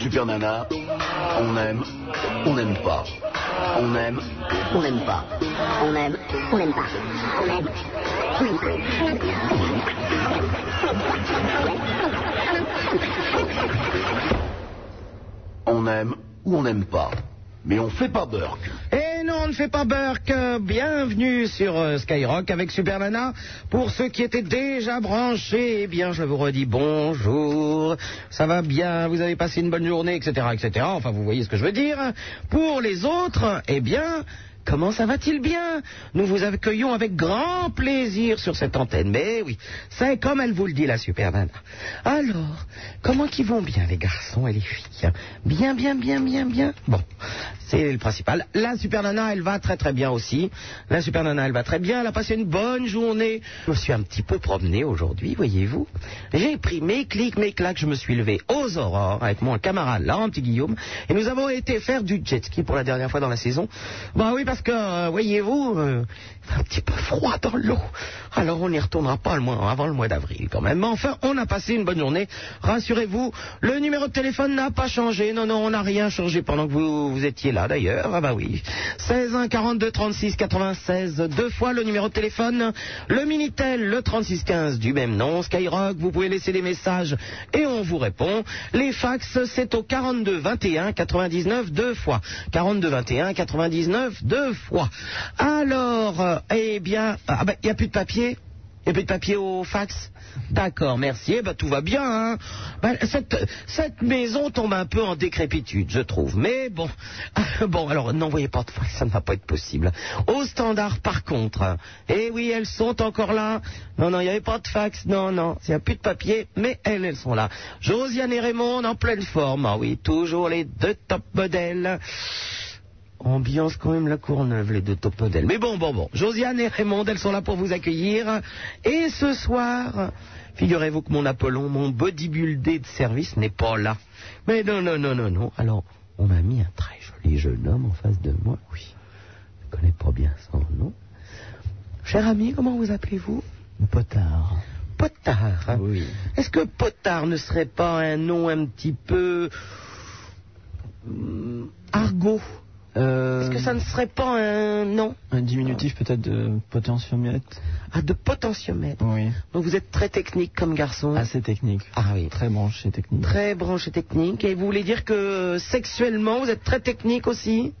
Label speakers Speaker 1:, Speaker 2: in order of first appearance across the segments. Speaker 1: Super Nana, on aime, on n'aime pas. On aime, on n'aime pas.
Speaker 2: On aime, on n'aime pas. On aime, on n'aime pas.
Speaker 1: On aime ou on n'aime pas. Mais on fait pas Burke.
Speaker 3: Et non, on ne fait pas Burke. Euh, Bienvenue sur euh, Skyrock avec Super Nana. Pour ceux qui étaient déjà branchés, eh bien, je vous redis bonjour. Ça va bien, vous avez passé une bonne journée, etc., etc. Enfin, vous voyez ce que je veux dire. Pour les autres, eh bien, Comment ça va-t-il bien Nous vous accueillons avec grand plaisir sur cette antenne. Mais oui, c'est comme elle vous le dit, la super nana. Alors, comment qu'ils vont bien, les garçons et les filles hein? Bien, bien, bien, bien, bien. Bon, c'est le principal. La super nana, elle va très, très bien aussi. La super nana, elle va très bien. Elle a passé une bonne journée. Je me suis un petit peu promené aujourd'hui, voyez-vous. J'ai pris mes clics, mes claques. Je me suis levé aux aurores avec mon camarade, Laurent Petit Guillaume. Et nous avons été faire du jet ski pour la dernière fois dans la saison. Bah oui, parce que, euh, voyez-vous, euh, il fait un petit peu froid dans l'eau. Alors on n'y retournera pas le mois- avant le mois d'avril quand même. Mais enfin, on a passé une bonne journée. Rassurez-vous, le numéro de téléphone n'a pas changé. Non, non, on n'a rien changé pendant que vous, vous étiez là d'ailleurs. Ah bah oui. 16 1 42 36 96, deux fois le numéro de téléphone. Le Minitel, le 36 15 du même nom. Skyrock, vous pouvez laisser des messages et on vous répond. Les fax, c'est au 42 21 99 deux fois. 42 21 99 deux fois. Alors, euh, eh bien, ah ben, il n'y a plus de papier il n'y a plus de papier au fax D'accord, merci. Eh ben, tout va bien. hein. Ben, cette, cette maison tombe un peu en décrépitude, je trouve. Mais bon, bon alors n'envoyez pas de fax, ça ne va pas être possible. Au standard, par contre, hein. eh oui, elles sont encore là. Non, non, il n'y avait pas de fax. Non, non, il n'y a plus de papier, mais elles, elles sont là. Josiane et Raymond en pleine forme. Ah oui, toujours les deux top modèles. Ambiance quand même la Courneuve, les deux top modèles. Mais bon, bon, bon. Josiane et Raymond, elles sont là pour vous accueillir. Et ce soir, figurez-vous que mon Apollon, mon bodybuildé de service n'est pas là. Mais non, non, non, non, non. Alors, on m'a mis un très joli jeune homme en face de moi. Oui, je ne connais pas bien son nom. Cher ami, comment vous appelez-vous Potard. Potard Oui. Est-ce que Potard ne serait pas un nom un petit peu... hum, argot Euh, est-ce que ça ne serait pas un nom
Speaker 4: Un diminutif peut-être de potentiomètre
Speaker 3: ah, de potentiomètre
Speaker 4: Oui.
Speaker 3: Donc vous êtes très technique comme garçon.
Speaker 4: Assez technique.
Speaker 3: Ah oui.
Speaker 4: Très branché technique.
Speaker 3: Très branché technique. Et vous voulez dire que euh, sexuellement, vous êtes très technique aussi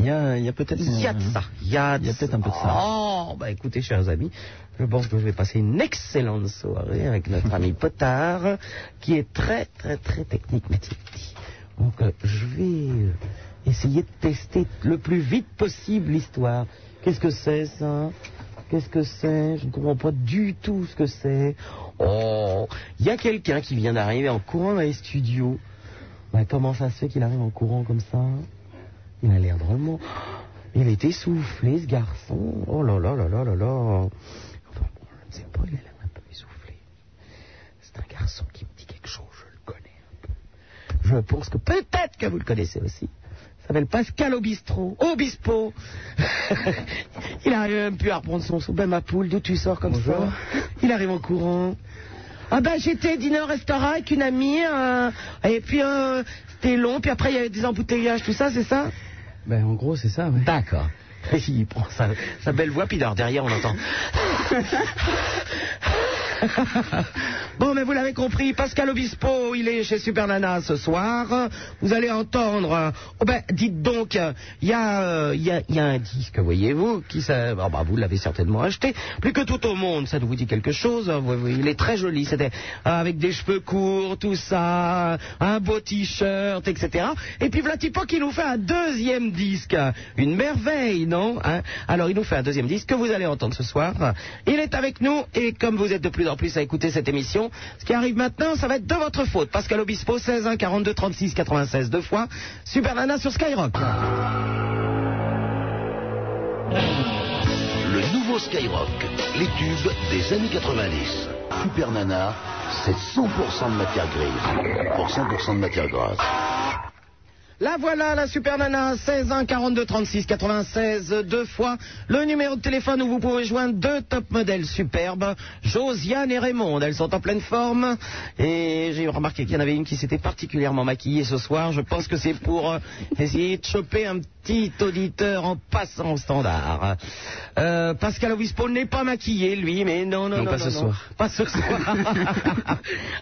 Speaker 4: Il y a, il y a peut-être.
Speaker 3: Il y a de
Speaker 4: euh,
Speaker 3: ça. Il y a,
Speaker 4: il y a
Speaker 3: ça.
Speaker 4: peut-être un peu de ça.
Speaker 3: Oh, bah écoutez, chers amis, je pense que je vais passer une excellente soirée avec notre ami Potard, qui est très, très, très technique, m'a dit. Donc, euh, je vais euh, essayer de tester le plus vite possible l'histoire. Qu'est-ce que c'est, ça Qu'est-ce que c'est Je ne comprends pas du tout ce que c'est. Oh, il y a quelqu'un qui vient d'arriver en courant dans les studios. Bah, comment ça se fait qu'il arrive en courant comme ça il a l'air drôlement. Il est essoufflé, ce garçon. Oh là là là là là là. Enfin bon, je ne sais pas, il a l'air un peu essoufflé. C'est un garçon qui me dit quelque chose, je le connais un peu. Je pense que peut-être que vous le connaissez aussi. Il s'appelle Pascal Obistro. Obispo Il arrive même plus à reprendre son sou. Ben ma poule, d'où tu sors comme
Speaker 4: Bonjour.
Speaker 3: ça Il arrive en courant. Ah ben j'étais dîner au restaurant avec une amie, euh, et puis euh, c'était long, puis après il y avait des embouteillages, tout ça, c'est ça
Speaker 4: Ben, en gros, c'est ça, ouais.
Speaker 3: D'accord. Il prend sa, sa belle voix, puis alors derrière, on entend. Bon, mais vous l'avez compris, Pascal Obispo, il est chez Super Nana ce soir. Vous allez entendre. euh, Oh ben, dites donc, euh, il y, a, euh, il y, a, il y a un disque, voyez-vous, qui ça, ah bah, vous l'avez certainement acheté. Plus que tout au monde, ça vous dit quelque chose. hein, vous- vous- Il est très joli, c'était euh, avec des cheveux courts, tout ça, un beau t-shirt, etc. Et puis Vlatipo qui nous fait un deuxième disque. Une merveille, non hein Alors il nous fait un deuxième disque que vous allez entendre ce soir. Il est avec nous et comme vous êtes de plus en plus à écouter cette émission, ce qui arrive maintenant, ça va être de votre faute. Pascal Obispo, 16 1 42 36 96 deux fois. Super Nana sur Skyrock.
Speaker 1: Le nouveau Skyrock, les tubes des années 90. Super Nana, c'est 100% de matière grise pour 100% de matière grasse.
Speaker 3: La voilà, la super nana, 16 1 42 36 96, deux fois le numéro de téléphone où vous pouvez joindre deux top modèles superbes, Josiane et Raymond. Elles sont en pleine forme et j'ai remarqué qu'il y en avait une qui s'était particulièrement maquillée ce soir. Je pense que c'est pour euh, essayer de choper un petit auditeur en passant au standard. Euh, Pascal Obispo n'est pas maquillé, lui, mais non, non,
Speaker 4: Non,
Speaker 3: non.
Speaker 4: pas ce soir.
Speaker 3: Pas ce soir.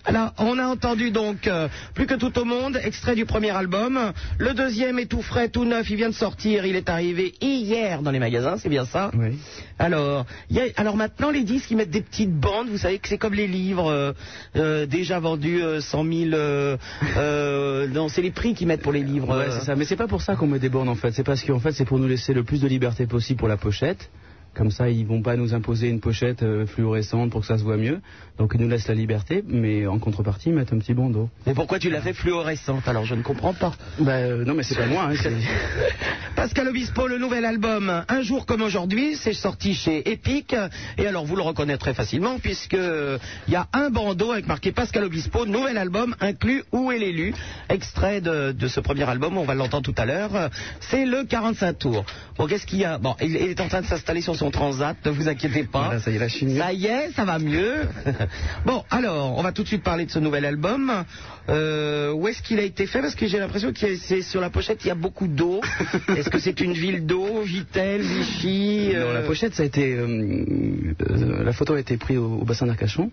Speaker 3: Alors, on a entendu donc euh, plus que tout au monde, extrait du premier album. Le deuxième est tout frais, tout neuf, il vient de sortir, il est arrivé hier dans les magasins, c'est bien ça
Speaker 4: Oui.
Speaker 3: Alors, il y a- alors maintenant, les disques, ils mettent des petites bandes, vous savez que c'est comme les livres euh, euh, déjà vendus euh, 100 000... euh, euh, non, c'est les prix qu'ils mettent pour les livres.
Speaker 4: Ouais,
Speaker 3: euh.
Speaker 4: c'est ça. Mais c'est pas pour ça qu'on met des bornes en fait. C'est parce qu'en fait, c'est pour nous laisser le plus de liberté possible pour la pochette. Comme ça, ils vont pas nous imposer une pochette euh, fluorescente pour que ça se voit mieux. Donc, ils nous laissent la liberté, mais en contrepartie, ils mettent un petit bandeau.
Speaker 3: Mais pourquoi tu l'as fait fluorescente Alors, je ne comprends pas.
Speaker 4: Bah, euh, non, mais c'est pas moi. Hein, c'est-
Speaker 3: Pascal Obispo, le nouvel album Un jour comme aujourd'hui, c'est sorti chez Epic. Et alors vous le reconnaîtrez facilement puisque euh, il y a un bandeau avec marqué Pascal Obispo, nouvel album inclus Où est l'élu Extrait de, de ce premier album, on va l'entendre tout à l'heure. C'est le 45 tours. Bon, qu'est-ce qu'il y a Bon, il, il est en train de s'installer sur son transat, ne vous inquiétez pas.
Speaker 4: Voilà, ça y est, la chimie.
Speaker 3: Ça y est, ça va mieux. bon, alors, on va tout de suite parler de ce nouvel album. Euh, où est-ce qu'il a été fait Parce que j'ai l'impression que c'est sur la pochette, il y a beaucoup d'eau. est-ce que c'est une ville d'eau Vitel, Vichy
Speaker 4: Non,
Speaker 3: euh,
Speaker 4: la pochette, ça a été. euh, euh, la photo a été prise au, au bassin d'Arcachon.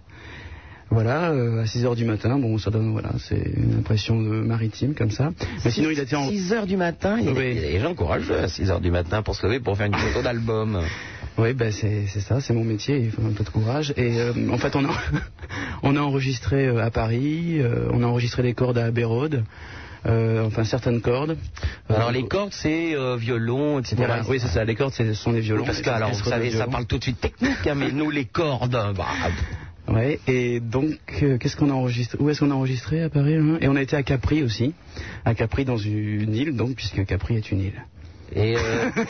Speaker 4: Voilà, euh, à 6 h du matin. Bon, ça donne, voilà, c'est une impression euh, maritime comme ça. Mais sinon, il était en.
Speaker 3: 6 heures du matin, il y a des-
Speaker 4: Oui.
Speaker 3: il y a des gens courageux à 6 heures du matin pour se lever pour faire une photo d'album.
Speaker 4: Oui, ben c'est c'est ça, c'est mon métier, il faut un peu de courage. Et euh, en fait, on a, on a enregistré euh, à Paris, euh, on a enregistré des cordes à Bérode, enfin certaines cordes. Euh,
Speaker 3: Alors les cordes, c'est euh, violon, etc.
Speaker 4: voilà, oui, c'est ça, les cordes, c'est- ce sont des violons.
Speaker 3: Parce que, alors, vous savez, ça parle tout de suite technique, hein, mais nous, les cordes, bah,
Speaker 4: Ouais, et donc, euh, qu'est-ce qu'on a enregistré Où est-ce qu'on a enregistré à Paris hein Et on a été à Capri aussi, à Capri dans une île, donc, puisque Capri est une île.
Speaker 3: Et, euh,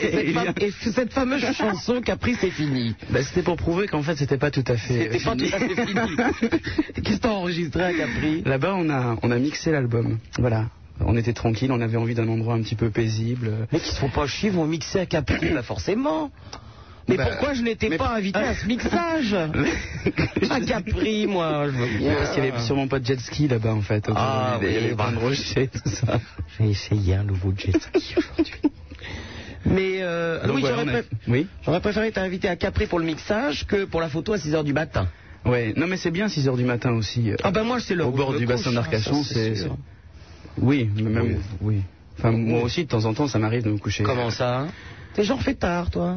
Speaker 3: et cette
Speaker 4: Et-
Speaker 3: fam- et cette fameuse chanson Capri, c'est fini.
Speaker 4: Ben, c'était pour prouver qu'en fait, c'était pas tout à fait.
Speaker 3: C'était pas tout à fait fini. Qu'est-ce que t'as enregistré à Capri
Speaker 4: Là-bas, on a, on a mixé l'album. Voilà. On était tranquille, on avait envie d'un endroit un petit peu paisible.
Speaker 3: Mais qui se font pas chier, vont mixer à Capri, là, forcément. Mais
Speaker 4: Bah,
Speaker 3: pourquoi je n'étais
Speaker 4: mais-
Speaker 3: pas invité à ce mixage À Capri, moi, je veux bien.
Speaker 4: Parce qu'il n'y avait sûrement pas de jet ski là-bas Ben, en fait.
Speaker 3: Ah,
Speaker 4: il y
Speaker 3: oui,
Speaker 4: avait plein de
Speaker 3: bah.
Speaker 4: rochers, tout ça.
Speaker 3: J'ai essayé un nouveau jet ski aujourd'hui. Mais euh,
Speaker 4: Donc,
Speaker 3: oui,
Speaker 4: voilà,
Speaker 3: j'aurais,
Speaker 4: on a-
Speaker 3: préf-
Speaker 4: Oui.
Speaker 3: j'aurais préféré t'inviter à Capri pour le mixage que pour la photo à 6h du matin.
Speaker 4: Ouais. Non mais c'est bien 6h du matin aussi. euh,
Speaker 3: Ah ben moi, c'est le
Speaker 4: Au bord du bassin
Speaker 3: Ah,
Speaker 4: d'Arcachon, c'est. euh, Oui, mais même. Oui. Enfin, moi aussi, de temps en temps, ça m'arrive de me coucher.
Speaker 3: Comment ça hein T'es genre tard, toi.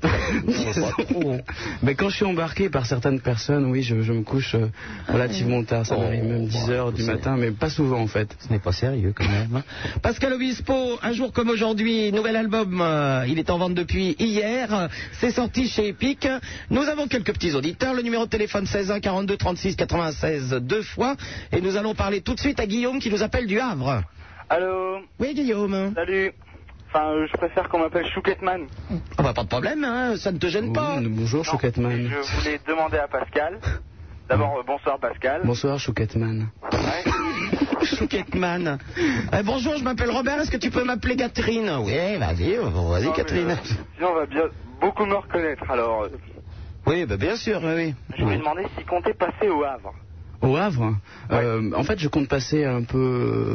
Speaker 3: Pas trop. hein.
Speaker 4: Mais quand je suis embarqué par certaines personnes, oui, je, je me couche euh, relativement tard. Ça
Speaker 3: Oh,
Speaker 4: m'arrive même
Speaker 3: bah,
Speaker 4: 10h du
Speaker 3: c'est-
Speaker 4: matin, mais pas souvent en fait.
Speaker 3: Ce n'est pas sérieux quand même. Pascal Obispo, un jour comme aujourd'hui, nouvel album. euh, il est en vente depuis hier. euh, C'est sorti chez Epic. Nous avons quelques petits auditeurs. Le numéro de téléphone 16 1 42 36 96 deux fois. Et nous allons parler tout de suite à Guillaume qui nous appelle du Havre.
Speaker 5: Allô,
Speaker 3: Oui, Guillaume.
Speaker 5: salut. Enfin, euh, je préfère qu'on m'appelle Chouquetman.
Speaker 3: Ah bah, pas de problème, hein, ça ne te gêne pas.
Speaker 4: Oui, bonjour,
Speaker 5: Non,
Speaker 4: Chouquetman.
Speaker 5: mais Je voulais demander à Pascal. D'abord, euh, bonsoir Pascal.
Speaker 4: Bonsoir, Chouquetman.
Speaker 5: Ouais.
Speaker 3: Chouquetman. Eh, bonjour, je m'appelle Robert. Est-ce que tu peux m'appeler Catherine Oui, vas-y, vas-y,
Speaker 5: Non, mais,
Speaker 3: Catherine.
Speaker 5: euh, sinon, on va bien beaucoup me reconnaître. Alors, euh,
Speaker 3: Oui, bah, bien sûr, oui.
Speaker 5: je lui ai demandé s'il comptait passer au Havre.
Speaker 4: Au Havre Euh, En fait, je compte passer un peu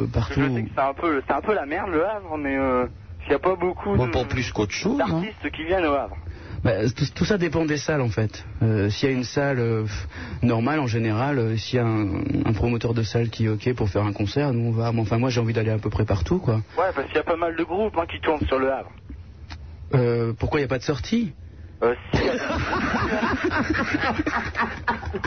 Speaker 4: euh,
Speaker 5: Parce que Je sais
Speaker 4: partout.
Speaker 5: que c'est un peu, c'est un peu la merde le Havre, mais euh, il n'y a pas beaucoup
Speaker 3: Bon,
Speaker 5: de-
Speaker 3: pour plus qu'autre chose. hein.
Speaker 5: d'artistes qui viennent au Havre.
Speaker 4: Bah, tout, tout ça dépend des salles en fait. Euh, s'il y a une salle euh, normale en général, euh, s'il y a un, un promoteur de salle qui est ok pour faire un concert, nous on va. Mais enfin moi j'ai envie d'aller à peu près partout quoi.
Speaker 5: Ouais, parce qu'il y a pas mal de groupes hein, qui tournent sur le Havre.
Speaker 4: Euh, pourquoi il n'y a pas de sortie
Speaker 5: Euh, si...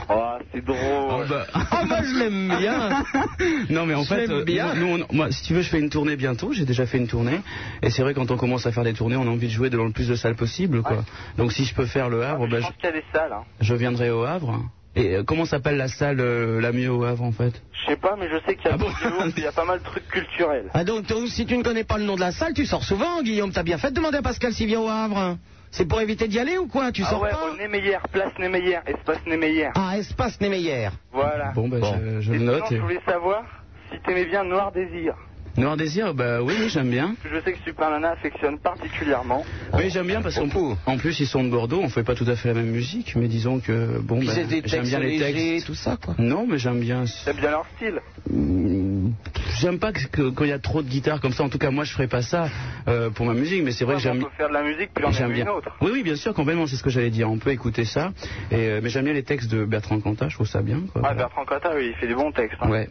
Speaker 5: oh, c'est drôle.
Speaker 3: Ah, moi je l'aime bien.
Speaker 4: Euh, Non mais en
Speaker 3: Je
Speaker 4: fait, euh,
Speaker 3: l'aime bien.
Speaker 4: nous, on- moi si tu veux je fais une tournée bientôt. J'ai déjà fait une tournée et c'est vrai quand on commence à faire des tournées, on a envie de jouer dans le plus de salles possible quoi.
Speaker 5: Ouais.
Speaker 4: Donc si je peux faire le
Speaker 5: Ah,
Speaker 4: Havre,
Speaker 5: mais
Speaker 4: bah,
Speaker 5: je
Speaker 4: je,
Speaker 5: pense qu'il y a des salles. hein.
Speaker 4: je viendrai au Havre. Et euh, comment s'appelle la salle euh, la mieux au Havre en fait
Speaker 5: Je sais pas, mais je sais qu'il y a
Speaker 4: Ah bon
Speaker 5: beaucoup de monde, il y a pas mal de trucs culturels.
Speaker 3: Ah donc, donc, si tu ne connais pas le nom de la salle, tu sors souvent, Guillaume. T'as bien fait de demander à Pascal s'il vient au Havre. C'est pour éviter d'y aller ou quoi Tu
Speaker 5: ah
Speaker 3: sors
Speaker 5: ouais,
Speaker 3: pas
Speaker 5: au Némeyer, place Némeyer, espace Némeyer.
Speaker 3: Ah, espace Némeyer.
Speaker 5: Voilà.
Speaker 4: Bon bah
Speaker 3: Bon.
Speaker 4: je, je
Speaker 5: Et
Speaker 4: le
Speaker 5: sinon,
Speaker 4: note. et-
Speaker 5: je voulais savoir si t'aimais bien Noir Désir.
Speaker 4: Noir Désir, bah oui, oui, j'aime bien.
Speaker 5: Je sais que Super Nana affectionne particulièrement.
Speaker 4: Oui, j'aime bien parce qu'en en plus, ils sont de Bordeaux, on fait pas tout à fait la même musique, mais disons que bon,
Speaker 3: Puis
Speaker 4: bah,
Speaker 3: c'est des
Speaker 4: j'aime
Speaker 3: textes
Speaker 4: bien les textes.
Speaker 3: légers, tout ça, quoi.
Speaker 4: Non, mais j'aime bien.
Speaker 5: J'aime bien leur style.
Speaker 4: J'aime pas que, que- quand il y a trop de guitares comme ça. En tout cas, moi, je ferais pas ça euh, pour ma musique, mais c'est vrai que
Speaker 5: on
Speaker 3: Bah,
Speaker 4: j'aime.
Speaker 5: peut faire de la musique puis on
Speaker 4: j'aime
Speaker 5: aime
Speaker 4: bien.
Speaker 5: une autre.
Speaker 4: Oui, oui, bien sûr, complètement, c'est ce que j'allais dire. On peut écouter ça, et, euh, mais j'aime bien les textes de Bertrand Cantat. Je trouve ça bien. Quoi,
Speaker 5: Ah, Bertrand Cotta, oui, il fait des bons textes. hein.
Speaker 4: Ouais.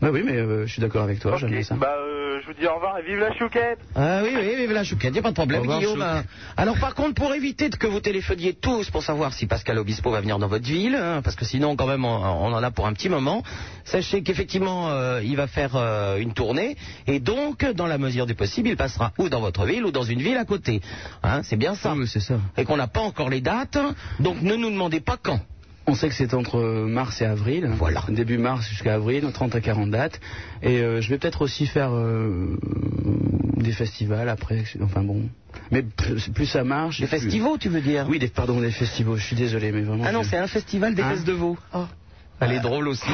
Speaker 4: Bah oui, mais euh, je suis d'accord avec toi.
Speaker 5: Ok,
Speaker 4: J'aime bien ça.
Speaker 5: Bah, euh, je vous dis au revoir et vive la chouquette
Speaker 3: Ah oui, oui, vive la chouquette, y a pas de problème,
Speaker 4: Au revoir,
Speaker 3: Guillaume. hein.
Speaker 4: Chouquette.
Speaker 3: Alors par contre, pour éviter de- que vous téléphoniez tous pour savoir si Pascal Obispo va venir dans votre ville, hein, parce que sinon quand même on, on en a pour un petit moment, sachez qu'effectivement euh, il va faire euh, une tournée, et donc dans la mesure du possible, il passera ou dans votre ville ou dans une ville à côté. Hein, c'est bien ça.
Speaker 4: Oui, c'est ça.
Speaker 3: Et qu'on n'a pas encore les dates, donc ne nous demandez pas quand.
Speaker 4: On sait que c'est entre euh, mars et avril.
Speaker 3: Voilà.
Speaker 4: Début mars jusqu'à avril, 30 à 40 dates. Et euh, je vais peut-être aussi faire euh, des festivals après. Enfin bon. Mais plus, plus ça marche.
Speaker 3: Des
Speaker 4: plus-
Speaker 3: festivals, tu veux dire
Speaker 4: Oui, des, pardon, des festivals. Je suis désolé, mais vraiment.
Speaker 3: Ah non,
Speaker 4: je-
Speaker 3: c'est un festival des
Speaker 4: Hein
Speaker 3: fesses de veau. Ah. Elle est drôle aussi.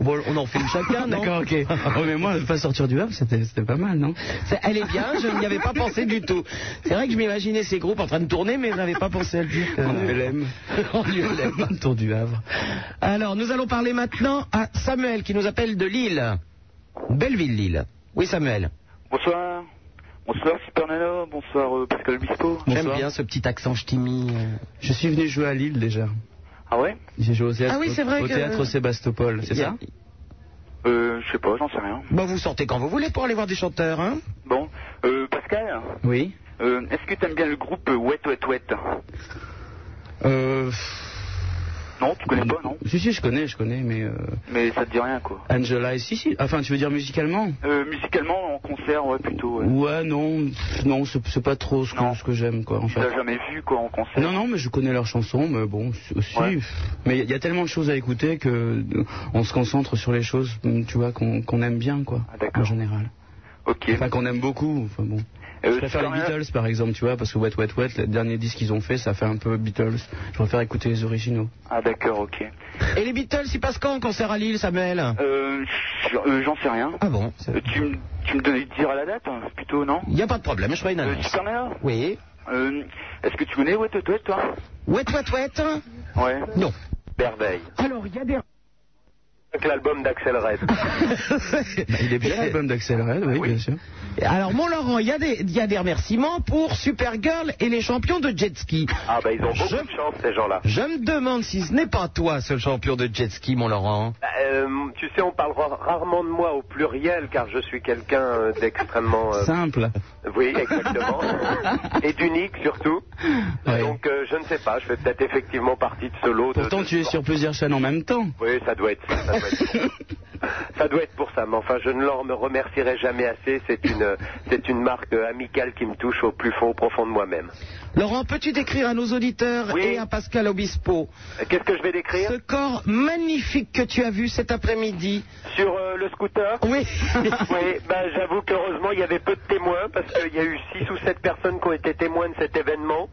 Speaker 3: Bon, on en fait une chacun, non
Speaker 4: D'accord, ok. Oh, mais moi, pas sortir du Havre, c'était c'était pas mal, non
Speaker 3: C'est- Elle est bien, je n'y avais pas pensé du tout. C'est vrai que je m'imaginais ces groupes en train de tourner, mais je n'avais pas pensé à le dire. que-
Speaker 4: En ULM.
Speaker 3: En ULM.
Speaker 4: Tour du Havre.
Speaker 3: Alors, nous allons parler maintenant à Samuel qui nous appelle de Lille. Belleville, Lille. Oui, Samuel.
Speaker 5: Bonsoir. Bonsoir Super Nana, bonsoir euh, Pascal Obispo.
Speaker 3: J'aime
Speaker 4: Bonsoir.
Speaker 3: bien ce petit accent ch'timi. euh.
Speaker 4: Je suis venu jouer à Lille déjà.
Speaker 5: Ah ouais
Speaker 4: J'ai joué au théâtre,
Speaker 3: Ah oui, c'est vrai
Speaker 4: au
Speaker 3: que-
Speaker 4: théâtre Sébastopol, c'est
Speaker 3: Il y a-
Speaker 4: ça
Speaker 5: Euh, je sais pas, j'en sais rien.
Speaker 3: Bah, vous sortez quand vous voulez pour aller voir des chanteurs, hein
Speaker 5: Bon, euh, Pascal,
Speaker 4: Oui.
Speaker 5: euh, est-ce que t'aimes bien le groupe euh, Wet Wet Wet
Speaker 4: Euh,
Speaker 5: Non, tu connais pas, non
Speaker 4: Si, si, je connais, je connais, mais. euh,
Speaker 5: Mais ça te dit rien, quoi.
Speaker 4: Angela et si, si. Enfin, tu veux dire musicalement
Speaker 5: Euh, musicalement, en concert, ouais, plutôt. Ouais.
Speaker 4: Ouais, non, pff, non, c'est c'est pas trop ce
Speaker 5: Non.
Speaker 4: que, ce que j'aime, quoi, en
Speaker 5: Tu
Speaker 4: fait.
Speaker 5: l'as jamais vu, quoi, en concert
Speaker 4: Non, non, mais je connais leurs chansons, mais bon, si- aussi.
Speaker 5: Ouais.
Speaker 4: Mais il y a- il y a tellement de choses à écouter que euh, on se concentre sur les choses, mm, tu vois, qu'on qu'on aime bien, quoi,
Speaker 5: Ah, d'accord.
Speaker 4: en général.
Speaker 5: Ok.
Speaker 4: Enfin, qu'on aime beaucoup, enfin bon.
Speaker 5: Euh,
Speaker 4: je préfère
Speaker 5: Super
Speaker 4: les
Speaker 5: Nana-
Speaker 4: Beatles, par exemple, tu vois, parce que Wet Wet Wet, le dernier disque qu'ils ont fait, ça fait un peu Beatles. Je préfère écouter les originaux.
Speaker 5: Ah d'accord, ok.
Speaker 3: Et les Beatles, ils passent quand en concert à Lille, Samuel
Speaker 5: Euh, j- euh, j'en sais rien.
Speaker 3: Ah bon
Speaker 5: Euh, tu me tu me donnes- diras la date, hein, plutôt, non
Speaker 3: Il n'y a pas de problème, je ferai une
Speaker 5: euh,
Speaker 3: annonce.
Speaker 5: Super Nana
Speaker 3: Oui.
Speaker 5: Euh, Est-ce que tu connais Wet Wet Wet, toi
Speaker 3: Ouet, ouet, ouet
Speaker 5: Ouais.
Speaker 3: Non.
Speaker 6: Merveille.
Speaker 3: Alors, il y a des...
Speaker 6: Avec l'album d'Axel Red.
Speaker 4: Il est bien l'album d'Axel Red,
Speaker 5: Ah
Speaker 4: oui, bien sûr.
Speaker 3: Alors, mon Laurent, il y, a des- il y a des remerciements pour Supergirl et les champions de jet ski.
Speaker 6: Ah bah ils ont beaucoup
Speaker 3: Je-
Speaker 6: de chance ces gens-là.
Speaker 3: Je me demande si ce n'est pas toi, ce champion de jet ski, mon Laurent.
Speaker 6: Bah, euh, tu sais, on parle ra- rarement de moi au pluriel car je suis quelqu'un euh, d'extrêmement... euh,
Speaker 4: Simple.
Speaker 6: oui, exactement. et d'unique surtout.
Speaker 4: Ouais.
Speaker 6: Donc euh, je ne sais pas, je fais peut-être effectivement partie de ce lot. de-
Speaker 4: Pourtant,
Speaker 6: de-
Speaker 4: tu es sur plusieurs chaînes en même temps.
Speaker 6: Oui, ça doit être ça. Ça doit être, ça doit être pour ça, mais enfin, je ne leur me remercierai jamais assez. C'est une, c'est une marque euh, amicale qui me touche au plus fond, au profond de moi-même.
Speaker 3: Laurent, peux-tu décrire à nos auditeurs
Speaker 6: Oui.
Speaker 3: et à Pascal Obispo
Speaker 6: Euh, Qu'est-ce que je vais décrire
Speaker 3: ce corps magnifique que tu as vu cet après-midi
Speaker 6: Sur euh, le scooter
Speaker 3: Oui.
Speaker 6: Oui, bah, j'avoue qu'heureusement, il y avait peu de témoins parce qu'il y a eu 6 ou 7 personnes qui ont été témoins de cet événement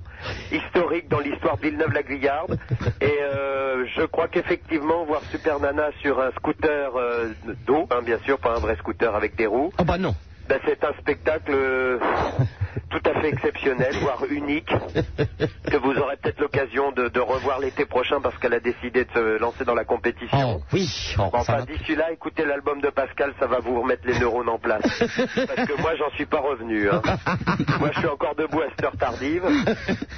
Speaker 6: historique dans l'histoire de Villeneuve-la-Guyarde. Et euh, je crois qu'effectivement, voir Super Nana sur un scooter euh, d'eau, hein, bien sûr, pas un vrai scooter avec des roues,
Speaker 3: Oh bah non.
Speaker 6: ben, c'est un spectacle euh, tout à fait exceptionnel, voire unique, que vous aurez peut-être l'occasion de, de revoir l'été prochain parce qu'elle a décidé de se lancer dans la compétition.
Speaker 3: Oh oui. Oh,
Speaker 6: Bon,
Speaker 3: ça
Speaker 6: enfin,
Speaker 3: va.
Speaker 6: d'ici là, écoutez l'album de Pascal, ça va vous remettre les neurones en place. Parce que moi, j'en suis pas revenu. hein. Moi, je suis encore debout à cette heure tardive.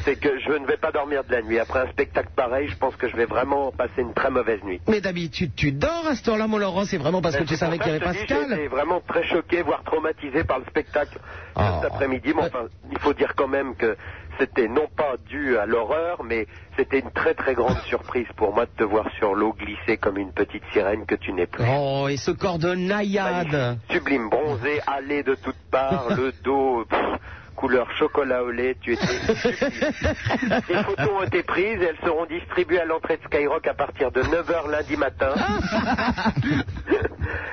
Speaker 6: C'est que je ne vais pas dormir de la nuit. Après un spectacle pareil, je pense que je vais vraiment passer une très mauvaise nuit.
Speaker 3: Mais d'habitude, tu dors à ce temps-là, mon Laurent. C'est vraiment parce que
Speaker 6: Mais
Speaker 3: tu
Speaker 6: c'est
Speaker 3: savais
Speaker 6: pour
Speaker 3: qu'il y
Speaker 6: ça
Speaker 3: avait
Speaker 6: que je te dis, J'ai
Speaker 3: Pascal.
Speaker 6: été vraiment très choqué, voire traumatisé par le spectacle de
Speaker 3: Ah.
Speaker 6: cet après-midi. Mais enfin, il faut dire quand même que c'était non pas dû à l'horreur, mais c'était une très très grande surprise pour moi de te voir sur l'eau glisser comme une petite sirène que tu n'es plus.
Speaker 3: Oh, et ce corps de naïade.
Speaker 6: Magnifique, Sublime, bronzé, allé de toutes parts, le dos, pff, couleur chocolat au lait, tu étais sublime. Les photos ont été prises et elles seront distribuées à l'entrée de Skyrock à partir de 9h lundi matin,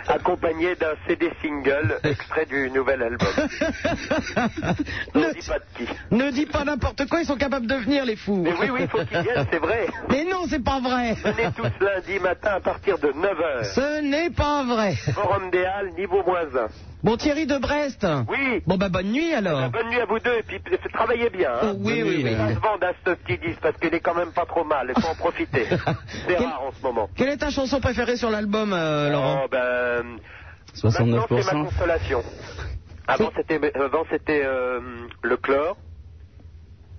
Speaker 6: accompagnées d'un CD single extrait du nouvel album.
Speaker 3: Ne-
Speaker 6: Ne dis pas de qui.
Speaker 3: Ne dis pas n'importe quoi, ils sont capables de venir, les fous.
Speaker 6: Mais oui, oui, il faut qu'ils viennent, c'est vrai.
Speaker 3: Mais non, c'est pas vrai.
Speaker 6: Venez tous lundi matin à partir de 9h.
Speaker 3: Ce n'est pas vrai.
Speaker 6: Forum des Halles, niveau moins 1.
Speaker 3: Bon, Thierry de Brest.
Speaker 6: Oui.
Speaker 3: Bon, bah, bonne nuit alors.
Speaker 6: Bonne nuit à vous deux et puis f- travaillez bien. Hein.
Speaker 3: Oh, Oui, oui, oui.
Speaker 6: Ça se vende à ce petit disque parce qu'il est quand même pas trop mal. Il faut en profiter. C'est
Speaker 3: Quel-
Speaker 6: rare en ce moment.
Speaker 3: Quelle est ta chanson préférée sur l'album, euh, Laurent
Speaker 6: Oh, ben, maintenant, c'est ma
Speaker 4: 69%.
Speaker 6: consolation. Avant, c'était, avant, c'était euh, le chlore.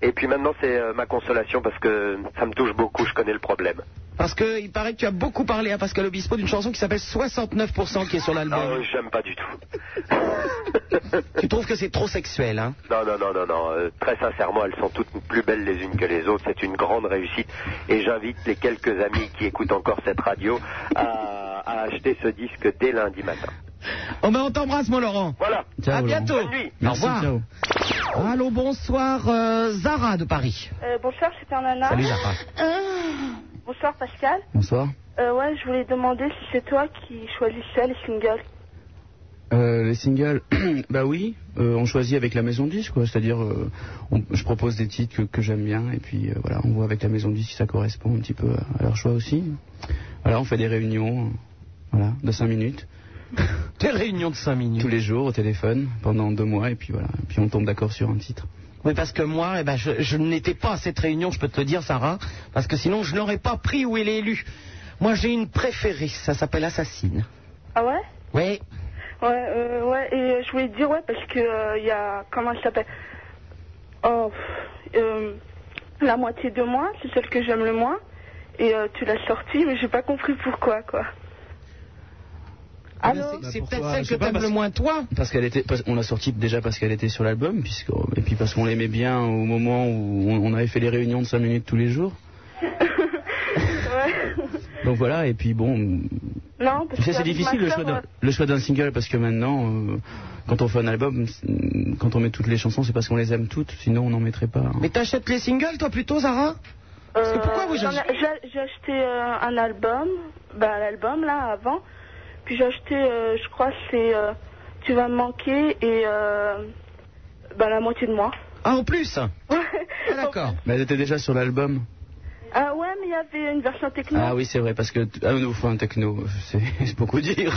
Speaker 6: Et puis maintenant, c'est euh, ma consolation parce que ça me touche beaucoup. Je connais le problème.
Speaker 3: Parce que il paraît que tu as beaucoup parlé à Pascal Obispo d'une chanson qui s'appelle 69% qui est sur
Speaker 6: Non,
Speaker 3: l'album.
Speaker 6: Euh, j'aime pas du tout.
Speaker 3: Tu trouves que c'est trop sexuel, hein
Speaker 6: Non, non, non, non, non. Euh, très sincèrement, elles sont toutes plus belles les unes que les autres. C'est une grande réussite. Et j'invite les quelques amis qui écoutent encore cette radio à, à acheter ce disque dès lundi matin.
Speaker 3: Oh, ben, on t'embrasse, mon Laurent.
Speaker 6: Voilà.
Speaker 3: à bientôt.
Speaker 6: Bonne nuit.
Speaker 3: Au revoir. Allô, bonsoir, euh, Zara de Paris.
Speaker 7: Euh, bonsoir, Super Nana.
Speaker 3: Salut, Zara.
Speaker 7: Bonsoir, Pascal.
Speaker 4: Bonsoir.
Speaker 7: Euh, ouais, je voulais demander si c'est toi qui choisissais les singles.
Speaker 4: Euh, les singles, bah oui, euh, on choisit avec la maison de disque, quoi. C'est-à-dire, euh, on- je propose des titres que, que j'aime bien, et puis euh, voilà, on voit avec la maison de disque si ça correspond un petit peu à, à leur choix aussi. Voilà, on fait des réunions, euh, voilà, de 5 minutes,
Speaker 3: Des réunions de 5 minutes.
Speaker 4: tous les jours au téléphone, pendant deux mois, et puis voilà, et puis on tombe d'accord sur un titre.
Speaker 3: Oui, parce que moi, eh ben, je, je n'étais pas à cette réunion, je peux te le dire, Sarah, parce que sinon, je n'aurais pas pris où il est élu. Moi, j'ai une préférée, ça s'appelle Assassine.
Speaker 7: Ah ouais
Speaker 3: Oui.
Speaker 7: Ouais, euh, ouais, et euh, je voulais te dire, ouais, parce que euh, il y a. Comment elle s'appelle Oh. pff, euh, la moitié de moi, c'est celle que j'aime le moins. Et euh, tu l'as sortie, mais j'ai pas compris pourquoi, quoi.
Speaker 3: Ah
Speaker 4: ben,
Speaker 3: non,
Speaker 4: c'est-
Speaker 3: c'est
Speaker 4: bah,
Speaker 3: peut-être
Speaker 4: pourquoi
Speaker 3: celle
Speaker 4: Je
Speaker 3: que
Speaker 4: sais pas,
Speaker 3: t'aimes
Speaker 4: parce-
Speaker 3: le moins, toi.
Speaker 4: Parce qu'elle était, parce- on l'a sortie déjà parce qu'elle était sur l'album, puisque, et puis parce qu'on l'aimait bien au moment où on, on avait fait les réunions de 5 minutes tous les jours.
Speaker 7: Ouais.
Speaker 4: Donc voilà, et puis bon,
Speaker 7: Non, parce
Speaker 4: Tu
Speaker 7: que.
Speaker 4: sais, c'est
Speaker 7: avec
Speaker 4: difficile
Speaker 7: ma
Speaker 4: le choix,
Speaker 7: sœur,
Speaker 4: d'un,
Speaker 7: euh,
Speaker 4: le choix d'un single parce que maintenant, euh, quand on fait un album, c'est- quand on met toutes les chansons, c'est parce qu'on les aime toutes, sinon on n'en mettrait pas. hein.
Speaker 3: Mais t'achètes les singles, toi, plutôt, Sarah Parce que pourquoi vous
Speaker 7: Euh, j'en ai- j'ai- J'ai acheté euh, un album, bah, l'album là avant, puis j'ai acheté, euh, je crois, c'est euh, Tu vas me manquer et euh, bah, la moitié de moi.
Speaker 3: Ah, en plus Ah, d'accord.
Speaker 4: Mais elles étaient déjà sur l'album.
Speaker 7: Ah ouais, mais il y avait une version technique.
Speaker 4: Ah oui, c'est vrai, parce que t- ah, nous faut un techno, c'est, c'est beaucoup dire.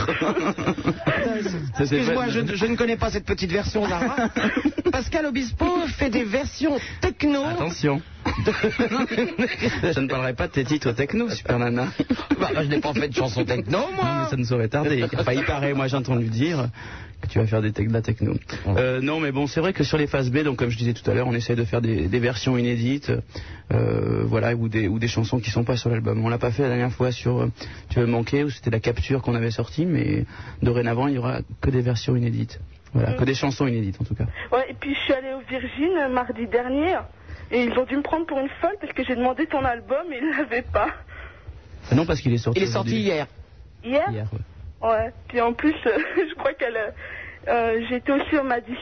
Speaker 4: Ça, c'est
Speaker 3: Excuse-moi,
Speaker 4: pas-
Speaker 3: je, je ne connais pas cette petite version, Zara. Pascal Obispo fait des versions techno.
Speaker 4: Attention. je ne parlerai pas de tes titres techno, Super Nana.
Speaker 3: Bah, je n'ai pas fait de chanson techno,
Speaker 4: Non,
Speaker 3: moi.
Speaker 4: mais ça ne saurait tarder. Enfin, il paraît, moi j'ai entendu dire que tu vas faire des tech- de la techno. Euh, non, mais bon, c'est vrai que sur les phases B, donc comme je disais tout à l'heure, on essaie de faire des, des versions inédites, euh, voilà, ou des, ou des chansons qui sont pas sur l'album. On l'a pas fait la dernière fois sur euh, Tu veux me manquer, où c'était la capture qu'on avait sortie, mais dorénavant, il y aura que des versions inédites. Voilà, que des chansons inédites en tout cas.
Speaker 3: Ah.
Speaker 7: Ouais, et puis je suis allée au Virgin euh, mardi dernier et ils ont dû me prendre pour une folle parce que j'ai demandé ton album et ils l'avaient pas.
Speaker 4: Ah Non, parce qu'il est sorti.
Speaker 3: Il est sorti
Speaker 4: aujourd'hui.
Speaker 3: hier.
Speaker 7: Hier,
Speaker 4: Hier, ouais.
Speaker 7: Ouais, puis en plus, euh, je crois qu'elle. euh, euh, J'étais aussi au Madison,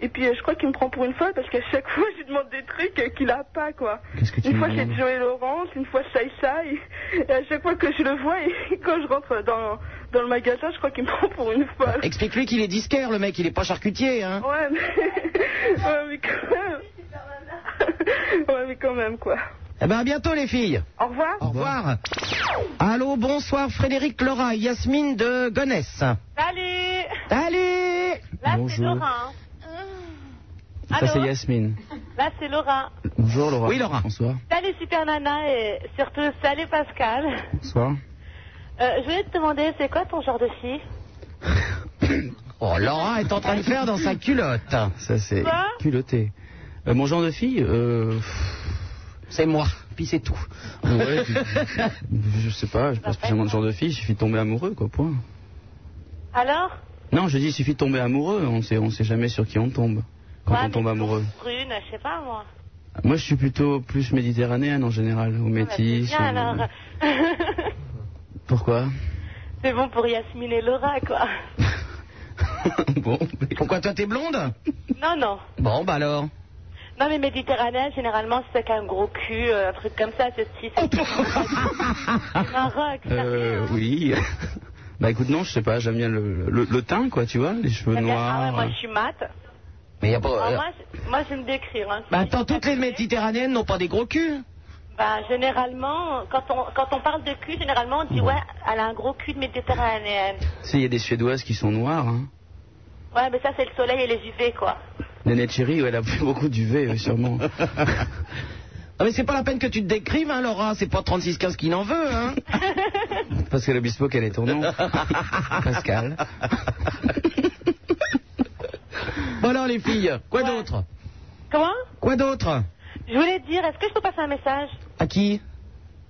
Speaker 7: et puis euh, je crois qu'il me prend pour une folle parce qu'à chaque fois, je lui demande des trucs euh, qu'il a pas, quoi.
Speaker 4: Qu'est-ce que tu
Speaker 7: Une
Speaker 4: me
Speaker 7: fois,
Speaker 4: demandes
Speaker 7: c'est Joey Lawrence, une fois, Sai Sai, et à chaque fois que je le vois, et quand je rentre dans, dans le magasin, je crois qu'il me prend pour une folle.
Speaker 3: Explique-lui qu'il est disquaire, le mec, il est pas charcutier, hein.
Speaker 7: Ouais, mais. ouais, mais quand même. ouais, mais quand même, quoi.
Speaker 3: Eh ben, à bientôt, les filles.
Speaker 7: Au revoir.
Speaker 3: Au revoir. Allô, bonsoir, Frédéric Laura, Yasmine de Gonesse.
Speaker 8: Salut
Speaker 3: Allez
Speaker 8: Là, c'est
Speaker 4: Bonjour.
Speaker 8: Laura. hein.
Speaker 4: Ça, c'est
Speaker 8: Allô
Speaker 4: Yasmine.
Speaker 8: Là, c'est Laura.
Speaker 4: Bonjour Laura.
Speaker 3: Oui, Laura.
Speaker 4: Bonsoir.
Speaker 8: Salut Super Nana et surtout salut Pascal.
Speaker 4: Bonsoir.
Speaker 8: Euh, je voulais te demander, c'est quoi ton genre de fille
Speaker 3: Oh, Laura est en train de faire dans sa culotte.
Speaker 4: Ça, c'est
Speaker 8: Quoi
Speaker 4: culotté. Euh, mon genre de fille, euh,
Speaker 3: C'est
Speaker 8: Ah,
Speaker 3: moi, puis c'est tout.
Speaker 4: Ouais, puis- je sais pas, je pense que c'est mon genre de fille, il suffit de tomber amoureux, quoi, point.
Speaker 8: Alors
Speaker 4: Non, je dis, il suffit de tomber amoureux, on sait, on sait jamais sur qui on tombe quand
Speaker 8: Ouais,
Speaker 4: on
Speaker 8: mais
Speaker 4: tombe amoureux.
Speaker 8: Brune, je sais pas moi.
Speaker 4: Moi, je suis plutôt plus méditerranéenne en général, ou
Speaker 8: Ah, bah, c'est
Speaker 4: métisse.
Speaker 8: bien
Speaker 4: ou-
Speaker 8: alors.
Speaker 4: Pourquoi
Speaker 8: c'est bon pour Yasmine et Laura, quoi.
Speaker 4: Bon, mais-
Speaker 3: Pourquoi toi, t'es blonde
Speaker 8: Non, non.
Speaker 3: Bon, bah alors.
Speaker 8: Non, mais méditerranéen, généralement, c'est avec un gros cul, euh, un truc comme ça, c'est si,
Speaker 4: Oh,
Speaker 8: c'est Maroc, sérieux,
Speaker 4: Euh,
Speaker 8: hein.
Speaker 4: oui. bah écoute, non, je sais pas, j'aime bien le, le- le teint, quoi, tu vois, les cheveux
Speaker 8: Ah, ouais,
Speaker 4: noirs. euh.
Speaker 8: moi, je suis mate.
Speaker 3: Mais y a pas.
Speaker 8: Ah,
Speaker 3: euh,
Speaker 8: moi, je, moi, je vais me décrire. Hein.
Speaker 3: bah attends, toutes les
Speaker 8: métiers
Speaker 3: méditerranéennes n'ont pas des gros culs.
Speaker 8: Bah, généralement, quand on, quand on parle de cul, généralement, on dit ouais, elle a un gros cul de méditerranéenne.
Speaker 4: Si, il y a des Suédoises qui sont noires, hein.
Speaker 9: Ouais, mais ça, c'est le soleil et les UV, quoi.
Speaker 4: Nénette chérie, ouais, elle a pris beaucoup d'UV, euh, sûrement.
Speaker 3: Ah, mais c'est pas la peine que tu te décrives, hein, Laura. C'est pas 3615 qui n'en veut, hein.
Speaker 4: Pascal Obispo, quel est ton nom Pascal.
Speaker 3: Voilà, les filles. Quoi d'autre
Speaker 9: Comment
Speaker 3: Quoi d'autre
Speaker 9: Je voulais te dire, est-ce que je peux passer un message
Speaker 3: À qui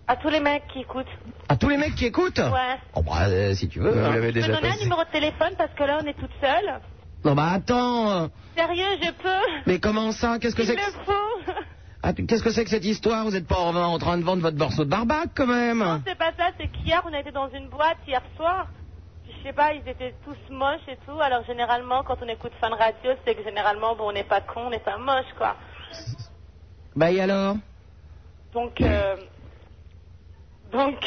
Speaker 9: à tous les mecs qui écoutent
Speaker 3: À tous les mecs qui écoutent
Speaker 9: Ouais.
Speaker 3: Oh, bah, euh, si tu veux.
Speaker 4: Vous
Speaker 3: hein.
Speaker 4: l'avez
Speaker 9: Je peux
Speaker 4: déjà
Speaker 9: donner un
Speaker 4: passé.
Speaker 9: numéro de téléphone parce que là, on est toute seule.
Speaker 3: Non, bah, attends.
Speaker 9: Sérieux, je peux
Speaker 3: Mais comment ça Qu'est-ce que
Speaker 9: Il
Speaker 3: c'est que...
Speaker 9: le faut
Speaker 3: Ah, tu- Qu'est-ce que c'est que cette histoire Vous n'êtes pas en, en train de vendre votre morceau de barbac, quand même
Speaker 9: C'est pas ça, c'est qu'hier, on était dans une boîte, hier soir. Puis, Je sais pas, ils étaient tous moches et tout. Alors, généralement, quand on écoute fan radio, c'est que généralement, bon, on n'est pas con, on n'est pas moche, quoi.
Speaker 3: Bah, et alors
Speaker 9: Donc, euh, donc,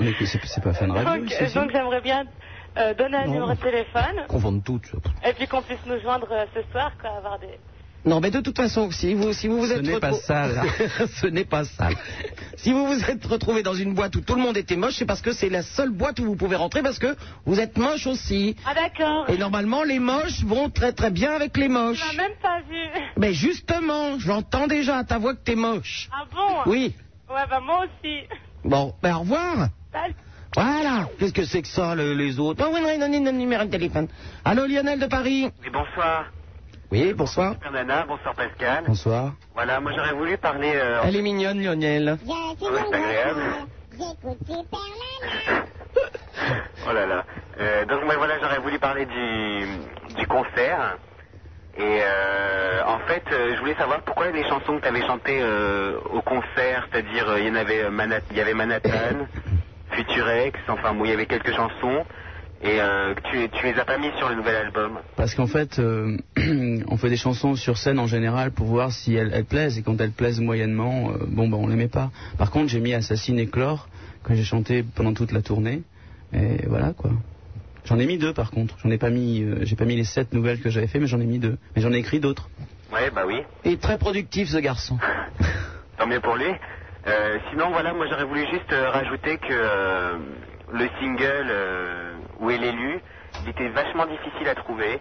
Speaker 4: Oui, mais c'est- C'est pas fan radio,
Speaker 9: donc,
Speaker 4: Bah, ça, si
Speaker 9: donc j'aimerais bien euh, donner un
Speaker 3: Non.
Speaker 9: numéro de téléphone
Speaker 1: Qu'on vende tout. ça.
Speaker 9: et puis qu'on puisse nous joindre euh, ce soir, quoi, avoir des.
Speaker 3: Non, mais de toute façon, si vous si vous, vous êtes
Speaker 4: n'est
Speaker 3: retrou-
Speaker 4: pas ça, là.
Speaker 3: Ce n'est pas ça. Si vous vous êtes retrouvé dans une boîte où tout le monde était moche, c'est parce que c'est la seule boîte où vous pouvez rentrer parce que vous êtes moche aussi.
Speaker 9: Ah d'accord.
Speaker 3: Et normalement, les moches vont très très bien avec les
Speaker 9: Tu m'as
Speaker 3: moches.
Speaker 9: même pas vu.
Speaker 3: Mais justement, je l'entends déjà à ta voix que t'es moche.
Speaker 9: Ah bon
Speaker 3: Oui.
Speaker 9: Ouais, bah moi aussi.
Speaker 3: Bon, ben au revoir.
Speaker 9: Salut.
Speaker 3: Voilà. Qu'est-ce que c'est que ça, le- les autres Ah oui, non, non, non, non, numéro de téléphone. Allô, Lionel de Paris
Speaker 6: Oui, bonsoir,
Speaker 3: Oui, bonsoir.
Speaker 6: Super Nana, bonsoir Pascal.
Speaker 4: Bonsoir.
Speaker 6: Voilà, moi j'aurais voulu parler. euh,
Speaker 3: Elle est mignonne, Lionel.
Speaker 2: Je suis
Speaker 6: Ah Ouais, c'est agréable.
Speaker 2: J'écoute Super Nana.
Speaker 6: Oh là là. Euh, donc moi voilà, j'aurais voulu parler du, du concert. Et euh, en fait, euh, je voulais savoir pourquoi les chansons que tu avais chantées euh, au concert, c'est-à-dire euh, il y en avait euh, Mana- il y avait Manhattan, Futurex, enfin bon, il y avait quelques chansons et euh, que tu tu les as pas mis sur le nouvel album.
Speaker 4: Parce qu'en fait, euh, on fait des chansons sur scène en général pour voir si elles, elles plaisent. Et quand elles plaisent moyennement, euh, bon, ben on les met pas. Par contre, j'ai mis Assassin et Chlore, que j'ai chanté pendant toute la tournée. Et voilà, quoi. J'en ai mis deux, par contre. J'en ai pas mis, euh, j'ai pas mis les sept nouvelles que j'avais fait, mais j'en ai mis deux. Mais j'en ai écrit d'autres.
Speaker 6: Ouais, bah oui.
Speaker 3: Il est très productif, ce garçon.
Speaker 6: Tant mieux pour lui. Euh, sinon, voilà, moi j'aurais voulu juste euh, rajouter que euh, le single euh, où elle est lue, il était vachement difficile à trouver.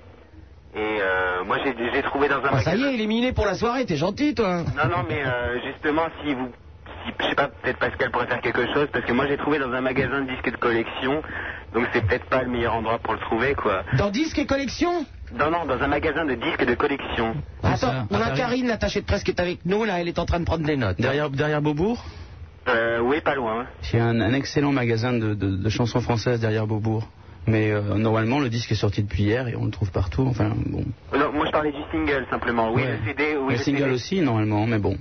Speaker 6: Et euh, moi j'ai j'ai trouvé dans un
Speaker 3: Ah, ça y
Speaker 6: magasin-
Speaker 3: est, éliminé pour la soirée, t'es gentil, toi.
Speaker 6: Non, non, mais euh, justement, si vous. Si, je sais pas, peut-être Pascal pourrait faire quelque chose, parce que moi j'ai trouvé dans un magasin de disques de collection, donc c'est peut-être pas le meilleur endroit pour le trouver, quoi.
Speaker 3: Dans Disque et Collection
Speaker 6: Non, non, dans un magasin de disques de collection.
Speaker 3: Attends, on a
Speaker 4: Paris.
Speaker 3: Karine, l'attachée de presse, qui est avec nous, là, elle est en train de prendre des notes.
Speaker 4: Derrière, derrière Beaubourg,
Speaker 6: Euh, oui, pas loin.
Speaker 4: j'ai un, un excellent magasin de, de- de chansons françaises derrière Beaubourg. Mais euh, normalement, le disque est sorti depuis hier et on le trouve partout. Enfin, bon.
Speaker 6: Non, moi je parlais du single simplement. Oui,
Speaker 4: Ouais.
Speaker 6: le CD, oui,
Speaker 4: le single
Speaker 6: CD.
Speaker 4: aussi, normalement, mais bon.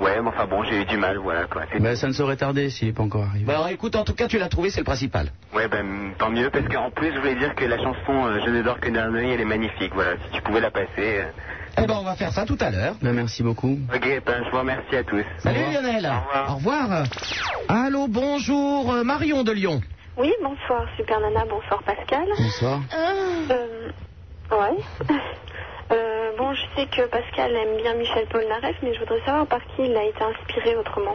Speaker 6: Ouais, mais enfin bon, j'ai eu du mal, voilà quoi. C'est-
Speaker 4: Ben, ça ne saurait tarder s'il n'est pas encore arrivé.
Speaker 3: Bah alors écoute, en tout cas, tu l'as trouvé, c'est le principal.
Speaker 6: Ouais, ben tant mieux, parce qu'en plus, je voulais dire que la chanson euh, Je ne dors que d'un œil, elle est magnifique, voilà. Si tu pouvais la passer. euh.
Speaker 3: Eh ben, on va faire ça tout à l'heure.
Speaker 4: Ben, merci beaucoup.
Speaker 6: Ok, ben je vous remercie à tous.
Speaker 3: Salut Lionel.
Speaker 6: Au revoir.
Speaker 3: Allô, bonjour, euh, Marion de Lyon.
Speaker 10: Oui, bonsoir Super Nana, bonsoir Pascal.
Speaker 4: Bonsoir.
Speaker 10: Euh, ouais. Euh, bon, je sais que Pascal aime bien Michel Polnareff, mais je voudrais savoir par qui il a été inspiré autrement.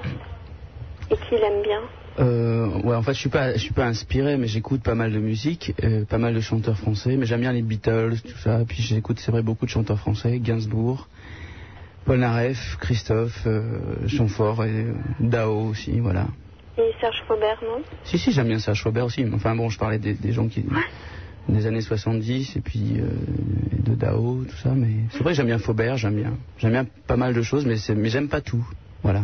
Speaker 10: Et qui il aime bien.
Speaker 4: Euh, ouais, en fait, je suis pas, je suis pas inspiré, mais j'écoute pas mal de musique, euh, pas mal de chanteurs français, mais j'aime bien les Beatles, tout ça. Puis j'écoute, c'est vrai, beaucoup de chanteurs français, Gainsbourg, Polnareff, Christophe, euh, Chamfort et euh, Dao aussi, voilà.
Speaker 10: Et Serge Faubert, non
Speaker 4: Si, si, j'aime bien Serge Faubert aussi. mais Enfin bon, je parlais des, des gens qui des années 70 et puis euh, de Dao, tout ça. Mais c'est vrai, que j'aime bien Faubert, j'aime bien, j'aime bien pas mal de choses, mais c'est- mais j'aime pas tout, voilà.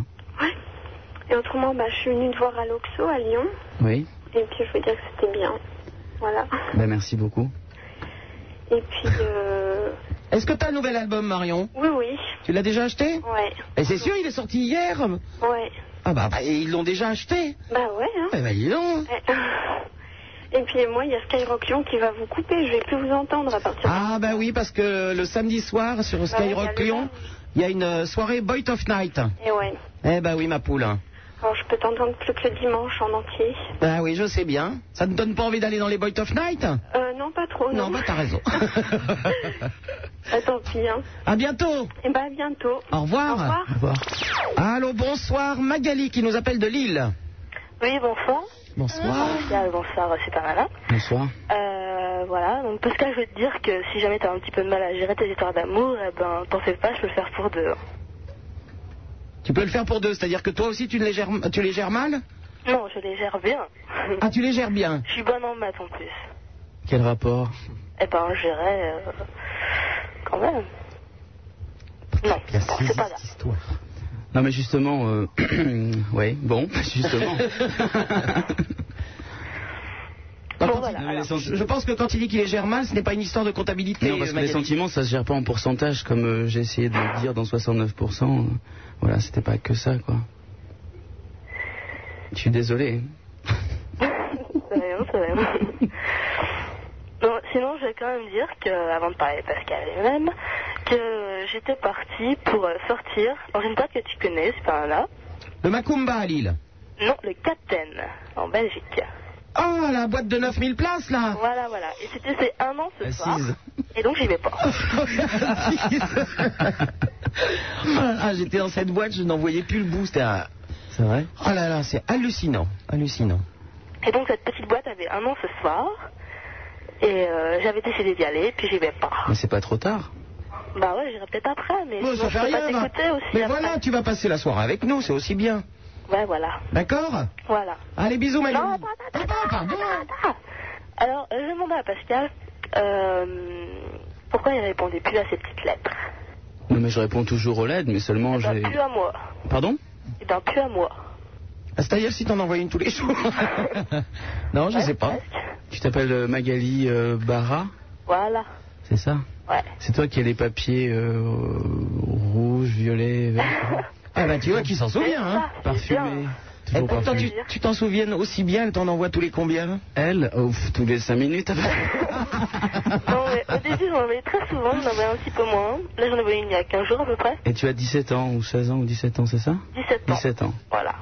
Speaker 10: Et autrement, bah, je suis venue te voir à l'Oxo, à Lyon,
Speaker 4: Oui.
Speaker 10: et puis je veux dire que c'était bien. Voilà.
Speaker 4: Ben merci beaucoup.
Speaker 10: Et puis, euh,
Speaker 3: Est-ce que t'as un nouvel album, Marion
Speaker 10: oui, oui,
Speaker 3: Tu l'as déjà acheté
Speaker 10: ouais,
Speaker 3: Et c'est sûr, il est sorti hier
Speaker 10: ouais.
Speaker 3: Ah bah, bah, et ils l'ont déjà acheté
Speaker 10: Bah ouais, hein.
Speaker 3: Eh ben, dis donc
Speaker 10: Ouais. Et puis moi, il y a Skyrock Lyon qui va vous couper. Je vais plus vous entendre à partir.
Speaker 3: Ah bah oui, parce que le samedi soir, sur Skyrock
Speaker 10: Ah il y a le
Speaker 3: Lyon,
Speaker 10: live.
Speaker 3: il y a une euh, soirée Boy of Night.
Speaker 10: Et ouais.
Speaker 3: Eh bah oui, ma poule.
Speaker 10: Alors je peux t'entendre plus que le dimanche en entier.
Speaker 3: Ah oui, je sais bien. Ça ne donne pas envie d'aller dans les Boy of Night
Speaker 10: Euh, non, pas trop.
Speaker 3: Non,
Speaker 10: Non,
Speaker 3: bah t'as raison.
Speaker 10: Ah, tant pis. Hein.
Speaker 3: à bientôt.
Speaker 8: Eh
Speaker 10: Et
Speaker 8: ben,
Speaker 10: bah à bientôt.
Speaker 3: Au revoir.
Speaker 10: Au revoir.
Speaker 3: Allô, bonsoir, Magali qui nous appelle de Lille.
Speaker 11: Oui, bonsoir.
Speaker 3: Bonsoir.
Speaker 8: Ah,
Speaker 11: Bonsoir, bonsoir, c'est pas malin. Euh,
Speaker 4: Bonsoir.
Speaker 8: hein. euh, voilà. Donc Pascal, je veux te dire que si jamais t'as un petit peu de mal à gérer tes histoires d'amour, eh ben t'en fais pas, je peux le faire pour deux. hein.
Speaker 3: Tu peux le faire pour deux, c'est-à-dire que toi aussi tu les gères, tu les gères mal
Speaker 8: Non, je les gère bien.
Speaker 3: Ah, tu les gères bien
Speaker 8: Je suis bonne en maths en plus.
Speaker 4: Quel rapport
Speaker 8: Eh ben, gérer euh, quand même. Non,
Speaker 3: Bien saisi,
Speaker 8: c'est pas grave.
Speaker 3: cette histoire.
Speaker 4: Non, mais justement, euh, ouais, bon, justement.
Speaker 3: Par
Speaker 8: Bon,
Speaker 3: contre,
Speaker 8: voilà,
Speaker 3: il-
Speaker 8: alors.
Speaker 3: je, je pense que quand il dit qu'il les gère mal, ce n'est pas une histoire de comptabilité.
Speaker 4: non, parce que les
Speaker 3: Magali.
Speaker 4: sentiments, ça se gère pas en pourcentage, comme euh, j'ai essayé de le dire dans 69%. euh, Voilà, c'était pas que ça, quoi. Je suis désolé.
Speaker 8: C'est rien, c'est rien. Non, sinon, je vais quand même dire que, avant de parler de Pascal et même, que j'étais partie pour euh, sortir dans une boîte que tu connais, c'est pas un là.
Speaker 3: Le Macumba à Lille.
Speaker 8: Non, le Captain, en Belgique.
Speaker 3: Oh, la boîte de 9000 places, là
Speaker 8: Voilà, voilà. Et c'était c'est un an ce soir.
Speaker 3: Assise.
Speaker 8: Et donc, j'y vais pas.
Speaker 3: ah, j'étais dans cette boîte, je n'en voyais plus le bout. C'était un...
Speaker 4: C'est vrai
Speaker 3: Oh là là, c'est hallucinant, hallucinant.
Speaker 8: Et donc, cette petite boîte avait un an ce soir. Et euh, j'avais décidé d'y aller, puis j'y vais pas.
Speaker 4: Mais c'est pas trop tard.
Speaker 8: Bah ouais, j'irai peut-être après, mais
Speaker 3: Bon,
Speaker 8: sinon,
Speaker 3: ça fait
Speaker 8: je peux
Speaker 3: rien.
Speaker 8: pas
Speaker 3: hein. va.
Speaker 8: t'écouter aussi.
Speaker 3: Mais
Speaker 8: après.
Speaker 3: voilà, tu vas passer la soirée avec nous, c'est aussi bien.
Speaker 8: Ouais, voilà.
Speaker 3: D'accord
Speaker 8: Voilà.
Speaker 3: Allez, bisous, Magali.
Speaker 8: Non, attends, attends,
Speaker 3: Attends, pardon.
Speaker 8: Ah Alors, euh, je demandais à Pascal euh, pourquoi il répondait plus à ces petites lettres.
Speaker 4: Non, mais je réponds toujours aux LED, mais seulement
Speaker 8: Eh ben,
Speaker 4: j'ai.
Speaker 8: plus à moi.
Speaker 4: Pardon
Speaker 8: Eh ben, plus à moi.
Speaker 3: Ah, C'est-à-dire si t'en envoies une tous les jours. non, je
Speaker 8: Ouais,
Speaker 3: sais pas.
Speaker 8: presque.
Speaker 4: Tu t'appelles euh, Magali euh, Barra,
Speaker 8: Voilà.
Speaker 4: c'est ça
Speaker 8: Ouais.
Speaker 4: C'est toi qui as les papiers euh, rouges, violets, verts,
Speaker 3: Ah bah tu vois qui s'en souvient, hein.
Speaker 8: C'est
Speaker 4: parfumés.
Speaker 8: bien.
Speaker 3: Et
Speaker 4: Toujours
Speaker 3: pourtant, tu
Speaker 4: parfumés.
Speaker 3: tu t'en souviennes aussi bien, elle t'en envoie tous les combien
Speaker 4: Elle, ouf, tous les 5 minutes.
Speaker 8: Non, mais au début, j'en avais très souvent, j'en avais un petit peu moins. Là, j'en avais une il y a 15 jours à peu près.
Speaker 4: Et tu as 17 ans, ou 16 ans, ou 17 ans, c'est ça
Speaker 8: 17 ans.
Speaker 4: 17 ans.
Speaker 8: Voilà.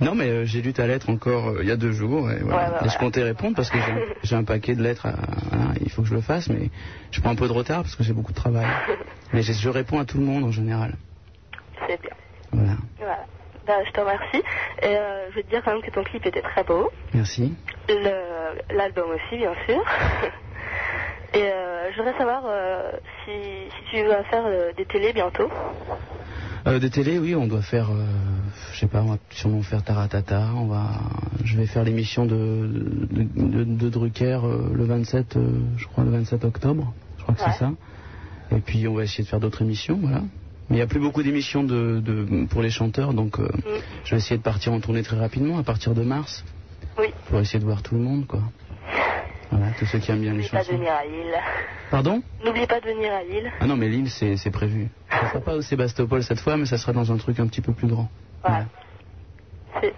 Speaker 4: Non, mais euh, j'ai lu ta lettre encore euh, il y a deux jours. Et,
Speaker 8: Ouais,
Speaker 4: voilà.
Speaker 8: ouais,
Speaker 4: Et je
Speaker 8: ouais.
Speaker 4: comptais répondre parce que j'ai- j'ai un paquet de lettres. à- voilà, il faut que je le fasse, mais je prends un peu de retard parce que j'ai beaucoup de travail. mais je, je réponds à tout le monde en général.
Speaker 8: C'est bien.
Speaker 4: Voilà.
Speaker 8: Voilà. Bah, je te remercie. Et euh, je veux te dire quand même que ton clip était très beau.
Speaker 4: Merci.
Speaker 8: Le- L'album aussi, bien sûr. Et euh, je voudrais savoir euh, si, si tu vas faire euh, des télés bientôt.
Speaker 4: Euh, des télés, oui, on doit faire, euh, je sais pas, on va sûrement faire Taratata. On va, je vais faire l'émission de, de, de- de Drucker euh, le 27, euh, je crois le 27 octobre. Je crois que
Speaker 8: Ouais.
Speaker 4: c'est ça. Et puis on va essayer de faire d'autres émissions, voilà. Mais il n'y a plus beaucoup d'émissions de, de- pour les chanteurs, donc
Speaker 8: Mm.
Speaker 4: euh, je vais essayer de partir en tournée très rapidement à partir de mars
Speaker 8: Oui.
Speaker 4: pour essayer de voir tout le monde, quoi. Voilà, tous ceux qui aiment bien les
Speaker 8: N'oublie pas de
Speaker 4: chansons.
Speaker 8: venir à Lille.
Speaker 4: Pardon
Speaker 8: N'oublie pas de venir à Lille.
Speaker 4: Ah non, mais Lille, c'est c'est prévu. Ça sera pas au Sébastopol cette fois, mais ça sera dans un truc un petit peu plus grand.
Speaker 8: Voilà. C'est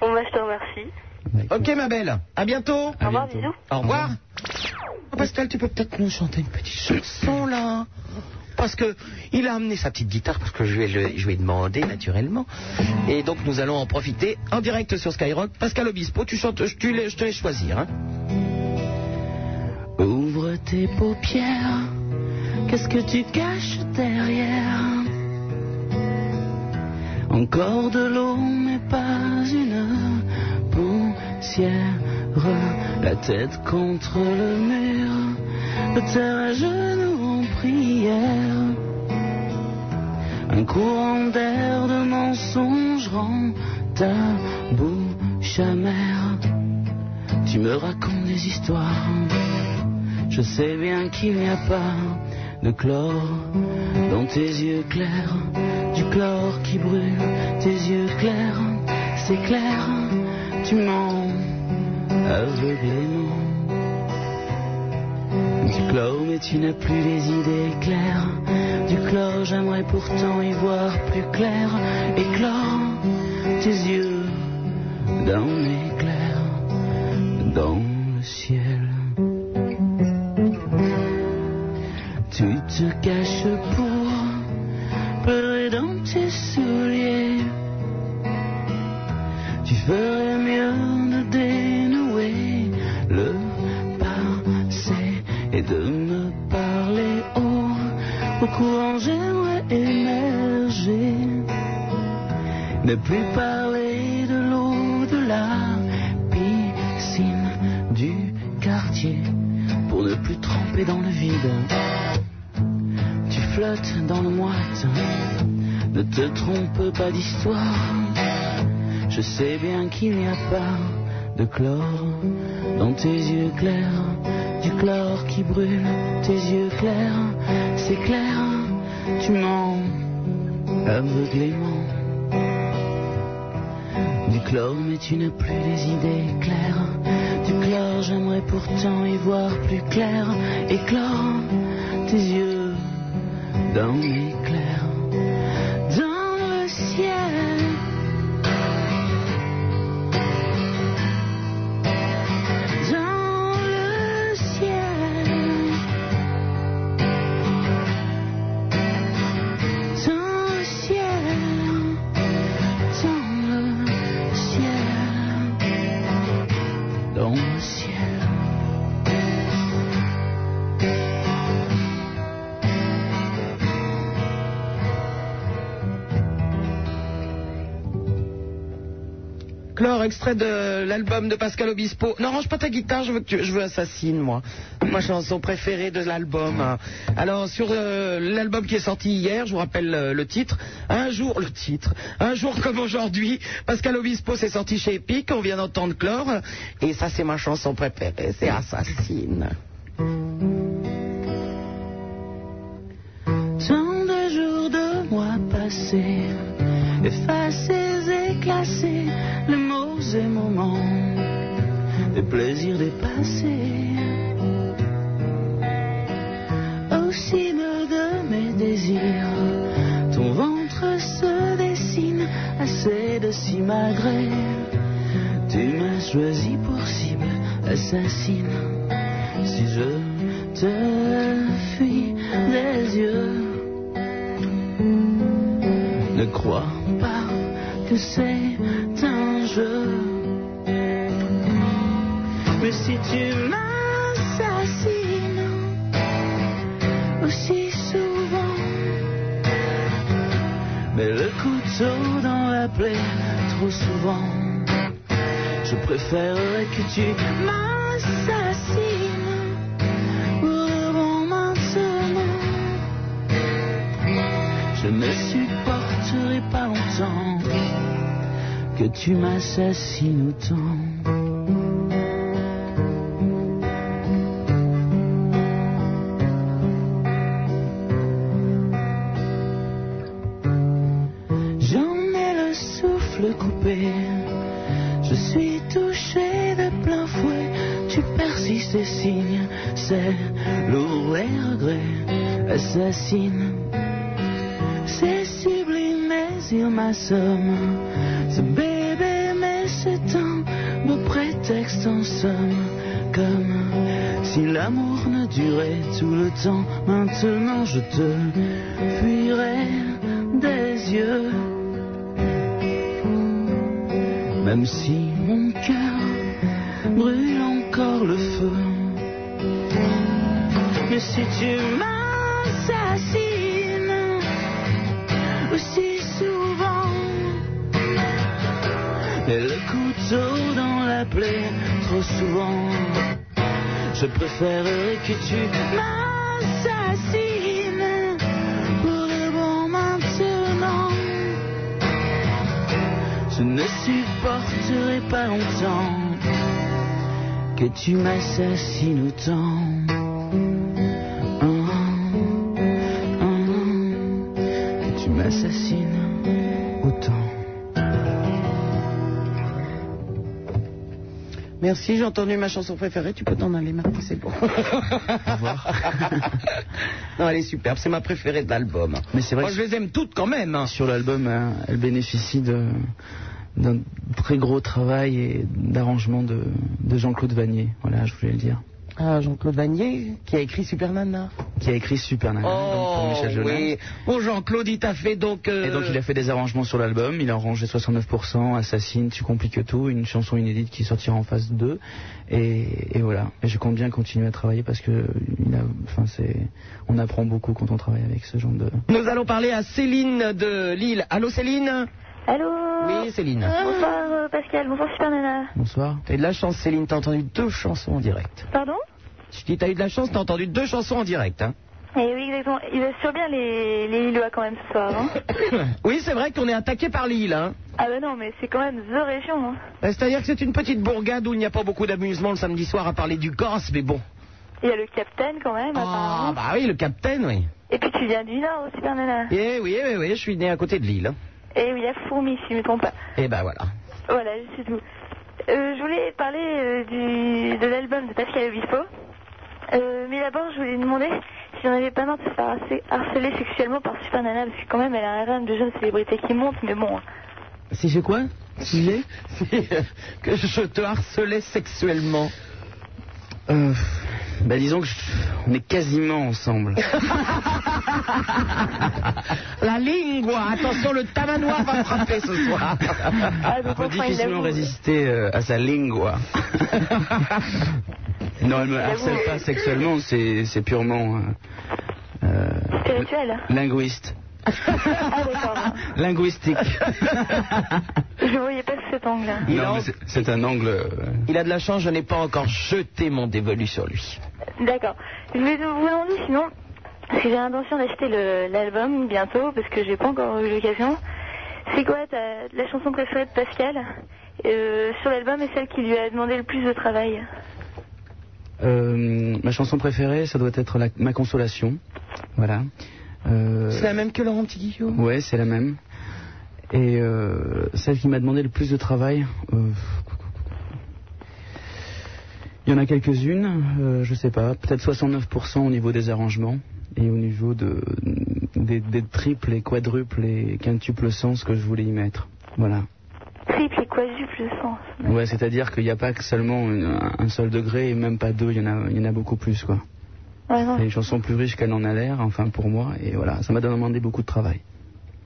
Speaker 8: bon, bah, je te remercie.
Speaker 3: Ok, ma belle. À bientôt.
Speaker 8: Au revoir, bisous.
Speaker 3: Au revoir. Oh, Pascal, tu peux peut-être nous chanter une petite chanson là parce que il a amené sa petite guitare parce que je vais, le- je vais demander naturellement et donc nous allons en profiter en direct sur Skyrock. Pascal Obispo, tu chantes, je, tu l'ai- je te laisse choisir. hein.
Speaker 4: Ouvre tes paupières, qu'est-ce que tu caches derrière Encore de l'eau, mais pas une poussière. La tête contre le mur, le terre à genoux en prière. Un courant d'air de mensonge rend ta bouche amère. Tu me racontes des histoires. Je sais bien qu'il n'y a pas de chlore dans tes yeux clairs. Du chlore qui brûle tes yeux clairs. C'est clair, tu mens aveuglément. Du chlore, mais tu n'as plus les idées claires. Du chlore, j'aimerais pourtant y voir plus clair. Éclore tes yeux d'un éclair dans le ciel. Tu te caches pour pleurer dans tes souliers. Tu ferais mieux de dénouer le passé et de me parler haut. Au courant, j'aimerais émerger ne plus parler de l'eau de la piscine, du
Speaker 12: plus trempé dans le vide. Tu flottes dans le moite, ne te trompe pas d'histoire. Je sais bien qu'il n'y a pas de chlore dans tes yeux clairs, du chlore qui brûle tes yeux clairs. C'est clair, tu mens aveuglément. Du chlore, mais tu n'as plus les idées claires. Du chlore, j'aimerais pourtant y voir plus clair. Éclore tes yeux dans l'éclair, dans le ciel. Dans le ciel, dans le ciel. Dans le ciel, dans le ciel.
Speaker 3: Chlore, extrait de l'album de Pascal Obispo. Non, range pas ta guitare, je veux, que tu- je veux Assassine, moi. Ma chanson préférée de l'album. Alors, sur euh, l'album qui est sorti hier, je vous rappelle euh, le titre. Un jour, le titre. Un jour comme aujourd'hui, Pascal Obispo s'est sorti chez Epic, on vient d'entendre Chlore. Et ça, c'est ma chanson préférée, c'est Assassine.
Speaker 12: Tant de jours de mois passés, effacés et classés, les mots et moments, les plaisirs dépassés. Au cible de mes désirs, ton ventre se dessine, assez de s'y magrer. Tu m'as choisi pour cible, assassine. Si je te fuis des yeux, ne crois pas que c'est un jeu. Mais si tu m'assassines aussi souvent, mais le couteau dans la plaie trop souvent, je préférerais que tu m'assassines. Pour le bon maintenant, je ne supporterai pas longtemps que tu m'assassines autant. J'en ai le souffle coupé, je suis touché de plein fouet. Tu persistes et signes, c'est lourd les regrets, assassine. C'est sublime, mais il m'assomme. Ce bébé, mais c'est un beau prétexte en somme. Comme si l'amour ne durait tout le temps. Maintenant, je te fuirai des yeux. Même si mon cœur brûle encore le feu. Mais si tu m'assassines aussi souvent, et le couteau dans la plaie trop souvent, je préférerais que tu m'assassines pour le bon maintenant. Je ne supporterai pas longtemps que tu m'assassines autant. Ah, ah, que tu m'assassines autant.
Speaker 3: Merci, j'ai entendu ma chanson préférée. Tu peux t'en aller maintenant, c'est bon. non, elle est superbe, c'est ma préférée de l'album.
Speaker 4: Mais c'est vrai.
Speaker 3: Moi,
Speaker 4: que
Speaker 3: je les aime toutes quand même. hein.
Speaker 4: Sur l'album, hein, elle bénéficie de- d'un très gros travail et d'arrangement de, de Jean-Claude Vanier. Voilà, je voulais le dire.
Speaker 3: Ah, Jean-Claude Vanier, qui a écrit hein. Super Nana.
Speaker 4: Qui a écrit Super Nana donc pour
Speaker 3: Oh,
Speaker 4: Michel Jonas.
Speaker 3: oui. Bon, Jean-Claude, il t'a fait donc. euh,
Speaker 4: Et donc il a fait des arrangements sur l'album, il a arrangé 69%, Assassine, Tu compliques tout, une chanson inédite qui sortira en phase 2. Et, et voilà, et je compte bien continuer à travailler parce que il a, enfin, c'est, on apprend beaucoup quand on travaille avec ce genre de...
Speaker 3: Nous allons parler à Céline de Lille. Allô, Céline
Speaker 8: Allô
Speaker 3: Oui, Céline.
Speaker 8: Bonsoir euh, Pascal, bonsoir Super Nana.
Speaker 4: Bonsoir.
Speaker 3: T'as eu de la chance, Céline, t'as entendu deux chansons en direct.
Speaker 8: Pardon
Speaker 3: Je dis, t'as eu de la chance, t'as entendu deux chansons en direct. Hein.
Speaker 8: Et Eh oui, exactement. Il va sur bien les, les Lillois quand même ce soir. hein.
Speaker 3: Oui, c'est vrai qu'on est attaqué par Lille. Hein.
Speaker 8: ah bah non, mais c'est quand même The Région. hein.
Speaker 3: Euh, C'est-à-dire que c'est une petite bourgade où il n'y a pas beaucoup d'amusement le samedi soir à parler du Corse, mais bon.
Speaker 8: Il y a le Capitaine quand même. apparemment.
Speaker 3: Ah bah oui, le capitaine, oui.
Speaker 8: Et puis tu viens du Nord aussi, bien nana.
Speaker 3: Eh oui, eh oui, je suis né à côté de Lille. hein.
Speaker 8: Et oui, à Fourmi, si je me trompe pas.
Speaker 3: Eh ben voilà.
Speaker 8: Voilà, c'est tout. Euh, je voulais parler euh, du, de l'album de Pascal Obispo. Euh, mais d'abord, je voulais demander si on avait pas marre de se faire harceler, harceler sexuellement par Super Nana, parce que quand même, elle a un rêve de jeune célébrité qui monte, mais bon. hein.
Speaker 3: Si j'ai quoi Si j'ai Que je te harcelais sexuellement.
Speaker 4: Euh, bah disons que je- on est quasiment ensemble.
Speaker 3: La lingua Attention, le tamanoir va frapper ce soir.
Speaker 4: Ah,
Speaker 3: Ah,
Speaker 4: On peut difficilement résister euh, à sa lingua. non, elle me harcèle pas sexuellement, c'est c'est purement euh, euh,
Speaker 8: Spirituel.
Speaker 4: linguiste. Linguistique.
Speaker 8: Je voyais pas cet angle.
Speaker 4: Non, mais c'est- c'est un angle. euh,
Speaker 3: Il a de la chance, je n'ai pas encore jeté mon dévolu sur lui.
Speaker 4: Euh.
Speaker 8: D'accord. Je vais vous demander sinon, parce que j'ai l'intention d'acheter le- l'album bientôt, parce que j'ai pas encore eu l'occasion. C'est quoi ta, la chanson préférée de Pascal euh, sur l'album et celle qui lui a demandé le plus de travail
Speaker 4: Euh, ma chanson préférée, ça doit être la- Ma Consolation. Voilà. Euh,
Speaker 3: C'est la même que Laurent Petit Guillaume
Speaker 4: Ouais, c'est la même. Et euh, celle qui m'a demandé le plus de travail, euh, il y en a quelques-unes, euh, je sais pas, peut-être 69% au niveau des arrangements et au niveau de, des, des triples et quadruples et quintuples sens que je voulais y mettre. Voilà.
Speaker 8: Triple et quadruple sens.
Speaker 4: Ouais, c'est-à-dire qu'il n'y a pas que seulement une- un seul degré et même pas deux, il y en a, il y en a beaucoup plus quoi.
Speaker 8: Ouais, Ah non.
Speaker 4: C'est une chanson plus riche qu'elle n'en a l'air, enfin pour moi, et voilà, ça m'a demandé beaucoup de travail.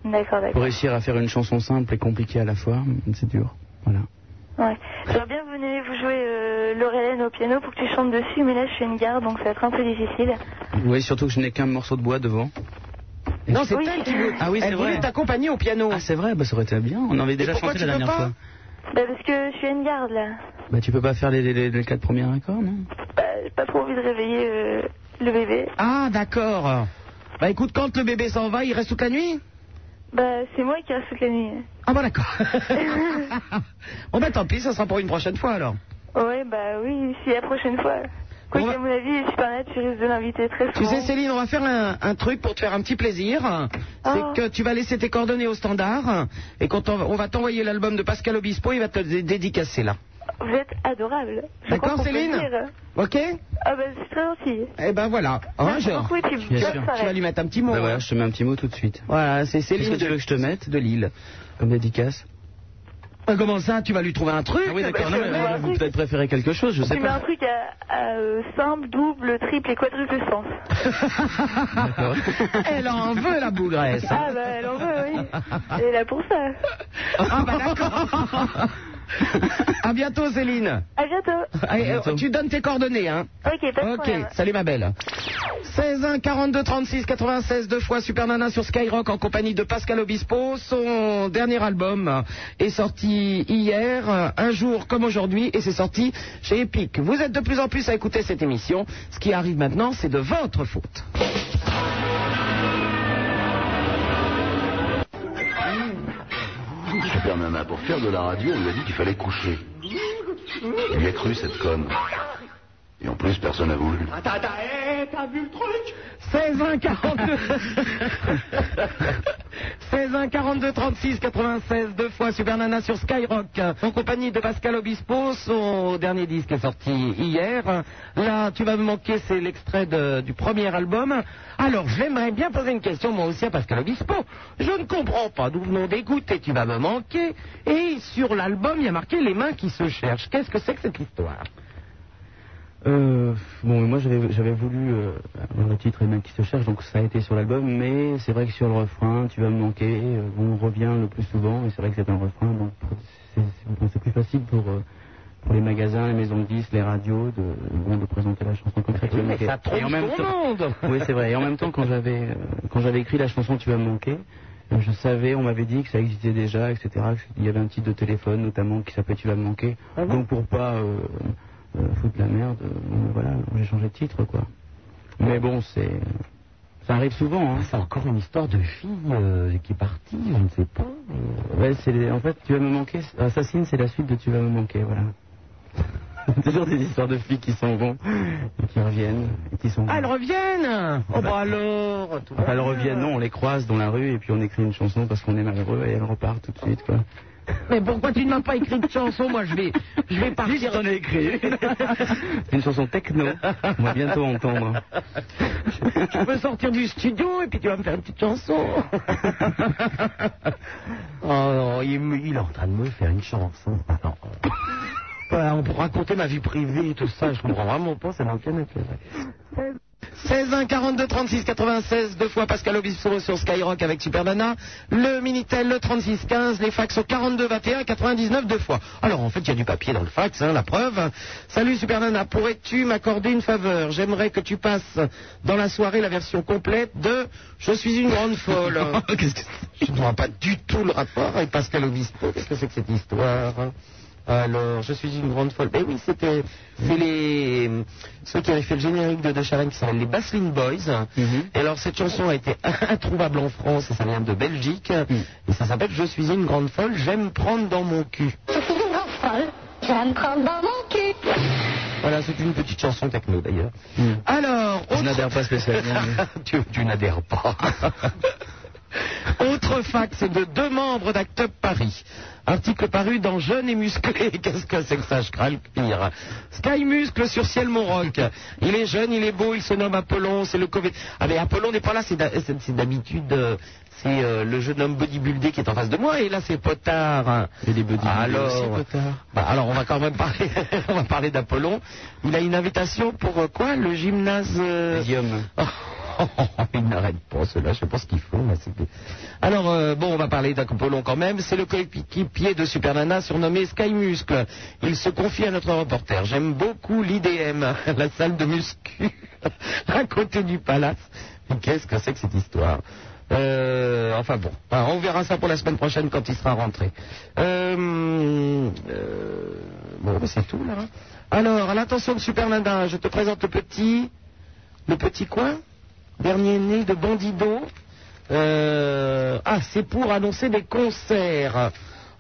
Speaker 8: D'accord,
Speaker 4: Pour
Speaker 8: d'accord.
Speaker 4: réussir à faire une chanson simple et compliquée à la fois, c'est dur.
Speaker 8: Ouais. J'aimerais bien que vous venez vous jouer euh, Laurelène au piano pour que tu chantes dessus, mais là je fais une garde donc ça va être un peu difficile.
Speaker 4: Oui, surtout que je n'ai qu'un morceau de bois devant.
Speaker 3: Non, c'est elle qui veut.
Speaker 4: Ah oui, c'est
Speaker 3: elle
Speaker 4: vrai.
Speaker 3: voulait t'accompagner au piano.
Speaker 4: Ah, c'est vrai, bah, ça aurait été bien. On avait déjà
Speaker 3: pourquoi
Speaker 4: chanté
Speaker 3: tu
Speaker 4: la
Speaker 3: peux
Speaker 4: dernière
Speaker 3: pas
Speaker 4: fois.
Speaker 8: Bah parce que je suis à une garde là.
Speaker 4: Bah, tu peux pas faire les, les, les quatre premiers accords, non
Speaker 8: Bah, j'ai pas trop envie de réveiller euh, le bébé.
Speaker 3: Ah, d'accord. Bah écoute, quand le bébé s'en va, il reste toute la nuit
Speaker 8: Bah c'est moi qui reste toute la nuit.
Speaker 3: Ah bah d'accord. bon bah tant pis, ça sera pour une prochaine fois alors.
Speaker 8: Ouais, bah oui, si la prochaine fois. Quoi qu'à mon avis, Supernat, tu risques de l'inviter très
Speaker 3: Tu
Speaker 8: souvent.
Speaker 3: sais Céline, on va faire un, un truc pour te faire un petit plaisir. C'est
Speaker 8: Oh.
Speaker 3: que tu vas laisser tes coordonnées au standard et quand on, on va t'envoyer l'album de Pascal Obispo, il va te le dé- dédicacer là.
Speaker 8: Vous êtes adorable. Je
Speaker 3: D'accord,
Speaker 8: crois qu'on peut
Speaker 3: Céline
Speaker 8: le dire.
Speaker 3: Ok
Speaker 8: Ah bah c'est très gentil.
Speaker 3: Eh ben voilà. Au
Speaker 8: Merci
Speaker 3: revoir.
Speaker 8: beaucoup et puis bonne
Speaker 4: sûr.
Speaker 8: soirée.
Speaker 3: Tu vas lui mettre un petit mot.
Speaker 4: Bah,
Speaker 3: hein.
Speaker 4: voilà, je te mets un petit mot tout de suite.
Speaker 3: Voilà, c'est
Speaker 4: Qu'est-ce
Speaker 3: Céline.
Speaker 4: que tu veux que je te mette
Speaker 3: de Lille.
Speaker 4: comme dédicace
Speaker 3: Ah, Comment ça Tu vas lui trouver un truc
Speaker 4: Ah oui, d'accord,
Speaker 3: Bah,
Speaker 4: non,
Speaker 3: je-
Speaker 4: mais vous peut-être préférez quelque chose, je sais
Speaker 8: Tu mets un
Speaker 4: pas.
Speaker 8: truc à, à, euh, simple, double, triple et quadruple sens.
Speaker 4: D'accord.
Speaker 3: Elle en veut la bougresse.
Speaker 8: Ah bah elle en veut, oui. Elle est là pour ça.
Speaker 3: Ah bah d'accord. à bientôt Céline.
Speaker 8: À bientôt.
Speaker 3: Allez, euh, tu donnes tes coordonnées hein.
Speaker 8: Ok, pas de
Speaker 3: Ok,
Speaker 8: problème.
Speaker 3: salut ma belle. 16 1 42 36 96 deux fois Super Nana sur Skyrock en compagnie de Pascal Obispo. Son dernier album est sorti hier, euh, un jour comme aujourd'hui, et c'est sorti chez Epic. Vous êtes de plus en plus à écouter cette émission. Ce qui arrive maintenant, c'est de votre faute.
Speaker 6: Super Nana, pour faire de la radio, on lui a dit qu'il fallait coucher. Il y a cru, cette conne. Et en plus, personne n'a voulu.
Speaker 3: 16 1 42 16 1 42 36 96 deux fois Super Nana sur Skyrock en compagnie de Pascal Obispo son dernier disque est sorti hier là tu vas me manquer c'est l'extrait de- du premier album alors j'aimerais bien poser une question moi aussi à Pascal Obispo je ne comprends pas d'où venons des gouttes et tu vas me manquer et sur l'album il y a marqué les mains qui se cherchent qu'est-ce que c'est que cette histoire
Speaker 4: Euh, bon, mais moi j'avais j'avais voulu euh, avoir le titre et même qui se cherche, donc ça a été sur l'album, mais c'est vrai que sur le refrain, tu vas me manquer, euh, on revient le plus souvent, et c'est vrai que c'est un refrain, donc c'est- c'est c'est plus facile pour, euh, pour les magasins, les maisons de disques, les radios, de, bon, de présenter la chanson concrète.
Speaker 3: Oui, mais ça trompe
Speaker 4: Et en même
Speaker 3: tout le
Speaker 4: temps-
Speaker 3: monde.
Speaker 4: Oui, c'est vrai, et en même temps, quand j'avais euh, quand j'avais écrit la chanson Tu vas me manquer, euh, je savais, on m'avait dit que ça existait déjà, etc. qu'il y avait un titre de téléphone notamment qui s'appelait Tu vas me manquer.
Speaker 3: Ah bon
Speaker 4: Donc pour pas euh, euh, foutre la merde, euh, voilà, j'ai changé de titre, quoi. Mais bon, c'est... Ça arrive souvent, hein.
Speaker 13: C'est encore une histoire de fille euh, qui est partie, je ne sais pas.
Speaker 4: Ouais, c'est les- en fait, tu vas me manquer. Assassin, c'est la suite de tu vas me manquer, voilà. Toujours des histoires de filles qui s'en vont et qui reviennent et qui sont.
Speaker 3: Ah, elles reviennent Oh,
Speaker 4: Ah,
Speaker 3: bah alors tout va
Speaker 4: Enfin, elles
Speaker 3: bien.
Speaker 4: reviennent, non, on les croise dans la rue et puis on écrit une chanson parce qu'on est malheureux et elles repartent tout de suite, quoi.
Speaker 3: Mais pourquoi tu ne m'as pas écrit de chanson Moi, je vais, je vais partir.
Speaker 4: J'en ai écrit une. une chanson techno. On va bientôt entendre.
Speaker 3: Je peux sortir du studio et puis tu vas me faire une petite chanson.
Speaker 13: Oh, non, il, me- il est en train de me faire une chanson. Non. Voilà, on peut raconter ma vie privée et tout ça, je comprends vraiment pas, ça n'a aucun intérêt.
Speaker 3: 16 1 42 36 96 deux fois Pascal Obispo sur Skyrock avec Super Nana, le Minitel le 36 15, les fax au 42 21 99 deux fois. Alors en fait il y a du papier dans le fax, hein, la preuve. Salut Super Nana, pourrais-tu m'accorder une faveur J'aimerais que tu passes dans la soirée la version complète de Je suis une grande folle. Je ne vois pas du tout le rapport avec Pascal Obispo. Qu'est-ce que c'est que cette histoire hein alors, je suis une grande folle. Mais oui, c'était c'est les ceux qui avaient fait le générique de De Chavannes qui s'appellent les Baseline Boys. Et alors cette chanson a été introuvable en France et ça vient de Belgique et ça s'appelle Je suis une grande folle, j'aime prendre dans mon cul.
Speaker 2: Je suis une grande folle, je vais me prendre dans mon cul.
Speaker 13: Voilà, c'est une petite chanson techno d'ailleurs.
Speaker 3: Alors,
Speaker 13: Je n'adhère pas spécialement. tu tu n'adhères pas.
Speaker 3: Autre fax de deux membres d'Act Up Paris. Article paru dans Jeune et Musclé. Qu'est-ce que c'est que ça Je crains le pire. Sky Muscle sur Ciel Montroc. Il est jeune, il est beau, il se nomme Apollon, c'est le Covid. Ah mais Apollon n'est pas là, c'est d'a- c'est c'est d'habitude, euh, c'est euh, le jeune homme bodybuildé qui est en face de moi, et là c'est Potard.
Speaker 4: Et les buddies.
Speaker 3: Ah, Alors,
Speaker 4: C'est Potard.
Speaker 3: bah, alors on va quand même parler, on va parler d'Apollon. Il a une invitation pour euh, quoi Le gymnase. euh,
Speaker 4: Guillaume.
Speaker 3: Oh, oh, oh, oh, il n'arrête pas cela, je sais pas ce qu'il faut. mais Ah, c'est bien. Alors, euh, bon, on va parler d'Apollon quand même. C'est le coéquipier de Super Nana surnommé Sky Muscle. Il se confie à notre reporter. J'aime beaucoup l'IDM, la salle de muscu, à côté du palace. Mais qu'est-ce que c'est que cette histoire Euh, enfin bon, Enfin, on verra ça pour la semaine prochaine quand il sera rentré. Euh, euh, bon, mais c'est tout là. hein. Alors, à l'attention de Super Nana, je te présente le petit le petit coin, dernier né de Bandido. Euh, ah, c'est pour annoncer des concerts.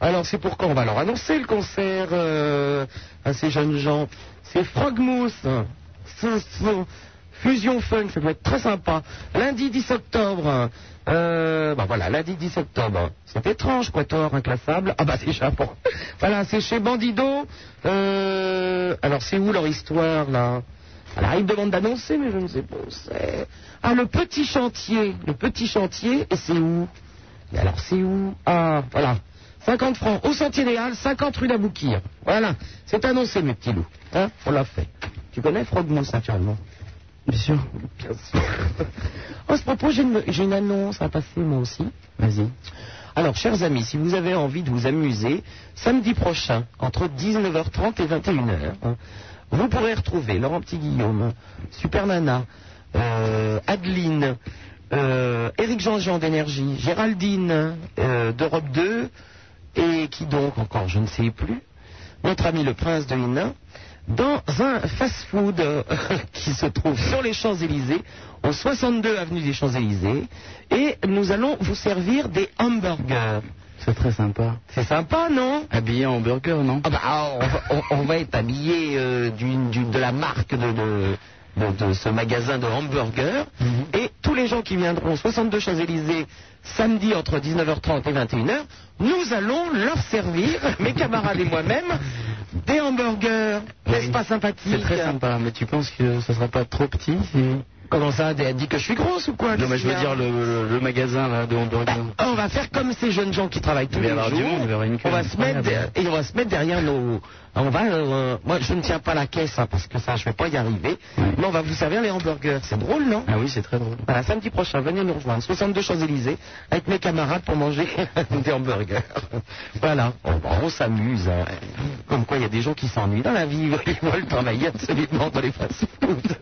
Speaker 3: Alors, c'est pour quand on va leur annoncer le concert euh, à ces jeunes gens C'est Frogmousse. Ce- ce- Fusion Funk, ça doit être très sympa. Lundi 10 octobre. Euh, bah voilà, lundi 10 octobre. C'est étrange, Quator, inclassable. Ah bah déjà, bon. Voilà, c'est chez Bandido. Euh, alors, c'est où leur histoire, là alors, il me demande d'annoncer, mais je ne sais pas où c'est. Ah, le petit chantier. Le petit chantier, et c'est où Mais alors, c'est où Ah, voilà. 50 francs au Sentier des Halles, 50 rue d'Aboukir. Voilà. C'est annoncé, mes petits loups. Hein On l'a fait. Tu connais Frogmousse, naturellement
Speaker 4: Bien sûr.
Speaker 3: Bien sûr. à Oh, ce propos, j'ai une, j'ai une annonce à passer, moi aussi.
Speaker 4: Vas-y.
Speaker 3: Alors, chers amis, si vous avez envie de vous amuser, samedi prochain, entre 19h30 et 21h, hein, vous pourrez retrouver Laurent Petit-Guillaume, Super Nana, euh, Adeline, euh, Éric Jean-Jean d'Énergie, Géraldine euh, d'Europe 2, et qui donc encore, je ne sais plus, notre ami le prince de Hénin, dans un fast-food euh, qui se trouve sur les Champs-Élysées, au 62 avenue des Champs-Élysées, et nous allons vous servir des hamburgers.
Speaker 4: C'est très sympa.
Speaker 3: C'est sympa, non
Speaker 4: Habillé en burger, non
Speaker 3: Ah bah, ah, on, va, on- on va être habillé euh, d'une- d'une- de la marque de, de- de- de ce magasin de hamburgers.
Speaker 4: Mhm.
Speaker 3: Et tous les gens qui viendront au 62 Champs-Élysées samedi entre 19h30 et 21h, nous allons leur servir, mes camarades et moi-même, des hamburgers. N'est-ce
Speaker 4: Oui.
Speaker 3: pas sympathique
Speaker 4: C'est très sympa, mais tu penses que ça sera pas trop petit si-
Speaker 3: Comment ça Elle dit que je suis grosse ou quoi
Speaker 4: Non, mais je veux
Speaker 3: Qu'est-ce qu'il y a
Speaker 4: dire le, le- le magasin là, de hamburger.
Speaker 3: Ah, On va faire comme ces jeunes gens qui travaillent tous
Speaker 4: Il va y
Speaker 3: les
Speaker 4: avoir du
Speaker 3: jours.
Speaker 4: monde, il va y avoir une queue
Speaker 3: on va se mettre
Speaker 4: incroyable.
Speaker 3: et on va se mettre derrière nos. On va. euh, moi, je ne tiens pas la caisse hein, parce que ça, je vais pas y arriver. Mais on va vous servir les hamburgers. C'est drôle, non
Speaker 4: Ah oui, c'est très drôle.
Speaker 3: Voilà, samedi prochain, venez nous rejoindre, 62 Champs-Élysées, avec mes camarades pour manger des hamburgers. Voilà, Oh, bah, on s'amuse. hein. Comme quoi, il y a des gens qui s'ennuient dans la vie, ils veulent travailler absolument dans les fast-foods.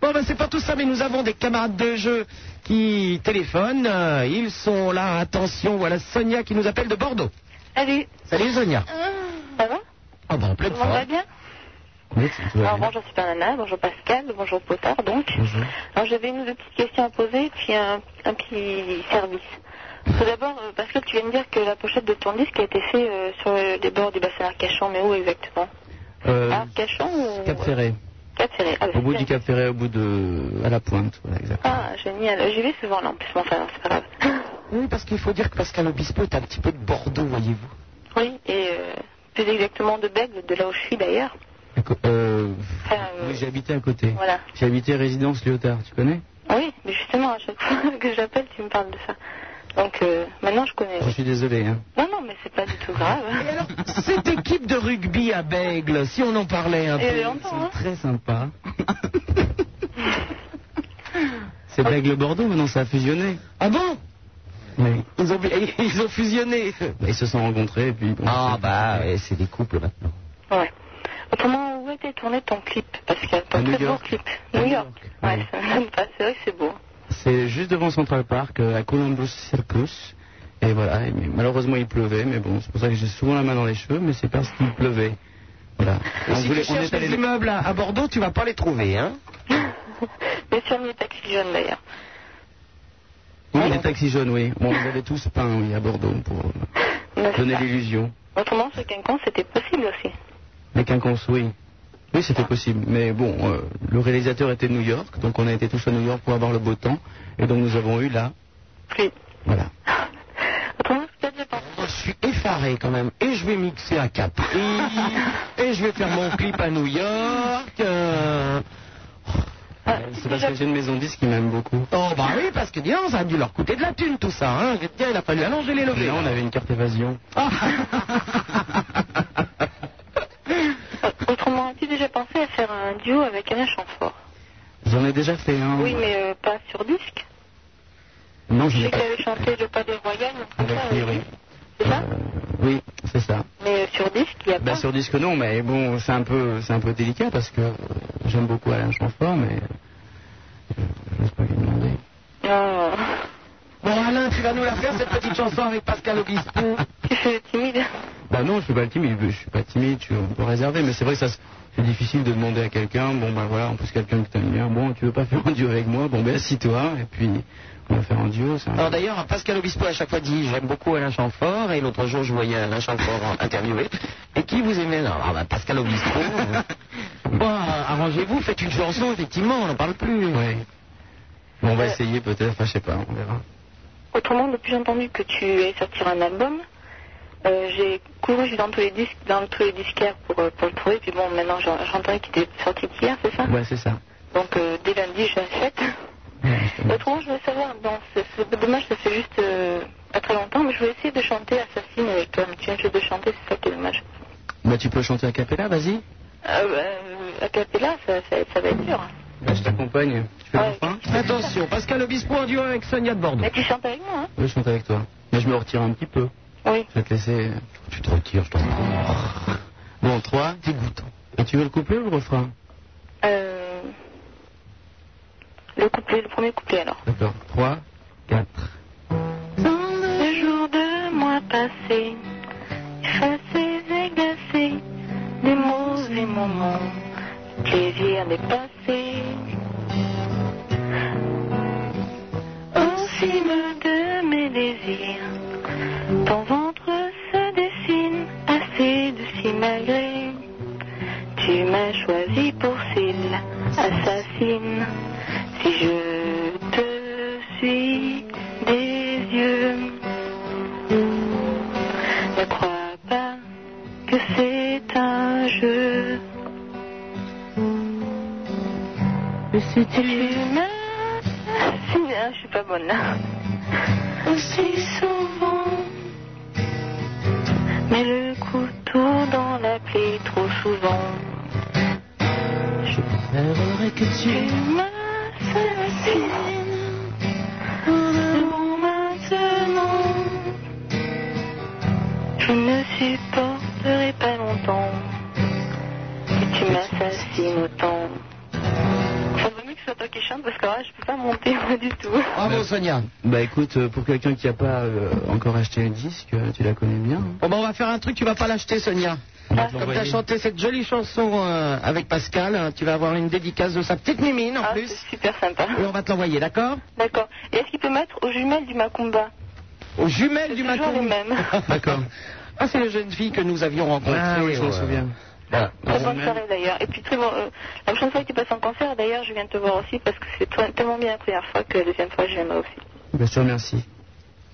Speaker 3: Bon, ben c'est pas tout ça, mais nous avons des camarades de jeu qui téléphonent. Euh, Ils sont là, attention, voilà Sonia qui nous appelle de Bordeaux.
Speaker 14: Salut.
Speaker 3: Salut Sonia.
Speaker 14: Ça va
Speaker 3: Ah ben, en pleine
Speaker 14: Comment
Speaker 3: forme.
Speaker 14: va bien
Speaker 8: Alors bonjour Super Nana, bonjour Pascal, bonjour Potard donc. Alors j'avais une ou deux petites questions à poser puis un, un petit service. Tout d'abord, euh, Pascal, tu viens de dire que la pochette de ton disque a été faite euh, sur le- les bords du bassin Arcachon, mais où exactement
Speaker 4: Euh,
Speaker 8: Arcachon ou
Speaker 4: Cap Ferré.
Speaker 8: Ah. Cap Ferré. Ah, bah,
Speaker 4: Au bout
Speaker 8: c'est
Speaker 4: du
Speaker 8: bien.
Speaker 4: Cap Ferré, au bout de. à la pointe. Voilà, exact.
Speaker 8: Ah, génial. J'y vais souvent là en plus, mais enfin, c'est pas grave.
Speaker 3: Oui, parce qu'il faut dire que Pascal Obispo est un petit peu de Bordeaux, voyez-vous.
Speaker 8: Oui, et euh, plus exactement de Bègle, de là où je suis d'ailleurs.
Speaker 4: Euh,
Speaker 8: Enfin, euh,
Speaker 4: oui, j'ai habité à côté.
Speaker 8: Voilà.
Speaker 4: J'ai habité résidence Lyotard, tu connais
Speaker 8: Oui, mais justement, à chaque fois que j'appelle, tu me parles de ça. Donc euh, maintenant, je connais.
Speaker 4: Je suis désolé. Hein.
Speaker 8: Non, non, mais c'est pas du tout grave.
Speaker 3: Cette équipe de rugby à Bègle, si on en parlait un
Speaker 8: Et
Speaker 3: peu.
Speaker 8: elle entend, hein.
Speaker 4: Très sympa. C'est Bègle Bordeaux, maintenant ça a fusionné.
Speaker 3: Ah bon ils, ont, ils ont fusionné.
Speaker 4: Bah, ils se sont rencontrés et puis.
Speaker 3: Ah bah, ouais, c'est des couples maintenant.
Speaker 8: Ouais. Autrement, où a été tourné ton clip Pascal Ton
Speaker 4: À New
Speaker 8: très beau
Speaker 4: York.
Speaker 8: clip. New York. Ouais, ça me donne pas. C'est vrai que c'est beau.
Speaker 4: C'est juste devant Central Park, euh, à Columbus Circus. Et voilà, et- mais malheureusement il pleuvait, mais bon, c'est pour ça que j'ai souvent la main dans les cheveux, mais c'est parce qu'il pleuvait. Voilà.
Speaker 3: Et si tu cherches des immeubles à, à Bordeaux, tu vas pas les trouver, hein
Speaker 8: Mais sur mes taxis jaunes d'ailleurs.
Speaker 4: Oui, les taxis jaunes, oui. Bon, ils avaient tous peint, oui, à Bordeaux pour euh, donner l'illusion.
Speaker 8: Autrement, ce quinquan, c'était possible aussi.
Speaker 4: Les quinconces, oui. Oui, c'était possible. Mais bon, euh, le réalisateur était de New York, donc on a été tous à New York pour avoir le beau temps. Et donc nous avons eu là.
Speaker 8: Oui.
Speaker 4: Voilà.
Speaker 3: Oh, Je suis effaré quand même. Et je vais mixer à Capri. et je vais faire mon clip à New York. euh.
Speaker 8: Ah,
Speaker 4: C'est parce que j'ai une maison 10 qui m'aime beaucoup.
Speaker 3: Oh bah oui, parce que dis donc, ça a dû leur coûter de la thune tout ça. Hein. Tiens, il a fallu allonger les levées.
Speaker 4: Là, on avait une carte évasion.
Speaker 8: Autrement, as-tu déjà pensé à faire un duo avec Alain Chamfort
Speaker 4: J'en ai déjà fait
Speaker 15: Ah,
Speaker 4: un.
Speaker 8: Oui, mais euh, pas sur disque.
Speaker 4: Non,
Speaker 8: Je
Speaker 4: je l'ai
Speaker 8: sais
Speaker 4: pas
Speaker 8: qu'il avait chanté Le Palais Royal, un truc comme
Speaker 4: avec
Speaker 8: ça, euh, c'est
Speaker 4: lui, oui.
Speaker 8: ça
Speaker 4: Oui, c'est ça.
Speaker 8: Mais euh, sur disque, il n'y a
Speaker 4: Bah,
Speaker 8: pas.
Speaker 4: sur disque, non, mais bon, c'est un peu, c'est un peu délicat parce que euh, j'aime beaucoup Alain Chanfort, mais euh, je n'ose pas lui demander.
Speaker 8: Non,
Speaker 3: Bon Alain, tu vas nous la faire cette petite chanson avec Pascal Obispo.
Speaker 8: tu fais timide.
Speaker 4: Bah non, je suis pas timide, je suis pas timide, je suis un peu réservé, mais c'est vrai que ça se- c'est difficile de demander à quelqu'un, bon bah voilà, en plus quelqu'un que t'aimes bien, bon tu veux pas faire un duo avec moi, bon ben assis-toi, et puis on va faire un duo, c'est un-
Speaker 3: Alors d'ailleurs, Pascal Obispo à chaque fois dit j'aime beaucoup Alain Chamfort et l'autre jour je voyais Alain Chamfort interviewé. Et qui vous aimez alors Ah bah, Pascal Obispo. hein. bon, euh, arrangez-vous, faites une chanson, effectivement, on n'en parle plus.
Speaker 4: Ouais. Bon, on va essayer peut-être, enfin je sais pas, on verra.
Speaker 8: Autrement, depuis j'ai entendu que tu allais sortir un album, euh, j'ai couru j'ai dans tous les disques, dans tous les disquaires pour, euh, pour le trouver. Puis bon, maintenant j'en- j'entends qu'il était sorti qu'hier, c'est ça
Speaker 4: Ouais, c'est ça.
Speaker 8: Donc euh, dès lundi, j'achète. Autrement, je voulais savoir, bon, c'est- c'est dommage, ça fait juste euh, pas très longtemps, mais je voulais essayer de chanter Assassin avec toi, mais tu viens juste de chanter, c'est ça qui est dommage.
Speaker 4: Bah tu peux chanter à cappella, vas-y.
Speaker 8: Euh, euh, a cappella, ça, ça, ça va être dur.
Speaker 4: Bah, je t'accompagne. Tu fais le refrain
Speaker 3: Attention, Pascal Obispo en duo avec Sonia de Bordeaux.
Speaker 8: Mais tu chantes avec moi, hein
Speaker 4: Oui, je chante avec toi. Mais je me retire un petit peu.
Speaker 8: Oui.
Speaker 4: Je vais te laisser...
Speaker 3: Tu te retires, je t'en
Speaker 4: Bon, 3, dégoûtant. Et tu veux le couplet ou le refrain
Speaker 8: Euh, Le couplet, le premier couplet alors.
Speaker 4: D'accord. 3, 4.
Speaker 8: Dans le jour de mois passé, effacés et glacés, des mauvais moments, plaisir dépassé. Au film de mes désirs, ton ventre se dessine, assez de si malgré. Tu m'as choisi pour cible, assassine. Si je te suis des yeux, ne crois pas que c'est un jeu. Si tu m'as- Si, hein, je suis pas bonne là. Aussi souvent, mais le couteau dans la plaie trop souvent.
Speaker 3: prie. que
Speaker 8: Tu m'assassines Bon, maintenant Je ne supporterai pas longtemps Que tu m'assassines autant Ça vaut mieux que ce soit toi qui chante Parce que là je peux pas monter moi du tout
Speaker 3: Bravo Sonia.
Speaker 4: Bah écoute, euh, pour quelqu'un qui n'a pas euh, encore acheté le disque, euh, tu la connais bien. hein.
Speaker 3: ben, Bon, bah, on va faire un truc, tu vas pas l'acheter Sonia. Comme tu as chanté cette jolie chanson euh, avec Pascal, hein, tu vas avoir une dédicace de sa petite mimine en plus.
Speaker 8: Ah, Super sympa.
Speaker 3: Et on va te l'envoyer, d'accord
Speaker 8: D'accord. Et est-ce qu'il peut mettre aux jumelles du Macumba
Speaker 3: Aux jumelles du
Speaker 8: Toujours
Speaker 3: matin.
Speaker 8: les mêmes.
Speaker 3: D'accord. Ah, c'est la jeune fille que nous avions rencontrée,
Speaker 16: Ah oui,
Speaker 3: je
Speaker 16: ouais.
Speaker 3: me souviens. Ah,
Speaker 8: Très bonne soirée d'ailleurs. Et puis très bon. euh, la prochaine fois que tu passes en concert, d'ailleurs, je viens te voir aussi parce que c'est toi- tellement bien la première fois que la deuxième fois, je viendrai aussi.
Speaker 4: Bien sûr, merci.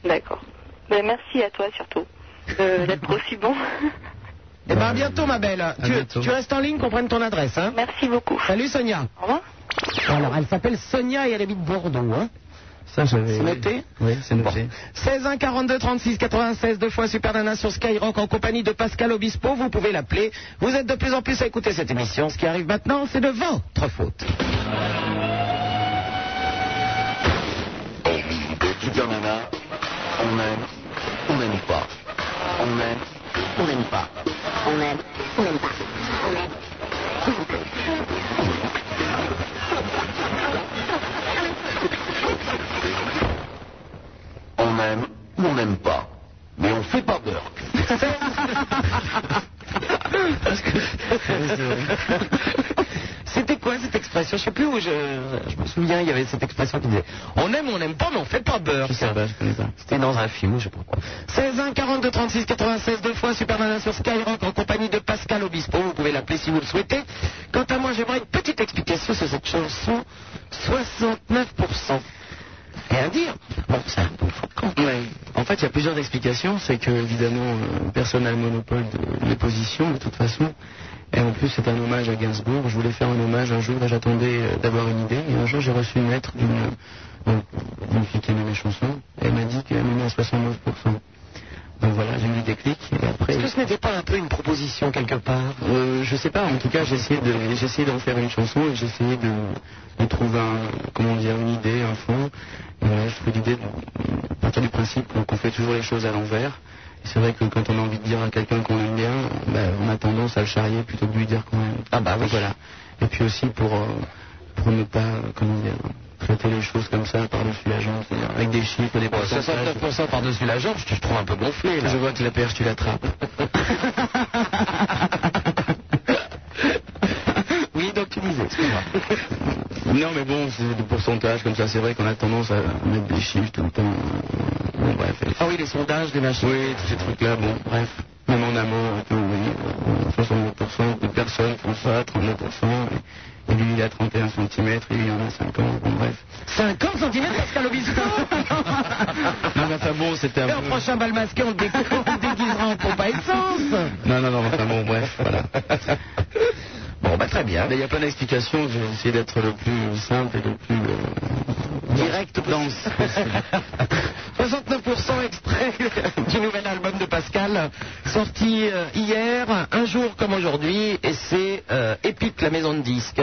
Speaker 8: D'accord. Ben, merci à toi surtout euh, d'être aussi bon.
Speaker 3: Eh bien, à bientôt, ma belle. Tu, tu restes en ligne, qu'on prenne ton adresse. Hein
Speaker 8: Merci beaucoup.
Speaker 3: Salut, Sonia.
Speaker 8: Au revoir.
Speaker 3: Alors, elle s'appelle Sonia et elle habite Bordeaux. Hein
Speaker 4: Ça, j'avais.
Speaker 3: C'est noté
Speaker 4: Oui, c'est noté.
Speaker 3: 16 1 42 36 96 deux fois Super Nana sur Skyrock en compagnie de Pascal Obispo. Vous pouvez l'appeler. Vous êtes de plus en plus à écouter cette émission. Ce qui arrive maintenant, c'est de votre faute.
Speaker 15: Super Nana, on aime, on n'aime pas. On aime, on n'aime pas.
Speaker 17: On aime, on n'aime pas.
Speaker 15: On aime ou on n'aime pas. Mais on fait pas peur.
Speaker 3: C'était quoi cette expression Je sais plus où je, je me souviens, il y avait cette expression qui disait On aime ou on n'aime pas, mais on fait pas beurre. C'était dans un film, je sais pas quoi. 16 1 42 36 96 deux fois Super Nana sur Skyrock en compagnie de Pascal Obispo. Vous pouvez l'appeler si vous le souhaitez. Quant à moi, j'aimerais une petite explication sur cette chanson 69%. Rien à dire. Bon, c'est un peu fou.
Speaker 4: Ouais. En fait, il y a plusieurs explications. C'est que, évidemment, euh, personne n'a le monopole de- des positions, de toute façon. Et en plus, c'est un hommage à Gainsbourg. Je voulais faire un hommage un jour et j'attendais euh, d'avoir une idée. Et un jour, j'ai reçu une lettre d'une donc, d'une fille qui aimait mes chansons. Et elle m'a dit qu'elle m'aimait à 69%. Donc voilà, j'ai eu le déclic. Et après,
Speaker 3: Est-ce que ce n'était pas un peu une proposition quelque part
Speaker 4: euh, je sais pas, en tout cas, j'ai essayé de- j'ai essayé d'en faire une chanson et j'ai essayé de, de trouver un, comment dire, une idée, un fond. Et voilà, je fais l'idée de partir du principe qu'on fait toujours les choses à l'envers. Et C'est vrai que quand on a envie de dire à quelqu'un qu'on aime bien, ben, on a tendance à le charrier plutôt que de lui dire qu'on aime. Ah bah voilà. Et puis aussi pour, euh, pour ne pas, euh, comment dire, traiter les choses comme ça par-dessus la jambe, c'est-à-dire avec des chiffres, des
Speaker 3: Bon,
Speaker 4: pourcentages.
Speaker 3: 69% par-dessus la jambe, je te trouve un peu gonflé là.
Speaker 4: Je vois que la perche, tu l'attrapes.
Speaker 3: Oui, donc tu disais, excuse-moi.
Speaker 4: Non, mais bon, c'est des pourcentages comme ça. C'est vrai qu'on a tendance à mettre des chiffres tout le temps. euh, Bon, bref.
Speaker 3: Ah oui, les sondages, les machins.
Speaker 4: Oui, tous ces trucs-là, bon, bref. Même en amont, et tout, oui, euh, 69% de personnes font ça, 39%. Et, et lui, il a 31 cm, et lui, il en a 50, bon, bref.
Speaker 3: 50 cm Pascal Obispo
Speaker 4: Non, mais enfin bon, c'était un
Speaker 3: Et au
Speaker 4: peu-
Speaker 3: prochain bal masqué, on te dé- on te déguisera en pompe à essence
Speaker 4: Non, non, non, enfin bon, bref, voilà.
Speaker 3: Bon, bah très bien.
Speaker 4: Mais Il y a plein d'explications, j'ai essayé d'être le plus simple et le plus... euh,
Speaker 3: Direct danse. 69% extrait du nouvel album de Pascal, sorti euh, hier, un jour comme aujourd'hui, et c'est euh, Epic, la maison de disques.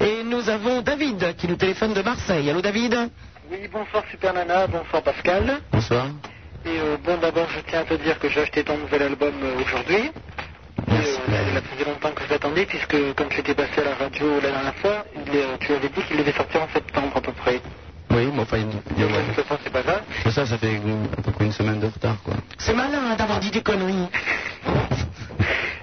Speaker 3: Et nous avons David qui nous téléphone de Marseille. Allô David
Speaker 12: Oui, bonsoir Super Nana, bonsoir Pascal.
Speaker 4: Bonsoir.
Speaker 12: Et euh, bon, d'abord, je tiens à te dire que j'ai acheté ton nouvel album euh, aujourd'hui. Et, euh, il a plus longtemps que je l'attendais, puisque comme j'étais passé à la radio la dernière fois, il est, euh, tu avais dit qu'il devait sortir en septembre à peu près.
Speaker 4: Oui, mais enfin, il y a...
Speaker 12: De toute façon, c'est pas grave.
Speaker 4: Mais ça, ça fait euh, à peu près une semaine de retard, quoi.
Speaker 3: C'est malin hein, d'avoir dit des conneries.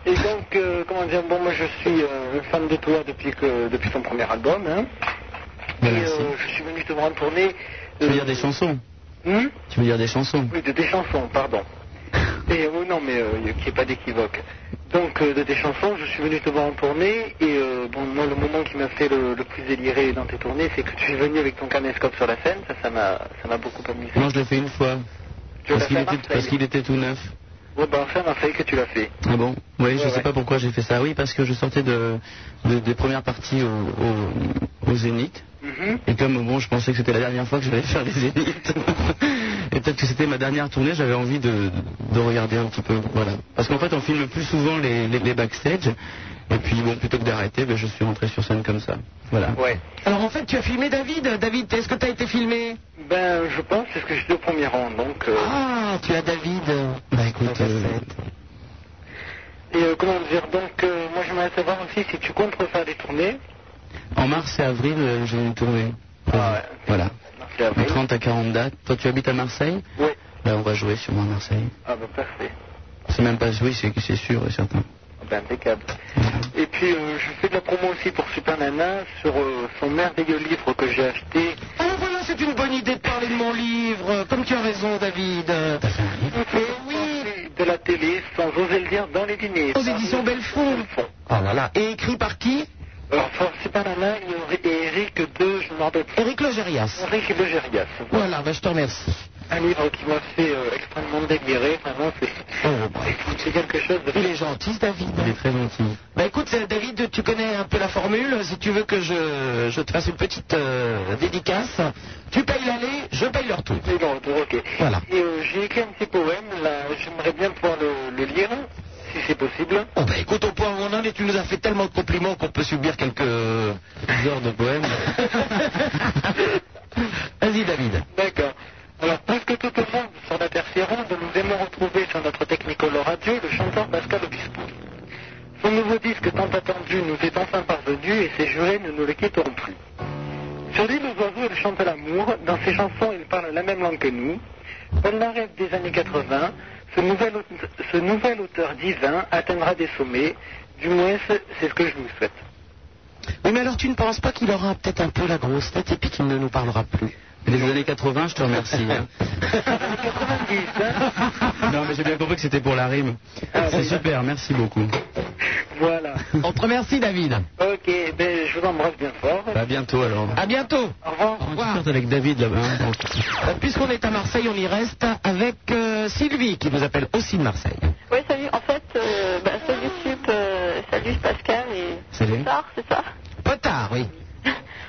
Speaker 12: Et donc, euh, comment dire, bon, moi je suis euh, fan de toi depuis, que, depuis ton premier album. hein. Et euh, je suis venu te voir en tournée.
Speaker 4: Ben, Tu veux dire des chansons
Speaker 12: Hmm
Speaker 3: Hum
Speaker 4: Tu veux dire des chansons
Speaker 12: Oui, de tes chansons, pardon. Et euh, non, mais euh, qu'il n'y ait pas d'équivoque. Donc, euh, de tes chansons, je suis venu te voir en tournée, et euh, bon, moi, le moment qui m'a fait le, le plus délirer dans tes tournées, c'est que tu es venu avec ton caméscope sur la scène, ça, ça m'a, ça m'a beaucoup amusé.
Speaker 4: Non, je l'ai fait une fois.
Speaker 12: Tu
Speaker 4: Parce
Speaker 12: l'as
Speaker 4: qu'il
Speaker 12: fait à
Speaker 4: était,
Speaker 12: Marseille.
Speaker 4: parce qu'il était tout neuf.
Speaker 12: Ouais, bah, enfin, Marseille, que tu l'as fait.
Speaker 4: Ah bon Oui, je
Speaker 12: Ouais,
Speaker 4: sais
Speaker 12: ouais.
Speaker 4: pas pourquoi j'ai fait ça. Oui, parce que je sortais de, de- des premières parties au, au, au Zénith.
Speaker 12: Mhm.
Speaker 4: Et comme bon, je pensais que c'était la dernière fois que j'allais faire les Zéniths. Et peut-être que c'était ma dernière tournée, j'avais envie de, de regarder un petit peu. Voilà. Parce qu'en fait, on filme plus souvent les, les, les backstage. Et puis, bon, plutôt que d'arrêter, ben, je suis rentré sur scène comme ça. Voilà.
Speaker 12: Ouais.
Speaker 3: Alors en fait, tu as filmé David. David, est-ce que tu as été filmé
Speaker 12: Ben, je pense, parce que j'étais au premier rang, donc... euh,
Speaker 3: Ah, tu as David. Bah écoute, euh,
Speaker 12: Et euh, comment dire, donc, euh, moi, j'aimerais savoir aussi si tu comptes refaire des tournées.
Speaker 4: En mars et avril, euh, j'ai une tournée. Voilà.
Speaker 12: Ah Et
Speaker 4: De
Speaker 12: après-
Speaker 4: 30 à 40 dates. Toi, tu habites à Marseille
Speaker 12: Oui.
Speaker 4: Ben, on va jouer sûrement à Marseille.
Speaker 12: Ah, ben, parfait.
Speaker 4: C'est même pas oui, c'est c'est sûr et certain.
Speaker 12: Ah,
Speaker 15: ben, impeccable. Et puis euh, je fais de la promo aussi pour Super Nana sur euh, son merveilleux livre que j'ai acheté.
Speaker 3: Alors Ah, voilà, c'est une bonne idée de parler de mon livre. euh, Comme tu as raison, David. Euh,
Speaker 15: Oui. De la télé, sans oser le dire, dans les dîners.
Speaker 3: Aux éditions Belfond. Oh là là. Et écrit par qui
Speaker 15: Alors, sur Super Nana, il y aurait Eric de, je m'en rappelle plus.
Speaker 3: Eric Logérias.
Speaker 15: Eric Logérias.
Speaker 3: Voilà, ben, je te remercie.
Speaker 15: Un livre qui m'a fait euh, extrêmement délirer, vraiment, c'est c'est quelque chose de...
Speaker 3: Oh, bah. Il est gentil, ce David.
Speaker 15: Il est très gentil.
Speaker 3: Bah écoute, euh, David, tu connais un peu la formule. Si tu veux que je, je te fasse une petite euh, dédicace, tu payes l'aller, je paye le retour.
Speaker 15: Et dans le tour, ok.
Speaker 3: Voilà.
Speaker 15: Et euh, j'ai écrit un petit poème, là, j'aimerais bien pouvoir le, le lire, si c'est possible.
Speaker 3: Oh bah écoute, au point où on en est, tu nous as fait tellement de compliments qu'on peut subir quelques heures de poèmes. Vas-y, David.
Speaker 15: D'accord. Alors, presque tout le monde s'en apercevra de nous aimons retrouver sur notre Technicolor radio le chanteur Pascal Obispo. Son nouveau disque tant attendu nous est enfin parvenu et ses jurés ne nous le quitteront plus. Sur l'île aux oiseaux, il chante l'amour. Dans ses chansons, il parle la même langue que nous. Polnareff des années 80, ce nouvel, aute- ce nouvel auteur divin atteindra des sommets. Du moins, c'est c'est ce que je vous souhaite.
Speaker 3: Oui, mais alors tu ne penses pas qu'il aura peut-être un peu la grosse tête et puis qu'il ne nous parlera plus
Speaker 4: Les années 80, je te remercie. hein. non, mais j'ai bien compris que c'était pour la rime. C'est super, merci beaucoup.
Speaker 15: Voilà.
Speaker 3: On te remercie, David.
Speaker 15: Ok, ben, je vous embrasse bien fort.
Speaker 4: À bientôt alors.
Speaker 3: À bientôt.
Speaker 15: Au revoir.
Speaker 3: Au revoir.
Speaker 4: Discute avec David là-bas. hein.
Speaker 3: Euh, Puisqu'on est à Marseille, on y reste avec euh, Sylvie qui nous appelle aussi de Marseille.
Speaker 8: Oui, salut. En fait, euh, bah, salut Sup, euh, salut Pascal et
Speaker 3: Salut.
Speaker 8: Sartre, c'est ça
Speaker 3: Potard, oui.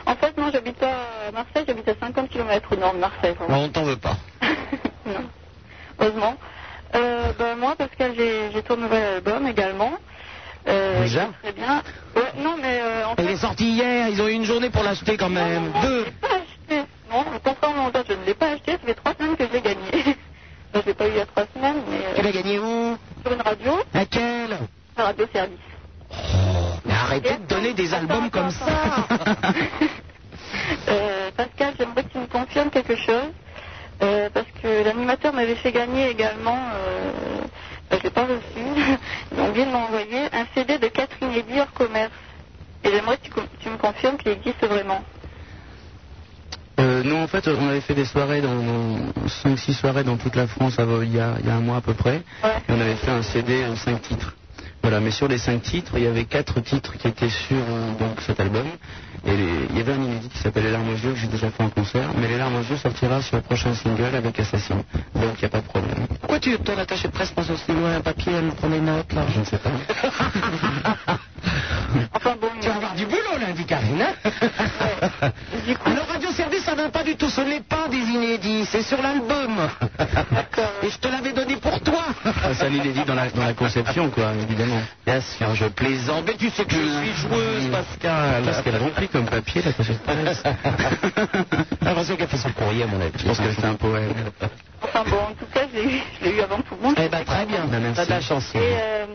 Speaker 8: En fait, non, j'habite pas à Marseille, j'habite à 50 km au nord de Marseille. vraiment.
Speaker 3: on t'en veut pas.
Speaker 8: Non, heureusement. Euh, ben, moi, Pascal, j'ai j'ai ton nouvel album également. Euh,
Speaker 3: Déjà
Speaker 8: qui est Très bien. Ouais, non, mais euh, en
Speaker 3: Il
Speaker 8: fait,
Speaker 3: est sorti hier, ils ont eu une journée pour l'acheter quand même. Deux.
Speaker 8: je l'ai pas acheté. Non, contrairement à toi, je ne l'ai pas acheté, ça fait trois semaines que je l'ai gagné. non, je l'ai pas eu il y a trois semaines, mais euh,
Speaker 3: Tu l'as gagné où
Speaker 8: sur une radio,
Speaker 3: Eh Laquelle
Speaker 8: la radio service.
Speaker 3: Mais arrêtez de donner des albums comme ça.
Speaker 8: Euh, Pascal, j'aimerais que tu me confirmes quelque chose. euh, parce que l'animateur m'avait fait gagner également, euh, ben, je l'ai pas reçu, donc vient de m'envoyer un CD de Catherine Eddy hors commerce. Et j'aimerais que tu, co- tu me confirmes qu'il existe vraiment.
Speaker 4: Euh, non, en fait, on avait fait des soirées, dans 5-6 soirées dans toute la France avant- il y, a, il y a un mois à peu près. Et on avait fait un CD en 5 titres. Voilà, mais sur les 5 titres, il y avait 4 titres qui étaient sur euh, donc, cet album. Et les- il y avait un inédit qui s'appelle Les larmes aux yeux que j'ai déjà fait en concert. Mais Les larmes aux yeux sortira sur le prochain single avec Assassin. Donc il n'y a pas de problème.
Speaker 3: Pourquoi tu ton attaché de presse passe aussi loin un papier, elle prend des notes là
Speaker 4: Je ne sais pas.
Speaker 8: Enfin bon,
Speaker 3: Tu vas avoir du boulot lundi, Karine. hein
Speaker 8: du coup,
Speaker 3: Alors Radio Service, ça va pas du tout, ce n'est pas des inédits, c'est sur l'album. Et je te l'avais donné pour toi.
Speaker 4: C'est un inédit dans la, dans la conception, quoi, évidemment.
Speaker 3: Bien sûr, je plaisante. Mais tu sais que je suis joueuse, Pascal.
Speaker 4: Parce qu'elle remplit comme papier la pochette presse.
Speaker 3: J'ai l'impression qu'elle fait son courrier, à mon avis.
Speaker 4: Je pense que c'est un poème.
Speaker 8: enfin bon, en tout cas, je l'ai eu- je l'ai eu avant tout le monde.
Speaker 3: Eh ben, très bien.
Speaker 4: Ben, merci.
Speaker 3: T'as de la chance.
Speaker 8: Et euh,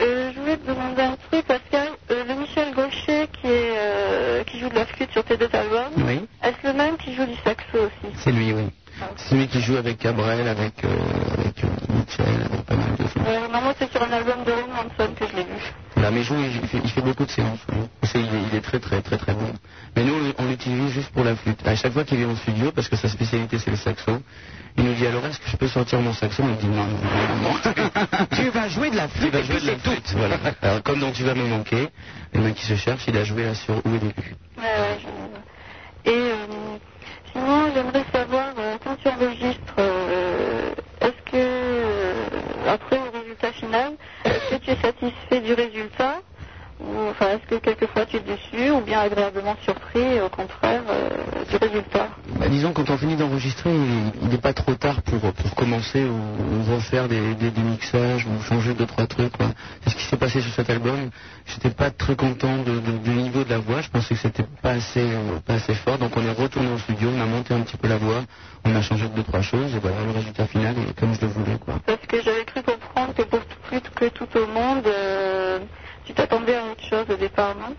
Speaker 8: euh, je voulais te demander un truc, Pascal. Euh, le Michel Gaucher qui, est, euh, qui joue de la flûte sur tes deux albums,
Speaker 4: Oui,
Speaker 8: est-ce le même qui joue du saxo aussi
Speaker 4: c'est lui, oui. C'est lui qui joue avec Cabrel, avec, euh, avec euh, Mitchell, avec pas mal de gens.
Speaker 8: Ouais, non, moi Euh, c'est sur un album de Ron Manson que je l'ai vu.
Speaker 4: La maison, il fait, il fait beaucoup de séances. oui. C'est- il, est, il est très très très très bon. Mais nous, on l'utilise juste pour la flûte. À chaque fois qu'il vient en studio, parce que sa spécialité c'est le saxo, il nous dit alors est-ce que je peux sortir mon saxo On lui dit non, non, non, non.
Speaker 3: Tu vas jouer de la
Speaker 4: Il
Speaker 3: flûte
Speaker 4: va
Speaker 3: et
Speaker 4: jouer
Speaker 3: puis
Speaker 4: de la
Speaker 3: c'est tout.
Speaker 4: flûte, voilà. Alors, comme dans Tu vas me manquer, les mains qui se cherchent, il a joué là sur Où est l'élu.
Speaker 8: Ouais, ouais, je- Et euh, sinon, j'aimerais savoir, euh, quand tu enregistres, euh, est-ce que, euh, après le résultat final, est-ce que tu es satisfait du résultat ou, Enfin, est-ce que quelquefois tu es déçu ou bien agréablement surpris, et au contraire, euh, du résultat
Speaker 4: Bah, disons, quand on finit d'enregistrer, il- il n'est pas trop tard pour, pour commencer ou, ou refaire des, des, des mixages ou changer deux, trois trucs. quoi. C'est ce qui s'est passé sur cet album. J'étais pas très content de- de- du niveau de la voix. Je pensais que c'était pas assez, euh, pas assez fort. Donc on est retourné au studio, on a monté un petit peu la voix, on a changé deux, trois choses. Et voilà, le résultat final est comme je le voulais. Quoi.
Speaker 8: Parce que j'avais cru comprendre que pour tout- plus que tout au monde, euh, tu t'attendais à autre chose au départ, non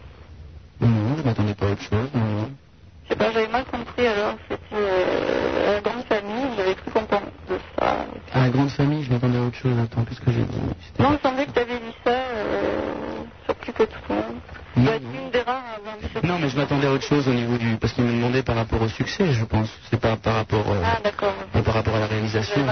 Speaker 4: Non, je m'attendais pas à autre chose. non, non.
Speaker 8: Je sais pas, j'avais mal compris alors, c'était euh, la grande famille, j'avais cru comprendre euh, de ça.
Speaker 4: À la grande famille, je m'attendais à autre chose. Attends, qu'est-ce que j'ai dit C'était-
Speaker 8: Non, il me semblait que tu avais dit ça, euh, peu tout le monde. Doit être une des rares à avoir vu ce
Speaker 3: Non, mais je m'attendais à autre chose au niveau du. Parce qu'il me demandait par rapport au succès, je pense. C'est pas par rapport. euh,
Speaker 8: Ah, d'accord.
Speaker 3: pas par rapport à la réalisation.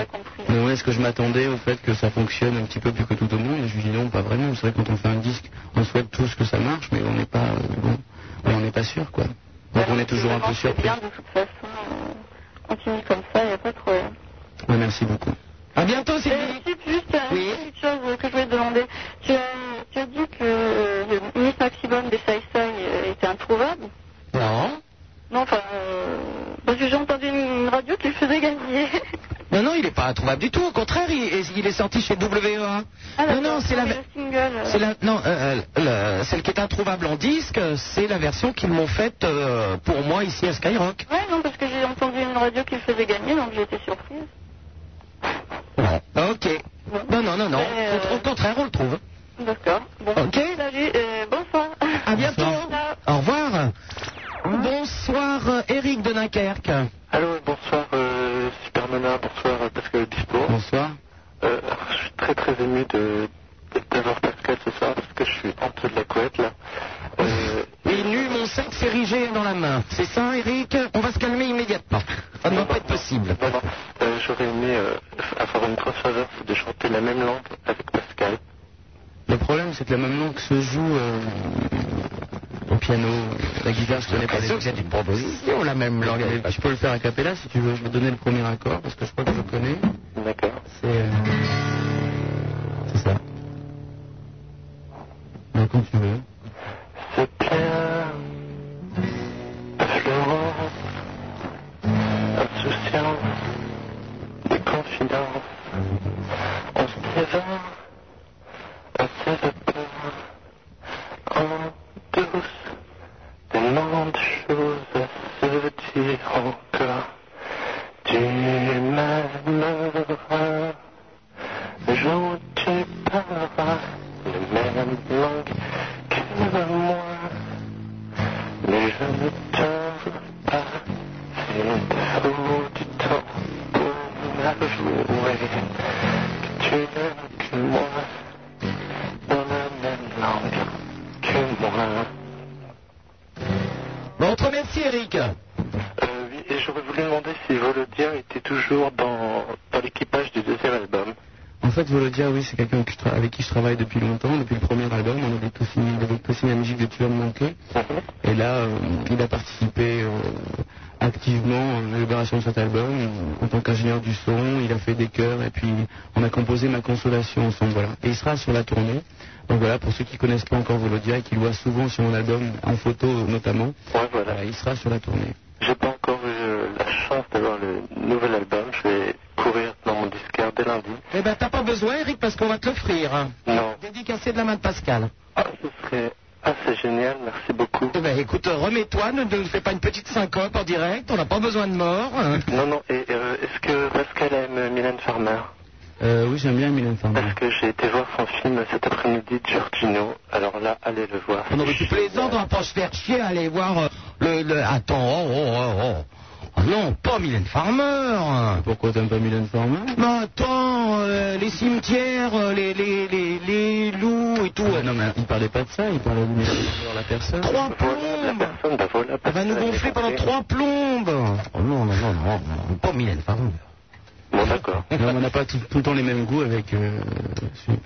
Speaker 3: Mais ouais, est-ce que je m'attendais au fait que ça fonctionne un petit peu plus que tout au monde Et je lui dis non, pas vraiment. C'est vrai que quand on fait un disque, on souhaite tous que ça marche, mais on n'est pas. euh, bon, ouais, on n'est pas sûr, quoi. Donc on est toujours un peu surpris.
Speaker 8: Bien, de toute façon, euh, continue comme ça, il n'y a pas de problème.
Speaker 3: Ouais, merci beaucoup.
Speaker 8: À bientôt, Sylvie. juste euh, une petite chose que je voulais te demander. Tu as, tu as dit que euh, le Miss Maximum des Sai était introuvable.
Speaker 3: Non.
Speaker 8: Non, enfin, euh, parce que j'ai entendu une radio qui le faisait gagner.
Speaker 3: Non, non, il n'est pas introuvable du tout. Au contraire, il, il est sorti chez WEA. non, non, c'est la,
Speaker 8: Ah, Le single. euh,
Speaker 3: C'est la, non, euh, euh, la- celle qui est introuvable en disque, euh, c'est la version qu'ils m'ont faite euh, pour moi ici à Skyrock.
Speaker 8: Ouais, non, parce que j'ai entendu une radio qui le faisait gagner, euh, donc j'étais surprise.
Speaker 3: Non. Ok. Non, non, non, non. Au, au contraire, on le trouve.
Speaker 8: euh, D'accord. Bon.
Speaker 3: Ok.
Speaker 8: Salut, euh, bonsoir.
Speaker 3: À bientôt. Au revoir. Bonsoir, euh, Eric de Dunkerque.
Speaker 15: Allô, bonsoir euh, Supermana, bonsoir euh, Pascal Obispo.
Speaker 3: Bonsoir.
Speaker 15: Euh, je suis très très ému de de- d'avoir Pascal ce soir parce que je suis en dessous de la couette là. Euh,
Speaker 3: Et nu, mon sac s'érigeait dans la main. C'est ça, Eric On va se calmer immédiatement. Ça ne doit pas être possible.
Speaker 15: euh, J'aurais aimé euh, avoir une grosse faveur, c'est de chanter la même langue avec Pascal.
Speaker 3: Le problème, c'est que la même langue se joue euh, au piano, euh, la guitare, je connais pas. C'est c'est une proposition, la même langue. Je peux le faire à cappella si tu veux. Je vais donner le premier accord parce que je crois que je le connais.
Speaker 15: D'accord.
Speaker 3: C'est euh, c'est ça. Donc, quand tu veux.
Speaker 15: Insouciance, déconfidence, on se présente assez de peur, en douce, tellement de choses à se dire encore. Tu m'aimeras, jour tu parleras la même langue que moi, mais je ne t'en veux pas, c'est le tour du temps pour avouer que tu n'aimes que moi, dans la même langue que moi.
Speaker 3: Bon, on te remercie, Eric.
Speaker 15: Euh, oui, et j'aurais voulu demander si Volodia était toujours dans, dans l'équipage du deuxième album.
Speaker 3: En fait, Volodia, oui, c'est quelqu'un que je tra- avec qui je travaille depuis longtemps, depuis le premier album. On avait tout signé, il avait tout signé la musique de Tu vas me manquer. Et là, euh, il a participé euh, activement à l'opération de cet album euh, en tant qu'ingénieur du son. Il a fait des chœurs et puis on a composé Ma Consolation ensemble. Voilà. Et il sera sur la tournée. Donc voilà, pour ceux qui connaissent pas encore Volodia et qui le voient souvent sur mon album, en photo notamment, voilà, il sera sur la tournée.
Speaker 15: J'ai pas encore eu euh, la chance d'avoir le nouvel album. Je vais courir dans mon disquaire dès lundi.
Speaker 3: Eh ben, t'as pas besoin, Eric, parce qu'on va te l'offrir. hein.
Speaker 15: Non.
Speaker 3: Dédicacé de la main de Pascal.
Speaker 15: Ce serait assez Ah, génial. Merci beaucoup.
Speaker 3: Eh ben, écoute, remets-toi, ne ne nous fais pas une petite syncope en direct, on n'a pas besoin de mort. hein.
Speaker 15: Non, non. Et euh, est-ce que Pascal aime euh, Mylène Farmer
Speaker 3: Euh, oui, j'aime bien Mylène Farmer.
Speaker 15: Parce que j'ai été voir son film cet après-midi, Giorgino. Alors là, allez le voir.
Speaker 3: Non, mais tu plaisantes, on va pas se faire chier, aller voir euh, le, le- Attends, oh, oh, oh, oh. Oh non, pas Mylène Farmer Pourquoi t'aimes pas Mylène Farmer Mais attends, euh, les cimetières, euh, les, les, les, les loups et tout. Ah non, mais il parlait pas de ça, il parlait de Mylène Farmer, la personne. Trois plombes
Speaker 15: bah,
Speaker 3: Elle va Ah ben, nous gonfler pendant trois plombes Oh non, non, non, non, non, pas Mylène Farmer.
Speaker 15: Bon, d'accord.
Speaker 3: Non, mais on n'a pas tout, tout le temps les mêmes goûts avec. euh, celui-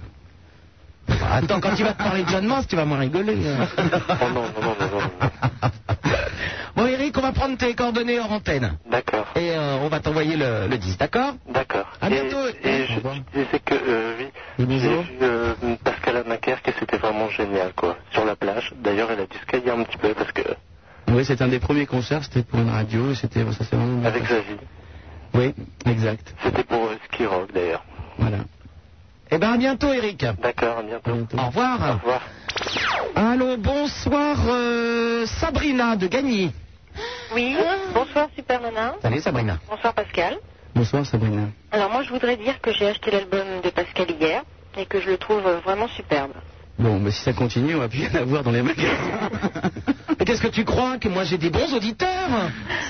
Speaker 3: Attends, quand tu vas te parler de John Mans, tu vas moins rigoler. Bon, Eric, on va prendre tes coordonnées hors antenne.
Speaker 15: D'accord.
Speaker 3: Et euh, on va t'envoyer le, le 10, d'accord
Speaker 15: D'accord.
Speaker 3: À bientôt.
Speaker 15: Et, et je, je disais que euh, oui, j'ai vu euh, Pascal Amaker que c'était vraiment génial, quoi, sur la plage. D'ailleurs, elle a dû skier un petit peu parce que
Speaker 4: Oui, c'était un des premiers concerts, c'était pour une radio, et c'était ça s'est vraiment bien
Speaker 15: avec
Speaker 4: passé.
Speaker 15: Xavier,
Speaker 4: Oui, exact.
Speaker 15: c'était pour euh, ski rock d'ailleurs.
Speaker 3: Eh bien, à bientôt, Eric.
Speaker 15: D'accord, à bientôt.
Speaker 3: Au revoir. Au
Speaker 15: revoir.
Speaker 3: Allô, bonsoir, euh, Sabrina de Gagny.
Speaker 18: Oui, bonsoir Super Nana.
Speaker 3: Salut, Sabrina.
Speaker 18: Bonsoir Pascal.
Speaker 4: Bonsoir Sabrina.
Speaker 18: Alors moi je voudrais dire que j'ai acheté l'album de Pascal hier et que je le trouve euh, vraiment superbe.
Speaker 4: Bon, mais si ça continue, on va plus rien avoir dans les magasins.
Speaker 3: Mais qu'est-ce que tu crois Que moi, j'ai des bons auditeurs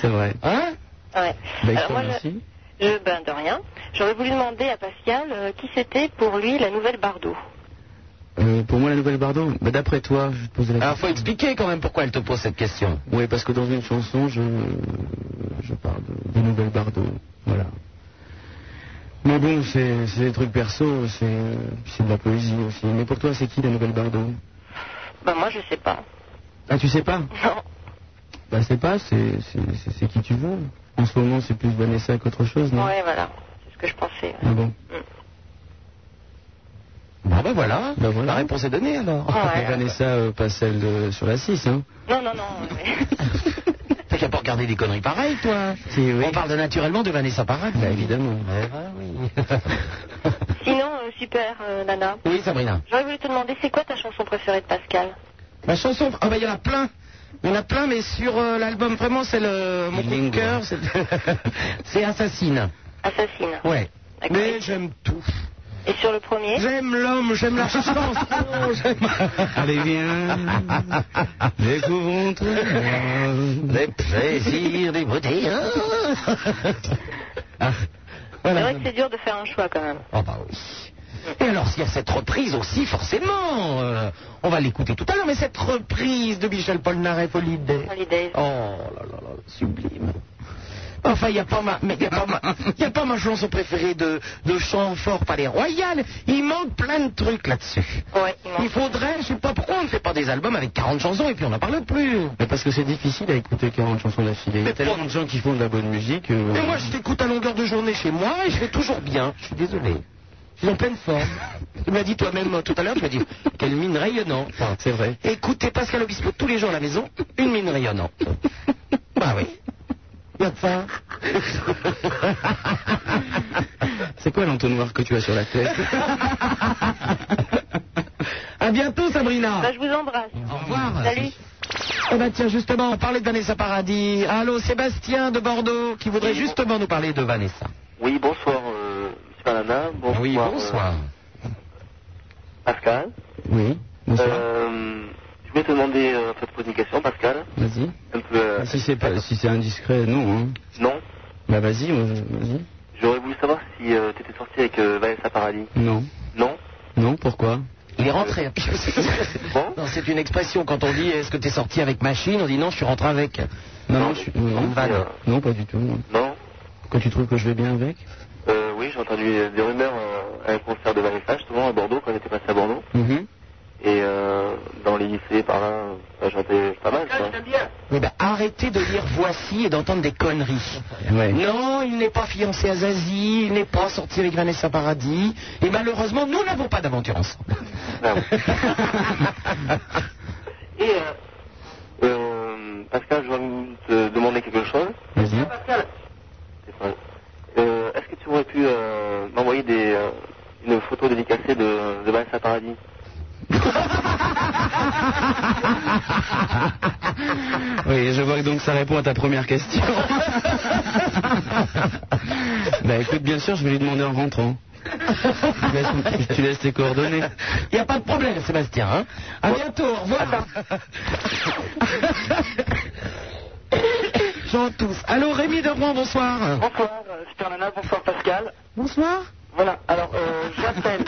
Speaker 4: C'est vrai.
Speaker 3: Hein
Speaker 18: Ouais.
Speaker 4: Bah,
Speaker 18: Alors,
Speaker 4: je te
Speaker 18: moi,
Speaker 4: remercie.
Speaker 18: je, je- ben de rien. J'aurais voulu demander à Pascal euh, qui c'était pour lui la nouvelle Bardot.
Speaker 4: Euh, pour moi, la nouvelle Bardot bah, D'après toi, je te pose la
Speaker 3: Alors, faut expliquer quand même pourquoi elle te pose cette question.
Speaker 4: Ah, Oui, parce que dans une chanson, je, je parle de, de nouvelle Bardot. Voilà. Mais bon, c'est c'est des trucs perso, c'est
Speaker 3: Euh,
Speaker 4: c'est de la poésie aussi. Mais pour toi, c'est qui la nouvelle Bardot
Speaker 8: Bah moi je sais pas.
Speaker 4: Ah, tu sais pas
Speaker 8: Non.
Speaker 4: Bah, c'est pas, c'est c'est- c'est- c'est qui tu veux. En ce moment, c'est plus Vanessa qu'autre chose, non
Speaker 8: Ouais voilà, c'est ce que je pensais.
Speaker 4: Ah bon
Speaker 3: Bon, ben voilà. Ah La réponse est donnée alors.
Speaker 4: Mais Vanessa, euh, pas celle de- sur la 6, hein
Speaker 8: Non non non. mais-
Speaker 3: T'as qu'à pas regarder des conneries pareilles, toi. On parle de naturellement de Vanessa Paradis. Ben,
Speaker 4: évidemment.
Speaker 8: Sinon euh, super euh, Nana.
Speaker 3: Oui, Sabrina.
Speaker 8: J'aurais voulu te demander c'est quoi ta chanson préférée de Pascal
Speaker 3: Ma chanson, ah bah il y en a plein. Il y en a plein, mais sur euh, l'album, vraiment, c'est le, mon coup de cœur. C'est, c'est Assassine.
Speaker 8: Assassine.
Speaker 3: Ouais. Mais j'aime tout.
Speaker 8: Et sur le premier
Speaker 3: J'aime l'homme, j'aime la chanson, j'aime...
Speaker 4: Allez, viens, découvrons tout.
Speaker 3: Les plaisirs des beautés.
Speaker 8: C'est vrai que c'est dur de faire un choix quand même.
Speaker 3: Oh bah oui. Et alors, s'il y a cette reprise aussi, forcément, euh, on va l'écouter tout à l'heure, mais cette reprise de Michel Polnareff, Holiday. Oh là là là, sublime. Enfin, il n'y a, pas ma- mais il y a, pas ma- il y a pas ma chanson préférée de, de Chamfort Palais Royal. Il manque plein de trucs là-dessus. il faudrait, je sais pas pourquoi on ne fait pas des albums avec 40 chansons et puis on n'en parle plus.
Speaker 4: Mais parce que c'est difficile à écouter 40 chansons d'affilée. Il y a tellement de gens qui font de la bonne musique. euh,
Speaker 3: Mais moi, je t'écoute à longueur de journée chez moi et je vais toujours bien. Je suis désolé. Je suis en pleine forme. Tu m'as dit toi-même euh, tout à l'heure, tu m'as dit, quelle mine rayonnante.
Speaker 4: Ah, C'est vrai.
Speaker 3: Écoutez Pascal Obispo tous les jours à la maison, une mine rayonnante. bah oui. Regarde ça.
Speaker 4: C'est quoi l'entonnoir que tu as sur la tête
Speaker 3: À bientôt, Sabrina.
Speaker 8: Bah, je vous embrasse.
Speaker 3: Ah. Au revoir.
Speaker 8: Salut.
Speaker 3: Eh ben tiens, justement, on parlait de Vanessa Paradis. Allô, Sébastien de Bordeaux, qui voudrait justement nous parler de Vanessa.
Speaker 19: Oui, bonsoir, euh, Monsieur Banana. Bonsoir.
Speaker 3: Oui, bonsoir.
Speaker 19: euh, Pascal.
Speaker 4: Oui, bonsoir.
Speaker 19: Euh, je vais te demander euh, un peu de communication, Pascal.
Speaker 4: Vas-y.
Speaker 19: Un peu. euh,
Speaker 4: Si c'est pas, si c'est indiscret, non. hein.
Speaker 19: Non.
Speaker 4: Bah vas-y, euh, vas-y.
Speaker 19: J'aurais voulu savoir si tu étais sorti avec euh, Vanessa Paradis.
Speaker 4: Non,
Speaker 19: Non.
Speaker 4: non, pourquoi
Speaker 3: Il est rentré. Non, c'est une expression quand on dit est-ce que t'es sorti avec machine, on dit non, je suis rentré avec.
Speaker 4: Non, non, je suis- non, non,
Speaker 3: Van.
Speaker 4: euh, non, pas du tout. Non.
Speaker 19: Non.
Speaker 4: Pourquoi tu trouves que je vais bien avec
Speaker 19: Euh, oui, j'ai entendu euh, des rumeurs euh, à un concert de Vanessa, justement, à Bordeaux, quand j'étais passé à Bordeaux.
Speaker 4: Mhm.
Speaker 19: Et euh, dans les lycées, par là, bah, j'étais pas mal. quoi.
Speaker 3: Eh ben, arrêtez de lire voici et d'entendre des conneries.
Speaker 4: Ouais.
Speaker 3: Non, il n'est pas fiancé à Zazie, il n'est pas sorti avec Vanessa Paradis, et malheureusement, nous n'avons pas d'aventure ensemble.
Speaker 4: Ah
Speaker 19: Et euh, euh, Pascal, je voulais te demander quelque chose.
Speaker 4: Vas-y.
Speaker 19: C'est pas- Euh, Est-ce que tu aurais pu euh, m'envoyer des, euh, une photo dédicacée de, de Vanessa Paradis
Speaker 4: Oui, je vois que donc ça répond à ta première question. bah écoute, bien sûr, je vais lui demander en rentrant. Tu laisses- tu laisses tes coordonnées.
Speaker 3: Il n'y a pas de problème, Sébastien. Hein à bientôt, au revoir. J'en tous. Allô, Rémi de Rouen, bonsoir.
Speaker 15: Bonsoir, euh, Super Nana, bonsoir Pascal.
Speaker 3: Bonsoir.
Speaker 15: Voilà, alors euh, j'appelle.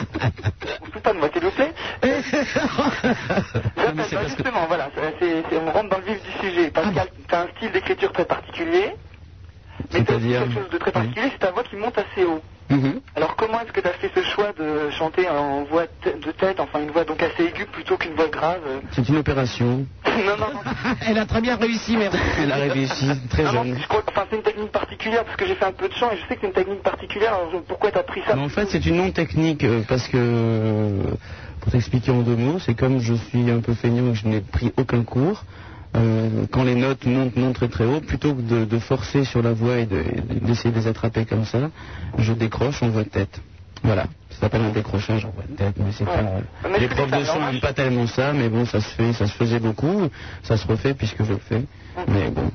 Speaker 15: Putain de moi, s'il vous plaît. J'appelle, bah, justement, voilà, c'est- c'est- c'est- on rentre dans le vif du sujet. Pascal, t'as un style d'écriture très particulier, mais t'as aussi quelque chose de très particulier, c'est ta voix qui monte assez haut.
Speaker 4: Mhm.
Speaker 15: Alors comment est-ce que t'as fait ce choix de chanter en voix t- de tête, enfin une voix donc assez aiguë plutôt qu'une voix grave euh
Speaker 4: C'est une opération.
Speaker 15: Non, non, non.
Speaker 3: Ah, Elle a très bien réussi, merci.
Speaker 4: Elle a réussi, très
Speaker 15: Non, non,
Speaker 4: jeune.
Speaker 15: je crois que enfin, c'est une technique particulière parce que j'ai fait un peu de chant et je sais que c'est une technique particulière. Alors, je- pourquoi t'as pris ça
Speaker 4: Mais en fait, c'est une non-technique euh, parce que, euh, pour t'expliquer en deux mots, c'est comme je suis un peu feignant et que je n'ai pris aucun cours. euh, quand les notes montent, montent très très haut, plutôt que de, de forcer sur la voix et de- et d'essayer de les attraper comme ça, je décroche en voix de tête. Voilà, ça s'appelle un décrochage en voix de tête, mais c'est pas.
Speaker 15: Mais
Speaker 4: Les
Speaker 15: c'est
Speaker 4: profs
Speaker 15: ça,
Speaker 4: de chant
Speaker 15: normal.
Speaker 4: n'aiment pas tellement ça, mais bon, ça se fait, ça se faisait beaucoup, ça se refait puisque je le fais. Mais bon,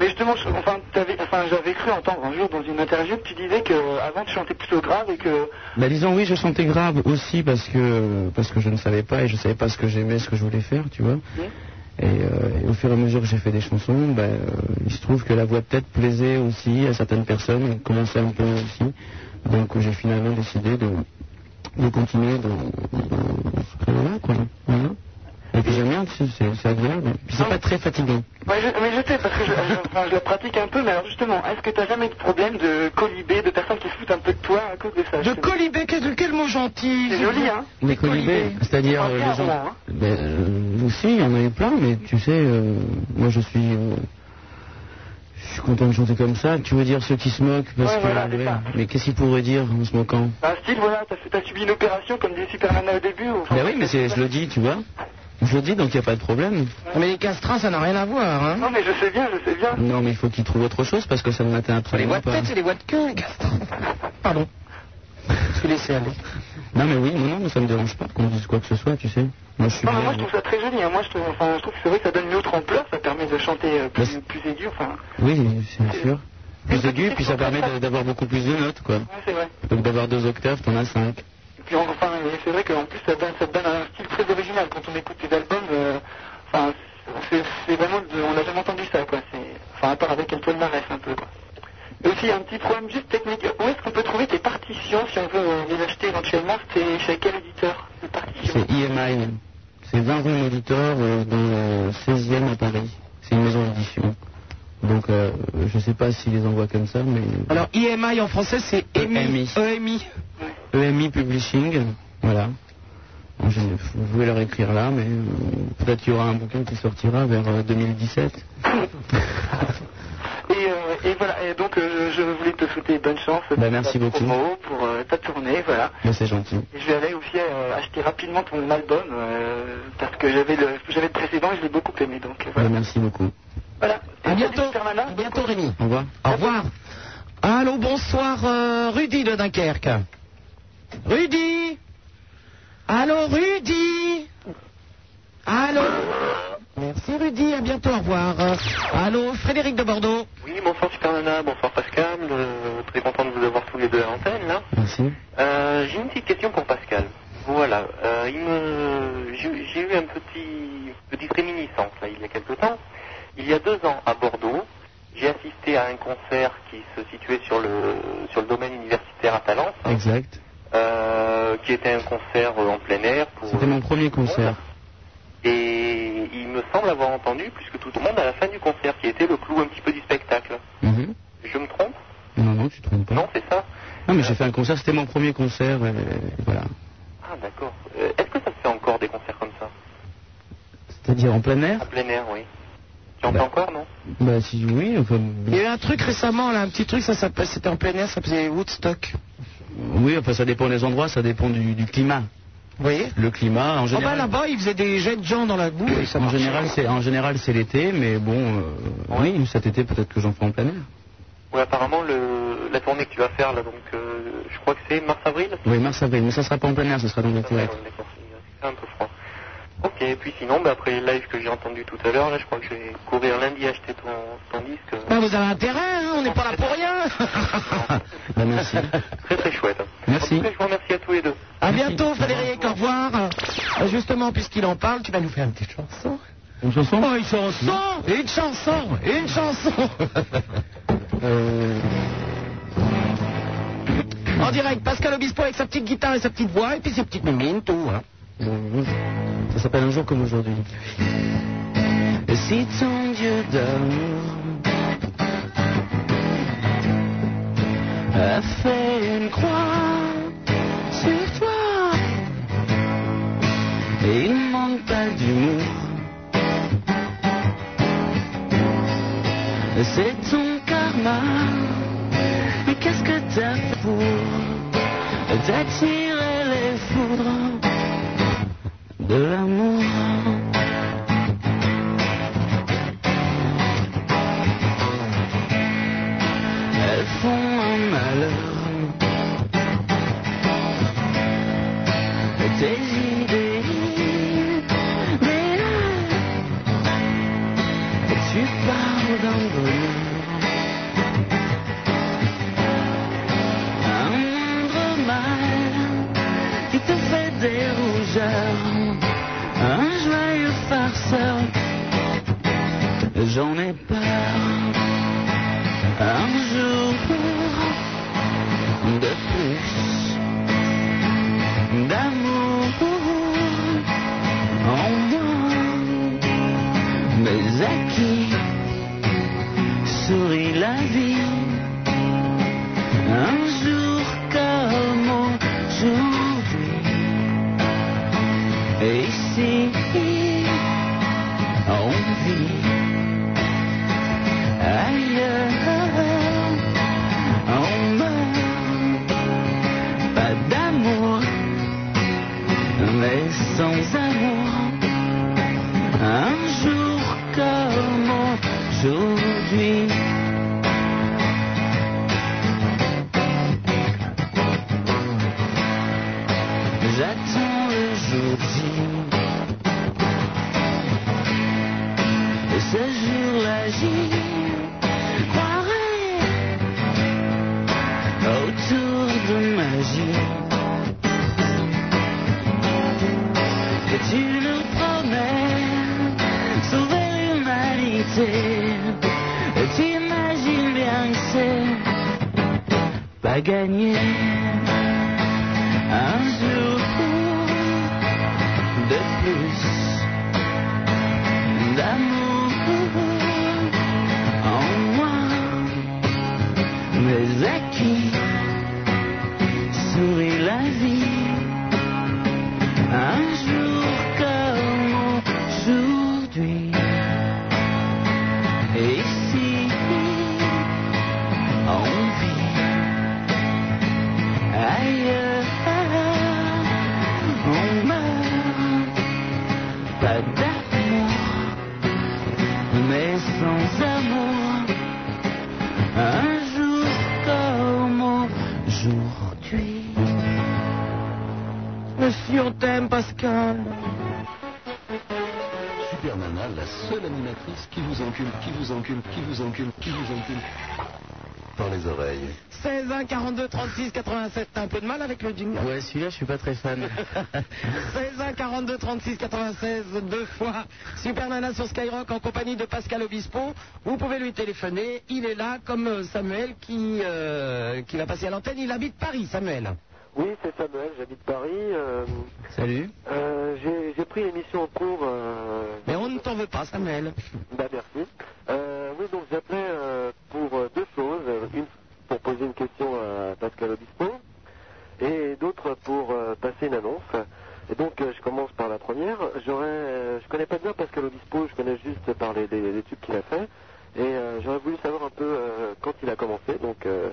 Speaker 15: Mais justement, je- enfin, t'avais- enfin, j'avais cru entendre un jour dans une interview que tu disais que euh, avant tu chantais plutôt grave et que
Speaker 4: Bah disons oui, je sentais grave aussi parce que parce que je ne savais pas et je savais pas ce que j'aimais, ce que je voulais faire, tu vois. Et, euh, et au fur et à mesure que j'ai fait des chansons, bah, euh, il se trouve que la voix de tête plaisait aussi à certaines personnes, commençait à me plaire aussi. Donc j'ai finalement décidé de de continuer dans, dans ce créneau-là, quoi. Voilà. Et puis j'aime bien, tu sais, c'est c'est agréable. Puis c'est pas très fatigant.
Speaker 15: Ouais, Bah, je- mais je sais, parce que je, je- enfin, je le pratique un peu, mais alors justement, est-ce que t'as jamais eu de problème de colibé, de personnes qui se foutent un peu de toi à cause de ça
Speaker 20: De colibé, quel, quel mot gentil
Speaker 15: C'est joli, hein Ah,
Speaker 4: Les colibés, c'est-à-dire euh, les gens. Ben, euh, aussi, il y en a eu plein, mais tu sais, euh, moi je suis. euh, je suis content de chanter comme ça. Tu veux dire ceux qui se moquent parce
Speaker 15: Ouais,
Speaker 4: que.
Speaker 15: voilà, c'est ça.
Speaker 4: mais qu'est-ce qu'ils pourraient dire en se moquant
Speaker 15: Un Ah, style, voilà, t'as fait- t'as subi une opération comme dit Superman au début ou...
Speaker 4: Ben oui, mais c'est- je le dis, tu vois. Je le dis, donc il n'y a pas de problème.
Speaker 3: Mais les castrins, ça n'a rien à voir, hein
Speaker 15: Non, mais je sais bien, je sais bien.
Speaker 4: Non, mais il faut qu'ils trouvent autre chose parce que ça ne m'atteint absolument pas.
Speaker 3: les voix de queue, les castrins. Pardon.
Speaker 4: Je suis laissé aller. Non, mais oui, non, non, mais ça me dérange pas qu'on me dise quoi que ce soit, tu sais. Moi, je suis
Speaker 15: Non, mais
Speaker 4: bien.
Speaker 15: moi je trouve ça très joli, hein. moi je trouve, enfin, je trouve que c'est vrai que ça donne une autre ampleur, ça permet de chanter euh,
Speaker 4: Bah,
Speaker 15: plus, plus aigu, enfin,
Speaker 4: Oui, c'est sûr. Plus aigu, puis ça permet de- d'avoir beaucoup plus de notes, quoi.
Speaker 15: c'est vrai.
Speaker 4: Donc d'avoir deux octaves, t'en as cinq.
Speaker 15: Et puis enfin, et c'est vrai qu'en plus ça donne, ça donne un style très original quand on écoute tes albums, euh, enfin, c'est c'est vraiment, de- on n'a jamais entendu ça, quoi, c'est, enfin, à part avec El Marès un peu, quoi. Et aussi un petit problème juste technique, où est-ce qu'on peut trouver tes partitions si on veut euh, les acheter éventuellement, c'est chez quel éditeur
Speaker 4: C'est IMI. C'est 20 rue Molitor euh, dans le 16e à Paris. C'est une maison d'édition. Donc, euh, je sais pas s'ils les envoient comme ça, mais...
Speaker 3: Alors, IMI en français, c'est E EMI.
Speaker 4: E
Speaker 3: EMI.
Speaker 4: EMI E Publishing, voilà. Bon, je- vous pouvez leur écrire là, mais euh, peut-être qu'il y aura un bouquin qui sortira vers euh, 2017.
Speaker 15: Et, euh, et voilà, et donc euh, je voulais te souhaiter bonne chance
Speaker 4: Bah, merci
Speaker 15: pour ta
Speaker 4: beaucoup.
Speaker 15: promo, pour euh, ta tournée, voilà.
Speaker 4: Mais c'est gentil.
Speaker 15: Et je vais aller aussi euh, acheter rapidement ton album euh, parce que j'avais le, j'avais le précédent et je l'ai beaucoup aimé donc. euh,
Speaker 4: Bah, merci beaucoup.
Speaker 15: Voilà.
Speaker 3: À bientôt. À bientôt, Rémi.
Speaker 4: Au revoir.
Speaker 3: Au revoir. Allô, bonsoir, euh, Rudy de Dunkerque. Rudy Allô, Rudy Allô Merci, Rudy. À bientôt. Au revoir. Euh, Allô, Frédéric de Bordeaux.
Speaker 19: Oui, bonsoir Super Nana, bonsoir Pascal, euh, très content de vous avoir tous les deux à l'antenne là.
Speaker 4: Merci.
Speaker 19: Euh, j'ai une petite question pour Pascal. Voilà, euh, il me... j'ai j'ai eu un petit, petite réminiscence là, il y a quelque temps. Il y a deux ans à Bordeaux, j'ai assisté à un concert qui se situait sur le, sur le domaine universitaire à Talence,
Speaker 4: Exact.
Speaker 19: euh, qui était un concert euh, en plein air pour
Speaker 4: C'était mon premier concert.
Speaker 19: et il me semble avoir entendu, puisque tout le monde, à la fin du concert, qui était le clou un petit peu du spectacle.
Speaker 4: Mhm.
Speaker 19: Je me trompe
Speaker 4: Non, non, tu te trompes pas.
Speaker 19: Non, c'est ça.
Speaker 4: Non, mais j'ai fait un concert, c'était mon premier concert, euh, voilà.
Speaker 19: Ah, d'accord. Euh, Est-ce que ça se fait encore des concerts comme ça
Speaker 4: C'est-à-dire en plein air
Speaker 19: En plein air, oui. Tu en fais encore, non
Speaker 4: Bah, si oui, enfin...
Speaker 3: Il y a eu un truc récemment, là, un petit truc, ça s'appelle, c'était en plein air, ça faisait Woodstock.
Speaker 4: Oui, enfin, ça dépend des endroits, ça dépend du, du climat.
Speaker 3: Vous voyez
Speaker 4: Le climat, Ah,
Speaker 3: Oh,
Speaker 4: en
Speaker 3: bah,
Speaker 4: général...
Speaker 3: là-bas, ils faisaient des jets de gens dans la boue et ça
Speaker 4: en
Speaker 3: marchait.
Speaker 4: général, c'est hein. en général c'est l'été, mais bon, euh, oui, cet été peut-être que j'en ferai en plein air.
Speaker 19: Oui, apparemment, le, la tournée que tu vas faire, là, donc, euh, je crois que c'est mars-avril.
Speaker 4: Oui, mars avril, mais ça sera pas en plein air, ce sera dans le théâtre.
Speaker 19: C'est un peu froid. Ok, et puis sinon, bah, après les lives que j'ai entendus tout à l'heure, là, je crois que je vais courir lundi acheter ton, ton disque.
Speaker 3: Ah, vous avez intérêt, hein, on n'est pas là pour rien.
Speaker 4: merci.
Speaker 19: très très chouette.
Speaker 4: Merci.
Speaker 19: En tout cas, je vous remercie à tous les deux.
Speaker 3: À bientôt, Frédéric, au revoir. Euh, Justement, puisqu'il en parle, tu vas nous faire une petite chanson.
Speaker 4: Une chanson
Speaker 3: Oh, une chanson Une chanson Une chanson
Speaker 4: Euh.
Speaker 3: En direct, Pascal Obispo avec sa petite guitare et sa petite voix, et puis ses petites mimines, tout. hein.
Speaker 4: Ça s'appelle un jour comme aujourd'hui. Si ton Dieu d'amour a fait une croix sur toi, et il manque pas d'humour, c'est ton karma. Mais qu'est-ce que t'as fait pour t'attirer les foudres de l'amour. Elles font un malheur. Tes idées, mais là, tu parles d'un bonheur. Un moindre mal qui te fait des rougeurs. Un joyeux farceur, j'en ai peur. Un jour de plus,
Speaker 12: mais sans amour. Un jour comme aujourd'hui. J'attends le jour J. Et ce jour-là, j'y croirai autour de magie. Que tu nous promets sauver l'humanité. Et T'imagines bien que c'est pas gagné. Un jour de plus d'amour en moi. Mais à qui sourit la vie un jour comme aujourd'hui Et ici on vit ailleurs on meurt pas d'amour mais sans amour un jour comme aujourd'hui Monsieur, on t'aime, Pascal.
Speaker 6: Super Nana, la seule animatrice qui vous encule, qui vous encule, qui vous encule, qui vous encule. Par les oreilles.
Speaker 3: 16 1 42 36 87. T'as un peu de mal avec le jingle
Speaker 4: Ouais, celui-là, je suis pas très fan.
Speaker 3: 16 1 42 36 96 deux fois. Super Nana sur Skyrock en compagnie de Pascal Obispo. Vous pouvez lui téléphoner. Il est là comme euh, Samuel qui euh, qui va passer à l'antenne. Il habite Paris, Samuel.
Speaker 19: Oui, c'est Samuel, j'habite Paris. euh,
Speaker 4: Salut.
Speaker 19: euh, j'ai- J'ai pris l'émission en cours. euh,
Speaker 3: Mais on ne t'en veut pas, Samuel.
Speaker 19: Bah merci. Euh, oui, donc j'appelais euh, pour euh, deux choses. Euh, Une pour poser une question à Pascal Obispo et d'autre pour euh, passer une annonce. Et donc euh, je commence par la première. J'aurais, euh, je connais pas bien Pascal Obispo, je connais juste par les, les- les tubes qu'il a fait. Et euh, j'aurais voulu savoir un peu euh, quand il a commencé. Donc euh,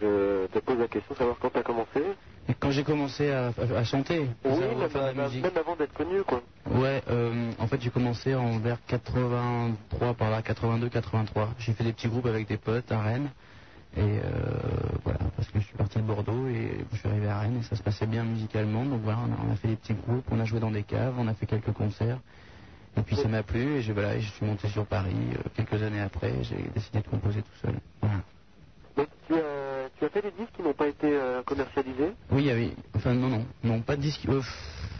Speaker 19: je te pose la question, savoir quand tu as commencé.
Speaker 4: Et Quand j'ai commencé à, à- à chanter,
Speaker 19: Oui,
Speaker 4: à
Speaker 19: même,
Speaker 4: faire de la
Speaker 19: même-
Speaker 4: musique.
Speaker 19: même avant d'être connu, quoi.
Speaker 4: Ouais, euh, en fait j'ai commencé en vers 83, par là, 82-83. J'ai fait des petits groupes avec des potes à Rennes. Et euh, voilà, parce que je suis parti de Bordeaux et je suis arrivé à Rennes et ça se passait bien musicalement. Donc voilà, on a, on a fait des petits groupes, on a joué dans des caves, on a fait quelques concerts. Et puis ça m'a plu et je, voilà, et je suis monté sur Paris euh, quelques années après. J'ai décidé de composer tout seul. Voilà.
Speaker 19: Tu as, tu as fait des disques qui n'ont pas été euh, commercialisés.
Speaker 4: Oui, oui. Enfin, non, non. Non, pas de disque. euh, pff.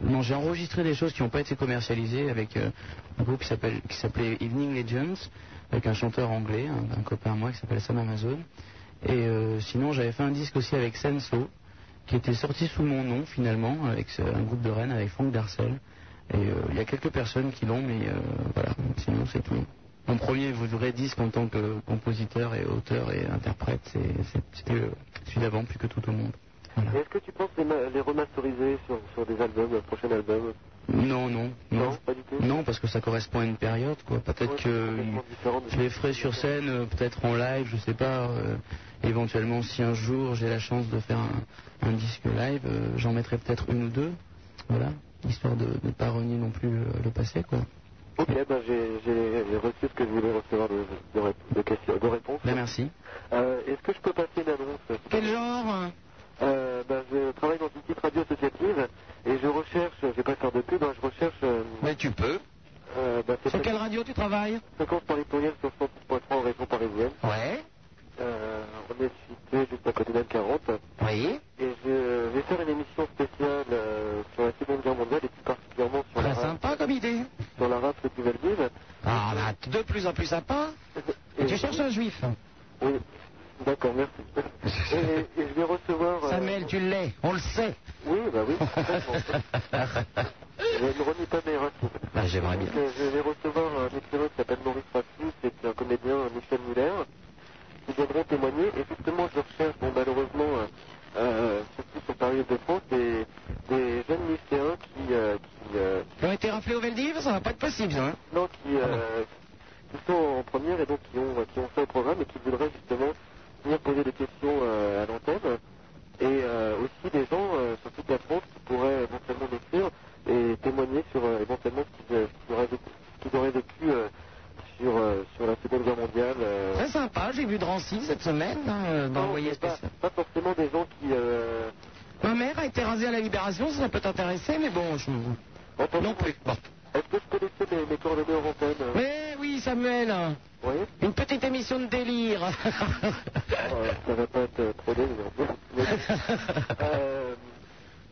Speaker 4: non, j'ai enregistré des choses qui n'ont pas été commercialisées avec euh, un groupe qui s'appelle- qui s'appelait Evening Legends, avec un chanteur anglais, hein, un, un copain à moi qui s'appelle Sam Amazon. Et euh, sinon, j'avais fait un disque aussi avec Senso, qui était sorti sous mon nom finalement, avec ce- un groupe de Rennes, avec Franck Darcel. Et euh, il y a quelques personnes qui l'ont, mais euh, voilà, sinon c'est tout. Mon premier vrai disque en tant que compositeur et auteur et interprète, c'est- c'est- c'était euh, celui d'avant, plus que tout au monde.
Speaker 19: Et Est-ce que tu penses les, ma- les remasteriser sur, sur des albums, le prochain album
Speaker 4: Non, non, non.
Speaker 19: pas du tout.
Speaker 4: Non, parce que ça correspond à une période, quoi. Peut-être que je les ferai sur scène, euh, peut-être en live, je sais pas. euh, éventuellement, si un jour j'ai la chance de faire un, un disque live, euh, j'en mettrai peut-être une ou deux. Voilà, histoire de ne pas renier non plus euh, le passé, quoi.
Speaker 19: Ok, ben j'ai j'ai- j'ai reçu ce que je voulais recevoir de, de, ré- de questions- de réponses.
Speaker 4: Ben, merci.
Speaker 19: Euh, Est-ce que je peux passer une annonce
Speaker 3: Quel genre
Speaker 19: euh, ben, Je travaille dans une petite radio associative et je recherche, je vais pas faire de pub, hein, je recherche...
Speaker 6: Mais tu peux.
Speaker 19: Euh, ben, c'est
Speaker 3: Sur quelle radio tu travailles
Speaker 19: Fréquence par les pluriels sur 106.3 en région parisienne.
Speaker 6: Ouais.
Speaker 19: Euh, on est situé juste à côté d'Anne40.
Speaker 6: Oui.
Speaker 19: Et je vais faire une émission spéciale euh, sur la Seconde Guerre mondiale et plus particulièrement sur la, race,
Speaker 3: Sympa comme idée.
Speaker 19: sur la race des nouvelles vives.
Speaker 3: Ah, bah, de plus en plus sympa. Tu cherches un juif.
Speaker 19: Oui, d'accord, merci. et, et je vais recevoir... euh,
Speaker 3: Samuel, tu l'es, on le sait.
Speaker 19: Oui, bah oui, complètement. je ne renie pas mes racines.
Speaker 6: Bah, J'aimerais bien.
Speaker 19: Donc, euh, je vais recevoir un écrivain qui s'appelle Maurice Racine, c'est un comédien, euh, Michel Muller, qui viendront témoigner. Et justement, je recherche, bon, malheureusement, euh, euh, surtout sur Paris de France, des, des jeunes lycéens qui, euh, qui, euh,
Speaker 3: Ils ont été rappelés aux Veldives, ça va pas être possible, ça. hein.
Speaker 19: non, qui, euh, qui sont en première et donc qui ont, qui ont fait le programme et qui voudraient justement venir poser des questions euh, à l'antenne. Et euh, aussi des gens euh, sur toute la France qui pourraient éventuellement euh, euh,
Speaker 3: cette semaine hein, dans le voyage spécial
Speaker 19: Pas forcément des gens qui. euh,
Speaker 3: Ma mère a été rasée à la Libération, ça peut t'intéresser, mais bon, je... non plus. Bon.
Speaker 19: Est-ce que je connaissais mes, mes coordonnées en antenne euh
Speaker 3: Mais Eh oui, Samuel.
Speaker 19: Oui.
Speaker 3: Une petite émission de délire.
Speaker 19: Euh, Ça va pas être euh, trop délivrant. Euh,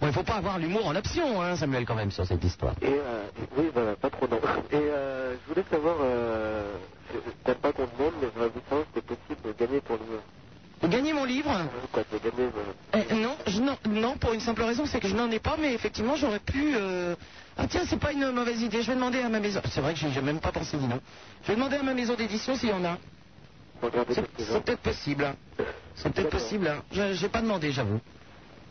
Speaker 3: Bon, il faut pas avoir l'humour en option, hein, Samuel, quand même, sur cette histoire.
Speaker 19: Et euh, oui, voilà, pas trop non. Et euh, je voulais savoir, euh, je- je t'aime pas qu'on te nomme, mais j'aurais voulu savoir si c'était possible de gagner ton livre.
Speaker 3: Gagner mon livre
Speaker 19: Quoi, de gagner euh,
Speaker 3: Eh, non, je n'en- non, pour une simple raison, c'est que je n'en ai pas, mais effectivement, j'aurais pu. euh, Ah tiens, c'est pas une mauvaise idée. Je vais demander à ma maison. C'est vrai que j'ai j'ai même pas pensé dis non. Je vais demander à ma maison d'édition s'il y en a.
Speaker 19: regarder
Speaker 3: C'est
Speaker 19: quelques
Speaker 3: c'est peut-être possible. hein. C'est peut-être possible. hein. Je- J'ai pas demandé, j'avoue.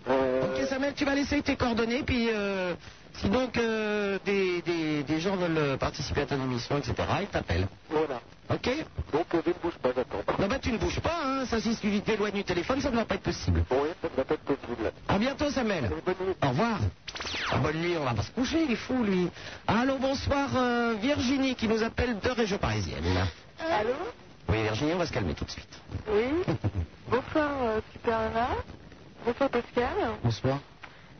Speaker 19: Euh,
Speaker 3: Ok, Samuel, tu vas laisser tes coordonnées, puis euh, si donc euh, des, des- des gens veulent euh, participer à ton émission, etc., ils t'appellent.
Speaker 19: Voilà.
Speaker 3: Ok
Speaker 19: Donc, euh, ne bouge pas, j'attends.
Speaker 3: Non, bah tu ne bouges pas, hein. Ça, si tu t'éloignes du téléphone, ça ne va pas être possible.
Speaker 19: Oui, ça ne va pas être possible.
Speaker 3: À bientôt, Samuel. Au revoir. Ah, bonne nuit, on va pas se coucher, il est fou, lui. Allô, bonsoir, euh, Virginie, qui nous appelle de région parisienne.
Speaker 15: Allô
Speaker 3: Oui, Virginie, on va se calmer tout de suite.
Speaker 15: Oui. Bonsoir euh, Super Nana. Bonsoir Pascal.
Speaker 3: Bonsoir.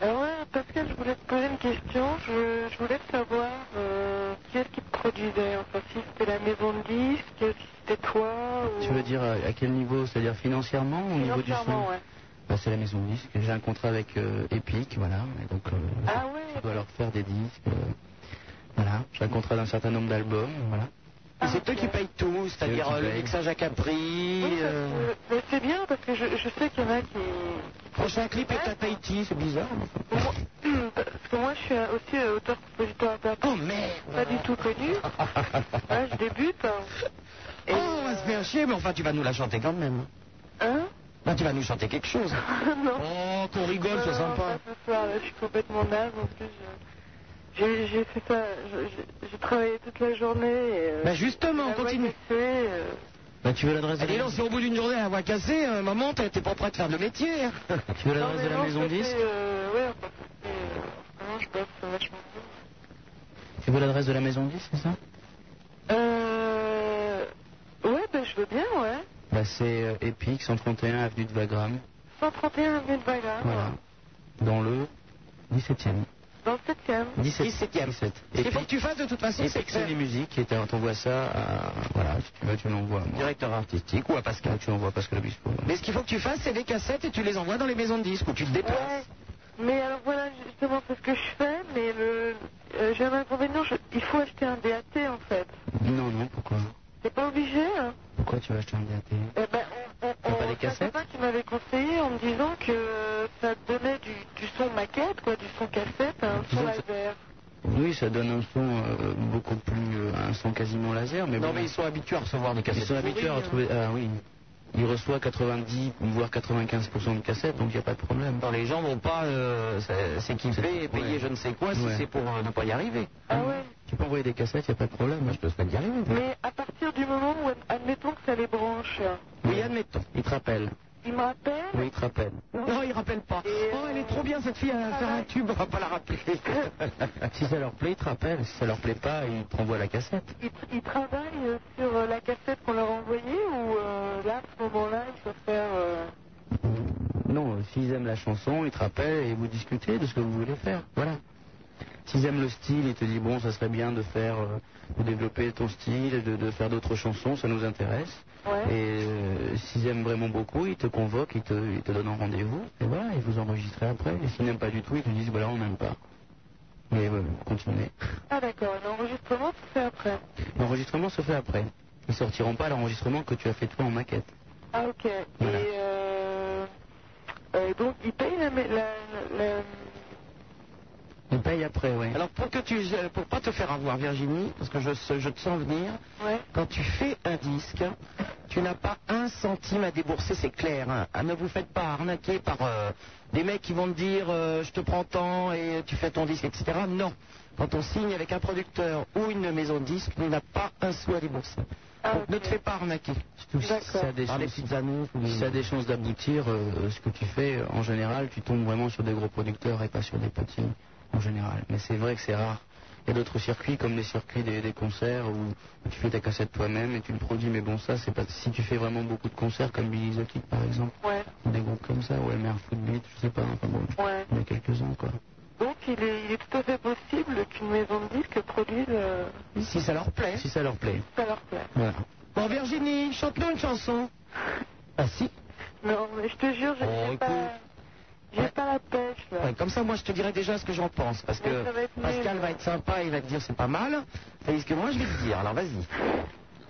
Speaker 15: Alors ouais, Pascal, je voulais te poser une question. Je, je voulais savoir euh, qui est-ce qui te produisait. Enfin, si c'était la maison de disques, si c'était toi ou...
Speaker 4: Tu veux dire euh, à quel niveau C'est-à-dire financièrement ou au niveau du
Speaker 15: Financièrement,
Speaker 4: son
Speaker 15: ouais.
Speaker 4: Bah, C'est la maison de disques. J'ai un contrat avec euh, Epic, voilà. Et donc, euh,
Speaker 3: Ah
Speaker 4: je dois leur faire des disques. euh, voilà. J'ai un contrat d'un certain nombre d'albums, voilà.
Speaker 3: Et c'est eux qui payent tout, c'est-à-dire
Speaker 4: Eux qui
Speaker 3: euh, le
Speaker 4: payent.
Speaker 3: mixage à Capri. euh,
Speaker 15: Euh, mais c'est bien parce que je, je sais qu'il y en a qui...
Speaker 3: Prochain clip est à Tahiti, c'est bizarre.
Speaker 15: Parce que moi, je suis euh, aussi euh, auteur-compositeur-interprète.
Speaker 3: Oh merde
Speaker 15: Pas du tout connu. Là, je débute. hein.
Speaker 3: Oh, on va se faire chier, mais enfin, tu vas nous la chanter quand même.
Speaker 15: Hein
Speaker 3: Bah, tu vas nous chanter quelque chose.
Speaker 15: non.
Speaker 3: Oh, qu'on rigole,
Speaker 15: Non,
Speaker 3: c'est
Speaker 15: non,
Speaker 3: sympa.
Speaker 15: pas ce soir, là, je suis complètement naze en plus. je- J'ai j'ai fait ça, je- je- j'ai travaillé toute la journée. Et, euh,
Speaker 3: Bah, justement,
Speaker 15: la voix
Speaker 3: continue.
Speaker 15: cassée, euh,
Speaker 4: Bah, tu veux l'adresse de
Speaker 3: Et dis
Speaker 4: la
Speaker 3: donc, si au bout d'une journée, à voix cassée, euh, maman, t'es t'es pas prêt de faire le métier. hein.
Speaker 4: Tu veux l'adresse de la
Speaker 15: non,
Speaker 4: maison de
Speaker 15: c'était,
Speaker 4: disques
Speaker 15: euh, ouais, enfin, c'était, euh, vraiment, je bosse vachement bien.
Speaker 4: Tu veux l'adresse de la maison de disques, c'est ça
Speaker 15: Euh, ouais, bah, je veux bien, ouais.
Speaker 4: Bah, c'est euh, Epic, 131 avenue de Wagram.
Speaker 15: 131 avenue de Wagram,
Speaker 4: Voilà. Dans le 17e.
Speaker 15: dans le 7ème.
Speaker 4: 17. 17.
Speaker 3: Ce qu'il faut que tu fasses, de toute façon, c'est
Speaker 4: Epic,
Speaker 3: que
Speaker 4: c'est les musiques. Et t'en- t'envoies ça à. Voilà, si tu veux, tu l'envoies à moi.
Speaker 3: Directeur artistique ou à Pascal.
Speaker 4: Tu l'envoies à Pascal Obispo.
Speaker 15: euh,
Speaker 3: Mais ce qu'il faut que tu fasses, c'est des cassettes et tu les envoies dans les maisons de disques ou tu te déplaces.
Speaker 15: Mais alors voilà, justement, c'est ce que je fais, mais le, euh, j'ai un inconvénient, je- il faut acheter un DAT en fait.
Speaker 4: Non, non, pourquoi
Speaker 15: T'es pas obligé, hein
Speaker 4: Pourquoi tu vas acheter un DAT
Speaker 15: Eh ben, on, on, on,
Speaker 4: pas des
Speaker 15: c'est un
Speaker 4: cassettes
Speaker 15: copain qui m'avait conseillé en me disant que euh, ça te donnait du, du son maquette, quoi, du son cassette à un son
Speaker 4: Disons que-
Speaker 15: laser.
Speaker 4: Oui, ça donne un son euh, beaucoup plus. euh, un son quasiment laser, mais
Speaker 3: non,
Speaker 4: bon.
Speaker 3: mais ils sont habitués à recevoir des cassettes.
Speaker 4: Ils sont habitués à
Speaker 3: pourries, hein.
Speaker 4: retrouver. Ah oui. Ils reçoivent 90 voire 95% de cassettes, donc il n'y a pas de problème.
Speaker 3: Dans les gens vont pas euh, s'é- s'équiper et payer je ne sais quoi si
Speaker 4: Ouais.
Speaker 3: c'est pour euh, ne pas y arriver.
Speaker 15: Ah ouais
Speaker 4: Tu peux envoyer des cassettes, il n'y a pas de problème.
Speaker 3: Je peux se mettre y arriver.
Speaker 15: Mais ah, à partir du moment où, admettons que ça les branche, hein.
Speaker 3: Oui, admettons.
Speaker 4: Ils te rappellent.
Speaker 15: ils me rappellent.
Speaker 4: Oui, ils te rappellent.
Speaker 3: Non, il rappelle pas.
Speaker 15: euh,
Speaker 3: Oh, elle est trop bien cette fille à faire un tube, on va pas la rappeler.
Speaker 4: si ça leur plaît, ils te rappellent. Si ça leur plaît pas, ils te renvoient la cassette.
Speaker 15: Ils, ils travaillent euh, sur euh, la cassette qu'on leur a envoyée ou euh, là, à ce moment-là, il faut faire... euh,
Speaker 4: Non, euh, s'ils aiment la chanson, ils te rappellent et vous discutez de ce que vous voulez faire. Voilà. S'ils aiment le style, ils te disent bon, ça serait bien de faire, euh, de développer ton style, de, de faire d'autres chansons, ça nous intéresse. Et euh, s'ils aiment vraiment beaucoup, ils te convoquent, ils te, ils te donnent un rendez-vous. Et voilà, ils vous enregistrez après. Et s'ils n'aiment pas du tout, ils te disent voilà, on n'aime pas. Mais euh, continuez.
Speaker 15: Ah d'accord, l'enregistrement se fait après.
Speaker 4: L'enregistrement se fait après. Ils sortiront pas l'enregistrement que tu as fait toi en maquette.
Speaker 15: Ah ok. Et euh, euh, donc ils payent la, la, la- la-
Speaker 4: Ils payent après, oui.
Speaker 3: Mmh. Alors pour que tu euh, pour pas te faire avoir Virginie, parce que je, se- je te sens venir,
Speaker 15: Ouais.
Speaker 3: quand tu fais un disque, tu n'as pas un centime à débourser, c'est clair. hein. Ah, ne vous faites pas arnaquer par euh, des mecs qui vont te dire euh, je te prends tant et tu fais ton disque, etc. Non. Quand on signe avec un producteur ou une maison de disques, tu n'as pas un sou à débourser. Donc ne te fais pas arnaquer.
Speaker 4: ça a des
Speaker 3: Par des
Speaker 4: chances-
Speaker 3: petites annonces ou des-
Speaker 4: Si ça a des chances d'aboutir, euh, ce que tu fais, euh, en général, tu tombes vraiment sur des gros producteurs et pas sur des petits. en général. Mais c'est vrai que c'est rare. Il y a d'autres circuits comme les circuits des, des concerts où tu fais ta cassette toi-même et tu le produis. Mais bon, ça, c'est pas si tu fais vraiment beaucoup de concerts comme Billy the Kid par exemple,
Speaker 12: Ouais.
Speaker 4: des groupes comme ça, ou MR Footbeat, je sais pas, enfin bon,
Speaker 12: Ouais.
Speaker 4: il y en a quelques-uns quoi.
Speaker 12: Donc il est, il est tout à fait possible qu'une maison de disques produise. euh,
Speaker 4: Si ça leur plaît. Si ça leur plaît.
Speaker 12: ça leur plaît.
Speaker 4: Voilà.
Speaker 21: Bon, Virginie, chante-nous une chanson.
Speaker 4: Ah si
Speaker 12: Non, mais je te jure, je n'ai pas, j'ai pas la pêche là.
Speaker 3: Ouais, comme ça, moi, je te dirai déjà ce que j'en pense. Parce que
Speaker 12: Ouais, ça va être nul.
Speaker 3: Pascal va être sympa, il va te dire c'est pas mal. Tandis que moi, je vais te dire, alors vas-y.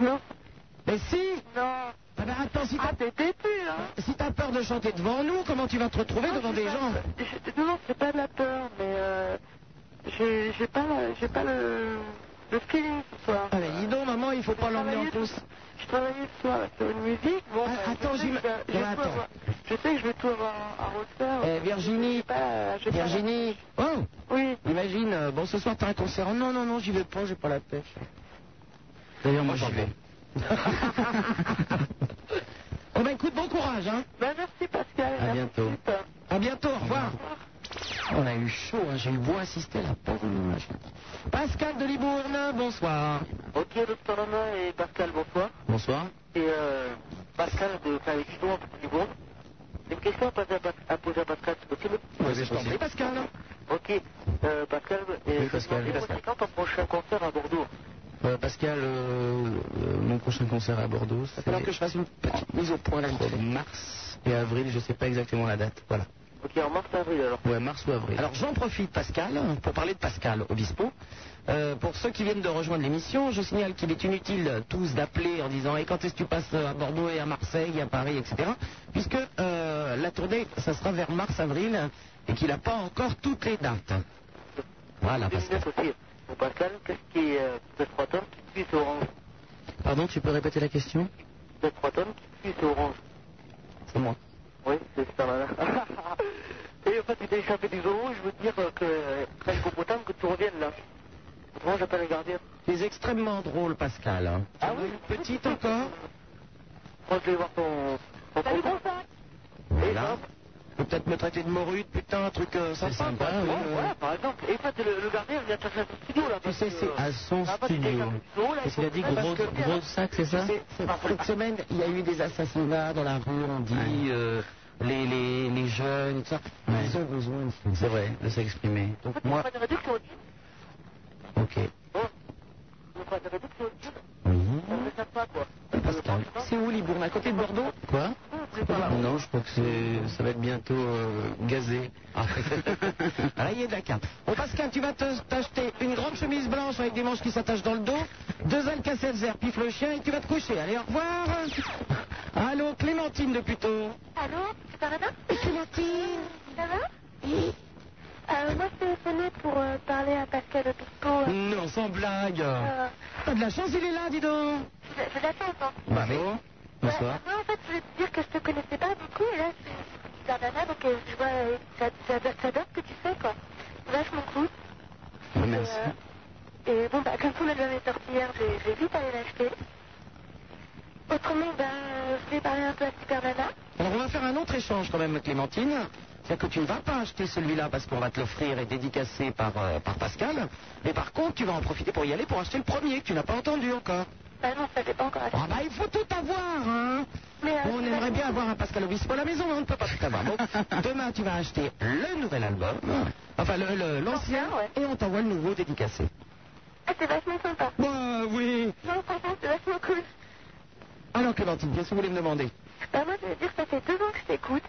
Speaker 12: Non.
Speaker 21: Mais si
Speaker 12: Non.
Speaker 21: Ah ben attends, si t'as
Speaker 12: hein.
Speaker 21: Si t'as peur de chanter devant nous, comment tu vas te retrouver
Speaker 12: Ah,
Speaker 21: devant des gens
Speaker 12: Je- non, non, c'est pas de la peur, mais euh, j'ai j'ai pas, la- j'ai pas le, le feeling ce soir.
Speaker 21: Ah ben dis donc, maman, il faut pas l'emmener en
Speaker 12: travaillé-
Speaker 21: cause.
Speaker 12: Je travaillais ce soir sur une musique. Bon, ben,
Speaker 21: attends,
Speaker 12: je sais
Speaker 21: j'im-
Speaker 12: que je- je
Speaker 21: Non,
Speaker 12: vais tout
Speaker 21: attends.
Speaker 12: avoir- Je sais que je vais tout avoir à refaire.
Speaker 3: Eh, Virginie, Virginie, oh,
Speaker 12: oui.
Speaker 3: imagine, euh, bon, ce soir, t'as un concert. Oh, non, non, non, j'y vais pas, j'ai pas la pêche.
Speaker 4: D'ailleurs, moi, j'y vais.
Speaker 21: Bon ben écoute, bon courage, hein.
Speaker 12: Ben merci Pascal.
Speaker 3: À bientôt.
Speaker 21: À bientôt, au revoir.
Speaker 3: On a eu chaud, hein, j'ai eu beau assister à la pauvre image.
Speaker 21: Pascal de Libourne, bonsoir.
Speaker 22: Ok, docteur Lama et Pascal, bonsoir.
Speaker 3: Bonsoir.
Speaker 22: Et euh, Pascal de Saint-Exupéry, du bon. Une question à poser à, Pas- à poser à Pascal, c'est possible
Speaker 21: Je t'en prie, Pascal.
Speaker 22: Ok, euh, Pascal, et
Speaker 4: Oui, Pascal.
Speaker 22: c'est quand ton prochain concert à Bordeaux
Speaker 4: Euh, Pascal, euh, euh, mon prochain concert à Bordeaux, c'est
Speaker 3: Alors que je fasse une petite mise au point là
Speaker 4: en mars et avril, je sais pas exactement la date. Voilà.
Speaker 22: Ok, en mars-avril alors.
Speaker 4: Ouais, mars ou avril.
Speaker 3: Alors j'en profite, Pascal, pour parler de Pascal Obispo. Euh, pour ceux qui viennent de rejoindre l'émission, je signale qu'il est inutile euh, tous d'appeler en disant et quand est-ce que tu passes euh, à Bordeaux et à Marseille, à Paris, etc. Puisque euh, la tournée, ça sera vers mars-avril et qu'il n'a pas encore toutes les dates. Voilà, Pascal.
Speaker 22: aussi. Pour Pascal, qu'est-ce qui est euh, de 3 tonnes qui puisse orange
Speaker 4: Pardon, tu peux répéter la question
Speaker 22: De 3 tonnes qui puisse orange
Speaker 4: C'est moi.
Speaker 22: Oui, c'est super malin. et en fait, tu t'es échappé du zoo, je veux te dire euh, que euh, quand il faut pour autant que tu reviennes là. Autrement, j'appelle le gardien.
Speaker 3: C'est extrêmement drôle, Pascal. hein.
Speaker 22: Ah oui
Speaker 3: Petite encore.
Speaker 22: Moi, je vais voir ton. ton Salut, bon sac
Speaker 3: Voilà. Faut peut-être me traiter de morue, de putain, un truc euh, sympa. quoi, tu vois, ouais.
Speaker 22: Voilà, Bah, par exemple. Et en fait, le, le gardien vient chercher un studio là.
Speaker 3: Tu sais, c'est à son
Speaker 22: Ah, bah, tu
Speaker 3: studio.
Speaker 22: t'échappes du zoo, là,
Speaker 3: Parce qu'il a dit
Speaker 22: faut-
Speaker 3: gros,
Speaker 22: parce que-
Speaker 3: gros sac, c'est ça Cette semaine, il y a eu des assassinats dans la rue, on dit, euh, les, les, les jeunes, tout ça. Ils ont besoin de
Speaker 4: C'est vrai, de s'exprimer.
Speaker 3: Donc moi,
Speaker 22: Pas de réduction.
Speaker 4: Ok.
Speaker 22: Pas de réduction.
Speaker 3: Pascal, c'est où Libourne À côté de Bordeaux
Speaker 4: Quoi Non, je crois que c'est- ça va être bientôt euh, gazé.
Speaker 3: Rayé de la carte.
Speaker 21: Bon, Pascal, tu vas te- t'acheter une grande chemise blanche avec des manches qui s'attachent dans le dos, deux Alka-Seltzer, pif le chien et tu vas te coucher. Allez, au revoir. Allô, Clémentine de Puteaux.
Speaker 15: Allô, c'est Parada
Speaker 21: Clémentine
Speaker 15: Ça va Oui. Euh, moi, je téléphonais pour euh, parler à Pascal Obispo. euh,
Speaker 3: Non, sans blague.
Speaker 15: euh,
Speaker 21: T'as de la chance, il est là, dis donc.
Speaker 15: je- je l'attends, hein.
Speaker 3: Bah, mais...
Speaker 15: Ouais, moi, en fait, je voulais te dire que je te connaissais pas beaucoup, et là, je suis super nana, donc euh, je vois, euh, j'a- j'a- j'adore ce que tu fais, quoi. C'est Vachement cool.
Speaker 4: Merci.
Speaker 15: Et bon, bah, comme ton album est sorti hier, j'ai j'ai vite allé l'acheter. Autrement, bah, je vais parler un peu à Super Nana.
Speaker 3: Alors on va faire un autre échange quand même, Clémentine. C'est-à-dire que tu ne vas pas acheter celui-là parce qu'on va te l'offrir et dédicacé par, euh, par Pascal. Mais par contre, tu vas en profiter pour y aller pour acheter le premier que tu n'as pas entendu encore.
Speaker 15: Bah non, ça, j'ai pas encore acheté.
Speaker 3: Ah bah il faut tout avoir, hein
Speaker 15: Mais, euh,
Speaker 3: Bon, On
Speaker 15: c'est
Speaker 3: aimerait
Speaker 15: vachement
Speaker 3: bien avoir un Pascal Obispo à la maison, mais on ne peut pas tout avoir. Donc, demain, tu vas acheter le nouvel album, enfin le- le- l'ancien, et on t'envoie le nouveau dédicacé.
Speaker 15: Ah, c'est vachement sympa.
Speaker 3: Bah oui
Speaker 15: Non, franchement, c'est vachement cool.
Speaker 3: Alors Clémentine, qu'est-ce que vous voulez me demander
Speaker 15: Bah, moi, je veux dire, ça fait deux ans que je t'écoute.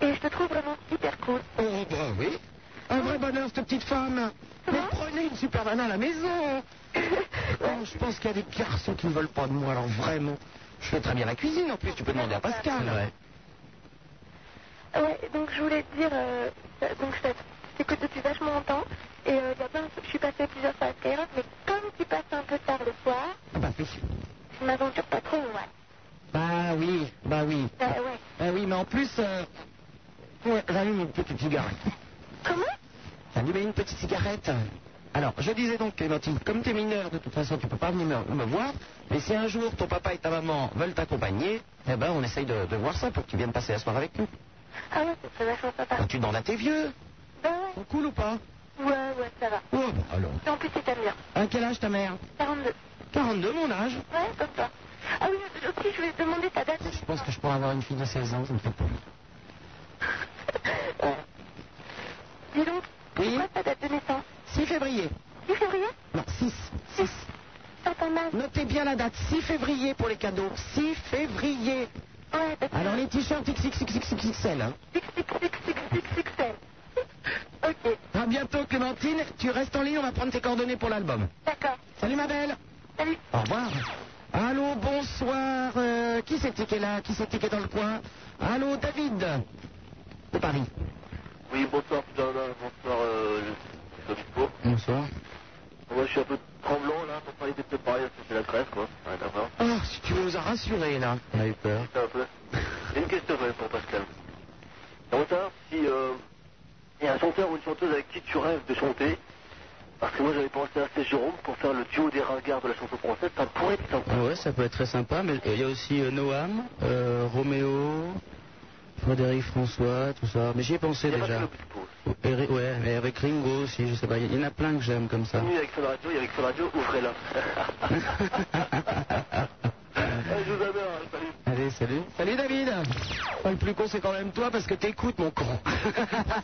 Speaker 15: Et je te trouve vraiment hyper cool.
Speaker 3: Oh bah oui
Speaker 21: Un vrai bonheur, cette petite femme.
Speaker 3: Mais prenez une super nana à la maison Oh, Je pense qu'il y a des garçons qui ne veulent pas de moi, alors vraiment. Je fais très bien la cuisine, en plus, tu peux demander à Pascal.
Speaker 15: Ouais, donc je voulais te dire, euh, euh, donc je t'écoute depuis vachement longtemps, et euh, il y a plein de- je suis passée plusieurs fois à Skyrock, mais comme tu passes un peu tard le soir,
Speaker 3: Ah bah oui.
Speaker 15: je m'aventure pas trop, ouais.
Speaker 3: Bah oui, bah oui.
Speaker 15: Bah ouais.
Speaker 3: Bah oui, mais en plus, euh, ouais, j'allume une petite cigarette.
Speaker 15: Comment
Speaker 3: J'allume une petite cigarette. Alors, je disais donc, Clémentine, comme tu es mineure, de toute façon, tu peux pas venir me, me voir. Mais si un jour ton papa et ta maman veulent t'accompagner, eh ben, on essaye de, de voir ça pour que tu viennes passer la soirée avec nous.
Speaker 15: Ah ouais, c'est vachement sympa.
Speaker 3: Alors, tu demandes à tes vieux.
Speaker 15: Bah ouais.
Speaker 3: Cool ou pas
Speaker 15: Ouais, ouais, ça va.
Speaker 11: Oh, bah, alors.
Speaker 15: Et en plus, c'est ta mère.
Speaker 11: À quel âge ta mère
Speaker 15: 42.
Speaker 11: 42, mon âge
Speaker 15: Ouais, comme ça. Ah oui, aussi, je vais te demander ta date.
Speaker 3: Je pense que je pourrais avoir une fille de 16 ans, ça me fait peur.
Speaker 15: Dis donc, c'est quoi ta date de naissance
Speaker 11: 6 février.
Speaker 15: 6 février
Speaker 11: Non, 6. 6.
Speaker 15: Pas pas mal.
Speaker 11: Notez bien la date, 6 février pour les cadeaux. 6 février.
Speaker 15: Ouais, parce que
Speaker 11: Alors les t-shirts XXXXXL. Hein.
Speaker 15: XXXXXXL. ok,
Speaker 11: À bientôt Clémentine, tu restes en ligne, on va prendre tes coordonnées pour l'album.
Speaker 15: d'accord.
Speaker 11: Salut ma belle.
Speaker 15: Salut.
Speaker 11: Au revoir. Allô, bonsoir. Euh, qui c'était qui est là Qui c'était qui est dans le coin Allô, David. De Paris.
Speaker 19: Oui, bonsoir, Pierre-Alain, bonsoir, euh, le Obispo.
Speaker 4: Bonsoir.
Speaker 19: Moi, je suis un peu tremblant, là, pour parler des préparés, c'est la crève, quoi. Ouais, d'accord.
Speaker 11: Oh, si tu nous as rassurés là.
Speaker 4: On a eu peur.
Speaker 19: C'est un peu. J'ai une question quand même pour Pascal. J'aimerais savoir si euh, il y a un chanteur ou une chanteuse avec qui tu rêves de chanter. Parce que moi j'avais pensé à C'est Jérôme pour faire le duo des ringards de la chanson française, ça pourrait être sympa.
Speaker 4: Ah ouais, ça peut être très sympa, mais il y a aussi euh, Noam, euh, Roméo, Frédéric François, tout ça. Mais j'y ai pensé
Speaker 19: Il y a
Speaker 4: déjà.
Speaker 19: Pascal Obispo.
Speaker 4: Et Ri- ouais, et avec Ringo aussi, je sais pas. Il y en a plein que j'aime comme ça.
Speaker 19: Venu avec Fun Radio, il y a avec Fun Radio, ouvrez-la.
Speaker 11: Ah,
Speaker 19: Allez, je vous adore, salut.
Speaker 4: Allez, salut.
Speaker 11: Salut David. Oh, le plus con c'est quand même toi parce que t'écoutes mon con.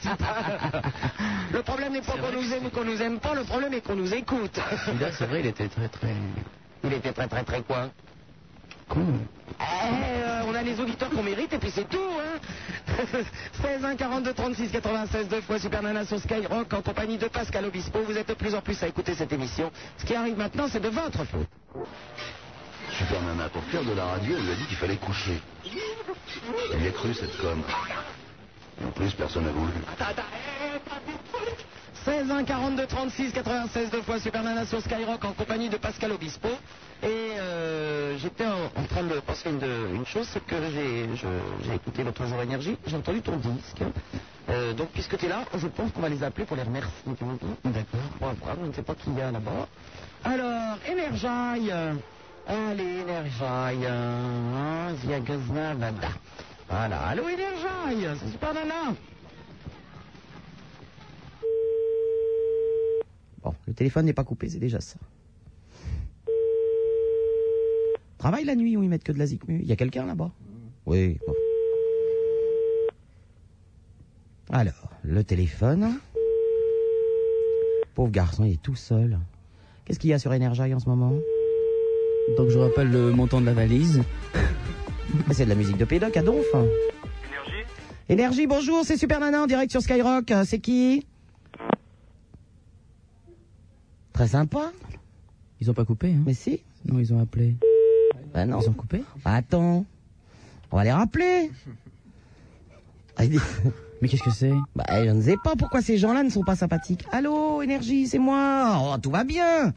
Speaker 11: C'est pas- le problème n'est pas qu'on nous aime ou qu'on nous aime pas, le problème est qu'on nous écoute.
Speaker 4: Là, c'est vrai, il était très très.
Speaker 11: Il était très très très quoi
Speaker 4: con.
Speaker 11: Eh, euh, on a les auditeurs qu'on mérite et puis c'est tout, hein 16 1 42 36 96 deux fois Super Nana sur Skyrock en compagnie de Pascal Obispo. Vous êtes de plus en plus à écouter cette émission. Ce qui arrive maintenant, c'est de votre faute.
Speaker 6: Super Nana, pour faire de la radio, elle lui a dit qu'il fallait coucher. Il y a cru, cette conne. Et en plus, personne n'a voulu.
Speaker 11: 16 1 42 36 96 deux fois Super Nana sur Skyrock en compagnie de Pascal Obispo.
Speaker 3: Et euh, j'étais en, en train de penser une, de- une chose, c'est que j'ai je- j'ai écouté l'autre jour Énergie, j'ai entendu ton disque. Euh, donc puisque tu es là, je pense qu'on va les appeler pour les remercier. D'accord. Bon, après, je ne sais pas qui il y a là-bas.
Speaker 11: Alors, Energy. Allez, Energy. Hein, Zia Gazna, Nada. Voilà, allô Energy, c'est Super
Speaker 3: hein
Speaker 11: Nana. Bon, le téléphone n'est pas coupé, c'est déjà ça. Travaille la nuit où ils mettent que de la zikmu. Il y a quelqu'un là-bas Oui, bon. Alors, le téléphone. Pauvre garçon, il est tout seul. Qu'est-ce qu'il y a sur Energy en ce moment
Speaker 4: Donc je rappelle le montant de la valise.
Speaker 11: Mais Ah, C'est de la musique de Pédoc à Donf. Énergie Énergie, bonjour, c'est Super Nana en direct sur Skyrock. Euh, C'est qui Très sympa.
Speaker 4: Ils ont pas coupé, hein
Speaker 11: Mais si.
Speaker 4: Non, ils ont appelé.
Speaker 11: Ben non.
Speaker 4: Ils ont coupé
Speaker 11: Attends. On va les rappeler. Ah, il dit-
Speaker 4: Mais qu'est-ce que c'est
Speaker 11: bah, je ne sais pas pourquoi ces gens-là ne sont pas sympathiques. Allô, Énergie, c'est moi. Oh, tout va bien.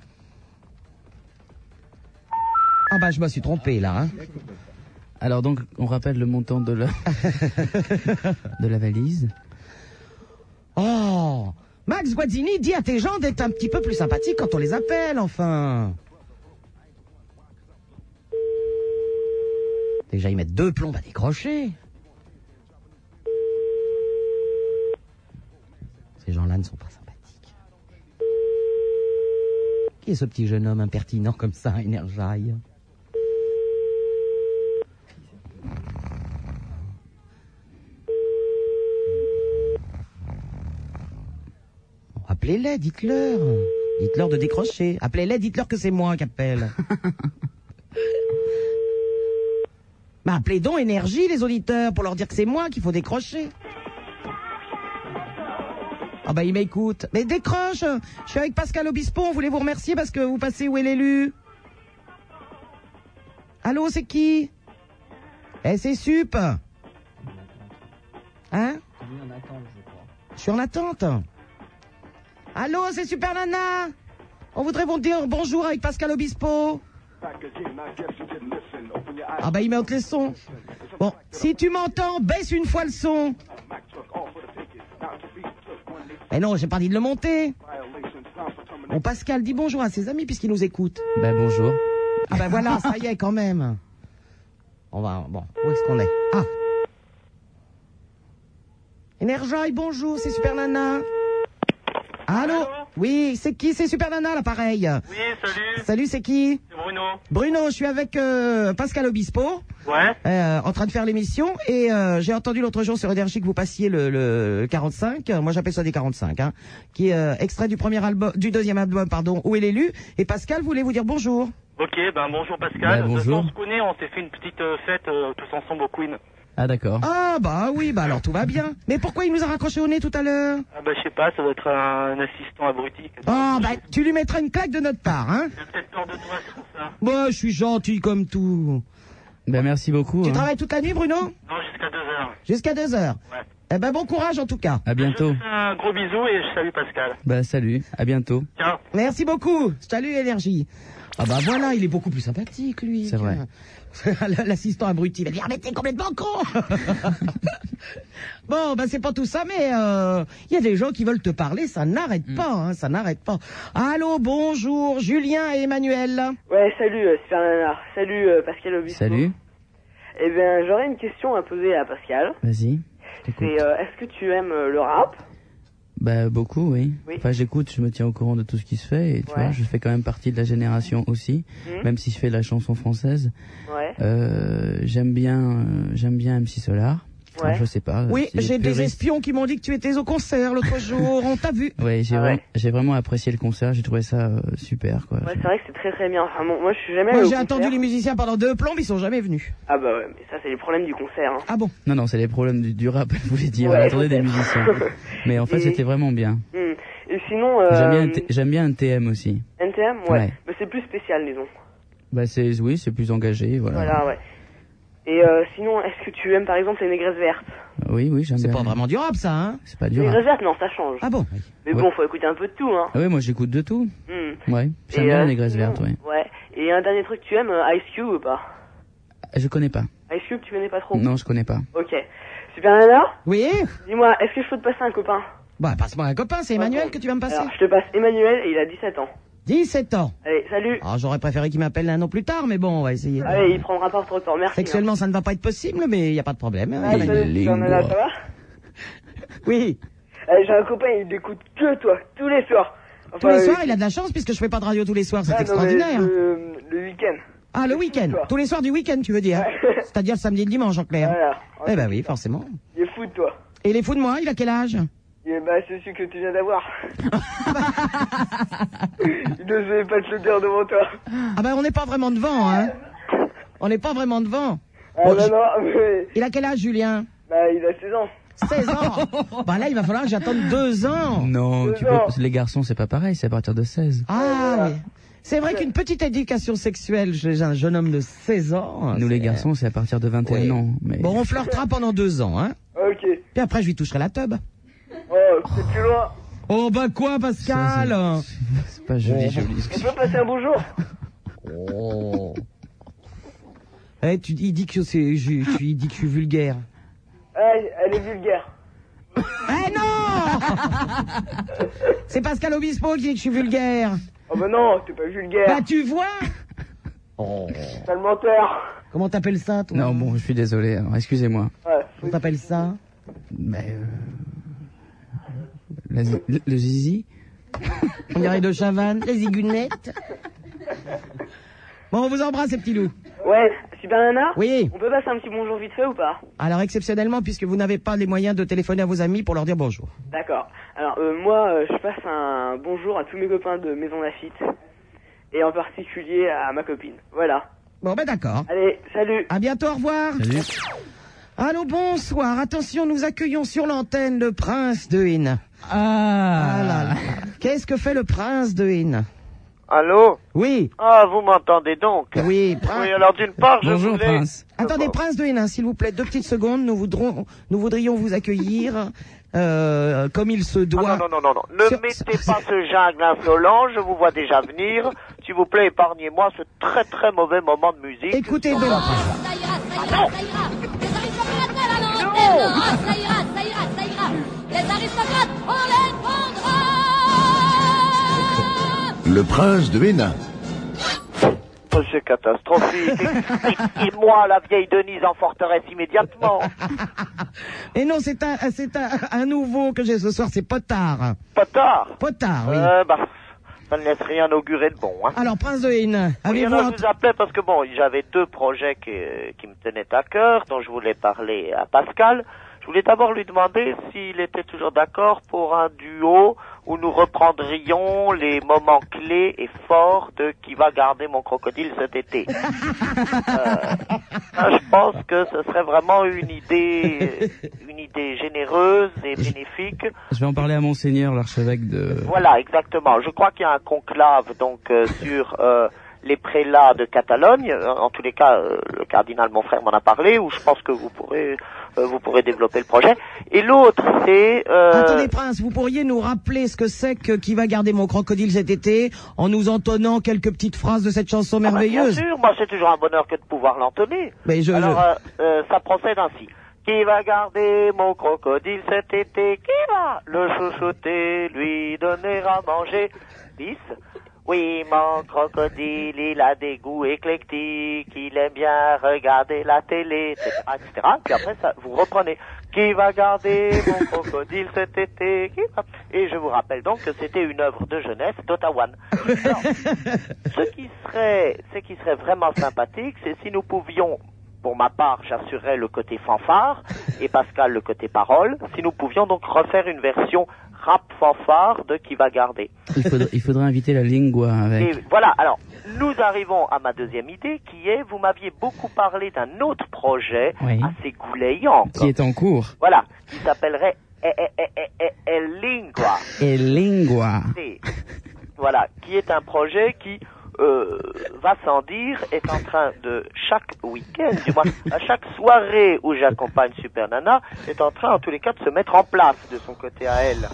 Speaker 11: Ah bah, je me suis trompé là. hein.
Speaker 4: Alors donc, on rappelle le montant de la, de la valise.
Speaker 11: Oh Max Guazzini dit à tes gens d'être un petit peu plus sympathiques quand on les appelle, enfin Déjà, ils mettent deux plombs bah, à décrocher. Ces gens-là ne sont pas sympathiques. Qui est ce petit jeune homme impertinent comme ça, énergaille Appelez-les, dites-leur. Dites-leur de décrocher. Appelez-les, dites-leur que c'est moi qui appelle. bah, appelez donc énergie, les auditeurs, pour leur dire que c'est moi qu'il faut décrocher. Ah bah, ils m'écoutent. Mais décroche Je suis avec Pascal Obispo, on voulait vous remercier parce que vous passez où est l'élu. Allô, c'est qui Eh, c'est Sup Hein Je suis en attente. Allô, c'est Super Nana On voudrait vous dire bonjour avec Pascal Obispo. Ah bah il met les sons. Bon, si tu m'entends, baisse une fois le son. Mais Eh non, j'ai pas dit de le monter. Bon, Pascal dit bonjour à ses amis puisqu'ils nous écoutent.
Speaker 4: Ben bonjour.
Speaker 11: Ah ben voilà, ça y est quand même. On va, bon, où est-ce qu'on est Ah Energy, bonjour, c'est Super Nana. Allô Oui, c'est qui C'est Super Nana, l'appareil.
Speaker 23: Oui, salut.
Speaker 11: Salut, c'est qui
Speaker 23: C'est Bruno.
Speaker 11: Bruno, je suis avec euh, Pascal Obispo.
Speaker 23: Ouais.
Speaker 11: Euh, en train de faire l'émission et euh, j'ai entendu l'autre jour sur Énergie que vous passiez le, le 45. euh, Moi, j'appelle ça des 45, hein, qui est euh, extrait du premier album, du deuxième album, pardon, où est l'élu. Et Pascal voulait vous dire bonjour.
Speaker 23: Ok, ben bonjour Pascal.
Speaker 11: Ouais, bonjour.
Speaker 23: De toute façon, on se connaît, on s'est fait une petite euh, fête euh, tous ensemble au Queen.
Speaker 9: Ah d'accord.
Speaker 11: Ah bah oui, bah alors tout va bien. Mais pourquoi il nous a raccroché au nez tout à l'heure
Speaker 23: Ah ben je sais pas, ça doit être un assistant abruti.
Speaker 11: Oh bah tu lui mettras une claque de notre part, hein
Speaker 23: J'ai peut-être peur de toi, c'est pour ça.
Speaker 11: Moi, je suis gentil comme tout.
Speaker 9: Ben merci beaucoup.
Speaker 11: Tu
Speaker 9: hein.
Speaker 11: travailles toute la nuit, Bruno
Speaker 23: Non, jusqu'à 2 heures.
Speaker 11: Jusqu'à 2 heures. Eh ben bon courage en tout cas.
Speaker 9: À bientôt.
Speaker 23: Je te fais un gros bisou et je salue Pascal.
Speaker 9: Ben salut, à bientôt.
Speaker 11: Merci beaucoup. Salut Énergie. Ah bah voilà, il est beaucoup plus sympathique lui.
Speaker 9: C'est vrai.
Speaker 11: que- L'assistant abruti va dire ah, mais t'es complètement con. bon bah c'est pas tout ça mais euh, il y a des gens qui veulent te parler, ça
Speaker 9: Mm.
Speaker 11: n'arrête pas, hein, ça n'arrête pas. Allô, bonjour Julien et Emmanuel.
Speaker 1: Ouais, salut, euh, Super Nana. Salut, euh, Pascal Obispo.
Speaker 9: Salut.
Speaker 1: Eh bien, j'aurais une question à poser à Pascal.
Speaker 9: Vas-y.
Speaker 1: C'est euh, est-ce que tu aimes euh, le rap
Speaker 9: Ben beaucoup, oui.
Speaker 1: Oui.
Speaker 9: Enfin j'écoute, je me tiens au courant de tout ce qui se fait et tu
Speaker 1: Ouais.
Speaker 9: vois, je fais quand même partie de la génération aussi,
Speaker 1: Mhm.
Speaker 9: même si je fais de la chanson française.
Speaker 1: Ouais.
Speaker 9: Euh, j'aime bien, euh, j'aime bien MC Solar. Enfin, je sais pas.
Speaker 11: Oui,
Speaker 9: c'est
Speaker 11: j'ai Ah, des
Speaker 9: puriste.
Speaker 11: espions qui m'ont dit que tu étais au concert l'autre jour, on t'a vu.
Speaker 9: Ouais,
Speaker 1: Ah
Speaker 9: j'ai vraiment, j'ai vraiment apprécié le concert, j'ai trouvé ça euh, super quoi.
Speaker 1: Ouais, c'est vrai que c'est très très bien. Enfin, bon, moi, je suis jamais
Speaker 11: Moi
Speaker 1: allé au
Speaker 11: j'ai
Speaker 1: concert.
Speaker 11: attendu les musiciens pendant deux plombes, ils sont jamais venus.
Speaker 1: Ah bah ouais, mais ça, c'est les problèmes du concert. hein.
Speaker 11: Ah bon
Speaker 9: Non non, c'est les problèmes du, du rap, je voulais dire.
Speaker 1: Ouais,
Speaker 9: On attendait des
Speaker 1: peut-être.
Speaker 9: musiciens. Mais en fait,
Speaker 1: Et-
Speaker 9: c'était vraiment bien.
Speaker 11: Ah.
Speaker 1: Hmm. Et sinon, euh,
Speaker 9: J'aime bien, un T- j'aime bien un TM aussi.
Speaker 1: NTM, ouais.
Speaker 9: Ouais.
Speaker 1: Mais c'est plus spécial, disons.
Speaker 9: Bah c'est, oui, c'est plus engagé, voilà.
Speaker 1: Voilà, ouais. Et euh, sinon, est-ce que tu aimes par exemple les négresses vertes
Speaker 9: Oui, oui, j'aime bien. C'est pas
Speaker 11: vraiment du rap, ça, hein
Speaker 9: C'est pas
Speaker 1: Les
Speaker 9: du rap.
Speaker 1: négresses vertes, non, ça change.
Speaker 11: Ah bon
Speaker 1: Mais
Speaker 9: Ouais.
Speaker 1: bon, faut écouter un peu de tout, hein.
Speaker 9: Ah oui, moi j'écoute de tout.
Speaker 1: Hmm.
Speaker 9: Ouais, j'aime
Speaker 1: Et,
Speaker 9: bien
Speaker 1: euh,
Speaker 9: les graisses vertes, ouais.
Speaker 1: Ouais. Et un dernier truc, tu aimes euh, Ice Cube ou pas
Speaker 9: Je connais pas.
Speaker 1: Ice Cube, tu connais pas trop
Speaker 9: Non, je connais pas.
Speaker 1: Ok. Super Nana
Speaker 11: Oui
Speaker 1: Dis-moi, est-ce que je peux te passer un copain
Speaker 11: Bah passe-moi un copain, c'est Emmanuel que tu vas me passer.
Speaker 1: Alors, je te passe Emmanuel et il a 17 ans.
Speaker 11: 17 ans.
Speaker 1: Allez, salut.
Speaker 11: Ah, j'aurais préféré qu'il m'appelle un an plus tard, mais bon, on va essayer.
Speaker 1: Allez, il prendra pas trop de temps, merci. hein.
Speaker 11: Sexuellement, ça ne va pas être possible, mais il n'y a pas de problème. hein,
Speaker 1: Ah, salut,
Speaker 11: Emmanuel.
Speaker 1: Super Nana, ça va
Speaker 11: Oui.
Speaker 1: Euh, J'ai un copain, il n'écoute que toi, tous les soirs. Ah,
Speaker 11: Tous
Speaker 1: euh,
Speaker 11: les soirs, il a de la chance puisque je fais pas de radio tous les soirs, c'est extraordinaire.
Speaker 1: le, le week-end.
Speaker 11: Ah, le week-end. Tous les soirs du week-end, tu veux dire. C'est-à-dire le samedi et le dimanche, en clair. Eh ben oui, forcément.
Speaker 1: Il est fou de toi.
Speaker 11: Et il est fou de moi, il a quel âge
Speaker 1: Et bah, c'est celui que tu viens d'avoir. il n'osait pas te le dire devant toi.
Speaker 11: Ah ben, on n'est pas vraiment devant, hein. On n'est pas vraiment devant.
Speaker 1: Ah,
Speaker 11: Bon,
Speaker 1: non,
Speaker 11: je-
Speaker 1: non, mais-
Speaker 11: Il a quel âge, Julien
Speaker 1: Bah, il a 16 ans.
Speaker 11: 16 ans Bah là, il va falloir que j'attende deux ans
Speaker 9: Non,
Speaker 11: Deux
Speaker 9: tu
Speaker 11: ans.
Speaker 9: peux... les garçons, c'est pas pareil, c'est à partir de 16.
Speaker 11: Ah oui C'est vrai qu'une petite éducation sexuelle chez un jeune homme de 16 ans...
Speaker 9: Nous, les
Speaker 11: Ah, c'est-
Speaker 9: garçons, c'est à partir de 21 ans. Mais...
Speaker 11: Bon, on flirtera pendant deux ans, hein
Speaker 1: Ok.
Speaker 11: Puis après, je lui toucherai la teub.
Speaker 1: Oh, c'est plus loin.
Speaker 11: Oh bah quoi, Pascal
Speaker 9: C'est pas joli, joli.
Speaker 1: On peut passer un bonjour
Speaker 11: Oh. Eh, tu dis il dit que c'est, je- tu il dit que je suis vulgaire.
Speaker 1: Ouais, Ah, elle est vulgaire.
Speaker 11: Eh non C'est Pascal Obispo qui dit que je suis vulgaire.
Speaker 1: Oh bah non, t'es pas vulgaire.
Speaker 11: Bah tu vois
Speaker 1: T'as le menteur.
Speaker 11: Comment t'appelles ça, toi
Speaker 9: Non, bon, je suis désolé, alors, excusez-moi.
Speaker 1: Ouais.
Speaker 11: On t'appelle ça
Speaker 9: Mais. euh, la zi- Le, le zizi
Speaker 11: On dirait de Chavannes, les igunettes. Bon, on vous embrasse, ces petits loups.
Speaker 1: Ouais, super nana
Speaker 11: Oui.
Speaker 1: On peut passer un petit bonjour vite fait ou pas
Speaker 11: Alors, exceptionnellement, puisque vous n'avez pas les moyens de téléphoner à vos amis pour leur dire bonjour.
Speaker 1: D'accord. Alors euh, moi, euh, je passe un bonjour à tous mes copains de Maison Lafitte. Et en particulier à ma copine. Voilà.
Speaker 11: Bon, ben d'accord.
Speaker 1: Allez, salut.
Speaker 11: À bientôt, au revoir. Allô, bonsoir. Attention, nous accueillons sur l'antenne le prince de Hine. Ah, là là. Qu'est-ce que fait le prince de Hine
Speaker 24: Allô
Speaker 11: Oui.
Speaker 24: Ah, vous m'entendez donc
Speaker 11: Oui, prince.
Speaker 24: Oui, alors d'une part, je voulais...
Speaker 11: Attendez, prince de Hénin, s'il vous plaît, deux petites secondes. Nous, voudrons, nous voudrions vous accueillir euh, comme il se doit.
Speaker 24: Non, non, non, non. Ne
Speaker 11: Sur-
Speaker 24: mettez pas ce jungle insolent, je vous vois déjà venir. S'il vous plaît, épargnez-moi ce très très mauvais moment de musique.
Speaker 11: Écoutez donc.
Speaker 25: ça ira, ça ira, ça ira. Les aristocrates, on les prendra.
Speaker 6: Le prince de Hénin.
Speaker 24: Oh, c'est catastrophique. Et moi, la vieille Denise en forteresse immédiatement.
Speaker 11: Et non, c'est un, c'est un, un nouveau que j'ai ce soir, c'est Potard.
Speaker 24: Potard
Speaker 11: Potard, oui.
Speaker 24: Euh, bah, ça ne laisse rien augurer de bon. Hein.
Speaker 11: Alors, Prince de Hénin,
Speaker 24: Oui,
Speaker 11: avez-vous
Speaker 24: alors,
Speaker 11: ent-
Speaker 24: je vous appelais parce que bon, j'avais deux projets qui, euh, qui me tenaient à cœur, dont je voulais parler à Pascal. Je voulais d'abord lui demander s'il était toujours d'accord pour un duo où nous reprendrions les moments clés et forts de qui va garder mon crocodile cet été. Euh, ça, je pense que ce serait vraiment une idée, une idée généreuse et bénéfique.
Speaker 9: Je vais en parler à Monseigneur, l'archevêque de.
Speaker 24: Voilà, exactement. Je crois qu'il y a un conclave donc euh, sur euh, les prélats de Catalogne. Euh, En tous les cas, euh, le cardinal, mon frère, m'en a parlé. Où je pense que vous pourrez, euh, vous pourrez développer le projet. Et l'autre, c'est euh,
Speaker 11: Attendez, Prince, vous pourriez nous rappeler ce que c'est que qui va garder mon crocodile cet été en nous entonnant quelques petites phrases de cette chanson
Speaker 24: Ah bah,
Speaker 11: merveilleuse
Speaker 24: Bien sûr, moi c'est toujours un bonheur que de pouvoir l'entonner.
Speaker 11: Mais je-
Speaker 24: Alors,
Speaker 11: je-
Speaker 24: euh, euh, ça procède ainsi. Qui va garder mon crocodile cet été Qui va le chouchouter, lui donner à manger Bis. Oui, mon crocodile, il a des goûts éclectiques, il aime bien regarder la télé, etc. etc. Puis après, ça, vous reprenez. Qui va garder mon crocodile cet été Qui va Et je vous rappelle donc que c'était une œuvre de jeunesse d'Ottawa. Ce qui serait, ce qui serait vraiment sympathique, c'est si nous pouvions, pour ma part, j'assurerais le côté fanfare et Pascal le côté parole, si nous pouvions donc refaire une version rap fanfare de qui va garder.
Speaker 9: Il faudrait, il faudrait inviter la lingua
Speaker 24: Et
Speaker 9: avec.
Speaker 24: voilà, alors, nous arrivons à ma deuxième idée qui est, vous m'aviez beaucoup parlé d'un autre projet
Speaker 9: Oui.
Speaker 24: assez goulayant.
Speaker 9: Qui est en cours.
Speaker 24: Voilà, qui s'appellerait Eh, eh, eh, eh, eh, eh, Lingua.
Speaker 9: Et lingua.
Speaker 24: Et voilà, qui est un projet qui euh, va sans dire est en train de chaque week-end, du moins à chaque soirée où j'accompagne Super Nana, est en train en tous les cas de se mettre en place de son côté à elle.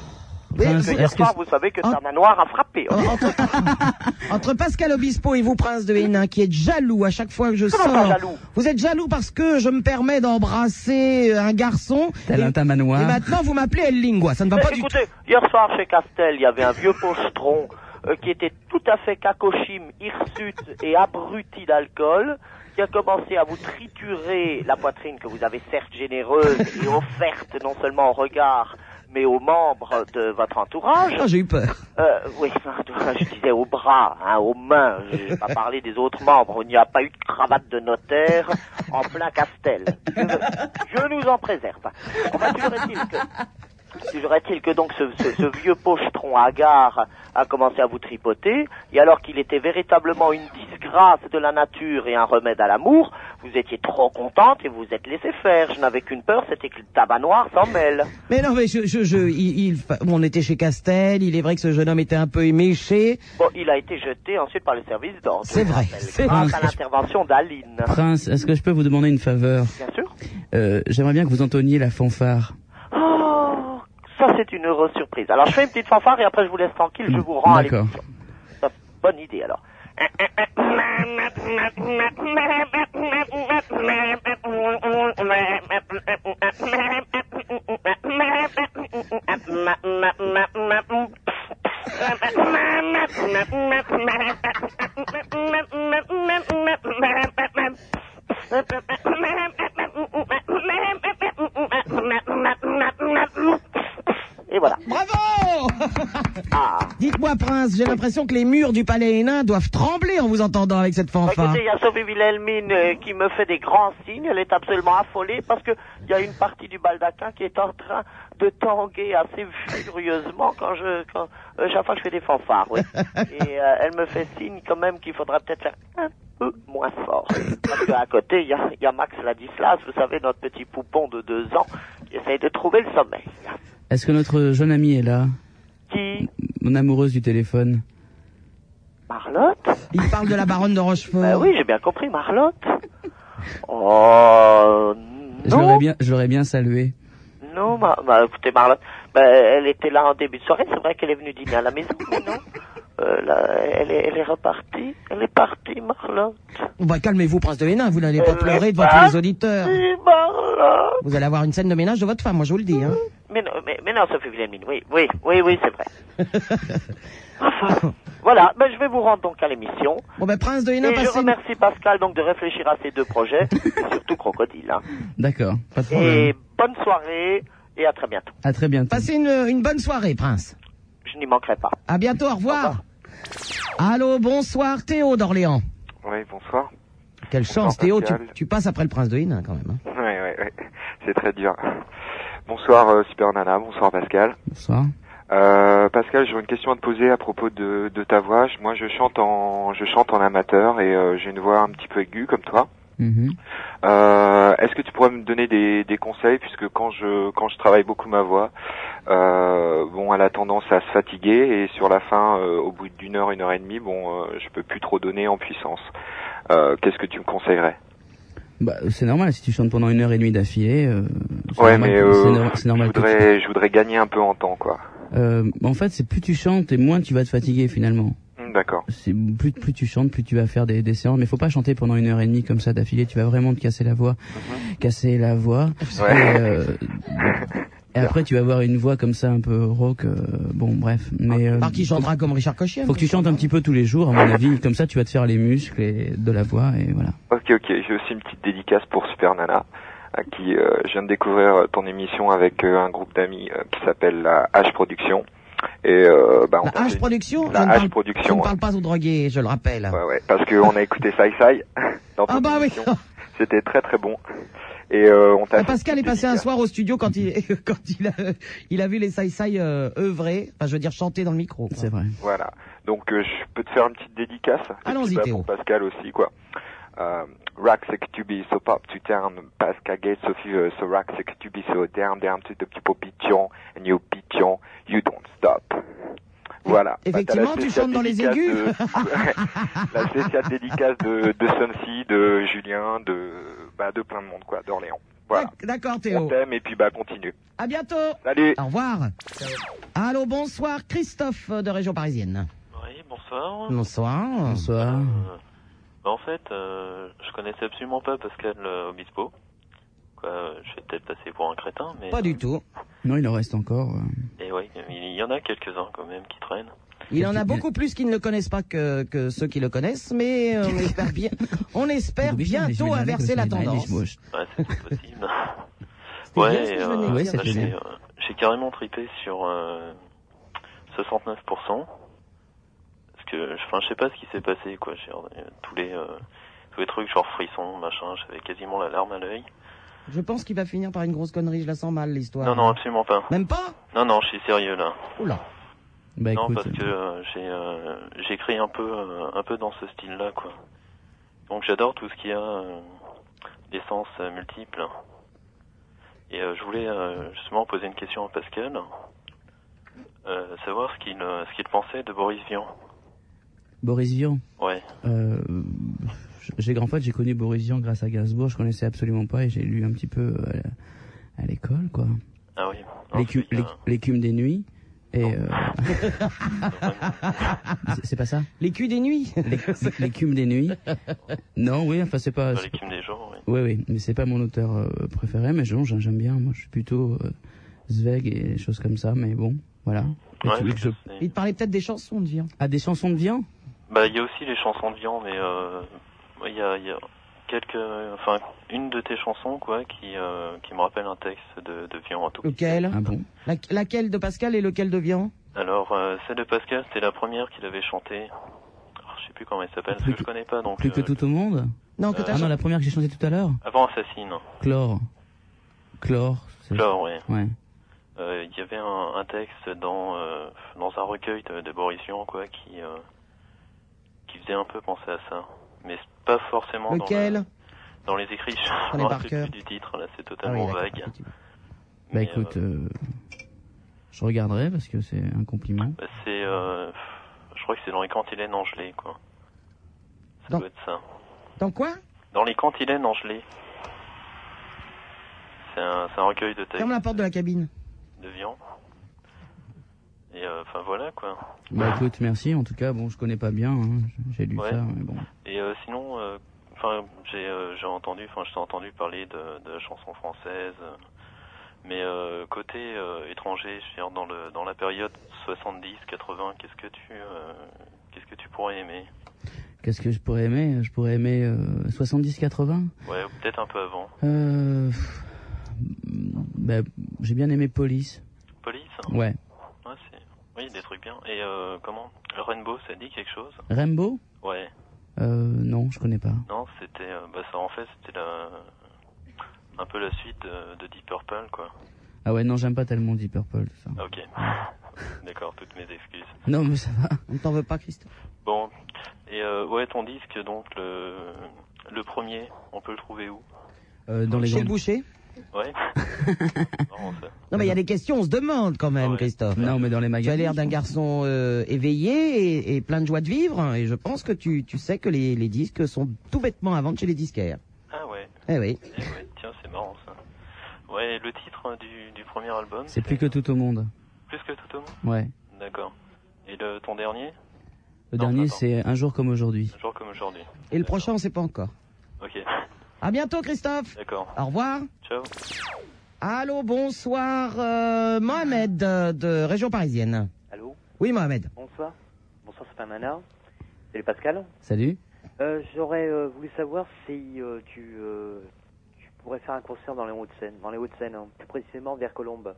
Speaker 11: Oui,
Speaker 24: Parce que
Speaker 11: Ben, est-ce
Speaker 24: hier
Speaker 11: que- Ah.
Speaker 24: soir, vous savez que Sarna Noir a frappé.
Speaker 11: Entre Pascal Obispo et vous, Prince de Hénin, qui êtes jaloux à chaque fois que je
Speaker 24: Comment
Speaker 11: sors.
Speaker 24: ça, jaloux
Speaker 11: vous êtes jaloux parce que je me permets d'embrasser euh, un garçon.
Speaker 9: Tel un tamanoir.
Speaker 11: Et maintenant, vous m'appelez El Lingua. Ça ne va pas du tout.
Speaker 24: Écoutez, hier soir chez Castel, il y avait un vieux pochetron euh, qui était tout à fait cacochime, hirsute et abruti d'alcool, qui a commencé à vous triturer la poitrine que vous avez certes généreuse et offerte non seulement au regard, mais aux membres de votre entourage.
Speaker 11: Ah, j'ai eu peur.
Speaker 24: Euh, oui, pardon, je disais aux bras, hein, aux mains. Je n'ai pas parlé des autres membres. Il n'y a pas eu de cravate de notaire en plein castel. Je, je nous en préserve. Enfin, toujours-est-il que, toujours-est-il que donc ce, ce- ce vieux pochetron hagard a commencé à vous tripoter, et alors qu'il était véritablement une disgrâce de la nature et un remède à l'amour, vous étiez trop contente et vous vous êtes laissé faire. Je n'avais qu'une peur, c'était que le tabac noir s'en mêle.
Speaker 11: Mais non, mais je, je, je il, il- on était chez Castel. Il est vrai que ce jeune homme était un peu éméché.
Speaker 24: Bon, il a été jeté ensuite par les services d'ordre.
Speaker 11: C'est
Speaker 24: je
Speaker 11: vrai,
Speaker 24: rappelle,
Speaker 11: c'est
Speaker 24: grâce
Speaker 9: vrai.
Speaker 24: à l'intervention d'Aline.
Speaker 9: Prince, est-ce que je peux vous demander une faveur
Speaker 24: Bien sûr.
Speaker 9: Euh, J'aimerais bien que vous entonniez la fanfare.
Speaker 24: Oh, ça c'est une heureuse surprise. Alors je fais une petite fanfare et après je vous laisse tranquille, je vous rends à
Speaker 9: D'accord.
Speaker 24: l'émission. Ça, Bonne idée alors. Et voilà.
Speaker 11: Bravo Dites-moi, Prince, j'ai l'impression que les murs du palais Hénin doivent trembler en vous entendant avec cette fanfare.
Speaker 24: Bah, Écoutez, il y a Sophie Wilhelmine euh, qui me fait des grands signes. Elle est absolument affolée parce que il y a une partie du baldaquin qui est en train de tanguer assez furieusement quand je, quand, euh, chaque fois que je fais des fanfares, oui. Et euh, elle me fait signe quand même qu'il faudra peut-être faire un peu moins fort. Parce qu'à côté, il y a, il y a Max Ladislas, vous savez, notre petit poupon de deux ans, qui essaye de trouver le sommeil.
Speaker 9: Est-ce que notre jeune amie est là
Speaker 24: Qui
Speaker 9: Mon amoureuse du téléphone.
Speaker 24: Marlotte
Speaker 11: Il parle de la baronne de Rochefort.
Speaker 24: Ben oui, j'ai bien compris, Marlotte.
Speaker 5: Euh,
Speaker 24: Oh,
Speaker 9: Je l'aurais bien, je l'aurais bien saluée.
Speaker 24: Non, ma, ma- écoutez, Marlotte, ben, elle était là en début de soirée. C'est vrai qu'elle est venue dîner à la maison, mais non. Euh, là, elle, est, elle est repartie. Elle est partie, Marlotte.
Speaker 11: Bon, bah, calmez-vous, Prince de Hénin, vous n'allez pas
Speaker 24: Euh,
Speaker 11: pleurer devant tous
Speaker 24: parti,
Speaker 11: les auditeurs.
Speaker 24: Marlotte.
Speaker 11: Vous allez avoir une scène de ménage de votre femme, moi je vous le dis. Hein.
Speaker 24: Mais non, mais, mais non, Sophie Wilhelmine, oui, oui, oui, oui, c'est vrai. Enfin, Voilà, ben, je vais vous rendre donc à l'émission.
Speaker 11: Bon, ben, Prince de
Speaker 24: Et
Speaker 11: Hénin,
Speaker 24: je
Speaker 11: passez.
Speaker 24: remercie Pascal donc de réfléchir à ces deux projets, et surtout Crocodile. hein.
Speaker 9: D'accord, pas de problème.
Speaker 24: Et bonne soirée et à très bientôt.
Speaker 9: À très bientôt.
Speaker 11: Passez une, une bonne soirée, Prince.
Speaker 24: Je n'y manquerai pas.
Speaker 11: À bientôt, au revoir. Allô, bonsoir, Théo d'Orléans.
Speaker 5: Oui, bonsoir.
Speaker 11: Quelle chance, Théo, tu,
Speaker 5: Pascal.
Speaker 11: tu passes après le Prince de Hénin, quand même. hein.
Speaker 5: Oui, oui, oui. C'est très dur. Bonsoir euh, Super Nana, bonsoir Pascal.
Speaker 9: Bonsoir.
Speaker 5: Euh, Pascal, j'ai une question à te poser à propos de, de ta voix. Je- Moi, je chante en je chante en amateur et euh, j'ai une voix un petit peu aiguë comme toi. Euh, Est-ce que tu pourrais me donner des, des conseils puisque quand je quand je travaille beaucoup ma voix, euh, bon, elle a tendance à se fatiguer et sur la fin, euh, au bout d'une heure, une heure et demie, bon, euh, je peux plus trop donner en puissance. Euh, Qu'est-ce que tu me conseillerais
Speaker 9: Bah, c'est normal, si tu chantes pendant une heure et demie d'affilée, euh, c'est
Speaker 5: Ouais,
Speaker 9: normal
Speaker 5: mais
Speaker 9: que- c'est
Speaker 5: euh,
Speaker 9: nor- c'est normal
Speaker 5: je
Speaker 9: que tu-
Speaker 5: voudrais je voudrais gagner un peu en temps, quoi.
Speaker 9: Euh, en fait, c'est plus tu chantes et moins tu vas te fatiguer finalement.
Speaker 5: Hmm, D'accord.
Speaker 9: C'est plus, plus tu chantes, plus tu vas faire des, des séances. Mais faut pas chanter pendant une heure et demie comme ça d'affilée. Tu vas vraiment te casser la voix, casser la voix.
Speaker 5: Mm-hmm. Ouais.
Speaker 9: Et, euh, et après, tu vas avoir une voix comme ça un peu rock. euh, bon, bref. Mais euh,
Speaker 11: Ah, Par qui chantera comme Richard Cochier
Speaker 9: faut que tu chantes un petit peu tous les jours, à mon avis. Comme ça, tu vas te faire les muscles et de la voix et voilà.
Speaker 5: Ok, ok. J'ai aussi une petite dédicace pour Super Nana, à qui euh, je viens de découvrir euh, ton émission avec euh, un groupe d'amis euh, qui s'appelle la H Production. Et euh, bah, on a
Speaker 11: La H
Speaker 5: fait-
Speaker 11: Production
Speaker 5: La
Speaker 11: je ne
Speaker 5: H
Speaker 11: parle-
Speaker 5: Production,
Speaker 11: Je ne
Speaker 5: ouais.
Speaker 11: parle pas aux drogués, je le rappelle.
Speaker 5: Ouais, ouais, parce qu'on a écouté Sai Sai dans ton
Speaker 11: Ah bah oui. Bah,
Speaker 5: émission. C'était très très bon. Et euh, on t'a fait-
Speaker 11: Pascal est passé un soir au studio quand il quand il a il a vu les Sai Sai euh, œuvrer, enfin je veux dire chanter dans le micro. C'est
Speaker 9: vrai.
Speaker 5: Voilà. Donc euh, je peux te faire une petite dédicace.
Speaker 11: Allons-y,
Speaker 5: Bah,
Speaker 11: Théo.
Speaker 5: Pour Pascal aussi, quoi. Euh, rock c'est que tu be so pop to town, Pascal Gay, so fever, so rock c'est que tu be so down, down to the people pigeon, and you pigeon, you don't stop. Voilà. Bah, t'as la
Speaker 11: Effectivement, tu
Speaker 5: spéciale
Speaker 11: chantes dans les
Speaker 5: dédicace
Speaker 11: aigus.
Speaker 5: de- la spéciale dédicace de, de Suncy, de Julien, de, bah, de plein de monde, quoi, d'Orléans. Voilà.
Speaker 11: D'accord
Speaker 5: On
Speaker 11: Théo.
Speaker 5: t'aime et puis bah continue.
Speaker 11: À bientôt.
Speaker 5: Salut.
Speaker 11: Au revoir. Allô, bonsoir Christophe euh, de région parisienne.
Speaker 10: Oui, bonsoir.
Speaker 11: Bonsoir.
Speaker 9: Bonsoir.
Speaker 10: Bah, en fait, euh, je connaissais absolument pas Pascal euh, Obispo. Quoi, euh, je vais peut-être passer pour un crétin, mais...
Speaker 9: Pas
Speaker 11: du tout.
Speaker 9: Non, il en reste encore. euh.
Speaker 10: Et oui, il y en a quelques-uns quand même qui traînent.
Speaker 11: Il en a beaucoup plus qui ne le connaissent pas que, que ceux qui le connaissent, mais euh, on espère bien, on espère bientôt inverser la tendance.
Speaker 10: Ouais, c'est pas possible.
Speaker 11: Ah, C'est bien
Speaker 10: ouais,
Speaker 11: ce que je
Speaker 10: euh,
Speaker 11: venais de Ouais, dire. c'était
Speaker 10: j'ai,
Speaker 11: bien.
Speaker 10: euh, j'ai carrément tripé sur euh, 69%. Parce que, enfin, je sais pas ce qui s'est passé, quoi. J'ai, euh, tous les... euh, tous les trucs genre frissons, machin, j'avais quasiment la larme à l'œil.
Speaker 11: Je pense qu'il va finir par une grosse connerie, je la sens mal l'histoire.
Speaker 10: Non, non, absolument pas.
Speaker 11: Même pas
Speaker 10: Non, non, je suis sérieux là.
Speaker 11: Oula.
Speaker 10: non, parce que euh, j'ai euh, j'écris un peu euh, un peu dans ce style-là, quoi. Donc j'adore tout ce qui a euh, des sens euh, multiples. Et euh, je voulais euh, justement poser une question à Pascal, euh, savoir ce qu'il euh, ce qu'il pensait de Boris Vian.
Speaker 9: Boris Vian.
Speaker 10: Ouais.
Speaker 9: Euh, j'ai grand fait, j'ai connu Boris Vian grâce à Gainsbourg. Je connaissais absolument pas et j'ai lu un petit peu euh, à l'école, quoi.
Speaker 10: Ah oui.
Speaker 9: L'écu- l'éc- L'écume des nuits. Et euh, C'est- c'est pas ça
Speaker 11: L'écume des nuits
Speaker 9: L'éc- L'écume des nuits Non, oui, enfin c'est pas... c'est-
Speaker 10: L'écume des gens, oui.
Speaker 9: Oui, oui, mais c'est pas mon auteur euh, préféré, mais je- non, j'aime j'aime bien. Moi, je suis plutôt euh, Zweig et des choses comme ça, mais bon, voilà. Et tu veux que je-
Speaker 11: Il te parlait peut-être des chansons de Vian.
Speaker 9: Ah, des chansons de Vian
Speaker 10: Bah il y a aussi les chansons de Vian, mais euh, il y a, il y a quelques, enfin une de tes chansons, quoi, qui euh, qui me rappelle un texte de de Vian en tout.
Speaker 11: Lequel
Speaker 9: Ah bon
Speaker 11: La- Laquelle de Pascal et lequel de Vian
Speaker 10: Alors, euh, celle de Pascal, c'était la première qu'il avait chantée. Alors, je sais plus comment elle s'appelle, parce que je connais pas donc.
Speaker 9: Plus que
Speaker 10: euh,
Speaker 9: tout au monde
Speaker 11: Non,
Speaker 10: que t'as
Speaker 9: Ah non,
Speaker 10: chanté.
Speaker 9: la première que j'ai chantée tout à l'heure
Speaker 10: Avant Assassine.
Speaker 9: Chlore. Chlore. c'est-
Speaker 10: Chlore, ouais.
Speaker 9: Ouais.
Speaker 10: Euh, Il y avait un, un texte dans euh, dans un recueil de, de Boris Vian, quoi, qui euh, qui faisait un peu penser à ça, mais c'est pas forcément dans
Speaker 11: Lequel
Speaker 10: le- dans, les écrits. Je
Speaker 11: Prenez
Speaker 10: me
Speaker 11: par
Speaker 10: rappelle
Speaker 11: cœur.
Speaker 10: plus du titre, là, c'est totalement
Speaker 9: d'accord,
Speaker 10: vague.
Speaker 9: Bah écoute, euh, je regarderai parce que c'est un compliment.
Speaker 10: Bah, c'est, euh, je crois que c'est dans les cantilènes en gelée, quoi. Ça
Speaker 11: Dans-
Speaker 10: doit être ça.
Speaker 11: Dans quoi
Speaker 10: Dans les cantilènes en gelée. C'est un, c'est un recueil de textes
Speaker 11: Ferme la porte de la cabine.
Speaker 10: de viande. Et euh, enfin voilà quoi.
Speaker 9: Bah écoute, merci. En tout cas, bon, je connais pas bien. hein, J'ai lu
Speaker 10: Ouais.
Speaker 9: ça, mais bon.
Speaker 10: Et euh, sinon, euh, enfin j'ai euh, j'ai entendu, enfin je t'ai entendu parler de, de chansons françaises, euh, mais euh, côté euh, étranger, je veux dire dans le dans la période 70-80, qu'est-ce que tu euh, qu'est-ce pourrais aimer
Speaker 9: Qu'est-ce que je pourrais aimer Je pourrais aimer euh, 70-80
Speaker 10: Ouais, ou peut-être un peu avant.
Speaker 9: euh, pff, ben, J'ai bien aimé Police.
Speaker 10: Police hein?
Speaker 9: Ouais.
Speaker 10: Ouais, c'est... Oui, des trucs bien. Et euh, comment Rainbow, ça dit quelque chose
Speaker 9: Rainbow
Speaker 10: Ouais.
Speaker 9: euh, Non, je connais pas.
Speaker 10: Non, c'était... euh, bah, ça, en fait, c'était la... un peu la suite de, de Deep Purple, quoi.
Speaker 9: Ah ouais, non, j'aime pas tellement Deep Purple, tout ça.
Speaker 10: Ah, Ok. D'accord, toutes mes excuses.
Speaker 9: Non, mais ça va. On t'en veut pas, Christophe
Speaker 10: Bon. Et euh, ouais, ton disque, donc, le, le premier, on peut le trouver où
Speaker 9: euh, dans les
Speaker 11: Chez le
Speaker 9: grandes-
Speaker 11: boucher
Speaker 10: Ouais. Marrant, ça.
Speaker 11: Non, mais il y a des questions, on se demande quand même, Christophe.
Speaker 9: Non, mais dans les
Speaker 11: Tu as l'air d'un garçon euh, éveillé et, et plein de joie de vivre, et je pense que tu, tu sais que les, les disques sont tout bêtement à vendre chez les disquaires.
Speaker 10: Ah ouais.
Speaker 11: Eh oui.
Speaker 10: Eh ouais, tiens, c'est marrant, ça. Ouais, le titre euh, du, du premier album
Speaker 9: C'est plus que tout au monde.
Speaker 10: Plus que tout au monde
Speaker 9: Ouais.
Speaker 10: D'accord. Et le, ton dernier
Speaker 9: Le dernier, c'est Un jour comme aujourd'hui.
Speaker 10: Un jour comme aujourd'hui.
Speaker 11: Et le prochain, on sait pas encore.
Speaker 10: Ok.
Speaker 11: À bientôt, Christophe.
Speaker 10: D'accord.
Speaker 11: Au revoir.
Speaker 10: Ciao.
Speaker 11: Allô, bonsoir, euh, Mohamed euh, de région parisienne.
Speaker 14: Allô
Speaker 11: Oui, Mohamed.
Speaker 14: Bonsoir. Bonsoir, c'est pas Mana. Salut Pascal.
Speaker 9: Salut.
Speaker 14: Euh, J'aurais euh, voulu savoir si euh, tu, euh, tu pourrais faire un concert dans les Hauts-de-Seine, dans les Hauts-de-Seine, hein, plus précisément vers Colombes.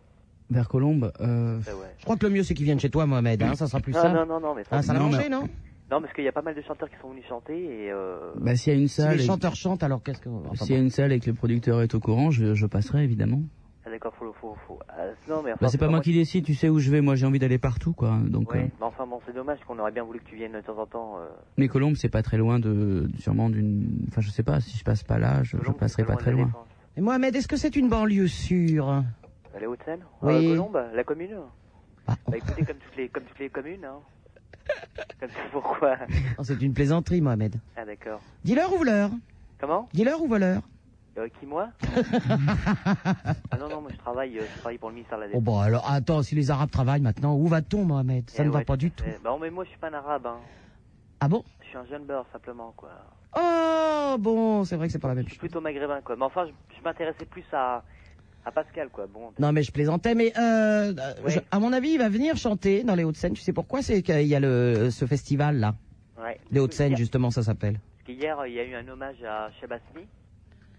Speaker 9: Vers Colombe, euh,
Speaker 14: Eh ouais.
Speaker 11: Je crois que le mieux, c'est qu'ils viennent chez toi,
Speaker 9: Eh
Speaker 11: Mohamed.
Speaker 9: ben,
Speaker 11: Hein, ça sera plus
Speaker 14: non,
Speaker 11: simple.
Speaker 14: Non, non, non, mais
Speaker 11: Ah, ça l'a
Speaker 9: Non,
Speaker 11: mangé,
Speaker 9: mais-
Speaker 11: non
Speaker 14: Non, parce qu'il y a pas mal de chanteurs qui sont venus chanter et. Euh...
Speaker 9: bah, s'il y a une
Speaker 11: Si
Speaker 9: salle.
Speaker 11: les
Speaker 9: et-
Speaker 11: chanteurs chantent, alors qu'est-ce que... enfin,
Speaker 9: S'il y a une salle et que le producteur est au courant, je, je passerai évidemment.
Speaker 14: Ah, D'accord, faut le faut, faut. Ah, non, mais. enfin,
Speaker 9: Bah, c'est pas moi qui décide, tu sais où je vais. Moi, j'ai envie d'aller partout, quoi. Donc,
Speaker 14: Ouais,
Speaker 9: euh,
Speaker 14: mais enfin bon, c'est dommage qu'on aurait bien voulu que tu viennes de temps en temps. euh,
Speaker 9: mais Colombe, c'est pas très loin de, sûrement d'une. Enfin, je sais pas. Si je passe pas là, je, je passerai pas très loin.
Speaker 11: Et Mohamed, est-ce que c'est une banlieue sûre
Speaker 14: Dans les Hauts-de-Seine
Speaker 11: Oui.
Speaker 14: Euh, Colombes, la commune Bah écoutez, comme toutes les, comme toutes les communes, hein. Comme c'est pourquoi
Speaker 11: Non, C'est une plaisanterie, Mohamed.
Speaker 14: Ah d'accord.
Speaker 11: Dealer ou voleur
Speaker 14: Comment
Speaker 11: Dealer ou voleur
Speaker 14: Euh, qui moi Ah non non, moi je travaille, euh, je travaille pour le ministère de la
Speaker 11: Oh
Speaker 14: Défense.
Speaker 11: bon, alors attends, si les Arabes travaillent maintenant, où va-t-on, Mohamed Ça
Speaker 14: Eh
Speaker 11: ne va
Speaker 14: ouais,
Speaker 11: pas du
Speaker 14: à
Speaker 11: tout.
Speaker 14: fait. Bah non, mais moi je suis pas un arabe, hein.
Speaker 11: Ah bon
Speaker 14: Je suis un jeune beurre simplement quoi.
Speaker 11: Oh bon, c'est vrai que c'est pas la même
Speaker 14: Je suis
Speaker 11: chose.
Speaker 14: plutôt maghrébin quoi. Mais enfin, je, je m'intéressais plus à à Pascal quoi. Bon.
Speaker 11: Non mais je plaisantais, mais euh,
Speaker 14: Ouais.
Speaker 11: je- à mon avis, il va venir chanter dans les Hauts-de-Seine. Tu sais pourquoi C'est qu'il y a le, ce festival là.
Speaker 14: Ouais.
Speaker 11: Les Hauts-de-Seine,
Speaker 14: Hier-
Speaker 11: justement, ça s'appelle.
Speaker 14: Parce qu'hier euh, il y a eu un hommage à Shabasmi.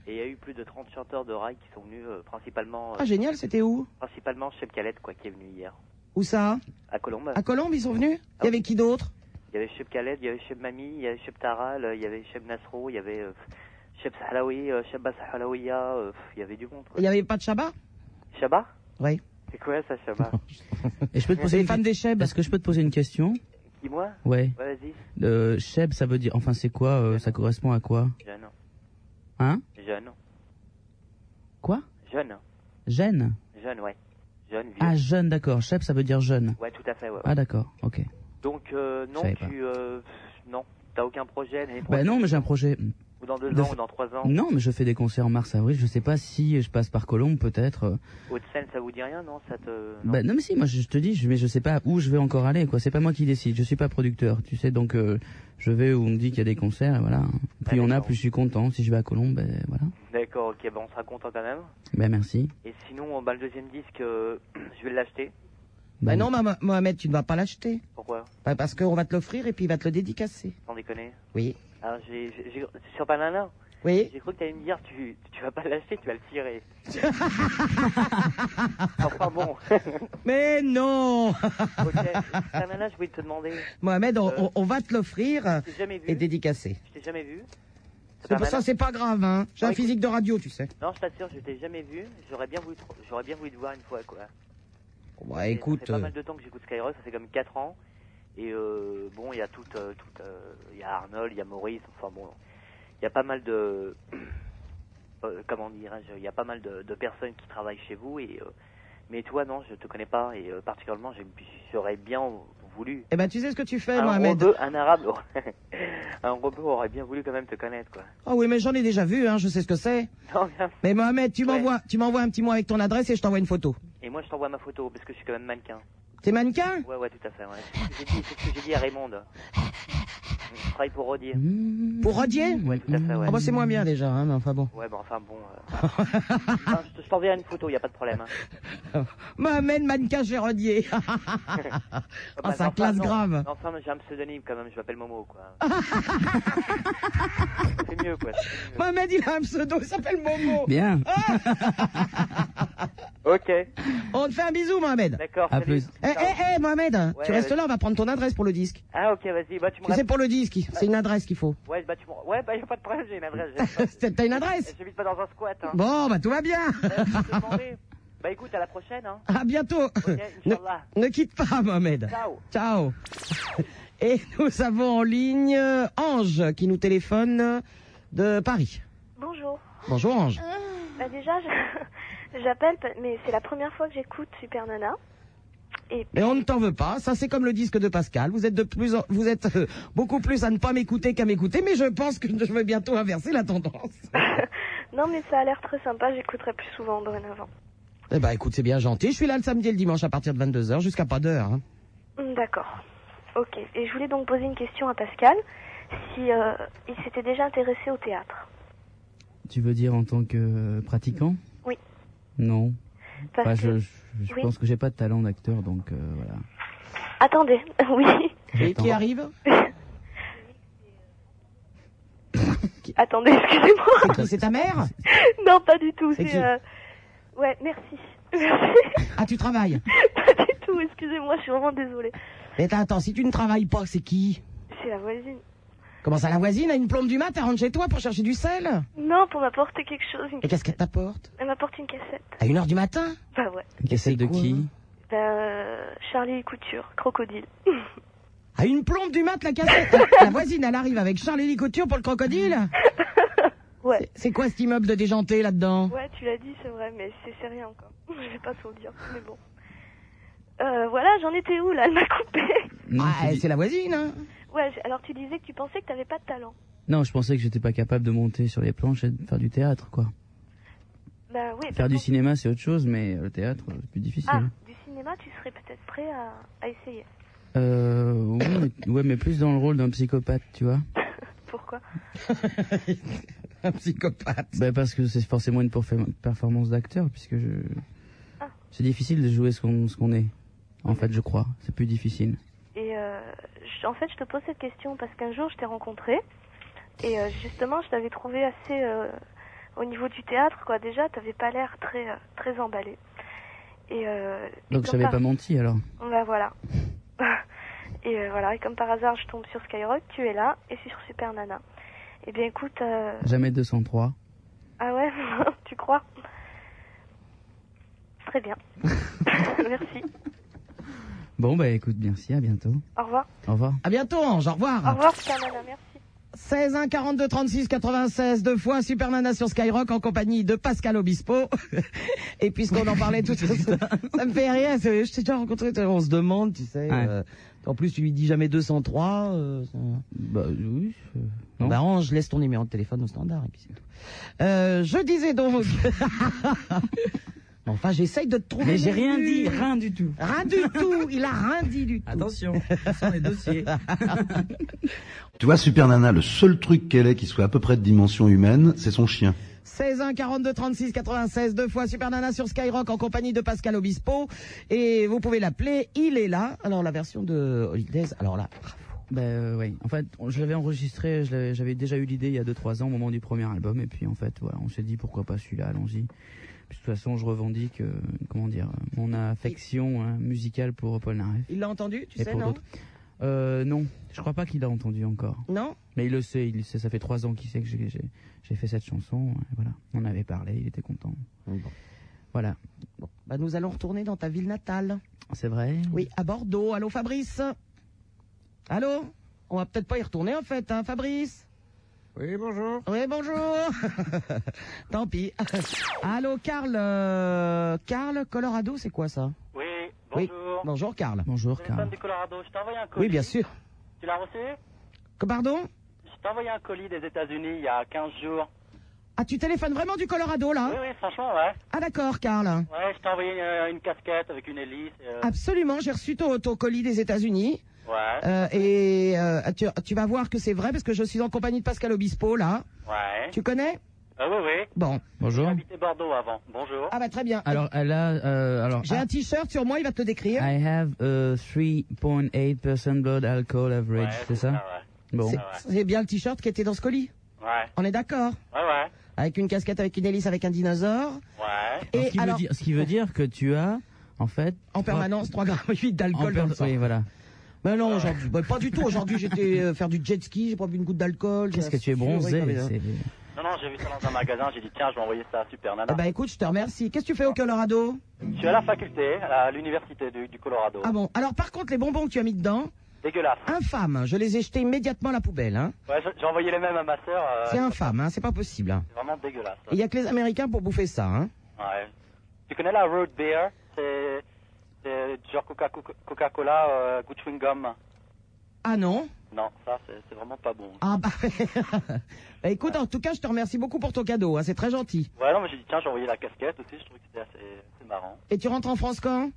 Speaker 14: Et il y a eu plus de 30 chanteurs de rail qui sont venus euh, principalement. euh,
Speaker 11: Ah génial, c'était où
Speaker 14: Principalement Cheb Khaled quoi qui est venu hier.
Speaker 11: Où ça
Speaker 14: À Colombes.
Speaker 11: À Colombe, ils sont venus Il
Speaker 14: Ah.
Speaker 11: y avait qui d'autre
Speaker 14: Il y avait Cheb Khaled, il y avait Cheb Mami, il y avait Cheb Taral, euh, il y avait Cheb Nasro, il y avait euh, Cheb Sahlawi, euh, Cheb Bassahalawiya, euh, pff, il y avait du monde.
Speaker 11: Il n'y avait pas de Chabat
Speaker 14: Shabba
Speaker 11: Oui.
Speaker 14: C'est quoi ça, Shabba
Speaker 9: Et je peux te poser
Speaker 14: Les
Speaker 9: une
Speaker 14: femmes
Speaker 9: des Est-ce que je peux te poser une question
Speaker 14: Qui, moi
Speaker 9: Ouais.
Speaker 14: Vas-y.
Speaker 9: Euh, Cheb, ça veut dire. Enfin, c'est quoi euh, Ça correspond à quoi
Speaker 14: Jeune.
Speaker 9: Hein
Speaker 14: Jeune.
Speaker 9: Quoi
Speaker 14: Jeune.
Speaker 9: Gêne
Speaker 14: Jeune, ouais. Jeune, vieux.
Speaker 9: Ah, jeune, d'accord. Cheb, ça veut dire jeune.
Speaker 14: Ouais, tout à fait, ouais. ouais.
Speaker 9: Ah, d'accord, ok.
Speaker 14: Donc, euh, non,
Speaker 9: Je savais
Speaker 14: tu. Euh, pff, non, t'as aucun projet l'année
Speaker 9: Bah
Speaker 14: prochaine,
Speaker 9: non, mais j'ai un projet.
Speaker 14: Ou dans deux
Speaker 9: de
Speaker 14: ans,
Speaker 9: f-
Speaker 14: ou dans trois ans
Speaker 9: Non, mais je fais des concerts en mars-avril. Je sais pas si je passe par Colombe, peut-être. euh,
Speaker 14: Haute-Seine, ça vous dit rien, non Ça
Speaker 25: euh,
Speaker 14: te.
Speaker 9: Bah,
Speaker 11: Ben,
Speaker 9: non mais si, moi je je te dis, je, mais je sais pas où je vais encore aller, quoi. C'est pas moi qui décide, je suis pas producteur, tu sais. Donc euh, je vais où on me dit qu'il y a des concerts, et voilà. Plus il y en a, plus je suis content. Si je vais à Colombe, ben, voilà.
Speaker 14: D'accord, ok, bah on sera content quand même.
Speaker 9: Ben merci.
Speaker 14: Et sinon, bah, le deuxième disque, euh, je vais l'acheter.
Speaker 11: Bah non, Mama- Mohamed, tu ne vas pas l'acheter.
Speaker 14: Pourquoi
Speaker 11: Bah, Parce qu'on va te l'offrir et puis il va te le dédicacer.
Speaker 14: Sans déconner.
Speaker 11: Oui.
Speaker 14: Alors, j'ai, j'ai- j'ai- sur Banana
Speaker 11: Oui.
Speaker 14: J'ai cru que t'allais me dire, tu, tu vas pas l'acheter, tu vas le tirer. enfin bon.
Speaker 11: Mais non
Speaker 14: ok, Banana, je voulais te demander.
Speaker 11: Mohamed, on,
Speaker 14: Euh,
Speaker 11: on- on va te l'offrir
Speaker 14: t'ai jamais vu.
Speaker 11: et dédicacer.
Speaker 14: Je t'ai jamais vu.
Speaker 11: C'est pour ça,
Speaker 14: Banana
Speaker 11: c'est pas grave, hein. J'ai
Speaker 14: Ouais,
Speaker 11: un
Speaker 14: Ah, écoute.
Speaker 11: physique de radio, tu sais.
Speaker 14: Non, je t'assure, je t'ai jamais vu. J'aurais bien voulu, te- j'aurais bien voulu te voir une fois, quoi.
Speaker 11: Bah
Speaker 14: Et
Speaker 11: écoute,
Speaker 14: Ça fait pas
Speaker 11: euh,
Speaker 14: mal de temps que j'écoute Skyrock, ça fait comme 4 ans. Et euh, bon, il y a tout, euh, tout, euh, il y a Arnold, il y a Maurice, enfin bon, il y a pas mal de, euh, comment dirais-je, il y a pas mal de, de personnes qui travaillent chez vous. Et euh, mais toi, non, je te connais pas et euh, particulièrement, j'ai- j'aurais bien voulu.
Speaker 11: eh ben tu sais ce que tu fais,
Speaker 14: un
Speaker 11: Mohamed.
Speaker 14: rebeu, Ah, un arabe, un rebeu aurait bien voulu quand même te connaître, quoi.
Speaker 11: Ah oui, mais j'en ai déjà vu, hein. Je sais ce que c'est.
Speaker 14: Non, bien.
Speaker 11: Mais Mohamed, tu m'envoies, tu m'envoies un petit mot avec ton adresse et je t'envoie une photo.
Speaker 14: Et moi, je t'envoie ma photo parce que je suis quand même mannequin.
Speaker 11: T'es mannequin
Speaker 14: Ouais, ouais, tout à fait. Ouais. C'est ce que j'ai dit, c'est ce que j'ai dit à Raymond. Je travaille pour Rodier.
Speaker 11: Hmm. Pour Rodier
Speaker 14: Ouais, tout à fait, ouais.
Speaker 11: Ah bah, c'est moins bien déjà, hein, mais enfin bon.
Speaker 14: Ouais, bon, enfin bon. euh, enfin, je te- je t'enverrai une photo, il n'y a pas de problème. hein.
Speaker 11: Mohamed Mannequin chez Rodier.
Speaker 14: Bah,
Speaker 11: Ah, ça
Speaker 14: enfin,
Speaker 11: classe
Speaker 14: non.
Speaker 11: grave.
Speaker 14: Enfin, j'ai un pseudonyme quand même, je m'appelle Momo, quoi. c'est mieux, quoi.
Speaker 11: Mohamed, il a un pseudo, il s'appelle Momo.
Speaker 9: Bien.
Speaker 14: ok.
Speaker 11: On te fait un bisou, Mohamed.
Speaker 14: D'accord.
Speaker 9: À salut. plus.
Speaker 11: Eh, eh, eh, Mohamed,
Speaker 14: Ouais,
Speaker 11: tu restes
Speaker 14: ouais.
Speaker 11: là, on va prendre ton adresse pour le disque.
Speaker 14: Ah, ok, vas-y, bah tu me
Speaker 11: Tu sais, pour le disque, c'est une adresse qu'il faut.
Speaker 14: Ouais, bah tu me... Ouais, bah y a pas de problème, j'ai une adresse. j'ai-
Speaker 11: T'as une adresse
Speaker 14: J'habite pas dans un squat, hein.
Speaker 11: Bon, bah tout va bien.
Speaker 14: Ouais, je vais te demander. bah écoute, à la prochaine, hein.
Speaker 11: À bientôt. ne,
Speaker 14: Inch'Allah.
Speaker 11: ne quitte pas, Mohamed.
Speaker 14: Ciao.
Speaker 11: Ciao. Et nous avons en ligne euh, Ange qui nous téléphone euh, de Paris.
Speaker 26: Bonjour.
Speaker 11: Bonjour Ange.
Speaker 26: Bah déjà, je- j'appelle, pa- mais c'est la première fois que j'écoute Super Nana. Et
Speaker 11: Mais on ne t'en veut pas, ça c'est comme le disque de Pascal. Vous êtes de plus, en- vous êtes euh, beaucoup plus à ne pas m'écouter qu'à m'écouter, mais je pense que je vais bientôt inverser la tendance.
Speaker 26: non, mais ça a l'air très sympa, j'écouterai plus souvent dorénavant.
Speaker 11: Eh ben écoute, c'est bien gentil. Je suis là le samedi et le dimanche à partir de 22h jusqu'à pas d'heure. hein.
Speaker 26: Hmm, D'accord. Ok. Et je voulais donc poser une question à Pascal, si euh, il s'était déjà intéressé au théâtre.
Speaker 9: Tu veux dire en tant que euh, pratiquant
Speaker 26: Oui.
Speaker 9: Non.
Speaker 26: Parce
Speaker 9: Enfin,
Speaker 26: que-
Speaker 9: je je, je
Speaker 26: Oui.
Speaker 9: pense que j'ai pas de talent d'acteur, donc euh, voilà.
Speaker 26: Attendez, oui.
Speaker 11: Et qui arrive
Speaker 26: Attendez, excusez-moi.
Speaker 11: C'est ta mère
Speaker 26: non, pas du tout.
Speaker 11: C'est
Speaker 26: C'est.
Speaker 11: qui
Speaker 26: euh, Ouais, merci.
Speaker 11: Ah, tu travailles
Speaker 26: pas du tout. Excusez-moi, je suis vraiment désolée.
Speaker 11: Mais attends, si tu ne travailles pas, c'est qui
Speaker 26: C'est la voisine.
Speaker 11: Comment ça, la voisine a une plombe du mat, elle rentre chez toi pour chercher du sel
Speaker 26: Non, pour m'apporter quelque chose. Une...
Speaker 11: Et qu'est-ce qu'elle t'apporte
Speaker 26: Elle m'apporte une cassette.
Speaker 11: À une heure du matin
Speaker 26: Bah ouais.
Speaker 9: Cassette de qui
Speaker 26: Bah, euh, Charlie Couture, crocodile.
Speaker 11: À une plombe du mat, la cassette Ah, La voisine, elle arrive avec Charlie Couture pour le crocodile
Speaker 26: Ouais.
Speaker 11: C'est quoi cet immeuble de déjanté là-dedans
Speaker 26: Ouais, tu l'as dit, c'est vrai, mais c'est c'est rien encore. Je vais pas trop dire, mais bon. Euh, voilà, j'en étais où là Elle m'a coupé.
Speaker 11: Ah, c'est la voisine, hein
Speaker 26: Ouais, j- alors tu disais que tu pensais que t'avais pas de talent.
Speaker 9: Non, je pensais que j'étais pas capable de monter sur les planches et de faire du théâtre, quoi.
Speaker 26: Bah oui.
Speaker 9: Faire du cinéma, c'est autre chose, mais le théâtre, euh, c'est plus difficile.
Speaker 26: Ah, du cinéma, tu serais peut-être prêt à, à essayer.
Speaker 9: Euh, oui, mais- ouais, mais plus dans le rôle d'un psychopathe, tu vois.
Speaker 26: Pourquoi
Speaker 11: Un psychopathe.
Speaker 9: Bah, parce que c'est forcément une pourfe- performance d'acteur, puisque je.
Speaker 26: Ah.
Speaker 9: C'est difficile de jouer ce qu'on ce qu'on est. En fait, je crois. C'est plus difficile.
Speaker 26: Et euh, je- en fait, je te pose cette question parce qu'un jour, je t'ai rencontré. Et euh, justement, je t'avais trouvé assez. euh, au niveau du théâtre, quoi. Déjà, t'avais pas l'air très, euh, très emballé. Et, euh, et
Speaker 9: Donc,
Speaker 26: comme
Speaker 9: j'avais
Speaker 26: par-
Speaker 9: pas menti, alors.
Speaker 26: Bah voilà. et euh, voilà, et comme par hasard, je tombe sur Skyrock, tu es là, et sur Super Nana. Eh bien écoute, euh,
Speaker 9: Jamais 203.
Speaker 26: ah ouais, tu crois Très bien. Merci.
Speaker 9: Bon, bah, écoute, merci, à bientôt.
Speaker 26: Au revoir.
Speaker 9: Au revoir.
Speaker 11: À bientôt, Ange, au revoir
Speaker 26: Au revoir, Super Nana, merci.
Speaker 11: 16 1 42 36 96 deux fois Super Nana sur Skyrock en compagnie de Pascal Obispo. Et puisqu'on en parlait tout à l'heure, ça me fait rien. c'est- Je t'ai déjà rencontré, on se demande, tu sais.
Speaker 9: Ouais.
Speaker 11: euh, en plus, tu lui dis jamais 203. euh, ça-
Speaker 9: Bah, oui. euh, non.
Speaker 11: Bah, Ange, laisse ton numéro de téléphone au standard et puis c'est tout. Euh, je disais donc. enfin, j'essaye de te trouver.
Speaker 9: Mais
Speaker 11: des
Speaker 9: j'ai rien
Speaker 11: buts.
Speaker 9: dit, rien du tout.
Speaker 11: Rien du tout. Il a rien dit du tout.
Speaker 9: Attention, ce sont les dossiers.
Speaker 6: Tu vois, Super Nana, le seul truc qu'elle ait qui soit à peu près de dimension humaine, c'est son chien.
Speaker 11: 16 1 42 36 96 deux fois Super Nana sur Skyrock en compagnie de Pascal Obispo et vous pouvez l'appeler il est là alors la version de Holidays alors là
Speaker 9: Bah euh, oui, en fait, on- je l'avais enregistré, je l'avais- j'avais déjà eu l'idée il y a 2-3 ans au moment du premier album, et puis en fait, voilà, on s'est dit pourquoi pas celui-là, allons-y. Puis, de toute façon, je revendique, euh, comment dire, euh, mon affection hein, musicale pour Paul Naref.
Speaker 11: il l'a entendu tu
Speaker 9: et
Speaker 11: sais
Speaker 9: pour
Speaker 11: non
Speaker 9: d'autres. Euh, non, je crois pas qu'il a entendu encore.
Speaker 11: non
Speaker 9: Mais il le sait, il le sait, ça fait 3 ans qu'il sait que j'ai- j'ai j'ai fait cette chanson, et voilà. On en avait parlé, il était content. Voilà,
Speaker 11: bah nous allons retourner dans ta ville natale
Speaker 9: c'est vrai.
Speaker 11: oui à Bordeaux allô Fabrice allô on va peut-être pas y retourner en fait hein Fabrice oui bonjour oui bonjour tant pis allô Carl euh, Carl Colorado c'est quoi ça
Speaker 27: Oui,
Speaker 11: Oui.
Speaker 27: bonjour.
Speaker 11: bonjour Carl
Speaker 9: bonjour
Speaker 27: Je suis fan du Colorado. Je t'ai envoyé un colis.
Speaker 11: oui bien sûr
Speaker 27: Tu l'as reçu
Speaker 11: Que- pardon
Speaker 27: Je t'ai envoyé un colis des États-Unis il y a 15 jours.
Speaker 11: Ah, tu téléphones vraiment du Colorado, Oh là
Speaker 27: Oui, oui, franchement, ouais.
Speaker 11: Ah, d'accord, Karl.
Speaker 27: Ouais, je t'ai envoyé euh, une casquette avec une hélice. euh,
Speaker 11: Absolument, j'ai reçu ton, ton colis des États-Unis.
Speaker 27: Ouais.
Speaker 11: Euh, et euh, tu, tu vas voir que c'est vrai parce que je suis en compagnie de Pascal Obispo là.
Speaker 27: Ouais.
Speaker 11: Tu connais
Speaker 27: Ah oui, oui.
Speaker 11: Bon.
Speaker 9: Bonjour.
Speaker 27: J'habitais Bordeaux avant. Bonjour.
Speaker 11: Ah bah très bien.
Speaker 9: Alors, elle a. euh, alors,
Speaker 11: j'ai un t-shirt sur moi, il va te le décrire.
Speaker 9: I have euh, 3.8% blood alcohol average, c'est ça Bon.
Speaker 11: C'est- C'est bien le t-shirt qui était dans ce colis.
Speaker 27: Ouais.
Speaker 11: On est d'accord
Speaker 27: Ouais, ouais.
Speaker 11: Avec une casquette avec une hélice avec un dinosaure.
Speaker 27: Ouais.
Speaker 11: Et
Speaker 9: ce, qui
Speaker 11: alors-
Speaker 9: veut dire, ce qui veut dire que tu as, en fait.
Speaker 11: En permanence, 3,8 d'alcool dans le sang.
Speaker 9: Oui, voilà.
Speaker 11: Mais non, aujourd'hui, bah, pas du tout. Aujourd'hui, j'étais euh, faire du jet ski, j'ai pas bu une goutte d'alcool.
Speaker 9: Qu'est-ce
Speaker 11: j'ai
Speaker 9: que tu es
Speaker 11: assuré
Speaker 9: bronzé
Speaker 11: comme une-
Speaker 9: c'est-
Speaker 27: Non, non, j'ai vu ça dans un magasin, j'ai dit tiens, je vais envoyer ça à Super Nana.
Speaker 11: Eh ben écoute, je te remercie. Qu'est-ce que tu fais au Colorado
Speaker 27: Je suis à la faculté, à l'université du, du Colorado.
Speaker 11: Ah bon. Alors par contre, les bonbons que tu as mis dedans,
Speaker 27: Dégueulasse.
Speaker 11: infâme. Je les ai jetés immédiatement à la poubelle. Hein.
Speaker 27: Ouais, je- j'ai envoyé les mêmes à ma sœur. euh,
Speaker 11: C'est infâme, hein. c'est pas possible. hein.
Speaker 27: C'est vraiment dégueulasse.
Speaker 11: Il y a que les Américains pour bouffer ça. Hein.
Speaker 27: Ouais. Tu connais la road beer C'est c'est genre Coca- Coca- Coca-Cola, euh, goût de chewing-gum.
Speaker 11: Ah non
Speaker 27: Non, ça, c'est c'est vraiment pas bon.
Speaker 11: Ah bah. Bah, écoute, en tout cas, je te remercie beaucoup pour ton cadeau. hein. C'est très gentil.
Speaker 27: Ouais, non, mais j'ai dit, tiens, j'ai envoyé la casquette aussi, je trouvais que c'était assez, assez marrant.
Speaker 11: Et tu rentres en France quand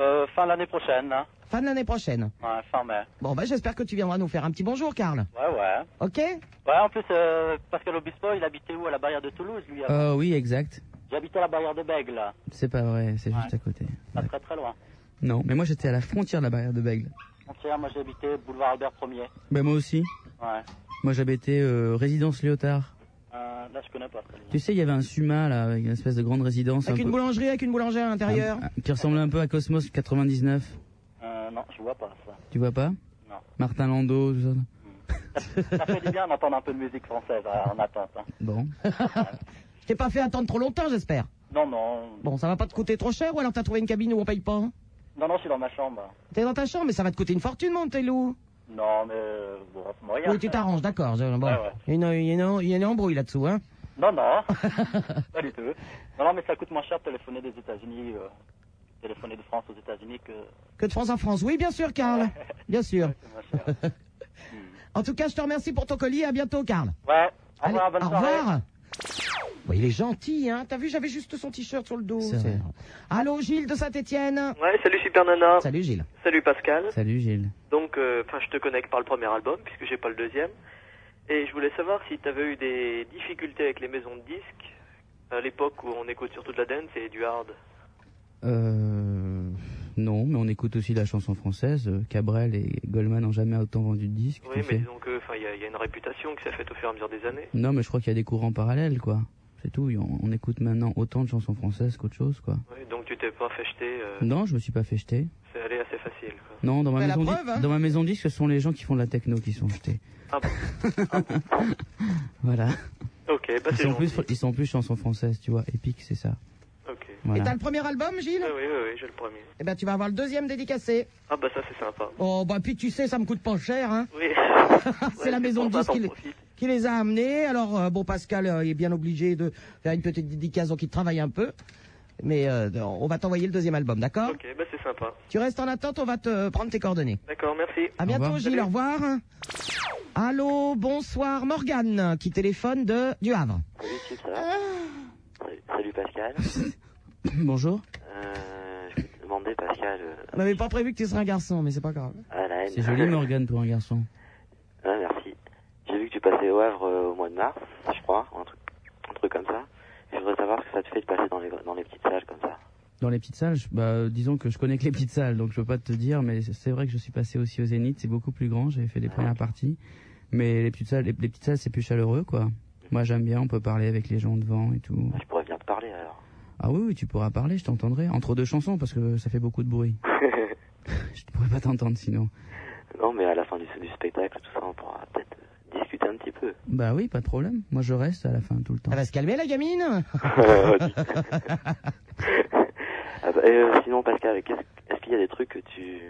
Speaker 27: Euh, fin de l'année prochaine, hein.
Speaker 11: Fin de l'année prochaine.
Speaker 27: Ouais, fin mai.
Speaker 11: Bon bah j'espère que tu viendras nous faire un petit bonjour, Karl.
Speaker 27: Ouais, ouais.
Speaker 11: Ok
Speaker 27: Ouais, en plus, euh, Pascal Obispo, il habitait où À la barrière de Toulouse, lui avant
Speaker 9: Euh, oui, exact.
Speaker 27: J'habitais à la barrière de Bègle, là.
Speaker 9: C'est pas vrai, c'est juste
Speaker 27: Ouais.
Speaker 9: à côté.
Speaker 27: Pas très très loin.
Speaker 9: Non, mais moi j'étais à la frontière de la barrière de Bègle.
Speaker 27: Donc, tiens, moi, j'habitais boulevard Albert 1er.
Speaker 9: Ben moi aussi.
Speaker 27: Ouais.
Speaker 9: Moi j'habitais euh, résidence Léotard.
Speaker 27: Euh, là, je connais pas. celle-là.
Speaker 9: Tu sais, il y avait un Suma là, avec une espèce de grande résidence.
Speaker 11: Avec
Speaker 9: un
Speaker 11: une
Speaker 9: peu- Ah
Speaker 11: boulangerie, avec une boulangère à l'intérieur.
Speaker 9: un- qui ressemblait un peu à Cosmos 99.
Speaker 27: Euh, non, je vois pas ça.
Speaker 9: Tu vois pas
Speaker 27: Non.
Speaker 9: Martin Landau, tout ça.
Speaker 27: Ça fait du bien d'entendre un peu de musique française euh, en attente. hein.
Speaker 9: Bon.
Speaker 11: je t'ai pas fait attendre trop longtemps, j'espère.
Speaker 27: Non, non.
Speaker 11: Bon, ça va pas te coûter trop cher ou alors t'as trouvé une cabine où on paye pas hein
Speaker 27: Non, non, je suis dans ma chambre.
Speaker 11: T'es dans ta chambre, mais ça va te coûter une fortune, mon petit loup.
Speaker 27: Non, mais euh, bon, c'est moyen.
Speaker 11: Oui, tu t'arranges, d'accord. je- Bon.
Speaker 27: Ouais, ouais.
Speaker 11: Il, y en a- il y en a- il y en a une embrouille là-dessous, hein.
Speaker 27: Non, non. pas du tout. Non, non, mais ça coûte moins cher de téléphoner des États-Unis, euh, téléphoner de France aux États-Unis que.
Speaker 11: Que de France en France. Oui, bien sûr, Karl. Bien sûr. en tout cas, je te remercie pour ton colis. À bientôt, Karl.
Speaker 27: Ouais. Au
Speaker 11: Allez,
Speaker 27: revoir, bonne
Speaker 11: au
Speaker 27: soirée.
Speaker 11: revoir. Bon, il est gentil, hein. T'as vu, j'avais juste son t-shirt sur le dos.
Speaker 9: C'est vrai.
Speaker 11: Allô, Gilles de Saint-Etienne.
Speaker 2: Ouais, salut Super Nana.
Speaker 11: Salut Gilles.
Speaker 2: Salut Pascal.
Speaker 9: Salut Gilles.
Speaker 2: Donc, euh, enfin, je te connecte par le premier album puisque j'ai pas le deuxième. Et je voulais savoir si tu avais eu des difficultés avec les maisons de disques à l'époque où on écoute surtout de la dance et du hard.
Speaker 9: Euh, non, mais on écoute aussi la chanson française. Euh, Cabrel et Goldman n'ont jamais autant vendu de disques.
Speaker 2: Oui,
Speaker 9: tu
Speaker 2: mais
Speaker 9: sais.
Speaker 2: disons que, enfin, il y, a- il y a une réputation qui s'est faite au fur et à mesure des années.
Speaker 9: Non, mais je crois qu'il y a des courants parallèles, quoi. C'est tout. On, on écoute maintenant autant de chansons françaises qu'autre chose, quoi.
Speaker 2: Oui, donc tu t'es pas fait jeter. euh,
Speaker 9: Non, je me suis pas fait jeter.
Speaker 2: C'est allé assez facile. quoi.
Speaker 9: Non, dans ma,
Speaker 2: Bah, la
Speaker 9: maison
Speaker 2: preuve,
Speaker 9: dis-
Speaker 2: hein.
Speaker 9: dans ma maison disque, ce sont les gens qui font de la techno qui sont jetés.
Speaker 2: Ah bon. Ah bon.
Speaker 9: Voilà.
Speaker 2: Ok, bah
Speaker 9: ils
Speaker 2: c'est
Speaker 9: sont,
Speaker 2: gentil.
Speaker 9: plus, ils sont plus chansons françaises, tu vois. Épique, c'est ça.
Speaker 2: Ok.
Speaker 9: Voilà.
Speaker 11: Et t'as le premier album, Gilles
Speaker 2: Ah oui, oui, oui, j'ai le premier.
Speaker 11: Eh ben, tu vas avoir le deuxième dédicacé.
Speaker 2: Ah bah ça c'est sympa.
Speaker 11: Oh, bah, puis tu sais, ça me coûte pas cher, hein.
Speaker 2: Oui.
Speaker 11: c'est la maison de
Speaker 2: pour ça,
Speaker 11: disques qui,
Speaker 2: t'en
Speaker 11: les- qui les a amenés. Alors, euh, bon, Pascal euh, est bien obligé de faire une petite dédicace, donc il travaille un peu. Mais euh, on va t'envoyer le deuxième album, d'accord
Speaker 2: Ok, bah c'est sympa.
Speaker 11: Tu restes en attente, on va te prendre tes coordonnées.
Speaker 2: D'accord, merci.
Speaker 11: À bientôt, Gilles, au revoir. Allô, bonsoir, Morgane, qui téléphone de du Havre.
Speaker 6: Salut Chip, ça va Salut-
Speaker 2: Ah.
Speaker 6: Salut Pascal.
Speaker 9: Bonjour.
Speaker 6: Euh, je vais te demander Pascal. euh,
Speaker 11: On n'avait pas prévu que tu serais un garçon, mais c'est pas grave.
Speaker 6: à Ah, la haine.
Speaker 9: C'est joli, Morgane, pour un garçon.
Speaker 6: Ouais, merci. J'ai vu que tu passais au Havre euh, au mois de mars, je crois, ou un truc, un truc comme ça. Je voudrais savoir ce que ça te fait de passer dans les, dans les petites salles comme ça.
Speaker 9: Dans les petites salles, je- bah, euh, disons que je connais que les petites salles, donc je peux pas te dire, mais c'est vrai que je suis passé aussi au Zénith, c'est beaucoup plus grand, j'ai fait
Speaker 6: Ah.
Speaker 9: les premières parties, mais les petites salles, les, les petites salles, c'est plus chaleureux, quoi. Moi, j'aime bien, on peut parler avec les gens devant et tout.
Speaker 6: Ah, Je pourrais venir te parler alors.
Speaker 9: Ah oui, oui, tu pourras parler, je t'entendrai entre deux chansons parce que ça fait beaucoup de bruit. Je pourrais pas t'entendre sinon.
Speaker 6: non, mais à la fin du, du spectacle, tout ça, on pourra peut-être euh, discuter un petit peu.
Speaker 9: Bah oui, pas de problème. Moi, je reste à la fin tout le temps.
Speaker 11: Elle va se calmer, la gamine
Speaker 6: Euh, dis- Ah bah, et, euh, sinon, Pascal, qu'est-ce- est-ce qu'il y a des trucs que tu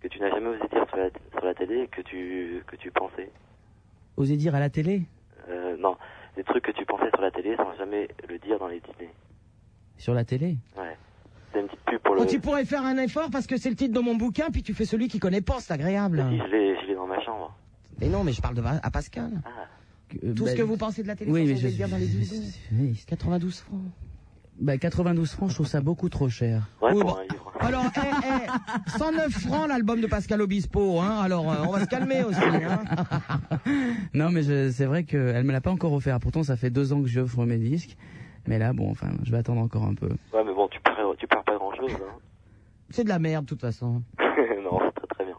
Speaker 6: que tu n'as jamais osé dire sur la, sur la télé et que tu que tu pensais
Speaker 9: Oser dire à la télé,
Speaker 6: Euh, non, des trucs que tu pensais sur la télé sans jamais le dire dans les dîners.
Speaker 9: sur la télé.
Speaker 6: Ouais. C'est une petite pub pour le.
Speaker 11: Oh, tu pourrais faire un effort parce que c'est le titre de mon bouquin, puis tu fais celui qui connaît pas, c'est agréable.
Speaker 6: Si, je l'ai, Ah. je l'ai dans ma chambre.
Speaker 11: Mais non, mais je parle de, à Pascal. Tout ce que euh, bah, vous pensez de la télé,
Speaker 9: Oui,
Speaker 11: sans
Speaker 9: mais
Speaker 11: oser
Speaker 9: je-
Speaker 11: le dire dans les bisous.
Speaker 9: 92
Speaker 11: francs.
Speaker 9: Bah 92 francs, je trouve ça beaucoup trop cher.
Speaker 6: Ouais, pour un livre.
Speaker 11: Alors, eh, eh, 109 francs l'album de Pascal Obispo, hein. Alors, euh, on va se calmer aussi, hein.
Speaker 9: Non, mais je- c'est vrai qu'elle me l'a pas encore offert. Pourtant, ça fait deux ans que j'offre mes disques. Mais là, bon, enfin, je vais attendre encore un peu.
Speaker 6: Ouais, mais bon, tu perds, tu perds pas grand chose.
Speaker 11: C'est de la merde, de toute façon.
Speaker 6: non, c'est très très bien.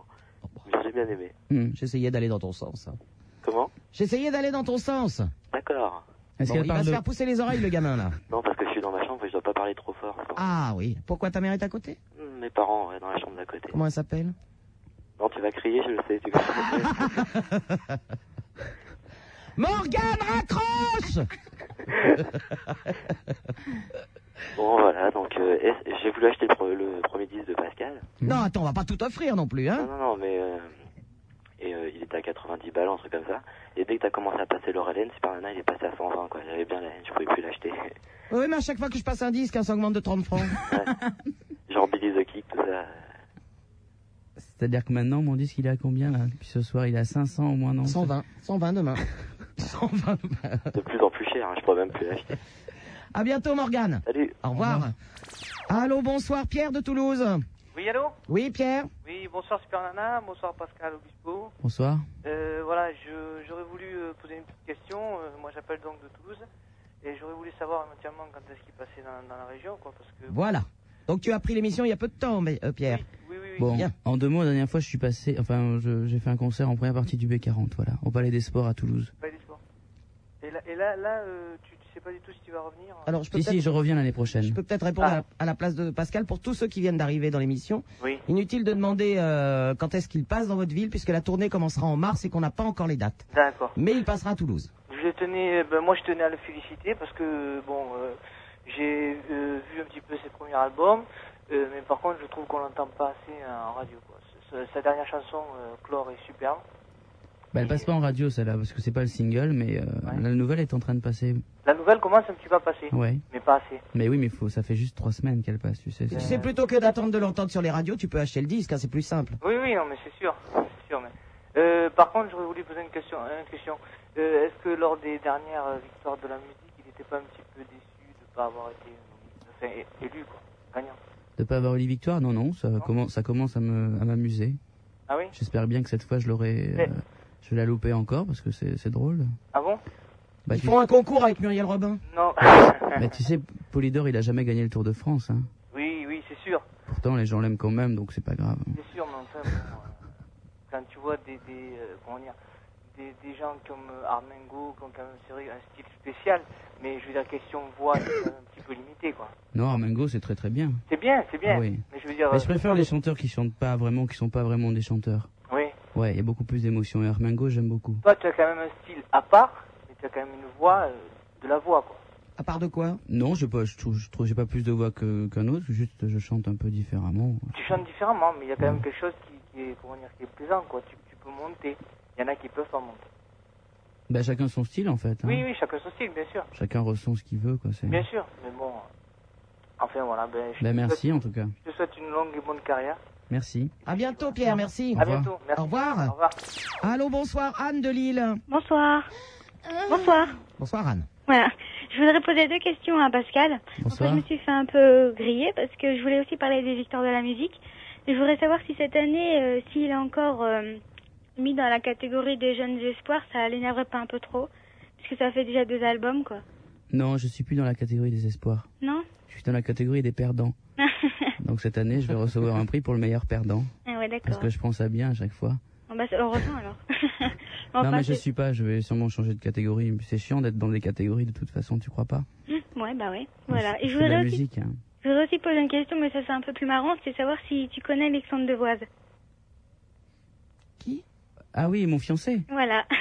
Speaker 6: Mais J'ai bien aimé.
Speaker 11: Hmm, J'essayais d'aller dans ton sens. hein.
Speaker 6: Comment
Speaker 11: J'essayais d'aller dans ton sens.
Speaker 6: D'accord.
Speaker 11: Bon, il va se faire pousser les oreilles, le gamin, là.
Speaker 6: Non, parce que je suis dans ma chambre et je dois pas parler trop fort.
Speaker 11: Ah oui. Pourquoi ta mère est à côté
Speaker 6: Mes parents, ouais, dans la chambre d'à côté.
Speaker 11: Comment elle s'appelle
Speaker 6: Non, tu vas crier, je le sais. Tu vas
Speaker 11: Morgane, raccroche
Speaker 6: Bon, voilà, donc euh, est-ce- j'ai voulu acheter le, pre- le premier disque de Pascal.
Speaker 11: Non, attends, on va pas tout offrir non plus,
Speaker 6: Non,
Speaker 11: hein.
Speaker 6: non, non, mais. euh, et euh, il était à 90 balles, un truc comme ça. Et dès que t'as commencé à passer l'Aurélien, Super Nana, il est passé à 120, quoi. J'avais bien la haine, je pouvais plus l'acheter.
Speaker 11: Oui, mais à chaque fois que je passe un disque, hein, ça augmente de 30 francs.
Speaker 6: Genre Billy the Kick, tout ça.
Speaker 9: C'est-à-dire que maintenant, mon disque, il est à combien, là Puis ce soir, il est à 500 au moins, non
Speaker 11: 120. 120 demain. 120 demain.
Speaker 6: De plus en plus cher, hein, je pourrais même plus l'acheter.
Speaker 11: À bientôt, Morgane.
Speaker 6: Salut.
Speaker 11: Au revoir. Allô, bonsoir, Pierre de Toulouse.
Speaker 28: Oui, allô
Speaker 11: Oui, Pierre.
Speaker 28: Oui, bonsoir Super Nana, bonsoir Pascal Obispo.
Speaker 9: Bonsoir.
Speaker 28: Euh, voilà, je- j'aurais voulu euh, poser une petite question. Euh, moi, j'appelle donc de Toulouse. Et j'aurais voulu savoir entièrement quand est-ce qu'il passait dans, dans la région, quoi, parce que...
Speaker 11: Voilà. Donc tu as pris l'émission il y a peu de temps, mais, euh, Pierre.
Speaker 9: Bon,
Speaker 11: Bien.
Speaker 9: en deux mots, la dernière fois, je suis passé, enfin, je- j'ai fait un concert en première partie du B40, voilà, au Palais des Sports à Toulouse.
Speaker 28: Pas du tout. Et là, et là, là, euh, tu, tu sais pas du tout si tu vas revenir. hein.
Speaker 11: Alors, je peux
Speaker 9: si, si,
Speaker 11: peut-être-
Speaker 9: je reviens l'année prochaine.
Speaker 11: Je peux peut-être répondre à la- à, la place de Pascal pour tous ceux qui viennent d'arriver dans l'émission.
Speaker 28: Oui.
Speaker 11: Inutile de demander euh, quand est-ce qu'il passe dans votre ville puisque la tournée commencera en mars et qu'on n'a pas encore les dates.
Speaker 28: D'accord.
Speaker 11: Mais il passera à Toulouse.
Speaker 28: Je tenais, ben, moi je tenais à le féliciter parce que bon, euh, j'ai euh, vu un petit peu ses premiers albums, euh, mais par contre je trouve qu'on l'entend pas assez en radio. Quoi. Ce- ce- Sa dernière chanson, euh, Chlore, est superbe.
Speaker 9: Bah, elle passe pas en radio, celle-là, parce que c'est pas le single, mais euh, la nouvelle est en train de passer.
Speaker 28: La nouvelle commence un petit peu à passer,
Speaker 9: Ouais.
Speaker 28: mais pas assez.
Speaker 9: Mais oui, mais faut, ça fait juste trois semaines qu'elle passe, tu sais.
Speaker 11: Tu sais, plutôt que d'attendre de l'entendre sur les radios, tu peux acheter le disque, hein, c'est plus simple.
Speaker 28: Oui, oui, non, mais c'est sûr, c'est sûr. Mais Euh, par contre, j'aurais voulu poser une question. Une question. Euh, Est-ce que lors des dernières euh, victoires de la musique, il n'était pas un petit peu déçu de ne pas avoir été euh, enfin, é- élu, quoi, gagnant
Speaker 9: De pas avoir eu les victoires, non, non, ça, commence, ça commence à me- à m'amuser.
Speaker 28: Ah oui
Speaker 9: J'espère bien que cette fois, je l'aurai. euh,
Speaker 28: Mais-
Speaker 9: je vais la louper encore, parce que c'est c'est drôle.
Speaker 28: Ah bon
Speaker 9: Bah,
Speaker 11: Ils
Speaker 9: tu-
Speaker 11: font un concours avec Muriel Robin.
Speaker 28: Non.
Speaker 9: bah, tu sais, Polydor, il a jamais gagné le Tour de France, hein.
Speaker 28: Oui, oui, c'est sûr.
Speaker 9: Pourtant, les gens l'aiment quand même, donc c'est pas grave.
Speaker 28: Bien sûr, mais enfin, bon, euh, quand tu vois des, des, euh, comment dire, des, des gens comme euh, Armengo, qui ont quand même c'est vrai, un style spécial, mais je veux dire, question voix, c'est quand même un petit peu limité, quoi.
Speaker 9: Non, Armengo, c'est très très bien. Ah
Speaker 28: C'est bien, c'est bien,
Speaker 9: Oui.
Speaker 28: mais je veux dire...
Speaker 9: Mais je
Speaker 28: euh,
Speaker 9: préfère les chanteurs qui chantent pas vraiment, qui sont pas vraiment des chanteurs.
Speaker 28: Oui.
Speaker 9: Ouais, il y a beaucoup plus d'émotion. Et Armengo, j'aime beaucoup.
Speaker 28: Toi, tu as quand même un style à part, mais tu as quand même une voix, euh, de la voix, quoi.
Speaker 11: À part de quoi
Speaker 9: Non, je sais pas, je trouve, je trouve, j'ai pas plus de voix que- qu'un autre. Juste, je chante un peu différemment.
Speaker 28: Tu chantes différemment, mais il y a quand même quelque chose qui, qui est, comment dire, qui est plaisant, quoi. Tu, tu peux monter. Il y en a qui peuvent pas monter.
Speaker 9: Bah, chacun son style en fait. hein.
Speaker 28: Oui, oui, chacun son style, bien sûr.
Speaker 9: Chacun ressent ce qu'il veut, quoi. c'est-
Speaker 28: Bien sûr, mais bon... Enfin, voilà, ben... je
Speaker 9: Bah,
Speaker 28: te
Speaker 9: merci
Speaker 28: souhaite-
Speaker 9: en tout cas.
Speaker 28: Je te souhaite une longue et bonne carrière.
Speaker 9: Merci.
Speaker 11: À bientôt, Pierre, merci.
Speaker 28: À bientôt, merci.
Speaker 11: Au revoir.
Speaker 28: Au revoir.
Speaker 11: Allô, bonsoir, Anne de Lille.
Speaker 29: Bonsoir. Bonsoir.
Speaker 11: Bonsoir, Anne.
Speaker 29: Voilà. Je voudrais poser deux questions à Pascal.
Speaker 11: Bonsoir.
Speaker 29: En fait, je me suis fait un peu griller parce que je voulais aussi parler des victoires de la musique. Je voudrais savoir si cette année, euh, s'il est encore euh, mis dans la catégorie des jeunes espoirs, ça l'énerverait pas un peu trop. Parce que ça fait déjà deux albums, quoi.
Speaker 9: Non, je suis plus dans la catégorie des espoirs.
Speaker 29: Non
Speaker 9: Je suis dans la catégorie des perdants. Donc cette année, je vais recevoir un prix pour le meilleur perdant.
Speaker 29: Ah ouais, d'accord.
Speaker 9: Parce que je prends ça bien à chaque fois.
Speaker 29: Bon, bah, heureusement alors.
Speaker 9: non,
Speaker 29: Enfin,
Speaker 9: mais je
Speaker 29: c'est-
Speaker 9: suis pas. Je vais sûrement changer de catégorie. C'est chiant d'être dans les catégories de toute façon. Tu crois pas
Speaker 29: Hmm, Ouais, bah ouais. Voilà. Et je
Speaker 9: C'est de la
Speaker 29: voudrais, aussi,
Speaker 9: musique. hein.
Speaker 29: je voudrais aussi poser une question, mais ça c'est un peu plus marrant, c'est savoir si tu connais Alexandre Devoise.
Speaker 9: Ah oui, mon fiancé.
Speaker 29: Voilà.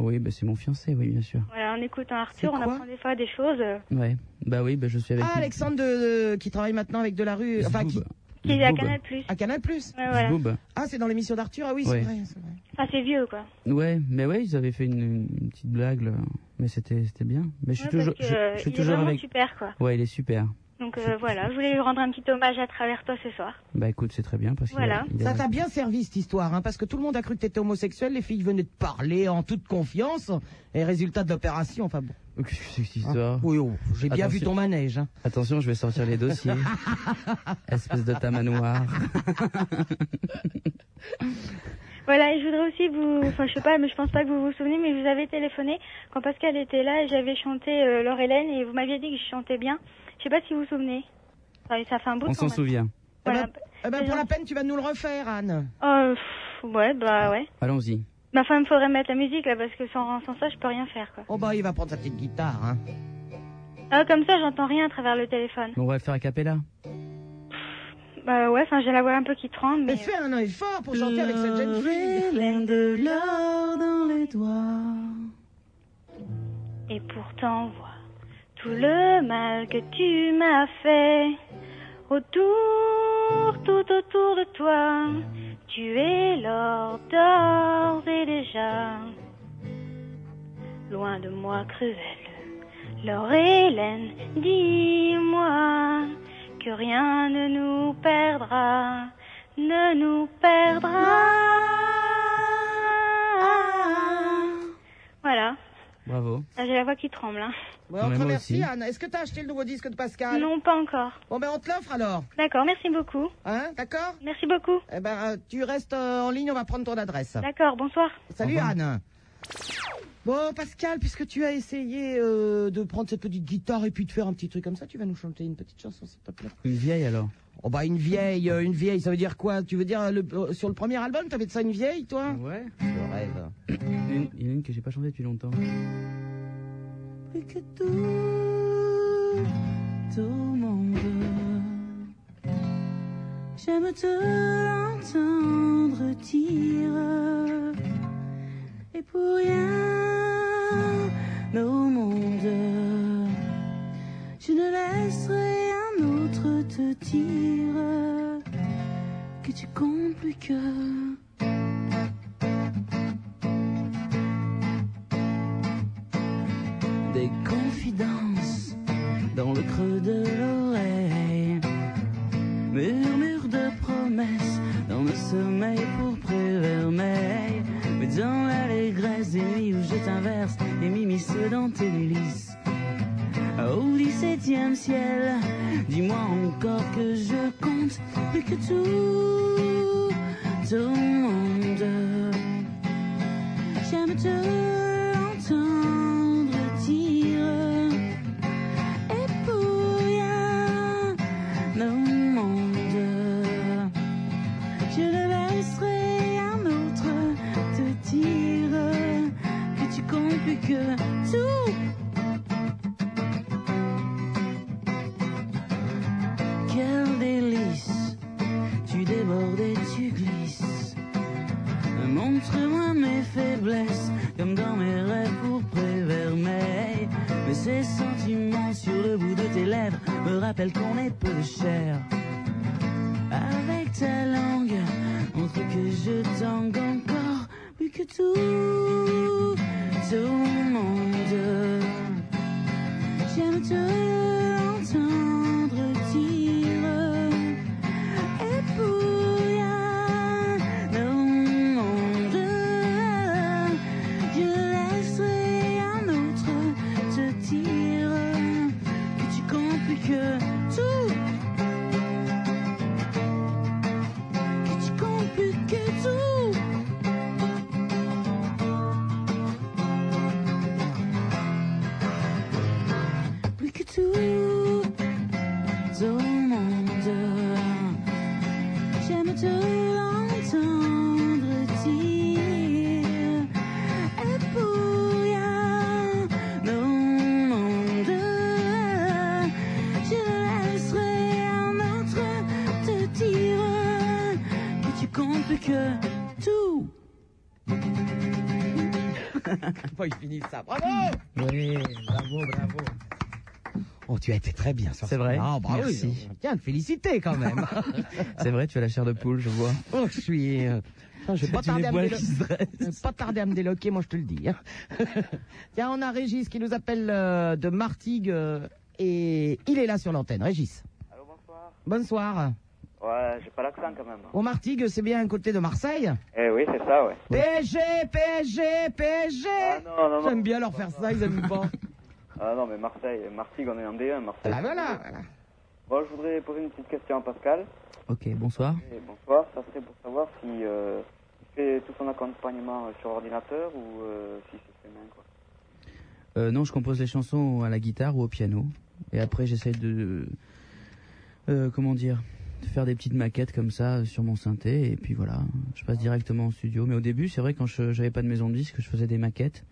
Speaker 9: Oui, bah, c'est mon fiancé, oui, bien sûr.
Speaker 29: voilà, en écoutant Arthur, on apprend des fois des choses. euh,
Speaker 9: Ouais. Bah oui, bah, je suis avec
Speaker 11: Ah,
Speaker 9: lui.
Speaker 11: Alexandre de, de- qui travaille maintenant avec Delarue. Enfin, qui.
Speaker 29: Qui est à Canal+.
Speaker 11: À Canal Plus.
Speaker 29: Ouais, voilà.
Speaker 9: Zboub.
Speaker 11: Ah, c'est dans l'émission d'Arthur. Ah oui,
Speaker 9: Ouais.
Speaker 11: c'est vrai. c'est vrai.
Speaker 29: Enfin, c'est vieux, quoi.
Speaker 9: Ouais, mais ouais, ils avaient fait une, une petite blague, là. mais c'était c'était bien. Mais je suis
Speaker 29: Ouais,
Speaker 9: toujours,
Speaker 29: parce que,
Speaker 9: je-
Speaker 29: euh,
Speaker 9: je suis
Speaker 29: il est
Speaker 9: toujours
Speaker 29: vraiment
Speaker 9: avec.
Speaker 29: super, quoi.
Speaker 9: Ouais, il est super.
Speaker 29: Donc euh, voilà, je voulais lui rendre un petit hommage à travers toi ce soir.
Speaker 9: Bah écoute, c'est très bien parce qu'il a- il a-
Speaker 11: Ça t'a bien servi cette histoire, hein, parce que tout le monde a cru que t'étais homosexuel, les filles venaient te parler en toute confiance, et résultat de l'opération, enfin bon.
Speaker 9: Qu'est-ce que c'est que cette histoire
Speaker 11: Oui, oh, j'ai bien vu
Speaker 9: Attention.
Speaker 11: ton manège. hein.
Speaker 9: Attention, je vais sortir les dossiers. Espèce de tamanoir.
Speaker 29: Voilà, et je voudrais aussi vous, enfin je sais pas, mais je pense pas que vous vous souvenez, mais je vous avez téléphoné quand Pascal était là et j'avais chanté euh, Laure Hélène et vous m'aviez dit que je chantais bien. Je sais pas si vous vous souvenez. Enfin, ça fait un bout de
Speaker 9: On
Speaker 29: temps.
Speaker 9: s'en
Speaker 29: maintenant.
Speaker 9: souvient.
Speaker 29: Voilà.
Speaker 11: Eh ben, pour la peine, tu vas nous le refaire, Anne.
Speaker 29: Euh, pff, ouais, bah ouais.
Speaker 9: Allons-y.
Speaker 29: Ma femme faudrait mettre la musique là parce que sans, sans ça je peux rien faire quoi.
Speaker 11: Oh bah il va prendre sa petite guitare. Hein.
Speaker 29: Ah, comme ça j'entends rien à travers le téléphone.
Speaker 9: On va le faire à capella.
Speaker 29: Bah ouais, enfin j'ai la voix un peu qui tremble. Mais,
Speaker 11: fais un effort pour chanter avec cette jeune
Speaker 29: fille.
Speaker 30: de l'or dans les doigts.
Speaker 29: Et pourtant vois tout le mal que tu m'as fait autour, tout autour de toi. Tu es l'or d'ores et déjà, loin de moi cruel. Laure Hélène, dis-moi que rien ne nous perdra, ne nous perdra. Voilà,
Speaker 9: Bravo.
Speaker 29: Là, j'ai la voix qui tremble. hein.
Speaker 11: Bon,
Speaker 9: Non,
Speaker 11: on
Speaker 9: mais
Speaker 11: te
Speaker 9: moi
Speaker 11: remercie,
Speaker 9: aussi.
Speaker 11: Anne. Est-ce que t'as acheté le nouveau disque de Pascal
Speaker 29: Non, pas encore.
Speaker 11: Bon, ben on te l'offre alors.
Speaker 29: D'accord, merci beaucoup.
Speaker 11: Hein, d'accord
Speaker 29: Merci beaucoup.
Speaker 11: Eh ben, euh, tu restes euh, en ligne, on va prendre ton adresse.
Speaker 29: D'accord, bonsoir.
Speaker 11: Salut
Speaker 30: Au
Speaker 9: Ah
Speaker 30: revoir.
Speaker 11: Anne. Bon, Pascal, puisque tu as essayé euh, de prendre cette petite guitare et puis de faire un petit truc comme ça, tu vas nous chanter une petite chanson, s'il te plaît.
Speaker 9: Une vieille alors
Speaker 11: Oh bah une vieille, euh, une vieille, ça veut dire quoi Tu veux dire euh, le- euh, sur le premier album, t'avais de ça une vieille, toi
Speaker 9: Ouais.
Speaker 11: Je rêve.
Speaker 9: Une- Il y en a une que j'ai pas chantée depuis longtemps.
Speaker 30: plus que tout au monde. J'aime te entendre dire, et pour rien au monde, je ne laisserai un autre te dire que tu comptes plus que. des confidences dans le creux de l'oreille. Murmure de promesses dans le sommeil pour vermeil. Mais dans l'allégresse des nuits où je t'inverse, les mimices dans tes délices. Au dix-septième ciel, dis-moi encore que je compte plus que tout au monde. J'aime te entendre dire Et pour rien au monde Je ne laisserai un autre te dire Que tu comptes plus que tout Quel délice Tu débordes et tu glisses Montre-moi mes faiblesses, comme dans mes rêves pour vermeil. Mais ces sentiments sur le bout de tes lèvres me rappellent qu'on est peu de chair. Avec ta langue, montre que je tangue encore plus que tout, tout monde. J'aime te entendre dire et pour rien au monde, je laisserai un autre te dire que tu comptes plus que tout, que tu comptes plus que tout. Plus que tout au monde. J'aime te l'entendre dire Et pour rien au monde Je laisserai un autre te dire Que tu comptes plus que tout
Speaker 11: Bon, il finit ça. Bravo Oui, bravo, bravo. Oh, tu as été très bien sur
Speaker 9: C'est vrai.
Speaker 11: Ah, bravo.
Speaker 9: Merci.
Speaker 11: Tiens, te féliciter quand même.
Speaker 9: C'est vrai, tu as la chair de poule, je vois.
Speaker 11: Oh, je suis. euh, Attends, je vais
Speaker 9: C'est
Speaker 11: pas
Speaker 9: une
Speaker 11: tarder, à me
Speaker 9: étoile
Speaker 11: délo-
Speaker 9: qui se
Speaker 11: je vais pas tarder à me déloquer, moi je te le dis. hein. Tiens, on a Régis qui nous appelle euh, de Martigues euh, et il est là sur l'antenne. Régis.
Speaker 15: Allô, bonsoir.
Speaker 11: Bonsoir.
Speaker 15: Ouais, j'ai pas l'accent quand même.
Speaker 11: Au Martigues, c'est bien un côté de Marseille
Speaker 15: Eh oui, c'est ça, ouais.
Speaker 11: PSG, PSG, PSG
Speaker 15: Ah, non, non, non.
Speaker 11: J'aime bien leur faire ça, ils aiment pas.
Speaker 31: Ah non, mais Marseille, Martigues en est un des un, Marseille.
Speaker 11: Ah voilà,
Speaker 31: Bon, je voudrais poser une petite question à Pascal.
Speaker 9: Ok, bonsoir.
Speaker 31: Et bonsoir, ça serait pour savoir si euh, il fait tout son accompagnement euh, sur ordinateur ou euh, si c'est ses mains, quoi.
Speaker 9: Euh, non, je compose les chansons à la guitare ou au piano. Et après, j'essaie de. euh, comment dire de faire des petites maquettes comme ça euh, sur mon synthé et puis voilà je passe directement en studio mais au début c'est vrai quand je j'avais pas de maison de disque je faisais des maquettes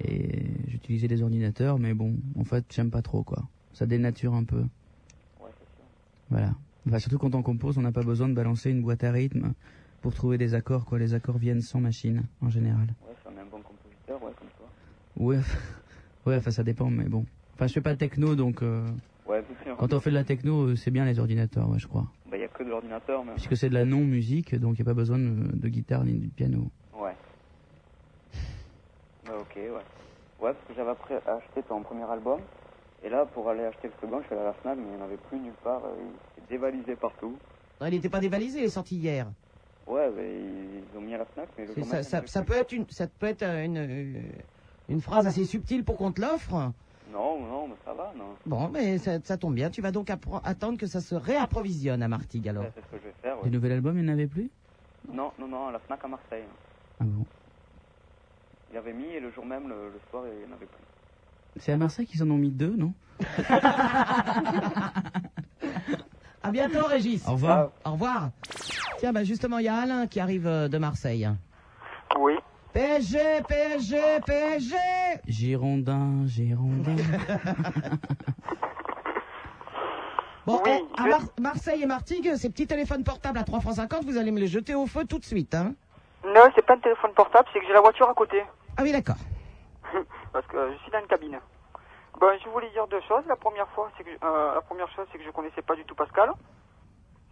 Speaker 9: et j'utilisais des ordinateurs mais bon en fait j'aime pas trop quoi ça dénature un peu voilà Enfin, surtout quand on compose on n'a pas besoin de balancer une boîte à rythme pour trouver des accords quoi les accords viennent sans machine en général
Speaker 31: Ouais, si on est un bon compositeur, ouais, comme toi.
Speaker 9: Ouais, ouais, enfin ça dépend, mais bon. Enfin, je fais pas de techno, donc euh,
Speaker 31: Ouais, bien sûr.
Speaker 9: quand on fait de la techno, euh, c'est bien les ordinateurs, ouais, je crois.
Speaker 31: Bah, il y a que de l'ordinateur, même.
Speaker 9: Puisque c'est de la non-musique, donc il n'y a pas besoin de, de guitare ni de piano.
Speaker 31: Ouais. Ouais, ok, ouais. Ouais, parce que j'avais après acheté ton premier album. Et là, pour aller acheter le second, je suis allé à la FNAC, mais il n'y en avait plus nulle part. euh, Il s'est dévalisé partout.
Speaker 11: Non, Ah, il n'était pas dévalisé, il est sorti hier.
Speaker 31: Ouais, mais ils ils ont mis à la FNAC, mais le
Speaker 11: C'est-
Speaker 31: jour
Speaker 11: Ça,
Speaker 31: même,
Speaker 11: ça-
Speaker 31: il y en avait
Speaker 11: ça peut être une, ça peut être euh, une, euh, une phrase assez subtile pour qu'on te l'offre.
Speaker 31: plus. Non, non, mais ça va, non.
Speaker 11: Bon, mais ça, ça tombe bien. Tu vas donc appro- attendre que ça se réapprovisionne à Martigues alors.
Speaker 31: C'est ce que je vais faire,
Speaker 9: Le
Speaker 31: ouais.
Speaker 9: nouvel album, il n'y en avait plus
Speaker 31: Non, non, non, à la FNAC à Marseille.
Speaker 9: Ah bon
Speaker 31: Il avait mis, et le jour même, le, le soir, il n'y en avait plus.
Speaker 9: C'est à Marseille qu'ils en ont mis deux, non
Speaker 11: À bientôt, Régis.
Speaker 9: Au revoir.
Speaker 11: Au revoir. Tiens, bah justement, il y a Alain qui arrive euh, de Marseille.
Speaker 9: Oui.
Speaker 11: PSG, PSG, PSG.
Speaker 9: Girondin, Girondin.
Speaker 11: Bon, eh, à Mar- Marseille et Martigues, ces petits téléphones portables à 3 francs 50, vous allez me les jeter au feu tout de suite. Hein.
Speaker 32: Non, c'est pas un téléphone portable, c'est que j'ai la voiture à côté.
Speaker 11: Ah oui, d'accord.
Speaker 32: Parce que euh, je suis dans une cabine. Bon, je voulais dire deux choses. La première fois, c'est que euh, la première chose, c'est que je connaissais pas du tout Pascal.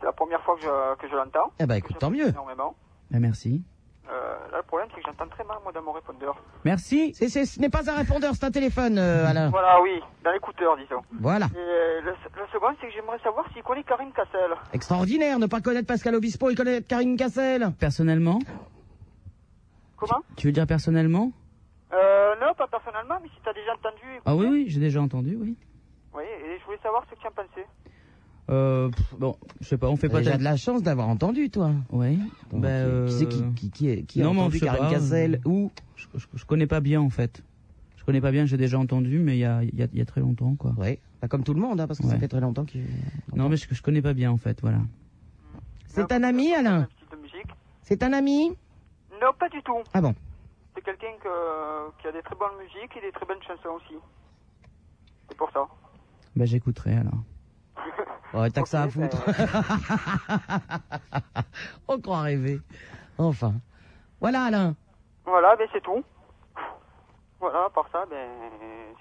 Speaker 32: C'est la première fois que je, que je l'entends.
Speaker 11: Eh ben, écoute, tant mieux.
Speaker 32: Énormément.
Speaker 9: Ah, merci.
Speaker 32: Euh, là, le problème, c'est que j'entends très mal moi dans mon répondeur.
Speaker 11: Merci. ce n'est pas un répondeur, c'est un téléphone, euh, Alain.
Speaker 32: Voilà, oui, dans l'écouteur, disons.
Speaker 11: Voilà.
Speaker 32: Et euh, le, le second, c'est que j'aimerais savoir s'il connaît Karine Cassel.
Speaker 11: Extraordinaire, ne pas connaître Pascal Obispo et connaître Karine Cassel.
Speaker 9: Personnellement
Speaker 32: Comment
Speaker 9: Tu veux dire personnellement
Speaker 32: Euh, non, pas personnellement, mais si t'as déjà entendu. écoute.
Speaker 9: Ah oui, oui, j'ai déjà entendu, oui.
Speaker 32: Oui, et je voulais savoir ce que tu en pensais.
Speaker 9: Euh, pff, bon, je sais pas, on fait
Speaker 11: T'as
Speaker 9: pas
Speaker 11: déjà
Speaker 9: tel-
Speaker 11: de la chance d'avoir entendu, toi.
Speaker 9: Oui.
Speaker 11: Bon, qui- qui c'est qui- qui- qui est- qui a
Speaker 9: euh, non, mais on
Speaker 11: entendu
Speaker 9: sait
Speaker 11: Karine
Speaker 9: pas,
Speaker 11: Casel
Speaker 9: euh, je, je, je connais pas bien en fait. Je connais pas bien, j'ai déjà entendu, mais il y a, il y a- il y a très longtemps quoi.
Speaker 11: Oui. comme tout le monde, hein, parce que ça fait très longtemps qu'il.
Speaker 9: Non, mais je, je connais pas bien en fait, voilà.
Speaker 11: C'est un ami, Alain C'est un ami
Speaker 32: Non, pas du tout.
Speaker 11: Ah bon
Speaker 32: C'est quelqu'un que- qui a des très bonnes musiques et des très bonnes chansons aussi. C'est pour ça.
Speaker 9: Bah j'écouterai alors.
Speaker 11: Ouais, t'as que ça à foutre. On croit rêver. Enfin. Voilà, Alain.
Speaker 32: Voilà, ben c'est tout. Voilà, à part ça, ben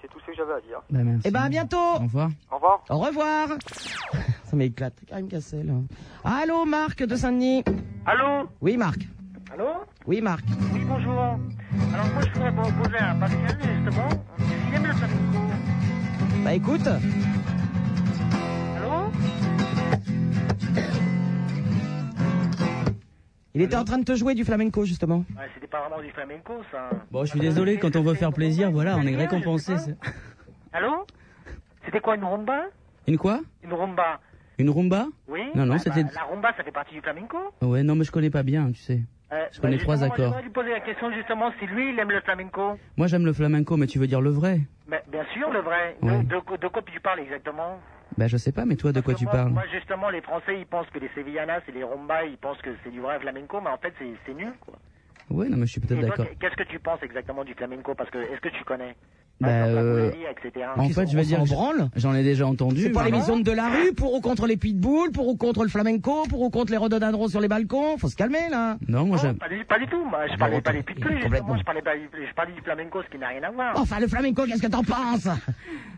Speaker 32: c'est tout ce que j'avais à dire.
Speaker 11: Eh ben, à bientôt. Au
Speaker 9: revoir.
Speaker 32: Au revoir.
Speaker 11: Au revoir. Ça m'éclate. Karim Cassel. Allô, Marc de Saint-Denis.
Speaker 33: Allô
Speaker 11: Oui, Marc.
Speaker 33: Allô
Speaker 11: Oui, Marc.
Speaker 33: Oui, bonjour. Alors, moi, je voudrais proposer à Pascal, justement, s'il aime le flamenco.
Speaker 11: Bah, écoute.
Speaker 33: Allô
Speaker 11: Il était en train de te jouer du flamenco, justement.
Speaker 33: Ouais, c'était pas vraiment du flamenco, ça.
Speaker 9: Bon, je suis désolé, quand on veut faire plaisir, voilà, on est récompensé. c'est-
Speaker 33: Allô C'était quoi, une rumba
Speaker 9: Une quoi
Speaker 33: Une rumba
Speaker 9: Une rumba
Speaker 33: Oui
Speaker 9: Non, non,
Speaker 33: Ouais,
Speaker 9: c'était.
Speaker 33: bah, la rumba, ça fait partie du flamenco
Speaker 9: Ouais, non, mais je connais pas bien, tu sais.
Speaker 33: Euh,
Speaker 9: Je connais
Speaker 33: bah,
Speaker 9: trois
Speaker 33: justement, moi,
Speaker 9: accords.
Speaker 33: Je voudrais lui poser la question, justement, si lui, il aime le flamenco.
Speaker 9: Moi, j'aime le flamenco, mais tu veux dire le vrai
Speaker 33: Mais, bien sûr, le vrai.
Speaker 9: Ouais.
Speaker 33: De, de- de quoi tu parles exactement
Speaker 9: Bah, je sais pas, mais toi, de quoi tu
Speaker 33: Moi-
Speaker 9: parles
Speaker 33: Moi, justement, les Français, ils pensent que les Sevillanas et les rumbas, ils pensent que c'est du vrai flamenco, mais en fait, c'est c'est nul, quoi.
Speaker 9: Ouais, non, mais je suis peut-être
Speaker 33: Et toi,
Speaker 9: d'accord.
Speaker 33: Qu'est-ce que tu penses exactement du flamenco Parce que est-ce que tu connais
Speaker 9: Bah, euh,
Speaker 33: Comédie, etc.
Speaker 9: en fait, je veux dire, que je- j'en ai déjà entendu.
Speaker 11: C'est pour
Speaker 9: mais-
Speaker 11: les maisons de la rue, pour ou contre les pitbulls, pour ou contre le flamenco, pour ou contre les rhododendrons sur les balcons. Faut se calmer, là.
Speaker 9: Non, moi, j'aime. Ah,
Speaker 33: Pas du, pas du tout, moi, je parlais pas des
Speaker 9: eh,
Speaker 33: pitbulls, justement,
Speaker 11: complètement.
Speaker 33: je parlais, pas du, je parlais du flamenco, ce qui n'a rien à voir.
Speaker 11: Enfin, le flamenco, qu'est-ce que t'en penses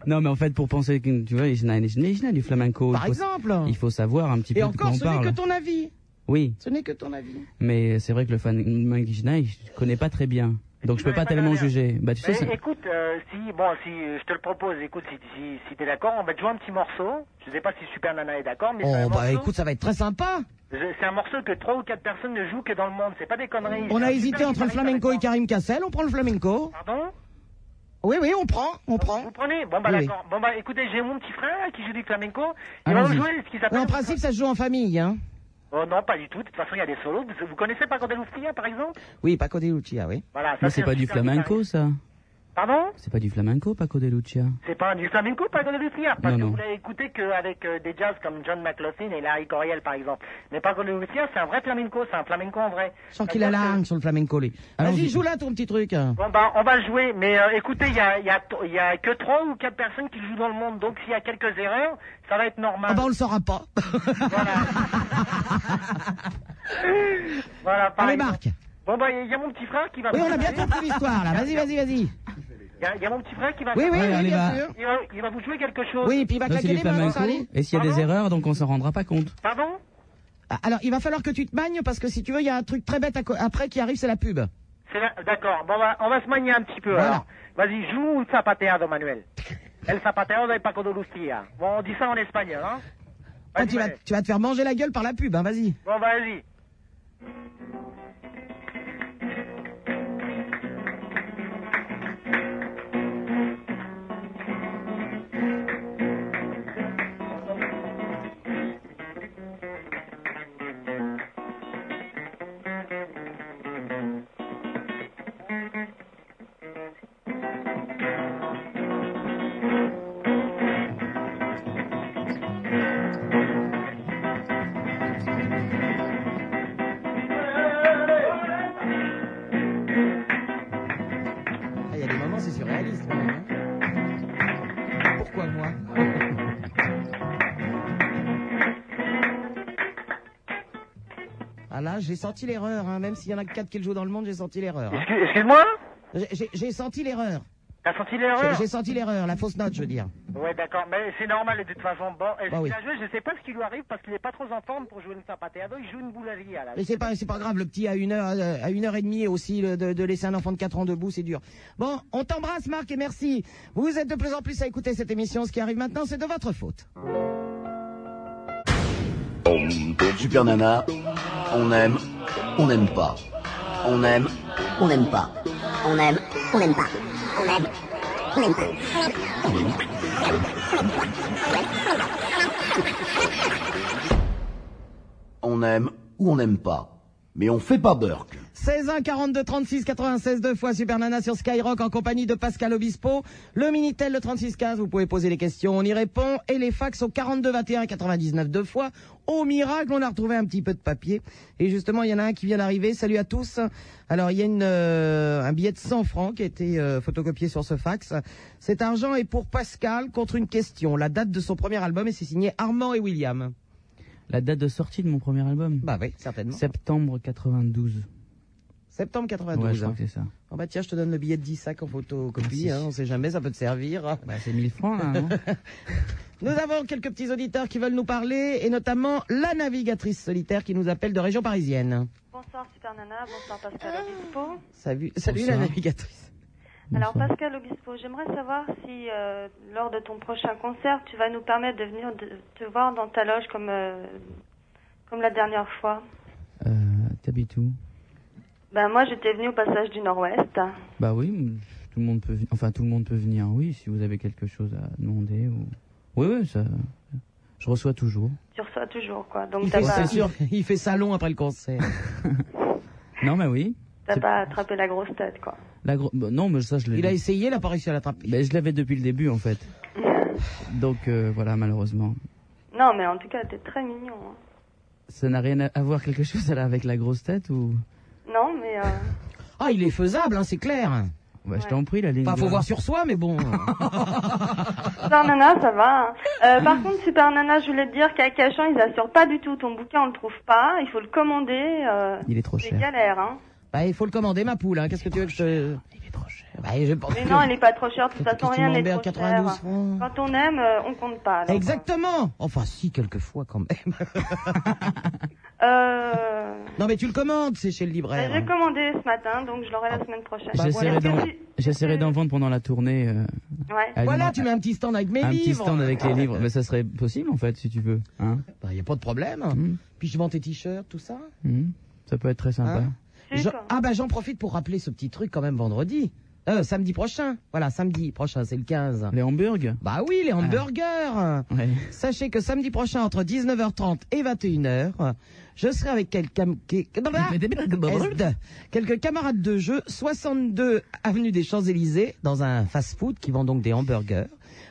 Speaker 9: Non, mais en fait, pour penser que tu vois, il y en a- il y en a du flamenco.
Speaker 11: Par
Speaker 9: il faut-
Speaker 11: exemple.
Speaker 9: Il faut savoir un petit
Speaker 11: Et
Speaker 9: peu de quoi
Speaker 11: encore,
Speaker 9: on
Speaker 11: ce n'est
Speaker 9: parle.
Speaker 11: que ton avis.
Speaker 9: Oui,
Speaker 11: Ce n'est que ton avis.
Speaker 9: mais c'est vrai que le flamenco, je connais pas très bien. Donc je peux pas tellement juger. Bah, tu sais,
Speaker 33: Mais
Speaker 9: c'est-
Speaker 33: écoute, euh, si, bon, si, euh, je te le propose, écoute, si, si, si t'es d'accord, on va te jouer un petit morceau. Je sais pas si Super Nana est d'accord, mais c'est un
Speaker 11: Oh, bah
Speaker 33: morceau-
Speaker 11: écoute, ça va être très sympa.
Speaker 33: je- c'est un morceau que trois ou quatre personnes ne jouent que dans le monde, c'est pas des conneries.
Speaker 11: On
Speaker 33: C'est
Speaker 11: a
Speaker 33: un
Speaker 11: hésité
Speaker 33: super
Speaker 11: entre le
Speaker 33: guitariste
Speaker 11: flamenco et Karim Cassel, on prend le flamenco.
Speaker 33: Pardon
Speaker 11: Oui, oui, on prend, on prend.
Speaker 33: Vous prenez Bon, bah
Speaker 11: Oui, oui.
Speaker 33: d'accord. Bon, bah écoutez, j'ai mon petit frère là, qui joue du flamenco. Il va
Speaker 11: Allons-y.
Speaker 33: me jouer ce qui s'appelle.
Speaker 11: En principe, ça se joue en famille, hein.
Speaker 33: Oh non, pas du tout. De toute façon, il y a des solos. Vous, vous connaissez Paco de Lucia, par exemple
Speaker 11: Oui, Paco de Lucia, oui.
Speaker 33: Voilà, ça,
Speaker 9: Mais c'est
Speaker 33: un
Speaker 9: pas du
Speaker 33: super
Speaker 9: flamenco,
Speaker 33: guitariste.
Speaker 9: ça
Speaker 33: Pardon
Speaker 9: C'est pas du flamenco, Paco de Lucia
Speaker 33: C'est pas du flamenco, Paco de Lucia. Parce
Speaker 9: Non,
Speaker 33: que
Speaker 9: non.
Speaker 33: vous l'avez écouté qu'avec euh, des jazz comme John McLaughlin et Larry Coriel, par exemple. Mais Paco de Lucia, c'est un vrai flamenco. C'est un flamenco en vrai.
Speaker 11: Je sens qu'il a la hargne sur le flamenco, lui. Vas-y, joue là ton petit truc.
Speaker 33: Bon bah on va le jouer, mais euh, écoutez, il y a, il y a- il y a que trois ou quatre personnes qui le jouent dans le monde, donc s'il y a quelques erreurs, ça va être normal.
Speaker 11: Ah bah, on le saura pas.
Speaker 33: Voilà, par
Speaker 11: Allez,
Speaker 33: exemple.
Speaker 11: Marc.
Speaker 33: Bon bah il y a mon petit frère qui va.
Speaker 11: Oui, on a bien compris l'histoire, là. Vas-y, vas-y, vas-y.
Speaker 33: Il y a- il y, a mon petit frère qui va.
Speaker 11: Oui, oui, oui, bien
Speaker 9: va.
Speaker 11: sûr.
Speaker 33: Il va, il va vous jouer quelque chose.
Speaker 11: Oui, puis il va
Speaker 9: Là, c'est
Speaker 11: claquer
Speaker 9: du
Speaker 11: les mains,
Speaker 9: flamenco.
Speaker 11: ça, allez.
Speaker 9: Et s'il y a des erreurs, donc on s'en rendra pas compte.
Speaker 33: Pardon
Speaker 11: Ah, Alors, il va falloir que tu te magnes parce que si tu veux, il y a un truc très bête à co- après qui arrive, c'est la pub.
Speaker 33: C'est là- D'accord. Bon bah on va se manier un petit peu.
Speaker 11: Voilà.
Speaker 33: alors. Vas-y, joue un zapateado, Manuel. El zapateado de Paco de Lucia. Bon, on dit ça en espagnol, hein
Speaker 11: Ah, tu, vas, tu vas te faire manger la gueule par la pub, hein, vas-y.
Speaker 33: Bon, bah, vas-y.
Speaker 11: Ah, Il y a des moments, c'est surréaliste quand même. hein. Pourquoi moi Ah là, j'ai senti l'erreur, hein. même s'il y en a que quatre qui le jouent dans le monde, j'ai senti l'erreur. hein.
Speaker 33: Excuse- Excuse-moi
Speaker 11: J'ai- j'ai- J'ai senti l'erreur.
Speaker 33: T'as senti l'erreur
Speaker 11: J'ai- J'ai senti l'erreur, la fausse note, je veux dire.
Speaker 33: Ouais, d'accord, mais c'est normal de toute façon. Bon, est-ce
Speaker 11: Bah oui.
Speaker 33: qu'il a joué Je sais pas ce qui lui arrive parce qu'il est pas trop en forme pour jouer une zapateado. Il joue une bouleria là.
Speaker 11: Mais c'est pas, c'est pas grave, le petit à une heure, euh, à une heure et demie aussi, le- de, de laisser un enfant de 4 ans debout, c'est dur. Bon, on t'embrasse Marc et merci. Vous êtes de plus en plus à écouter cette émission. Ce qui arrive maintenant, c'est de votre faute.
Speaker 1: Super Nana, on aime, on n'aime pas. On aime, on n'aime pas. On aime, on n'aime pas. On aime, on n'aime pas. On aime ou on n'aime pas. Mais on fait pas Burke.
Speaker 11: 16 1 42 36 96 deux fois Super Nana sur Skyrock en compagnie de Pascal Obispo. Le Minitel le 36 15, vous pouvez poser les questions, on y répond. Et les fax au 42 21 99 deux fois. Au miracle, on a retrouvé un petit peu de papier. Et justement, il y en a un qui vient d'arriver. Salut à tous. Alors, il y a une, euh, un billet de 100 francs qui a été euh, photocopié sur ce fax. Cet argent est pour Pascal contre une question. La date de son premier album et c'est signé Armand et William.
Speaker 9: La date de sortie de mon premier album
Speaker 11: Bah oui, certainement.
Speaker 9: Septembre 92.
Speaker 11: Septembre 92.
Speaker 9: Ouais, je crois
Speaker 11: hein.
Speaker 9: que c'est ça.
Speaker 11: Oh bah tiens, je te donne le billet de 10 sacs en photocopie,
Speaker 9: Merci.
Speaker 11: hein, on sait jamais, ça peut te servir. Bah
Speaker 9: c'est 1000 francs là, non
Speaker 11: Nous avons quelques petits auditeurs qui veulent nous parler, et notamment la navigatrice solitaire qui nous appelle de région parisienne.
Speaker 34: Bonsoir Super Nana, bonsoir Pascal
Speaker 9: Ah.
Speaker 34: Obispo.
Speaker 11: Salut, salut la
Speaker 34: Bonsoir.
Speaker 11: navigatrice.
Speaker 34: Alors Pascal Obispo, j'aimerais savoir si euh, lors de ton prochain concert, tu vas nous permettre de venir de- te voir dans ta loge comme, euh, comme la dernière fois.
Speaker 9: euh, T'habites où
Speaker 34: Ben moi j'étais venue au passage du Nord-Ouest.
Speaker 9: Bah oui, m- tout le monde peut, ven- enfin tout le monde peut venir. Oui, si vous avez quelque chose à demander ou. Oui, oui, ça. Je reçois toujours.
Speaker 34: Tu reçois toujours quoi. Donc
Speaker 11: Il
Speaker 34: t'as
Speaker 11: fait,
Speaker 34: pas,
Speaker 11: c'est sûr, il fait salon après le concert.
Speaker 9: Non, mais oui.
Speaker 34: t'as pas attrapé la grosse tête quoi.
Speaker 9: La gro- bah, non, mais ça je l'ai.
Speaker 11: Il a essayé, il a pas réussi à l'attraper.
Speaker 9: Mais je l'avais depuis le début en fait. Donc euh, voilà, malheureusement.
Speaker 34: Non mais en tout cas t'es très mignon. hein.
Speaker 9: Ça n'a rien à- à voir quelque chose là, avec la grosse tête ou.
Speaker 34: Non mais... euh,
Speaker 11: Ah, il est faisable, hein, c'est clair.
Speaker 9: Bah, Je t'en prie, la ligne.
Speaker 11: Enfin, Ah, faut
Speaker 9: de-
Speaker 11: voir sur soi, mais bon.
Speaker 34: Super Nana, ça va. hein. Euh, par contre, Super Nana, je voulais te dire qu'à Cachan, ils assurent pas du tout. Ton bouquin, on le trouve pas. Il faut le commander. euh,
Speaker 11: Il est trop
Speaker 34: c'est
Speaker 11: cher.
Speaker 34: galère, hein.
Speaker 11: bah, il faut le commander, ma poule, hein. Qu'est-ce que tu veux que je te... Il est trop cher. Bah, je pense
Speaker 34: Mais
Speaker 11: que-
Speaker 34: non, elle est pas trop chère. De toute
Speaker 11: Qu'est-ce
Speaker 34: façon,
Speaker 11: que tu
Speaker 34: rien n'est
Speaker 11: m'emmerdes,
Speaker 34: trop
Speaker 11: 92
Speaker 34: cher. Quand on aime, euh, on compte pas. alors.
Speaker 11: Exactement. Enfin, si, quelquefois, quand même.
Speaker 34: Euh,
Speaker 11: non, mais tu le commandes, c'est chez le
Speaker 34: bah,
Speaker 11: libraire.
Speaker 34: j'ai commandé ce matin, donc je l'aurai
Speaker 11: Ah.
Speaker 34: la semaine prochaine.
Speaker 9: J'essaierai
Speaker 34: Est-ce que
Speaker 9: d'en-
Speaker 34: tu-
Speaker 9: J'essaierai d'en vendre pendant la tournée. euh,
Speaker 34: Ouais.
Speaker 9: à
Speaker 11: Voilà,
Speaker 9: l'image-
Speaker 11: tu mets un petit stand avec mes
Speaker 9: un
Speaker 11: livres. Ah.
Speaker 9: petit stand avec les livres. Mais ça serait possible en fait si tu veux. Il hein
Speaker 11: n'y a pas de problème. Puis je vends tes t-shirts, tout ça.
Speaker 9: Hmm. Ça peut être très sympa.
Speaker 11: Hein Je- Ah bah j'en profite pour rappeler ce petit truc quand même vendredi. Euh, samedi prochain. Voilà, samedi prochain, c'est le 15.
Speaker 9: Les Ah. hamburgers
Speaker 11: Bah oui, les hamburgers. Sachez que samedi prochain, entre 19h30 et 21h, je serai avec quelques, cam- qui- SD. quelques camarades de jeu, 62 avenue des Champs-Élysées, dans un fast-food qui vend donc des hamburgers,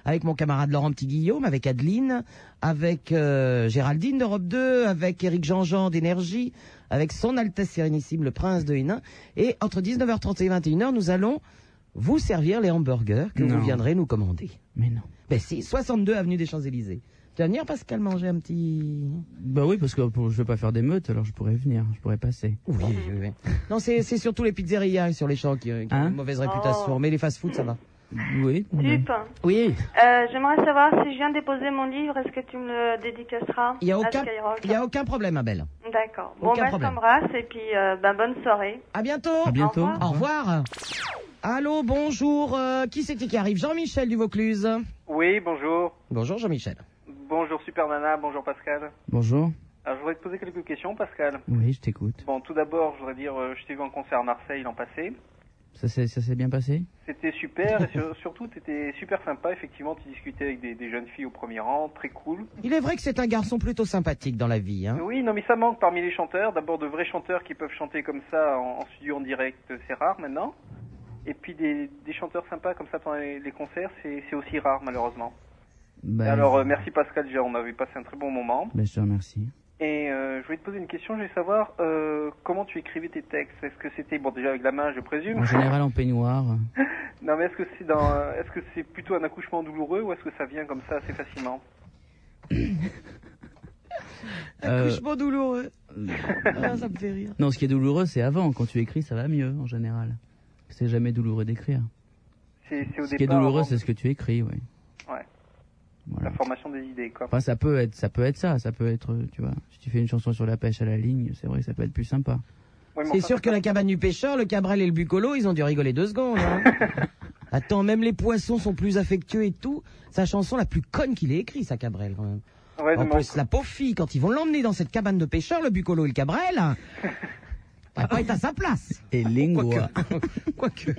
Speaker 11: avec mon camarade Laurent Petit-Guillaume, avec Adeline, avec euh, Géraldine d'Europe 2, avec Éric Jean-Jean d'Énergie, avec son Altesse Sérénissime, le Prince de Hénin. Et entre 19h30 et 21h, nous allons vous servir les hamburgers que
Speaker 9: Non.
Speaker 11: vous viendrez nous commander.
Speaker 9: Mais non.
Speaker 11: Ben si, 62 avenue des Champs-Élysées. Tu vas venir, Pascal, manger un petit...
Speaker 9: Bah oui, parce que pour- je veux pas faire des meutes, alors je pourrais venir, je pourrais passer.
Speaker 11: Ah, Oui, oui, oui. Non, c'est c'est surtout les pizzerias et sur les champs qui, qui ont
Speaker 9: Hein
Speaker 11: une mauvaise réputation.
Speaker 9: Oh.
Speaker 11: Mais les fast-food, ça va.
Speaker 9: Oui.
Speaker 29: Dupe,
Speaker 11: Oui.
Speaker 29: euh, j'aimerais savoir si je viens déposer mon livre, est-ce que tu me le dédicaceras
Speaker 11: Il n'y a,
Speaker 29: à
Speaker 11: aucun-
Speaker 29: Skyrock
Speaker 11: il y a aucun problème, Abel.
Speaker 29: D'accord. Bon,
Speaker 34: bah,
Speaker 11: aucun
Speaker 29: ben, je
Speaker 11: problème.
Speaker 29: t'embrasse et puis euh, ben, bonne soirée.
Speaker 11: À bientôt.
Speaker 29: À bientôt.
Speaker 11: Au revoir. Au revoir. Allô, bonjour. euh, qui c'est qui arrive Jean-Michel du Vaucluse.
Speaker 35: Oui, bonjour.
Speaker 11: Bonjour, Jean-Michel.
Speaker 35: Bonjour Super Nana, bonjour Pascal.
Speaker 9: Bonjour.
Speaker 35: Alors, je voudrais te poser quelques questions, Pascal.
Speaker 9: Oui, je t'écoute.
Speaker 35: Bon, tout d'abord, je voudrais dire, euh, je t'ai vu en concert à Marseille l'an passé.
Speaker 9: Ça s'est ça s'est bien passé
Speaker 35: C'était super, et sur- surtout, t'étais super sympa. Effectivement, tu discutais avec des, des jeunes filles au premier rang, très cool.
Speaker 11: Il est vrai que c'est un garçon plutôt sympathique dans la vie. Hein.
Speaker 35: Oui, non, mais ça manque parmi les chanteurs. D'abord, de vrais chanteurs qui peuvent chanter comme ça en, en studio en direct, c'est rare maintenant. Et puis, des, des chanteurs sympas comme ça pendant les, les concerts, c'est c'est aussi rare, malheureusement.
Speaker 9: Bah,
Speaker 35: Alors, euh, merci Pascal, déjà, on avait passé un très bon moment.
Speaker 9: bah, je te remercie.
Speaker 35: Et euh, je voulais te poser une question, je voulais savoir euh, comment tu écrivais tes textes. Est-ce que c'était bon déjà avec la main, je présume.
Speaker 9: En général, en peignoir.
Speaker 35: non, mais est-ce que c'est dans, euh, est-ce que c'est plutôt un accouchement douloureux ou est-ce que ça vient comme ça assez facilement
Speaker 9: Euh,
Speaker 11: Accouchement douloureux. Ah, ça me fait rire.
Speaker 9: Non, ce qui est douloureux, c'est avant. Quand tu écris, ça va mieux, en général. C'est jamais douloureux d'écrire.
Speaker 35: C'est, c'est au
Speaker 9: Ce qui est
Speaker 35: départ.
Speaker 9: douloureux, c'est ce que tu écris, oui.
Speaker 35: avant- Ouais. La formation des idées, quoi.
Speaker 9: Enfin, ça peut être, ça peut être ça, ça peut être, euh, tu vois, si tu fais une chanson sur la pêche à la ligne, c'est vrai, que ça peut être plus sympa.
Speaker 11: c'est sûr que la cabane du pêcheur, le cabrel et le bucolo, ils ont dû rigoler deux secondes. hein. Attends, même les poissons sont plus affectueux et tout. Sa chanson la plus conne qu'il ait écrite, sa cabrel, quand même.
Speaker 35: Ouais,
Speaker 11: en
Speaker 35: mais
Speaker 11: plus, la pauvre fille, quand ils vont l'emmener dans cette cabane de pêcheur, le bucolo et le cabrel, hein, elle va pas être à sa place.
Speaker 9: Et lingua.
Speaker 11: Quoique.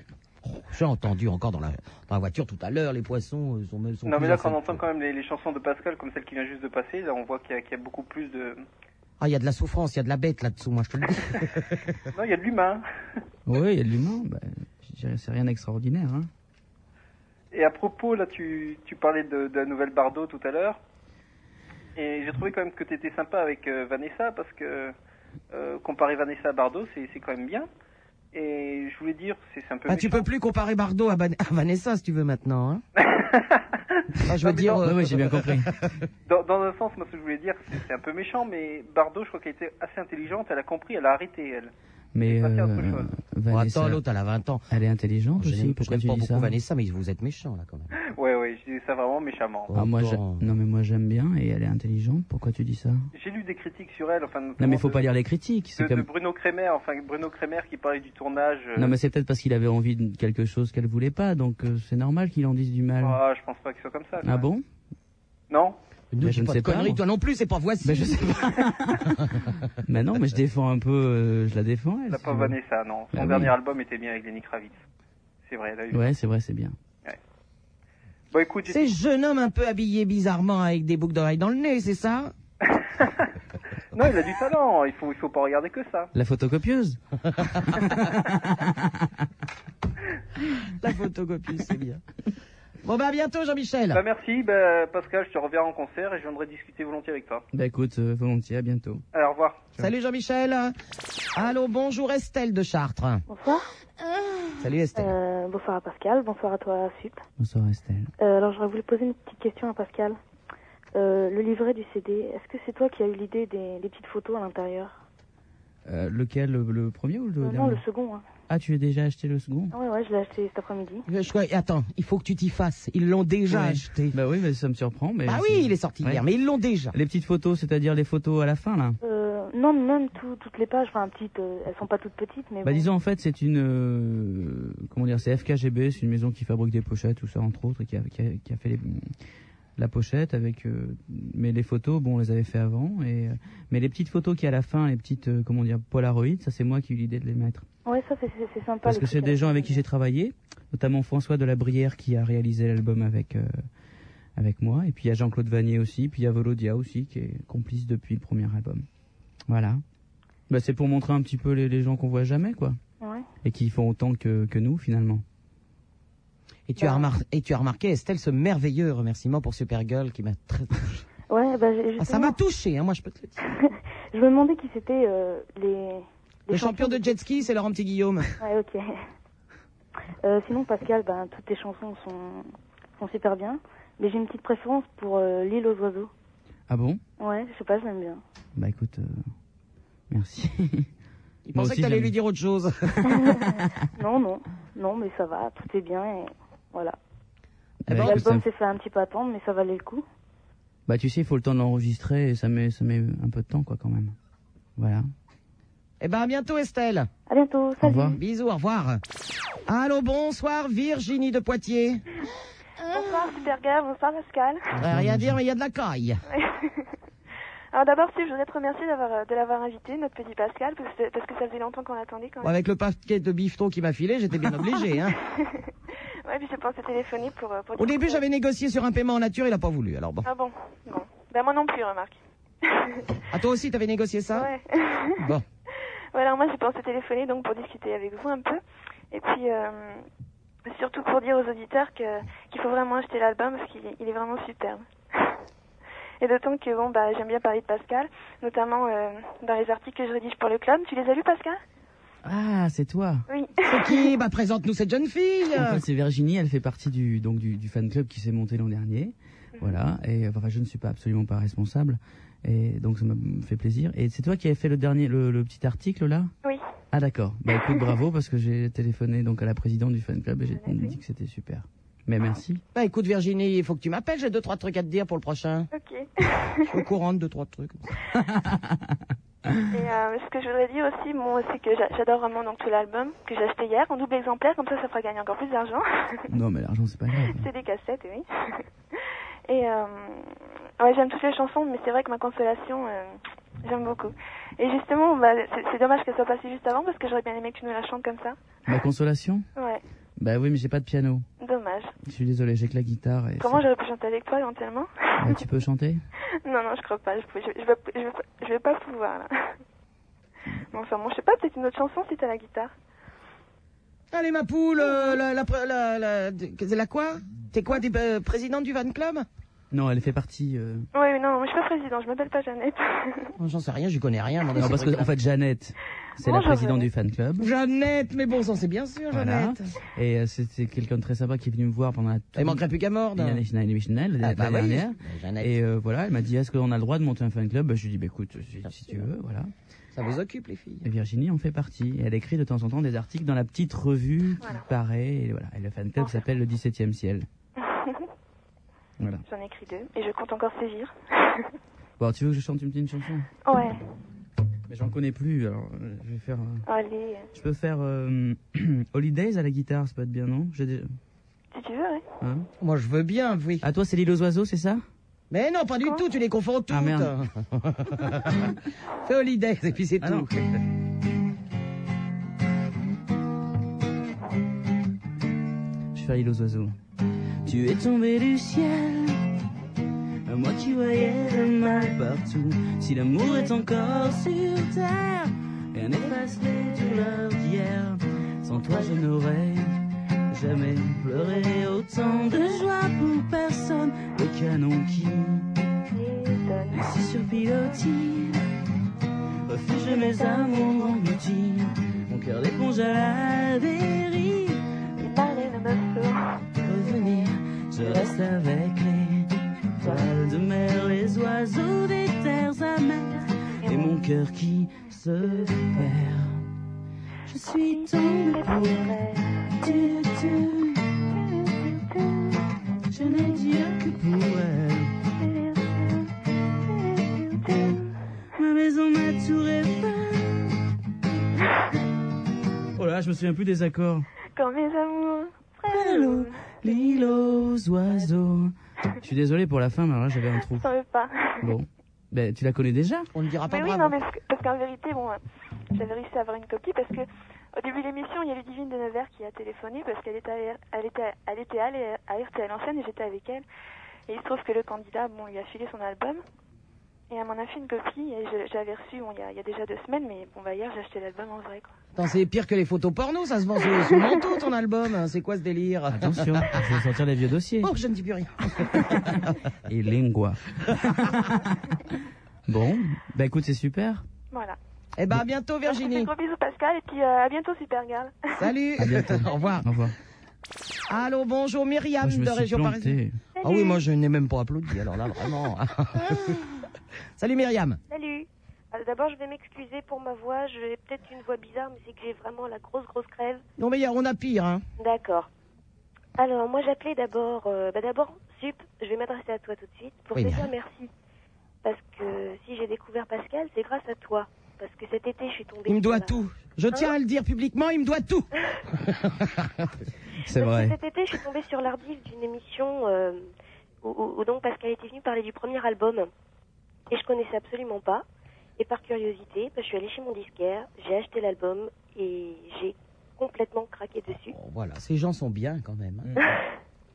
Speaker 11: Oh, J'ai entendu encore dans la, dans la voiture tout à l'heure, les poissons euh, sont même. sont
Speaker 35: Non,
Speaker 11: plus
Speaker 35: mais là,
Speaker 11: affectueux.
Speaker 35: quand on entend quand même les, les chansons de Pascal, comme celle qui vient juste de passer, là, on voit qu'il y a, qu'il y a beaucoup plus de.
Speaker 11: Ah, il y a de la souffrance, il y a de la bête là-dessous, moi je te le dis.
Speaker 35: Non, il y a de l'humain.
Speaker 9: Oui, il y a de l'humain, bah, je dirais, c'est rien d'extraordinaire, hein.
Speaker 35: Et à propos, là, tu, tu parlais de, de la nouvelle Bardo tout à l'heure. Et j'ai trouvé quand même que tu étais sympa avec euh, Vanessa, parce que euh, comparer Vanessa à Bardo, c'est c'est quand même bien. Et je voulais dire, c'est c'est un peu.
Speaker 11: Ah, tu peux plus comparer Bardot à, Ban- à Vanessa si tu veux maintenant. Hein. Ah, je veux dire.
Speaker 35: non.
Speaker 11: euh,
Speaker 35: Oui, oui, j'ai bien
Speaker 9: compris.
Speaker 35: Dans, dans un sens, moi, ce que je voulais dire, c'est- c'est un peu méchant, mais Bardo, je crois qu'elle était assez intelligente, elle a compris, elle a arrêté, elle.
Speaker 9: Mais, euh, Vanessa-
Speaker 11: Oh, attends, l'autre, elle a 20 ans.
Speaker 9: Elle est intelligente
Speaker 11: Je
Speaker 9: aussi,
Speaker 11: n'aime je
Speaker 9: pourquoi
Speaker 11: n'aime
Speaker 9: tu
Speaker 11: pas
Speaker 9: dis
Speaker 11: beaucoup
Speaker 9: ça
Speaker 11: Vanessa, mais vous êtes méchant là quand même.
Speaker 35: Ouais, ouais, je disais ça vraiment méchamment.
Speaker 9: Ah, moi, j'a- non, mais moi, j'aime bien, et elle est intelligente, pourquoi tu dis ça?
Speaker 35: J'ai lu des critiques sur elle, enfin.
Speaker 9: Non, mais faut
Speaker 35: de-
Speaker 9: pas lire les critiques,
Speaker 35: De,
Speaker 9: c'est comme...
Speaker 35: de Bruno Kremer, enfin Bruno Kremer qui parlait du tournage. euh,
Speaker 9: Non, mais c'est peut-être parce qu'il avait envie de quelque chose qu'elle voulait pas, donc euh, c'est normal qu'il en dise du mal.
Speaker 35: Ah, je pense pas que ce soit comme ça. quand
Speaker 9: Ah
Speaker 35: même.
Speaker 9: bon
Speaker 35: Non.
Speaker 9: Mais je ne sais pas. moi.
Speaker 11: toi non plus, c'est pas voici.
Speaker 9: Mais je sais pas. Mais non, mais je défends un peu, euh, je la défends. Elle,
Speaker 35: La
Speaker 9: si
Speaker 35: pauvre
Speaker 9: tu veux.
Speaker 35: Vanessa, non. Son
Speaker 9: Bah oui.
Speaker 35: dernier album était bien avec Lenny Kravitz. C'est vrai, elle a eu.
Speaker 9: Ouais, c'est vrai, c'est bien.
Speaker 35: Bon, écoute, j'ai-
Speaker 11: Ces jeunes hommes un peu habillés bizarrement avec des boucles d'oreilles dans le nez, c'est ça
Speaker 35: Non, il a du talent, il faut, il faut pas regarder que ça.
Speaker 9: La photocopieuse
Speaker 11: La photocopie, c'est bien. Bon, bah à bientôt, Jean-Michel.
Speaker 35: Bah, merci, bah, Pascal, je te reverrai en concert et je viendrai discuter volontiers avec toi.
Speaker 9: Bah écoute, euh, volontiers, à bientôt.
Speaker 35: Allez, au revoir.
Speaker 11: Salut Jean-Michel. Allô, bonjour Estelle de Chartres.
Speaker 26: Bonsoir.
Speaker 11: Salut Estelle.
Speaker 26: Euh, bonsoir à Pascal, bonsoir à toi Sup.
Speaker 9: Bonsoir Estelle.
Speaker 26: Euh, alors j'aurais voulu poser une petite question à Pascal. Euh, le livret du CD, est-ce que c'est toi qui as eu l'idée des, des petites photos à l'intérieur
Speaker 9: Euh, lequel, le, le premier ou le
Speaker 26: Non,
Speaker 9: dernier
Speaker 26: non, le second. Hein.
Speaker 9: Ah, tu as déjà acheté le second
Speaker 26: Ah ouais, ouais, je l'ai acheté cet après-midi.
Speaker 11: Je crois- attends, il faut que tu t'y fasses. Ils l'ont déjà
Speaker 9: Ouais.
Speaker 11: acheté.
Speaker 9: Bah oui, mais ça me surprend. Mais
Speaker 11: Bah
Speaker 9: c'est-
Speaker 11: oui, il est sorti
Speaker 9: Ouais.
Speaker 11: hier, mais ils l'ont déjà.
Speaker 9: Les petites photos, c'est-à-dire les photos à la fin, là
Speaker 26: Euh, non, même tout- toutes les pages, enfin petites, euh, elles sont pas toutes petites, mais
Speaker 9: Bah
Speaker 26: bon.
Speaker 9: disons en fait c'est une euh, comment dire c'est FKGB c'est une maison qui fabrique des pochettes tout ça entre autres et qui a, qui a- qui a fait les la pochette avec euh, mais les photos bon on les avait fait avant et euh, mais les petites photos qui à la fin les petites euh, comment dire Polaroid ça c'est moi qui ai eu l'idée de les mettre
Speaker 26: Ouais, ça, c'est- c'est c'est sympa.
Speaker 9: parce
Speaker 26: le
Speaker 9: que
Speaker 26: truc hein.
Speaker 9: c'est des gens avec qui j'ai travaillé notamment François de la Brière qui a réalisé l'album avec euh, avec moi et puis il y a Jean-Claude Vanier aussi puis il y a Volodia aussi qui est complice depuis le premier album voilà bah, c'est pour montrer un petit peu les, les gens qu'on voit jamais quoi
Speaker 26: Ouais.
Speaker 9: et qui font autant que, que nous finalement
Speaker 11: Et tu, as remar- et tu as remarqué, Estelle, ce merveilleux remerciement pour Supergirl qui m'a très...
Speaker 26: Ouais, bah, j'ai-
Speaker 11: Ah, ça m'a touché, hein, moi je peux te le dire.
Speaker 26: je me demandais qui c'était euh, les.
Speaker 11: Le champion de jet ski, c'est Laurent Petit Guillaume.
Speaker 26: Ouais, ok. Euh, sinon, Pascal, ben, toutes tes chansons sont, sont super bien. Mais j'ai une petite préférence pour euh, L'île aux oiseaux.
Speaker 9: ah bon
Speaker 26: Ouais, je sais pas, je l'aime bien.
Speaker 9: Bah écoute, euh, merci.
Speaker 11: Il
Speaker 9: Moi
Speaker 11: pensait
Speaker 9: aussi,
Speaker 11: que t'allais
Speaker 9: j'aime-
Speaker 11: lui dire autre chose.
Speaker 26: non, non, non, mais ça va, tout est bien et voilà.
Speaker 9: Eh ben,
Speaker 26: L'album
Speaker 9: écoute, ça-
Speaker 26: s'est fait un petit peu attendre, mais ça valait le coup.
Speaker 9: Bah tu sais, il faut le temps de l'enregistrer et ça met, ça met un peu de temps quoi quand même. Voilà.
Speaker 11: Eh ben, à bientôt, Estelle.
Speaker 26: À bientôt,
Speaker 9: salut. revoir.
Speaker 11: Bisous, au revoir. Allô, bonsoir, Virginie de Poitiers.
Speaker 34: Bonsoir Supergirl, bonsoir Pascal.
Speaker 11: Ouais, rien à dire, mais il y a de la caille.
Speaker 34: Alors d'abord, Steve, je voudrais te remercier d'avoir, euh, de l'avoir invité, notre petit Pascal, parce que, parce que ça faisait longtemps qu'on l'attendait quand
Speaker 11: Bon,
Speaker 34: même.
Speaker 11: avec le paquet de bifton qui m'a filé, j'étais bien obligé. Hein.
Speaker 34: Ouais, puis j'ai pensé téléphoner pour. euh, pour
Speaker 11: Au
Speaker 34: dire
Speaker 11: début,
Speaker 34: que-
Speaker 11: j'avais négocié sur un paiement en nature, il a pas voulu, alors bon.
Speaker 34: Ah bon Bon. Ben moi non plus, remarque.
Speaker 11: Ah, toi aussi, t'avais négocié ça
Speaker 34: Ouais.
Speaker 11: Bon.
Speaker 34: voilà, moi j'ai pensé téléphoner donc pour discuter avec vous un peu. Et puis euh, surtout pour dire aux auditeurs que, qu'il faut vraiment acheter l'album parce qu'il est- il est vraiment superbe. Et d'autant que bon bah j'aime bien parler de Pascal, notamment euh, dans les articles que je rédige pour le club. Tu les as lus Pascal
Speaker 9: Ah, c'est toi.
Speaker 34: Oui.
Speaker 11: C'est qui Bah présente-nous cette jeune fille.
Speaker 9: En fait, c'est Virginie, elle fait partie du, donc, du, du fan club qui s'est monté l'an dernier. Voilà. Et enfin, je ne suis pas absolument pas responsable. Et donc ça me fait plaisir. Et c'est toi qui avais fait le dernier, le, le petit article là
Speaker 34: Oui.
Speaker 9: Ah d'accord. Bah écoute, bravo parce que j'ai téléphoné donc à la présidente du fan club et j'ai dit que c'était super. Mais merci.
Speaker 11: Bah écoute, Virginie, il faut que tu m'appelles, j'ai deux, trois trucs à te dire pour le prochain.
Speaker 34: Ok.
Speaker 11: Je suis au courant de deux, trois trucs.
Speaker 34: Et euh, ce que je voudrais dire aussi, bon, c'est que j'a- j'adore vraiment donc tout l'album que j'ai acheté hier en double exemplaire, comme ça, ça fera gagner encore plus d'argent.
Speaker 9: Non, mais l'argent c'est pas grave. hein.
Speaker 34: c'est des cassettes, oui. Et euh, ouais, j'aime toutes les chansons, mais c'est vrai que ma consolation, euh, j'aime beaucoup. Et justement, bah, c'est c'est dommage qu'elle soit passée juste avant parce que j'aurais bien aimé que tu nous la chantes comme ça.
Speaker 9: Ma consolation
Speaker 34: Ouais,
Speaker 9: Bah oui, mais j'ai pas de piano.
Speaker 34: dommage.
Speaker 9: Je suis désolé, j'ai que la guitare. Et
Speaker 34: Comment j'aurais pu chanter avec toi éventuellement
Speaker 9: Bah, tu peux chanter
Speaker 34: Non, non, je crois pas. Je, peux- je, je vais, je, vais, pas- je vais pas pouvoir là.
Speaker 9: Mm.
Speaker 34: Bon, enfin, bon, je sais pas, peut-être une autre chanson si t'as la guitare.
Speaker 11: Allez, ma poule, euh, la, la, la, la, la, la quoi T'es quoi, t'es euh, présidente du Van Club
Speaker 9: Non, elle fait partie. euh,
Speaker 34: Oui, non, moi, je suis pas président, je m'appelle pas Jeannette.
Speaker 11: Oh, J'en sais rien, je connais rien. moi, de
Speaker 9: Non,
Speaker 11: ces
Speaker 9: parce que
Speaker 11: trucs-là.
Speaker 9: en fait, Jeannette, c'est la
Speaker 11: Bonjour,
Speaker 9: présidente du fan club.
Speaker 11: Jeannette, mais bon sang, c'est bien sûr,
Speaker 9: Voilà.
Speaker 11: Jeannette.
Speaker 9: Et euh, c'était quelqu'un de très sympa qui est venu me voir pendant la.
Speaker 11: Il manquerait plus qu'à mordre.
Speaker 9: Il y a les Schneider- les Schneider, la
Speaker 11: Ah, bah oui,
Speaker 9: dernière.
Speaker 11: Jeannette.
Speaker 9: Et euh, voilà, elle m'a dit est-ce qu'on a le droit de monter un fan club Bah, Je lui ai dit bah, écoute, si, si tu veux, voilà.
Speaker 11: Ça vous occupe, les filles.
Speaker 9: Et Virginie en fait partie. Et elle écrit de temps en temps des articles dans la petite revue
Speaker 34: Voilà.
Speaker 9: qui paraît. Et, voilà. et le fan club s'appelle Le 17e ciel. Voilà.
Speaker 34: J'en ai écrit deux et je compte encore saisir.
Speaker 9: Bon, tu veux que je chante une petite chanson
Speaker 34: ouais,
Speaker 9: Mais j'en connais plus, alors euh, je vais faire. euh,
Speaker 34: allez, euh,
Speaker 9: Je peux faire euh, Holidays à la guitare, ça peut être bien, non J'ai déjà-
Speaker 34: si tu veux, ouais.
Speaker 9: hein
Speaker 11: Moi, je veux bien, oui.
Speaker 9: À toi, c'est l'île aux oiseaux, c'est ça
Speaker 11: Mais non, pas du tout, tu les confonds toutes.
Speaker 9: Ah, merde.
Speaker 11: Fais Holiday, et puis c'est
Speaker 9: Ah
Speaker 11: tout.
Speaker 9: non, Je vais faire l'île aux oiseaux.
Speaker 30: Tu es tombé du ciel, moi qui voyais le mal partout. Si l'amour est encore sur terre, rien n'efface les douleurs d'hier. Sans toi, je n'aurais jamais pleuré autant de joie pour personne. Le canon qui, ici sur pilotis, refuge de mes amours engloutis. Mon cœur d'éponge à la dérive. Revenir, je reste avec les toiles de mer, les oiseaux des terres amères et mon cœur qui se perd. Je suis tombée pour elle. Tu, tu, tu, tu. Je n'ai Dieu que pour elle. Ma maison, ma tour est
Speaker 9: Oh là, je me souviens plus des accords.
Speaker 34: Quand mes amours Allô,
Speaker 9: l'île aux oiseaux. Je suis désolé pour la fin, mais alors là, j'avais un trou.
Speaker 34: J'en veux pas.
Speaker 9: Bon. Ah, Ben, tu la connais déjà
Speaker 11: On ne dira
Speaker 34: Mais oui, non, mais parce que- parce qu'en vérité, bon, euh, j'avais réussi à avoir une copie parce que au début de l'émission, il y a Ludivine de Nevers qui a téléphoné parce qu'elle était, à- elle était, elle était allée à RTL en scène et j'étais avec elle. Et il se trouve que le candidat, bon, lui a filé son album et elle m'en a fait une copie et je- j'avais reçu, bon, il y, a, il y a déjà deux semaines, mais bon, bah hier j'ai acheté l'album en vrai, quoi.
Speaker 11: Attends, c'est pire que les photos porno, ça se vend sous, sous le manteau ton album. hein. C'est quoi ce délire
Speaker 9: Attention, je vais sortir les vieux dossiers.
Speaker 11: Oh, je ne dis plus rien.
Speaker 9: Et lingua. bon, ben écoute, c'est super.
Speaker 34: Voilà.
Speaker 11: Eh ben, à bientôt, Virginie.
Speaker 34: Gros bisous, Pascal, et puis euh, à bientôt, Supergirl.
Speaker 11: Salut.
Speaker 9: À bientôt.
Speaker 11: Au revoir.
Speaker 9: Au revoir.
Speaker 11: Allô, bonjour Myriam
Speaker 9: Oh, je me
Speaker 11: de
Speaker 9: suis
Speaker 11: Région
Speaker 9: planté.
Speaker 11: Parisienne. Ah oui, moi je n'ai même pas applaudi, alors là vraiment. Salut Myriam.
Speaker 13: Salut. Euh, D'abord, je vais m'excuser pour ma voix. J'ai peut-être une voix bizarre, mais c'est que j'ai vraiment la grosse, grosse crève.
Speaker 11: Non mais il y a- on a pire. Hein.
Speaker 13: D'accord. Alors, moi, j'appelais d'abord. euh, bah, d'abord, Sup, je vais m'adresser à toi tout de suite pour
Speaker 11: Oui,
Speaker 13: te
Speaker 11: bien.
Speaker 13: dire merci. Parce que si j'ai découvert Pascal, c'est grâce à toi. Parce que cet été, je suis tombée.
Speaker 11: Il me
Speaker 13: sur
Speaker 11: doit
Speaker 13: la- Hein
Speaker 11: tout. Je tiens à le dire publiquement, il me doit tout.
Speaker 13: Parce
Speaker 9: C'est
Speaker 13: que
Speaker 9: vrai.
Speaker 13: Cet été, je suis tombée sur l'arbitre d'une émission euh, où, où- où donc Pascal était venu parler du premier album. Et je connaissais absolument pas. Et par curiosité, bah, je suis allée chez mon disquaire, j'ai acheté l'album et j'ai complètement craqué dessus.
Speaker 9: Oh.
Speaker 11: Voilà, ces gens sont bien quand même. hein.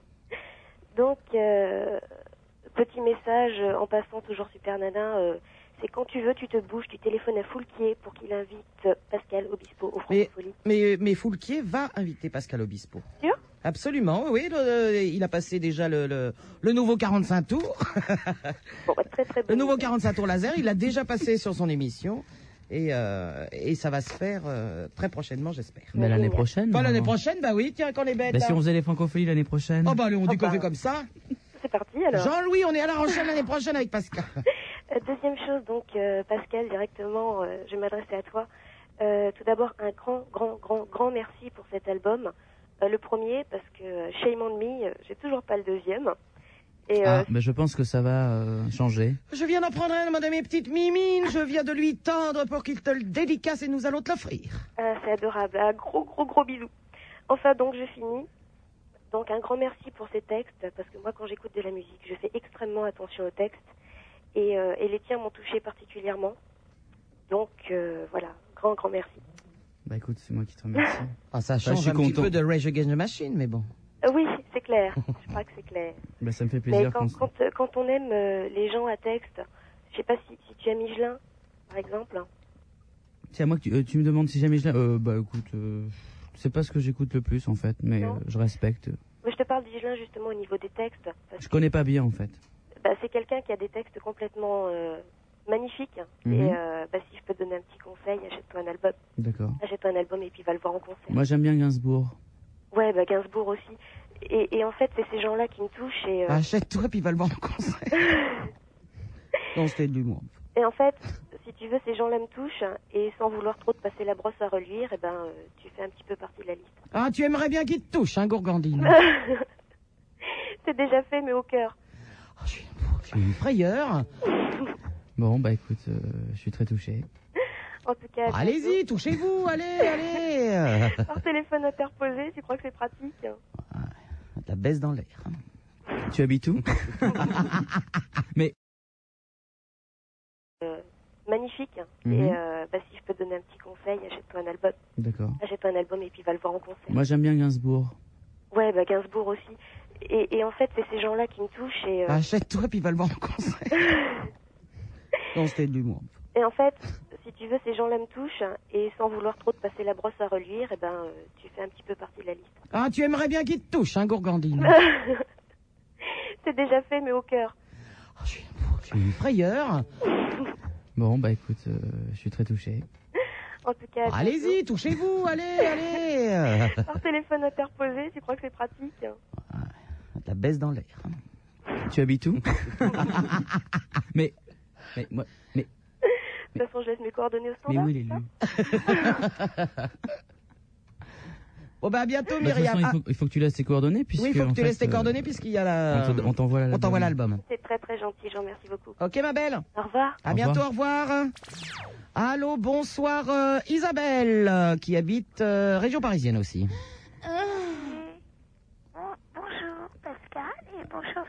Speaker 13: Donc, euh, petit message euh, en passant, toujours super nana, euh, c'est quand tu veux, tu te bouges, tu téléphones à Foulquier pour qu'il invite euh, Pascal Obispo au
Speaker 11: Mais,
Speaker 13: Francofolie.
Speaker 11: mais, mais Foulquier va inviter Pascal Obispo.
Speaker 13: Sûr
Speaker 11: Absolument, oui. le- le- il a passé déjà le, le, le nouveau 45 tours.
Speaker 13: bah,
Speaker 11: le nouveau 45 tours laser, il l'a déjà passé sur son émission. Et, euh, et ça va se faire euh, très prochainement, j'espère.
Speaker 9: Mais Ben, l'année prochaine
Speaker 11: Pas l'année
Speaker 9: normalement.
Speaker 11: prochaine, bah oui, tiens, quand les bêtes.
Speaker 9: Ben, si
Speaker 11: hein.
Speaker 9: on faisait les francophonies l'année prochaine.
Speaker 11: Oh bah allez, on dit
Speaker 34: ben.
Speaker 11: qu'on fait comme ça.
Speaker 13: C'est parti alors.
Speaker 11: Jean-Louis, on est à la Rochelle l'année prochaine avec Pascal.
Speaker 13: Euh, Deuxième chose, donc, euh, Pascal, directement, euh, je vais m'adresser à toi. Euh, tout d'abord, un grand, grand, grand, grand merci pour cet album. Euh, le premier, parce que euh, Shame on Me, euh, j'ai toujours pas le deuxième. Et euh,
Speaker 9: Ah, ben je pense que ça va euh, changer.
Speaker 11: Je viens d'en prendre un, madame mes petites mimines. Je viens de lui tendre pour qu'il te le dédicace et nous allons te l'offrir.
Speaker 13: Ah, c'est adorable. Un gros, gros, gros bisou. Enfin, donc, je finis. Donc, un grand merci pour ces textes, parce que moi, quand j'écoute de la musique, je fais extrêmement attention aux textes. Et, euh, et les tiens m'ont touché particulièrement. Donc, euh, voilà. Grand, grand merci.
Speaker 9: Bah écoute, c'est moi qui te remercie.
Speaker 11: Ah, ça
Speaker 9: Bah,
Speaker 11: change
Speaker 9: je suis
Speaker 11: un petit
Speaker 9: content.
Speaker 11: peu de Rage Against the Machine, mais bon.
Speaker 13: Euh, oui, c'est clair. je crois que c'est clair.
Speaker 9: Bah ça me fait
Speaker 13: Mais
Speaker 9: plaisir.
Speaker 13: quand,
Speaker 9: qu'on se-
Speaker 13: quand, euh, quand on aime euh, les gens à texte, je sais pas si, si tu aimes Migelin, par exemple.
Speaker 9: Tiens, moi, que tu, euh, tu me demandes si jamais je la- euh, Bah écoute, euh, c'est pas ce que j'écoute le plus en fait, mais
Speaker 13: Non.
Speaker 9: euh, je respecte.
Speaker 13: Moi, je te parle d'Igelin justement au niveau des textes. parce
Speaker 9: Je connais pas bien en fait.
Speaker 13: Bah, c'est quelqu'un qui a des textes complètement euh, magnifiques.
Speaker 9: Mhm.
Speaker 13: Et euh, bah, si je peux te donner un petit conseil, achète-toi un album.
Speaker 9: D'accord.
Speaker 13: Achète-toi un album et puis va le voir en concert.
Speaker 9: Moi j'aime bien Gainsbourg.
Speaker 13: Ouais, bah, Gainsbourg aussi. Et, et en fait, c'est ces gens-là qui me touchent. Et,
Speaker 9: Ah,
Speaker 13: euh,
Speaker 11: Achète-toi, puis va le voir en concert. non, c'était de l'humour.
Speaker 13: et en fait, si tu veux, ces gens-là me touchent. Et sans vouloir trop te passer la brosse à reluire, et ben, euh, tu fais un petit peu partie de la liste.
Speaker 11: Ah, tu aimerais bien qu'il te touche, hein, Gourgandine.
Speaker 13: c'est déjà fait, mais au cœur.
Speaker 11: Une frayeur.
Speaker 9: Bon, bah écoute, euh, je suis très touché.
Speaker 13: En tout cas, à
Speaker 11: Allez-y, touchez-vous, allez, allez.
Speaker 13: bientôt. Par téléphone interposé, tu crois que c'est pratique
Speaker 11: La baisse dans l'air.
Speaker 9: Tu habites où Mais
Speaker 13: Euh, Magnifique.
Speaker 9: Mhm.
Speaker 13: Et euh, bah, si je peux te donner un petit conseil, achète-toi un album.
Speaker 9: d'accord.
Speaker 13: Achète-toi un album et puis va le voir en concert.
Speaker 9: Moi j'aime bien Gainsbourg.
Speaker 13: Ouais, bah Gainsbourg aussi. Et, et en fait, c'est ces gens-là qui me touchent. Et,
Speaker 9: Ah,
Speaker 13: euh,
Speaker 11: Achète-toi, puis va le voir en concert. non, c'était de l'humour.
Speaker 13: et en fait, si tu veux, ces gens-là me touchent. Et sans vouloir trop te passer la brosse à reluire, et ben, euh, tu fais un petit peu partie de la liste.
Speaker 11: Ah, tu aimerais bien qu'il te touche, hein, Gourgandine.
Speaker 13: c'est déjà fait, mais au cœur.
Speaker 11: Une frayeur.
Speaker 9: Bon, bah écoute, euh, je suis très touché.
Speaker 13: En tout cas, à
Speaker 11: Allez-y, touchez-vous, allez, allez.
Speaker 13: bientôt. Par téléphone interposé, tu crois que c'est pratique
Speaker 11: La baisse dans l'air.
Speaker 9: Tu habites où Mais mais moi mais
Speaker 13: De toute façon, je laisse mes coordonnées au
Speaker 9: mais
Speaker 13: standard.
Speaker 9: où il est lui
Speaker 11: Bon, bah, à bientôt,
Speaker 9: Bah, de toute
Speaker 11: Myriam. Ah,
Speaker 9: façon, il, faut, il faut que tu laisses tes coordonnées puisque
Speaker 11: oui, il faut que
Speaker 9: en
Speaker 11: tu
Speaker 9: fait,
Speaker 11: laisses tes
Speaker 9: euh,
Speaker 11: coordonnées puisqu'il y a la.
Speaker 9: on te- on t'envoie l'album.
Speaker 11: On t'envoie l'album.
Speaker 13: C'est très très gentil, je vous remercie beaucoup.
Speaker 11: Ok, ma belle.
Speaker 13: Au revoir.
Speaker 11: À bientôt, au revoir. Allô, bonsoir, euh, Isabelle, euh, qui habite euh, région parisienne aussi.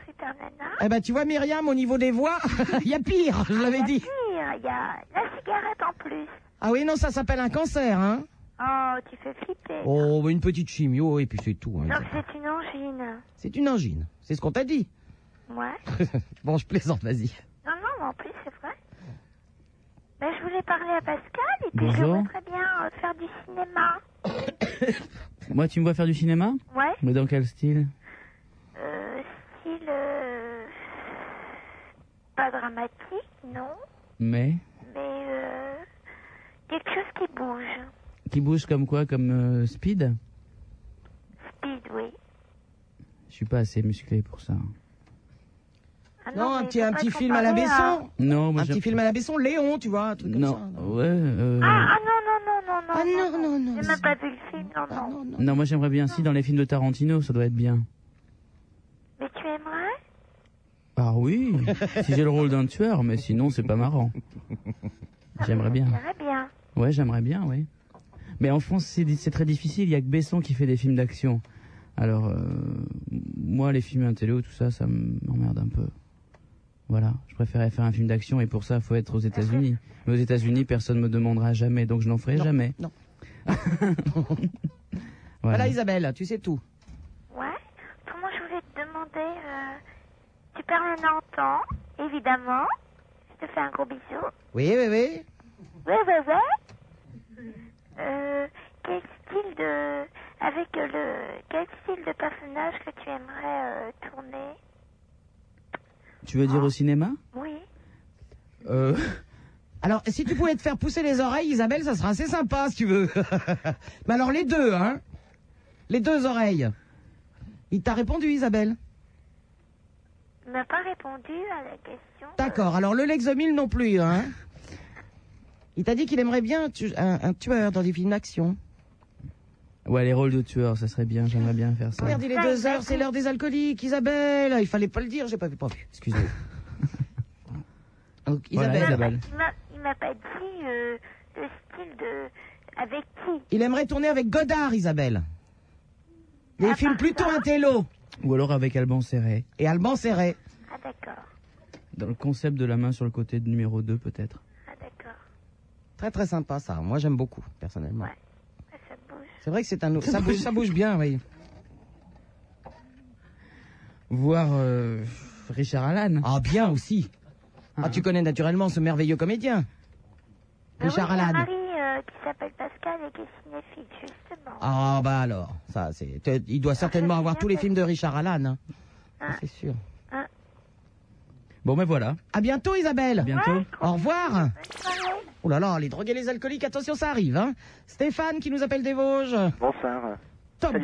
Speaker 25: super
Speaker 13: Ah.
Speaker 25: nana.
Speaker 11: Eh ben, tu vois, Myriam, au niveau des voix, il y a pire, je l'avais dit.
Speaker 25: Pire, Hein, il y a la cigarette en plus.
Speaker 11: Ah oui, non, ça s'appelle un cancer, hein.
Speaker 25: Oh, tu fais flipper.
Speaker 11: Oh, bah, une petite chimio, et puis c'est tout. hein.
Speaker 25: Donc c'est une angine.
Speaker 11: C'est une angine. C'est ce qu'on t'a dit.
Speaker 25: Ouais.
Speaker 11: bon, je plaisante, vas-y.
Speaker 25: Non, non, mais en plus, c'est vrai. Ben, je voulais parler à Pascal et puis je
Speaker 9: Bonjour.
Speaker 25: voudrais très bien euh, faire du cinéma.
Speaker 9: Moi, tu me vois faire du cinéma
Speaker 25: Ouais.
Speaker 9: Mais dans quel style
Speaker 25: Euh, style. euh, pas dramatique, non,
Speaker 9: Mais
Speaker 25: mais euh, quelque chose qui bouge.
Speaker 9: Qui bouge comme quoi Comme euh, speed
Speaker 25: Speed, oui.
Speaker 9: Je suis pas assez musclé pour ça.
Speaker 25: Ah
Speaker 11: Non, un
Speaker 25: mais
Speaker 11: petit, un
Speaker 25: faudrait
Speaker 11: petit
Speaker 25: qu'on
Speaker 11: film à la
Speaker 25: parlait
Speaker 11: Besson.
Speaker 9: Non, moi
Speaker 11: Un
Speaker 9: j'ai-
Speaker 11: petit film à la Besson, Léon, tu vois, un truc comme
Speaker 9: Non,
Speaker 11: ça.
Speaker 9: ouais. euh,
Speaker 25: Ah, ah non, non, non, non, non. Ah non, non, non. J'ai même pas vu le film,
Speaker 11: Ah,
Speaker 25: non, non.
Speaker 9: non, moi j'aimerais bien si dans les films de Tarantino, ça doit être bien.
Speaker 25: Mais tu aimerais
Speaker 9: Ah oui Si j'ai le rôle d'un tueur, mais sinon c'est pas marrant. J'aimerais bien.
Speaker 25: J'aimerais bien.
Speaker 9: Ouais, j'aimerais bien, oui. Mais en France, c'est c'est très difficile. Il y a que Besson qui fait des films d'action. Alors, euh, moi, les films intello, tout ça, ça m'emmerde un peu. Voilà, je préférais faire un film d'action et pour ça, faut être aux États-Unis. Mais aux États-Unis, personne ne me demandera jamais, donc je n'en ferai jamais.
Speaker 11: Non.
Speaker 9: Voilà.
Speaker 11: Voilà, Isabelle, tu sais tout.
Speaker 25: Ouais. Comment je voulais te demander. Euh, tu parles en entend, évidemment. Je te fais un gros bisou.
Speaker 9: Eh,
Speaker 11: Oui, oui, oui.
Speaker 25: Ouais, ouais, ouais. Euh, quel style de. Avec euh, le. Quel style de personnage que tu aimerais euh, tourner
Speaker 9: Tu veux dire au cinéma
Speaker 25: Oui.
Speaker 9: euh...
Speaker 11: Alors, si tu pouvais te faire pousser les oreilles, Isabelle, ça serait assez sympa, si tu veux. Mais alors, les deux, hein Les deux oreilles. Il t'a répondu, Isabelle
Speaker 25: Il m'a pas répondu à la question.
Speaker 11: D'accord, alors le Lexomil non plus, hein Il t'a dit qu'il aimerait bien un, tu- un- un tueur dans des films d'action.
Speaker 9: Ouais, les rôles de tueur, ça serait bien, j'aimerais bien faire ça.
Speaker 11: Merde, il est deux heures, c'est l'heure des alcooliques, Isabelle Il fallait pas le dire, j'ai pas vu, pas vu. Excusez. Donc,
Speaker 9: Voilà,
Speaker 11: Isabelle,
Speaker 9: Isabelle.
Speaker 25: Il m'a- Il m'a pas dit euh, le style de. Avec qui
Speaker 11: Il aimerait tourner avec Godard, Isabelle. Des films plutôt intello.
Speaker 9: Ou alors avec Alban Serré.
Speaker 11: Et Alban Serré.
Speaker 25: Ah, d'accord.
Speaker 9: Dans le concept de la main sur le côté de numéro 2, peut-être.
Speaker 25: Ah, d'accord.
Speaker 11: Très très sympa ça. Moi j'aime beaucoup personnellement.
Speaker 25: Ah, Ça bouge.
Speaker 11: C'est vrai que c'est un autre- ça bouge ça bouge bien oui.
Speaker 9: Voir euh, Richard Allan.
Speaker 11: Ah bien aussi. Ah tu connais naturellement ce merveilleux comédien.
Speaker 25: Ah oui,
Speaker 11: Richard
Speaker 25: il y a
Speaker 11: Allan.
Speaker 25: Marie euh, qui s'appelle Pascal et qui est cinéphile, justement.
Speaker 11: Ah bah alors ça c'est t'es- il
Speaker 25: Ah,
Speaker 11: doit certainement avoir tous les films de Richard Allan. hein. Ça, C'est sûr.
Speaker 25: Uh,
Speaker 9: Bon, ben voilà.
Speaker 11: À bientôt Isabelle.
Speaker 9: bientôt.
Speaker 11: Au revoir. Oh là là les drogués les alcooliques attention ça arrive hein. Stéphane qui nous appelle des Vosges.
Speaker 23: Bonsoir.
Speaker 11: Top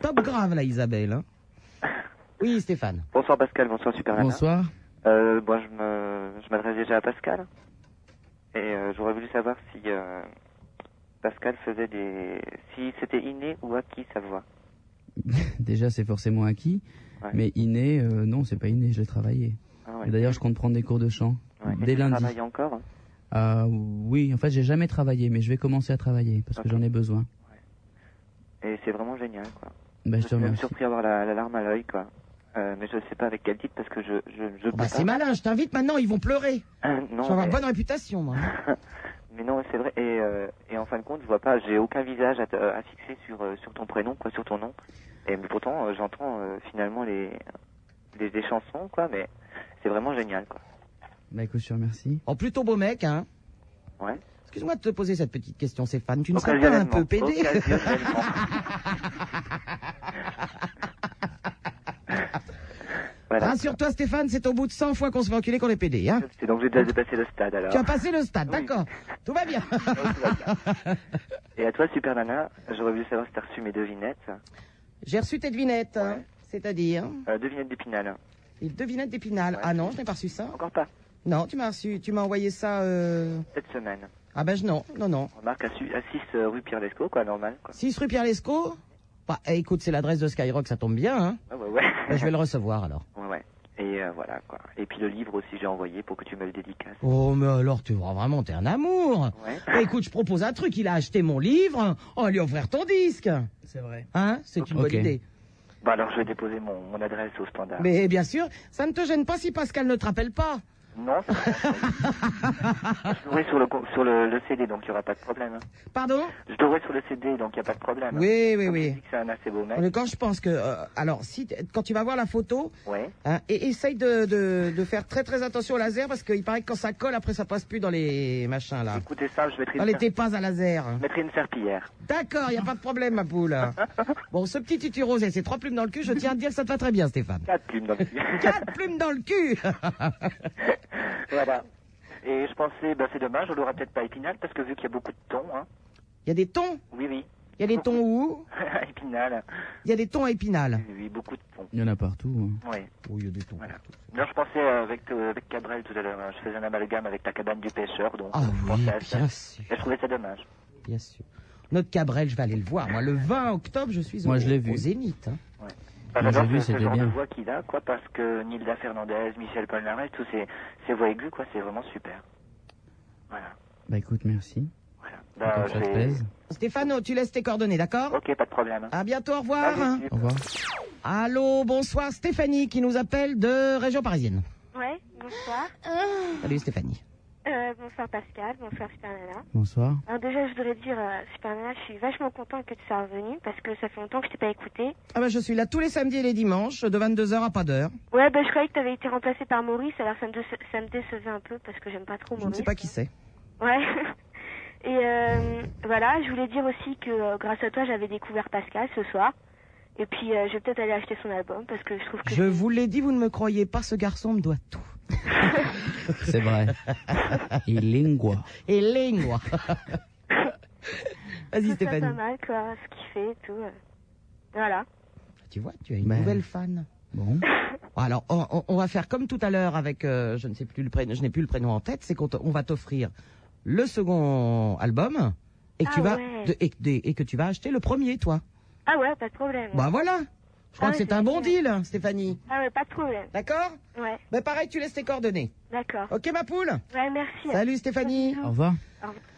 Speaker 11: top grave là Isabelle. hein. Oui Stéphane.
Speaker 23: Bonsoir Pascal, bonsoir Super Nana.
Speaker 9: Bonsoir.
Speaker 23: Euh, moi je me- je m'adresse déjà à Pascal. Et euh, j'aurais voulu savoir si euh, Pascal faisait des. si c'était inné ou acquis sa voix.
Speaker 9: Déjà, c'est forcément acquis.
Speaker 23: Ouais.
Speaker 9: Mais inné, euh, non, c'est pas inné, je l'ai travaillé.
Speaker 23: Ah ouais.
Speaker 9: Et D'ailleurs, je compte prendre des cours de chant
Speaker 23: Ouais. Et
Speaker 9: dès
Speaker 23: tu
Speaker 9: lundi.
Speaker 23: travailles encore
Speaker 14: hein.
Speaker 9: Euh, oui, en fait, j'ai jamais travaillé, mais je vais commencer à travailler parce que j'en ai besoin.
Speaker 23: Et c'est vraiment génial quoi.
Speaker 9: Bah, je te
Speaker 23: suis même
Speaker 9: remercie.
Speaker 23: surpris d'avoir la, la larme à l'œil quoi. Euh, mais je sais pas avec quel titre parce que je. je,
Speaker 9: Ah,
Speaker 23: je
Speaker 11: Bah, c'est malin je t'invite maintenant ils vont pleurer.
Speaker 23: Euh, non,
Speaker 11: je vais avoir
Speaker 23: mais-
Speaker 11: bonne réputation moi. hein.
Speaker 23: Mais non, c'est vrai. Et, euh, et en fin de compte, je vois pas, j'ai aucun visage à, te- à fixer sur, euh, sur ton prénom, quoi, sur ton nom. Et mais pourtant, euh, j'entends euh, finalement les, les, les chansons, quoi. Mais c'est vraiment génial, quoi.
Speaker 9: Bah, écoute, je te remercie.
Speaker 11: Oh, plutôt beau mec, hein
Speaker 23: Ouais.
Speaker 11: Excuse-moi de te poser cette petite question, Stéphane. Tu ne serais pas un
Speaker 23: Occasionnellement.
Speaker 11: peu pédé
Speaker 23: Occasionnellement. Voilà.
Speaker 11: Rassure-toi, Stéphane, c'est au bout de 100 fois qu'on se fait enculer qu'on est pédé, hein
Speaker 23: C'est donc j'ai déjà dépassé le stade alors.
Speaker 11: Tu as passé le stade, d'accord. Tout va bien.
Speaker 23: Et à toi, Super Nana, j'aurais voulu savoir si t'as reçu mes devinettes.
Speaker 11: J'ai reçu tes devinettes, hein, c'est-à-dire
Speaker 23: Euh, devinettes d'épinal.
Speaker 11: les devinettes d'épinal. Ah non, je n'ai pas reçu ça.
Speaker 23: Encore pas.
Speaker 11: Non, tu m'as reçu, tu m'as envoyé ça. euh,
Speaker 23: Cette semaine.
Speaker 11: Ah ben je- non, non, non.
Speaker 23: Remarque à, su- à 6 euh, rue Pierre Lescot, quoi, normal. Quoi.
Speaker 11: 6 rue Pierre Lescaut. Bah, eh, écoute, c'est l'adresse de Skyrock, ça tombe bien. Hein
Speaker 23: Ah, Ouais, ouais, ouais.
Speaker 11: Bah, je vais le recevoir alors.
Speaker 23: Ouais, ouais. Et euh, voilà, quoi. Et puis le livre aussi, j'ai envoyé pour que tu me le dédicaces.
Speaker 11: Oh, mais alors, tu vois vraiment, t'es un amour. Eh, Écoute, je propose un truc. Il a acheté mon livre. On va lui offrir Oh, ton disque.
Speaker 9: C'est vrai.
Speaker 11: Hein C'est une
Speaker 9: Ok.
Speaker 11: bonne idée.
Speaker 23: Bah alors je vais déposer mon, mon adresse au standard.
Speaker 11: Mais bien sûr, ça ne te gêne pas si Pascal ne te rappelle pas.
Speaker 23: Non, Je l'aurai sur, le, co- sur le, le CD, donc il n'y aura pas de problème. hein.
Speaker 11: Pardon
Speaker 23: Je l'aurai sur le CD, donc il n'y a pas de problème. hein.
Speaker 11: Oui, oui,
Speaker 23: Comme
Speaker 11: oui.
Speaker 23: tu dis que C'est un assez beau mec.
Speaker 11: Mais quand je pense que... euh, alors, si t- quand tu vas voir la photo,
Speaker 23: Ouais.
Speaker 11: hein, et essaye de, de- de faire très très attention au laser, parce qu'il paraît que quand ça colle, après ça passe plus dans les machins là.
Speaker 23: Écoutez ça, je mettrai,
Speaker 11: Dans les
Speaker 23: une, fer-
Speaker 11: tépas à laser.
Speaker 23: je mettrai une serpillière.
Speaker 11: D'accord, il n'y a pas de problème, ma poule. Bon, ce petit tutu rosé, c'est trois plumes dans le cul, je tiens à te dire que ça te va très bien, Stéphane.
Speaker 23: Quatre plumes dans le cul.
Speaker 11: Quatre plumes dans le cul
Speaker 23: Voilà. Et je pensais, bah c'est dommage, on l'aura peut-être pas à Épinal, parce que vu qu'il y a beaucoup de thon, hein.
Speaker 11: Il y a des tons
Speaker 23: Oui, oui.
Speaker 11: Il y a des tons où
Speaker 23: à Épinal.
Speaker 11: Il y a des tons à Épinal.
Speaker 23: Oui, beaucoup de thon.
Speaker 9: Il y en a partout. hein.
Speaker 23: Oui.
Speaker 11: Oui, il y a des tons.
Speaker 23: Non, je pensais euh, avec, euh, avec Cabrel tout à l'heure, hein, je faisais un amalgame avec la cabane du pêcheur, donc
Speaker 11: Ah
Speaker 23: je
Speaker 11: oui,
Speaker 23: pensais à
Speaker 11: bien
Speaker 23: ça. Et je trouvais ça dommage.
Speaker 11: Bien sûr. Notre Cabrel, je vais aller le voir. Moi, le 20 octobre, je suis
Speaker 23: Moi,
Speaker 11: au,
Speaker 23: je l'ai vu.
Speaker 11: au Zénith. hein.
Speaker 23: Bah,
Speaker 11: Moi,
Speaker 23: J'adore
Speaker 11: j'ai vu,
Speaker 23: ce, ce
Speaker 11: c'était
Speaker 23: genre
Speaker 11: bien.
Speaker 23: de voix qu'il a, quoi, parce que Nilda Fernandez, Michel Polnareff, tous ces, ces voix aiguës, quoi, c'est vraiment super. Voilà.
Speaker 9: Bah écoute, merci.
Speaker 23: Bah,
Speaker 9: Autant que ça te
Speaker 23: j'ai-
Speaker 9: plaise.
Speaker 11: Stéphano, tu laisses tes coordonnées, d'accord
Speaker 23: Ok, pas de problème.
Speaker 11: À bientôt, au revoir. hein.
Speaker 9: Au revoir.
Speaker 11: Allô, bonsoir Stéphanie qui nous appelle de région parisienne.
Speaker 26: Ouais, bonsoir.
Speaker 11: Salut Stéphanie.
Speaker 26: Euh, bonsoir Pascal, bonsoir Super Nana.
Speaker 9: Bonsoir.
Speaker 26: Alors déjà, je voudrais dire, euh, Super Nana, je suis vachement contente que tu sois revenue parce que ça fait longtemps que je t'ai pas écoutée.
Speaker 11: Ah bah, je suis là tous les samedis et les dimanches, de 22h à pas d'heure.
Speaker 26: Ouais, bah je croyais que t'avais été remplacée par Maurice, alors ça me, déce- ça me décevait un peu parce que j'aime pas trop
Speaker 11: Je ne
Speaker 26: Maurice.
Speaker 11: sais pas qui c'est.
Speaker 26: Ouais. Et euh, voilà, je voulais dire aussi que euh, grâce à toi, j'avais découvert Pascal ce soir. Et puis, euh, je vais peut-être aller acheter son album parce que je trouve que
Speaker 11: Je vous l'ai dit, vous ne me croyez pas, ce garçon me doit tout.
Speaker 9: C'est vrai. Et lingua.
Speaker 11: Et lingua. Vas-y
Speaker 26: je trouve ça
Speaker 11: Stéphanie.
Speaker 26: pas mal, quoi, ce qu'il fait et tout. euh. Voilà.
Speaker 11: Tu vois, tu as une nouvelle fan. Bon. Alors, on, on- on va faire comme tout à l'heure avec, euh, je ne sais plus le prénom, je n'ai plus le prénom en tête, c'est qu'on t- on va t'offrir le second album et que
Speaker 26: Ah
Speaker 11: tu vas
Speaker 26: ouais.
Speaker 11: de- et, que des- et que tu vas acheter le premier, toi.
Speaker 26: Ah ouais, pas de problème.
Speaker 11: Bah voilà. Je crois
Speaker 26: Ah
Speaker 11: que
Speaker 26: ouais,
Speaker 11: c'est un bon deal, hein, Stéphanie.
Speaker 26: Ah ouais, pas de problème.
Speaker 11: D'accord
Speaker 26: Ouais,
Speaker 11: Bah pareil, tu laisses tes coordonnées.
Speaker 26: d'accord.
Speaker 11: Ok, ma poule.
Speaker 26: Ouais, merci.
Speaker 11: Salut Stéphanie.
Speaker 26: Au
Speaker 9: revoir.
Speaker 26: Au revoir.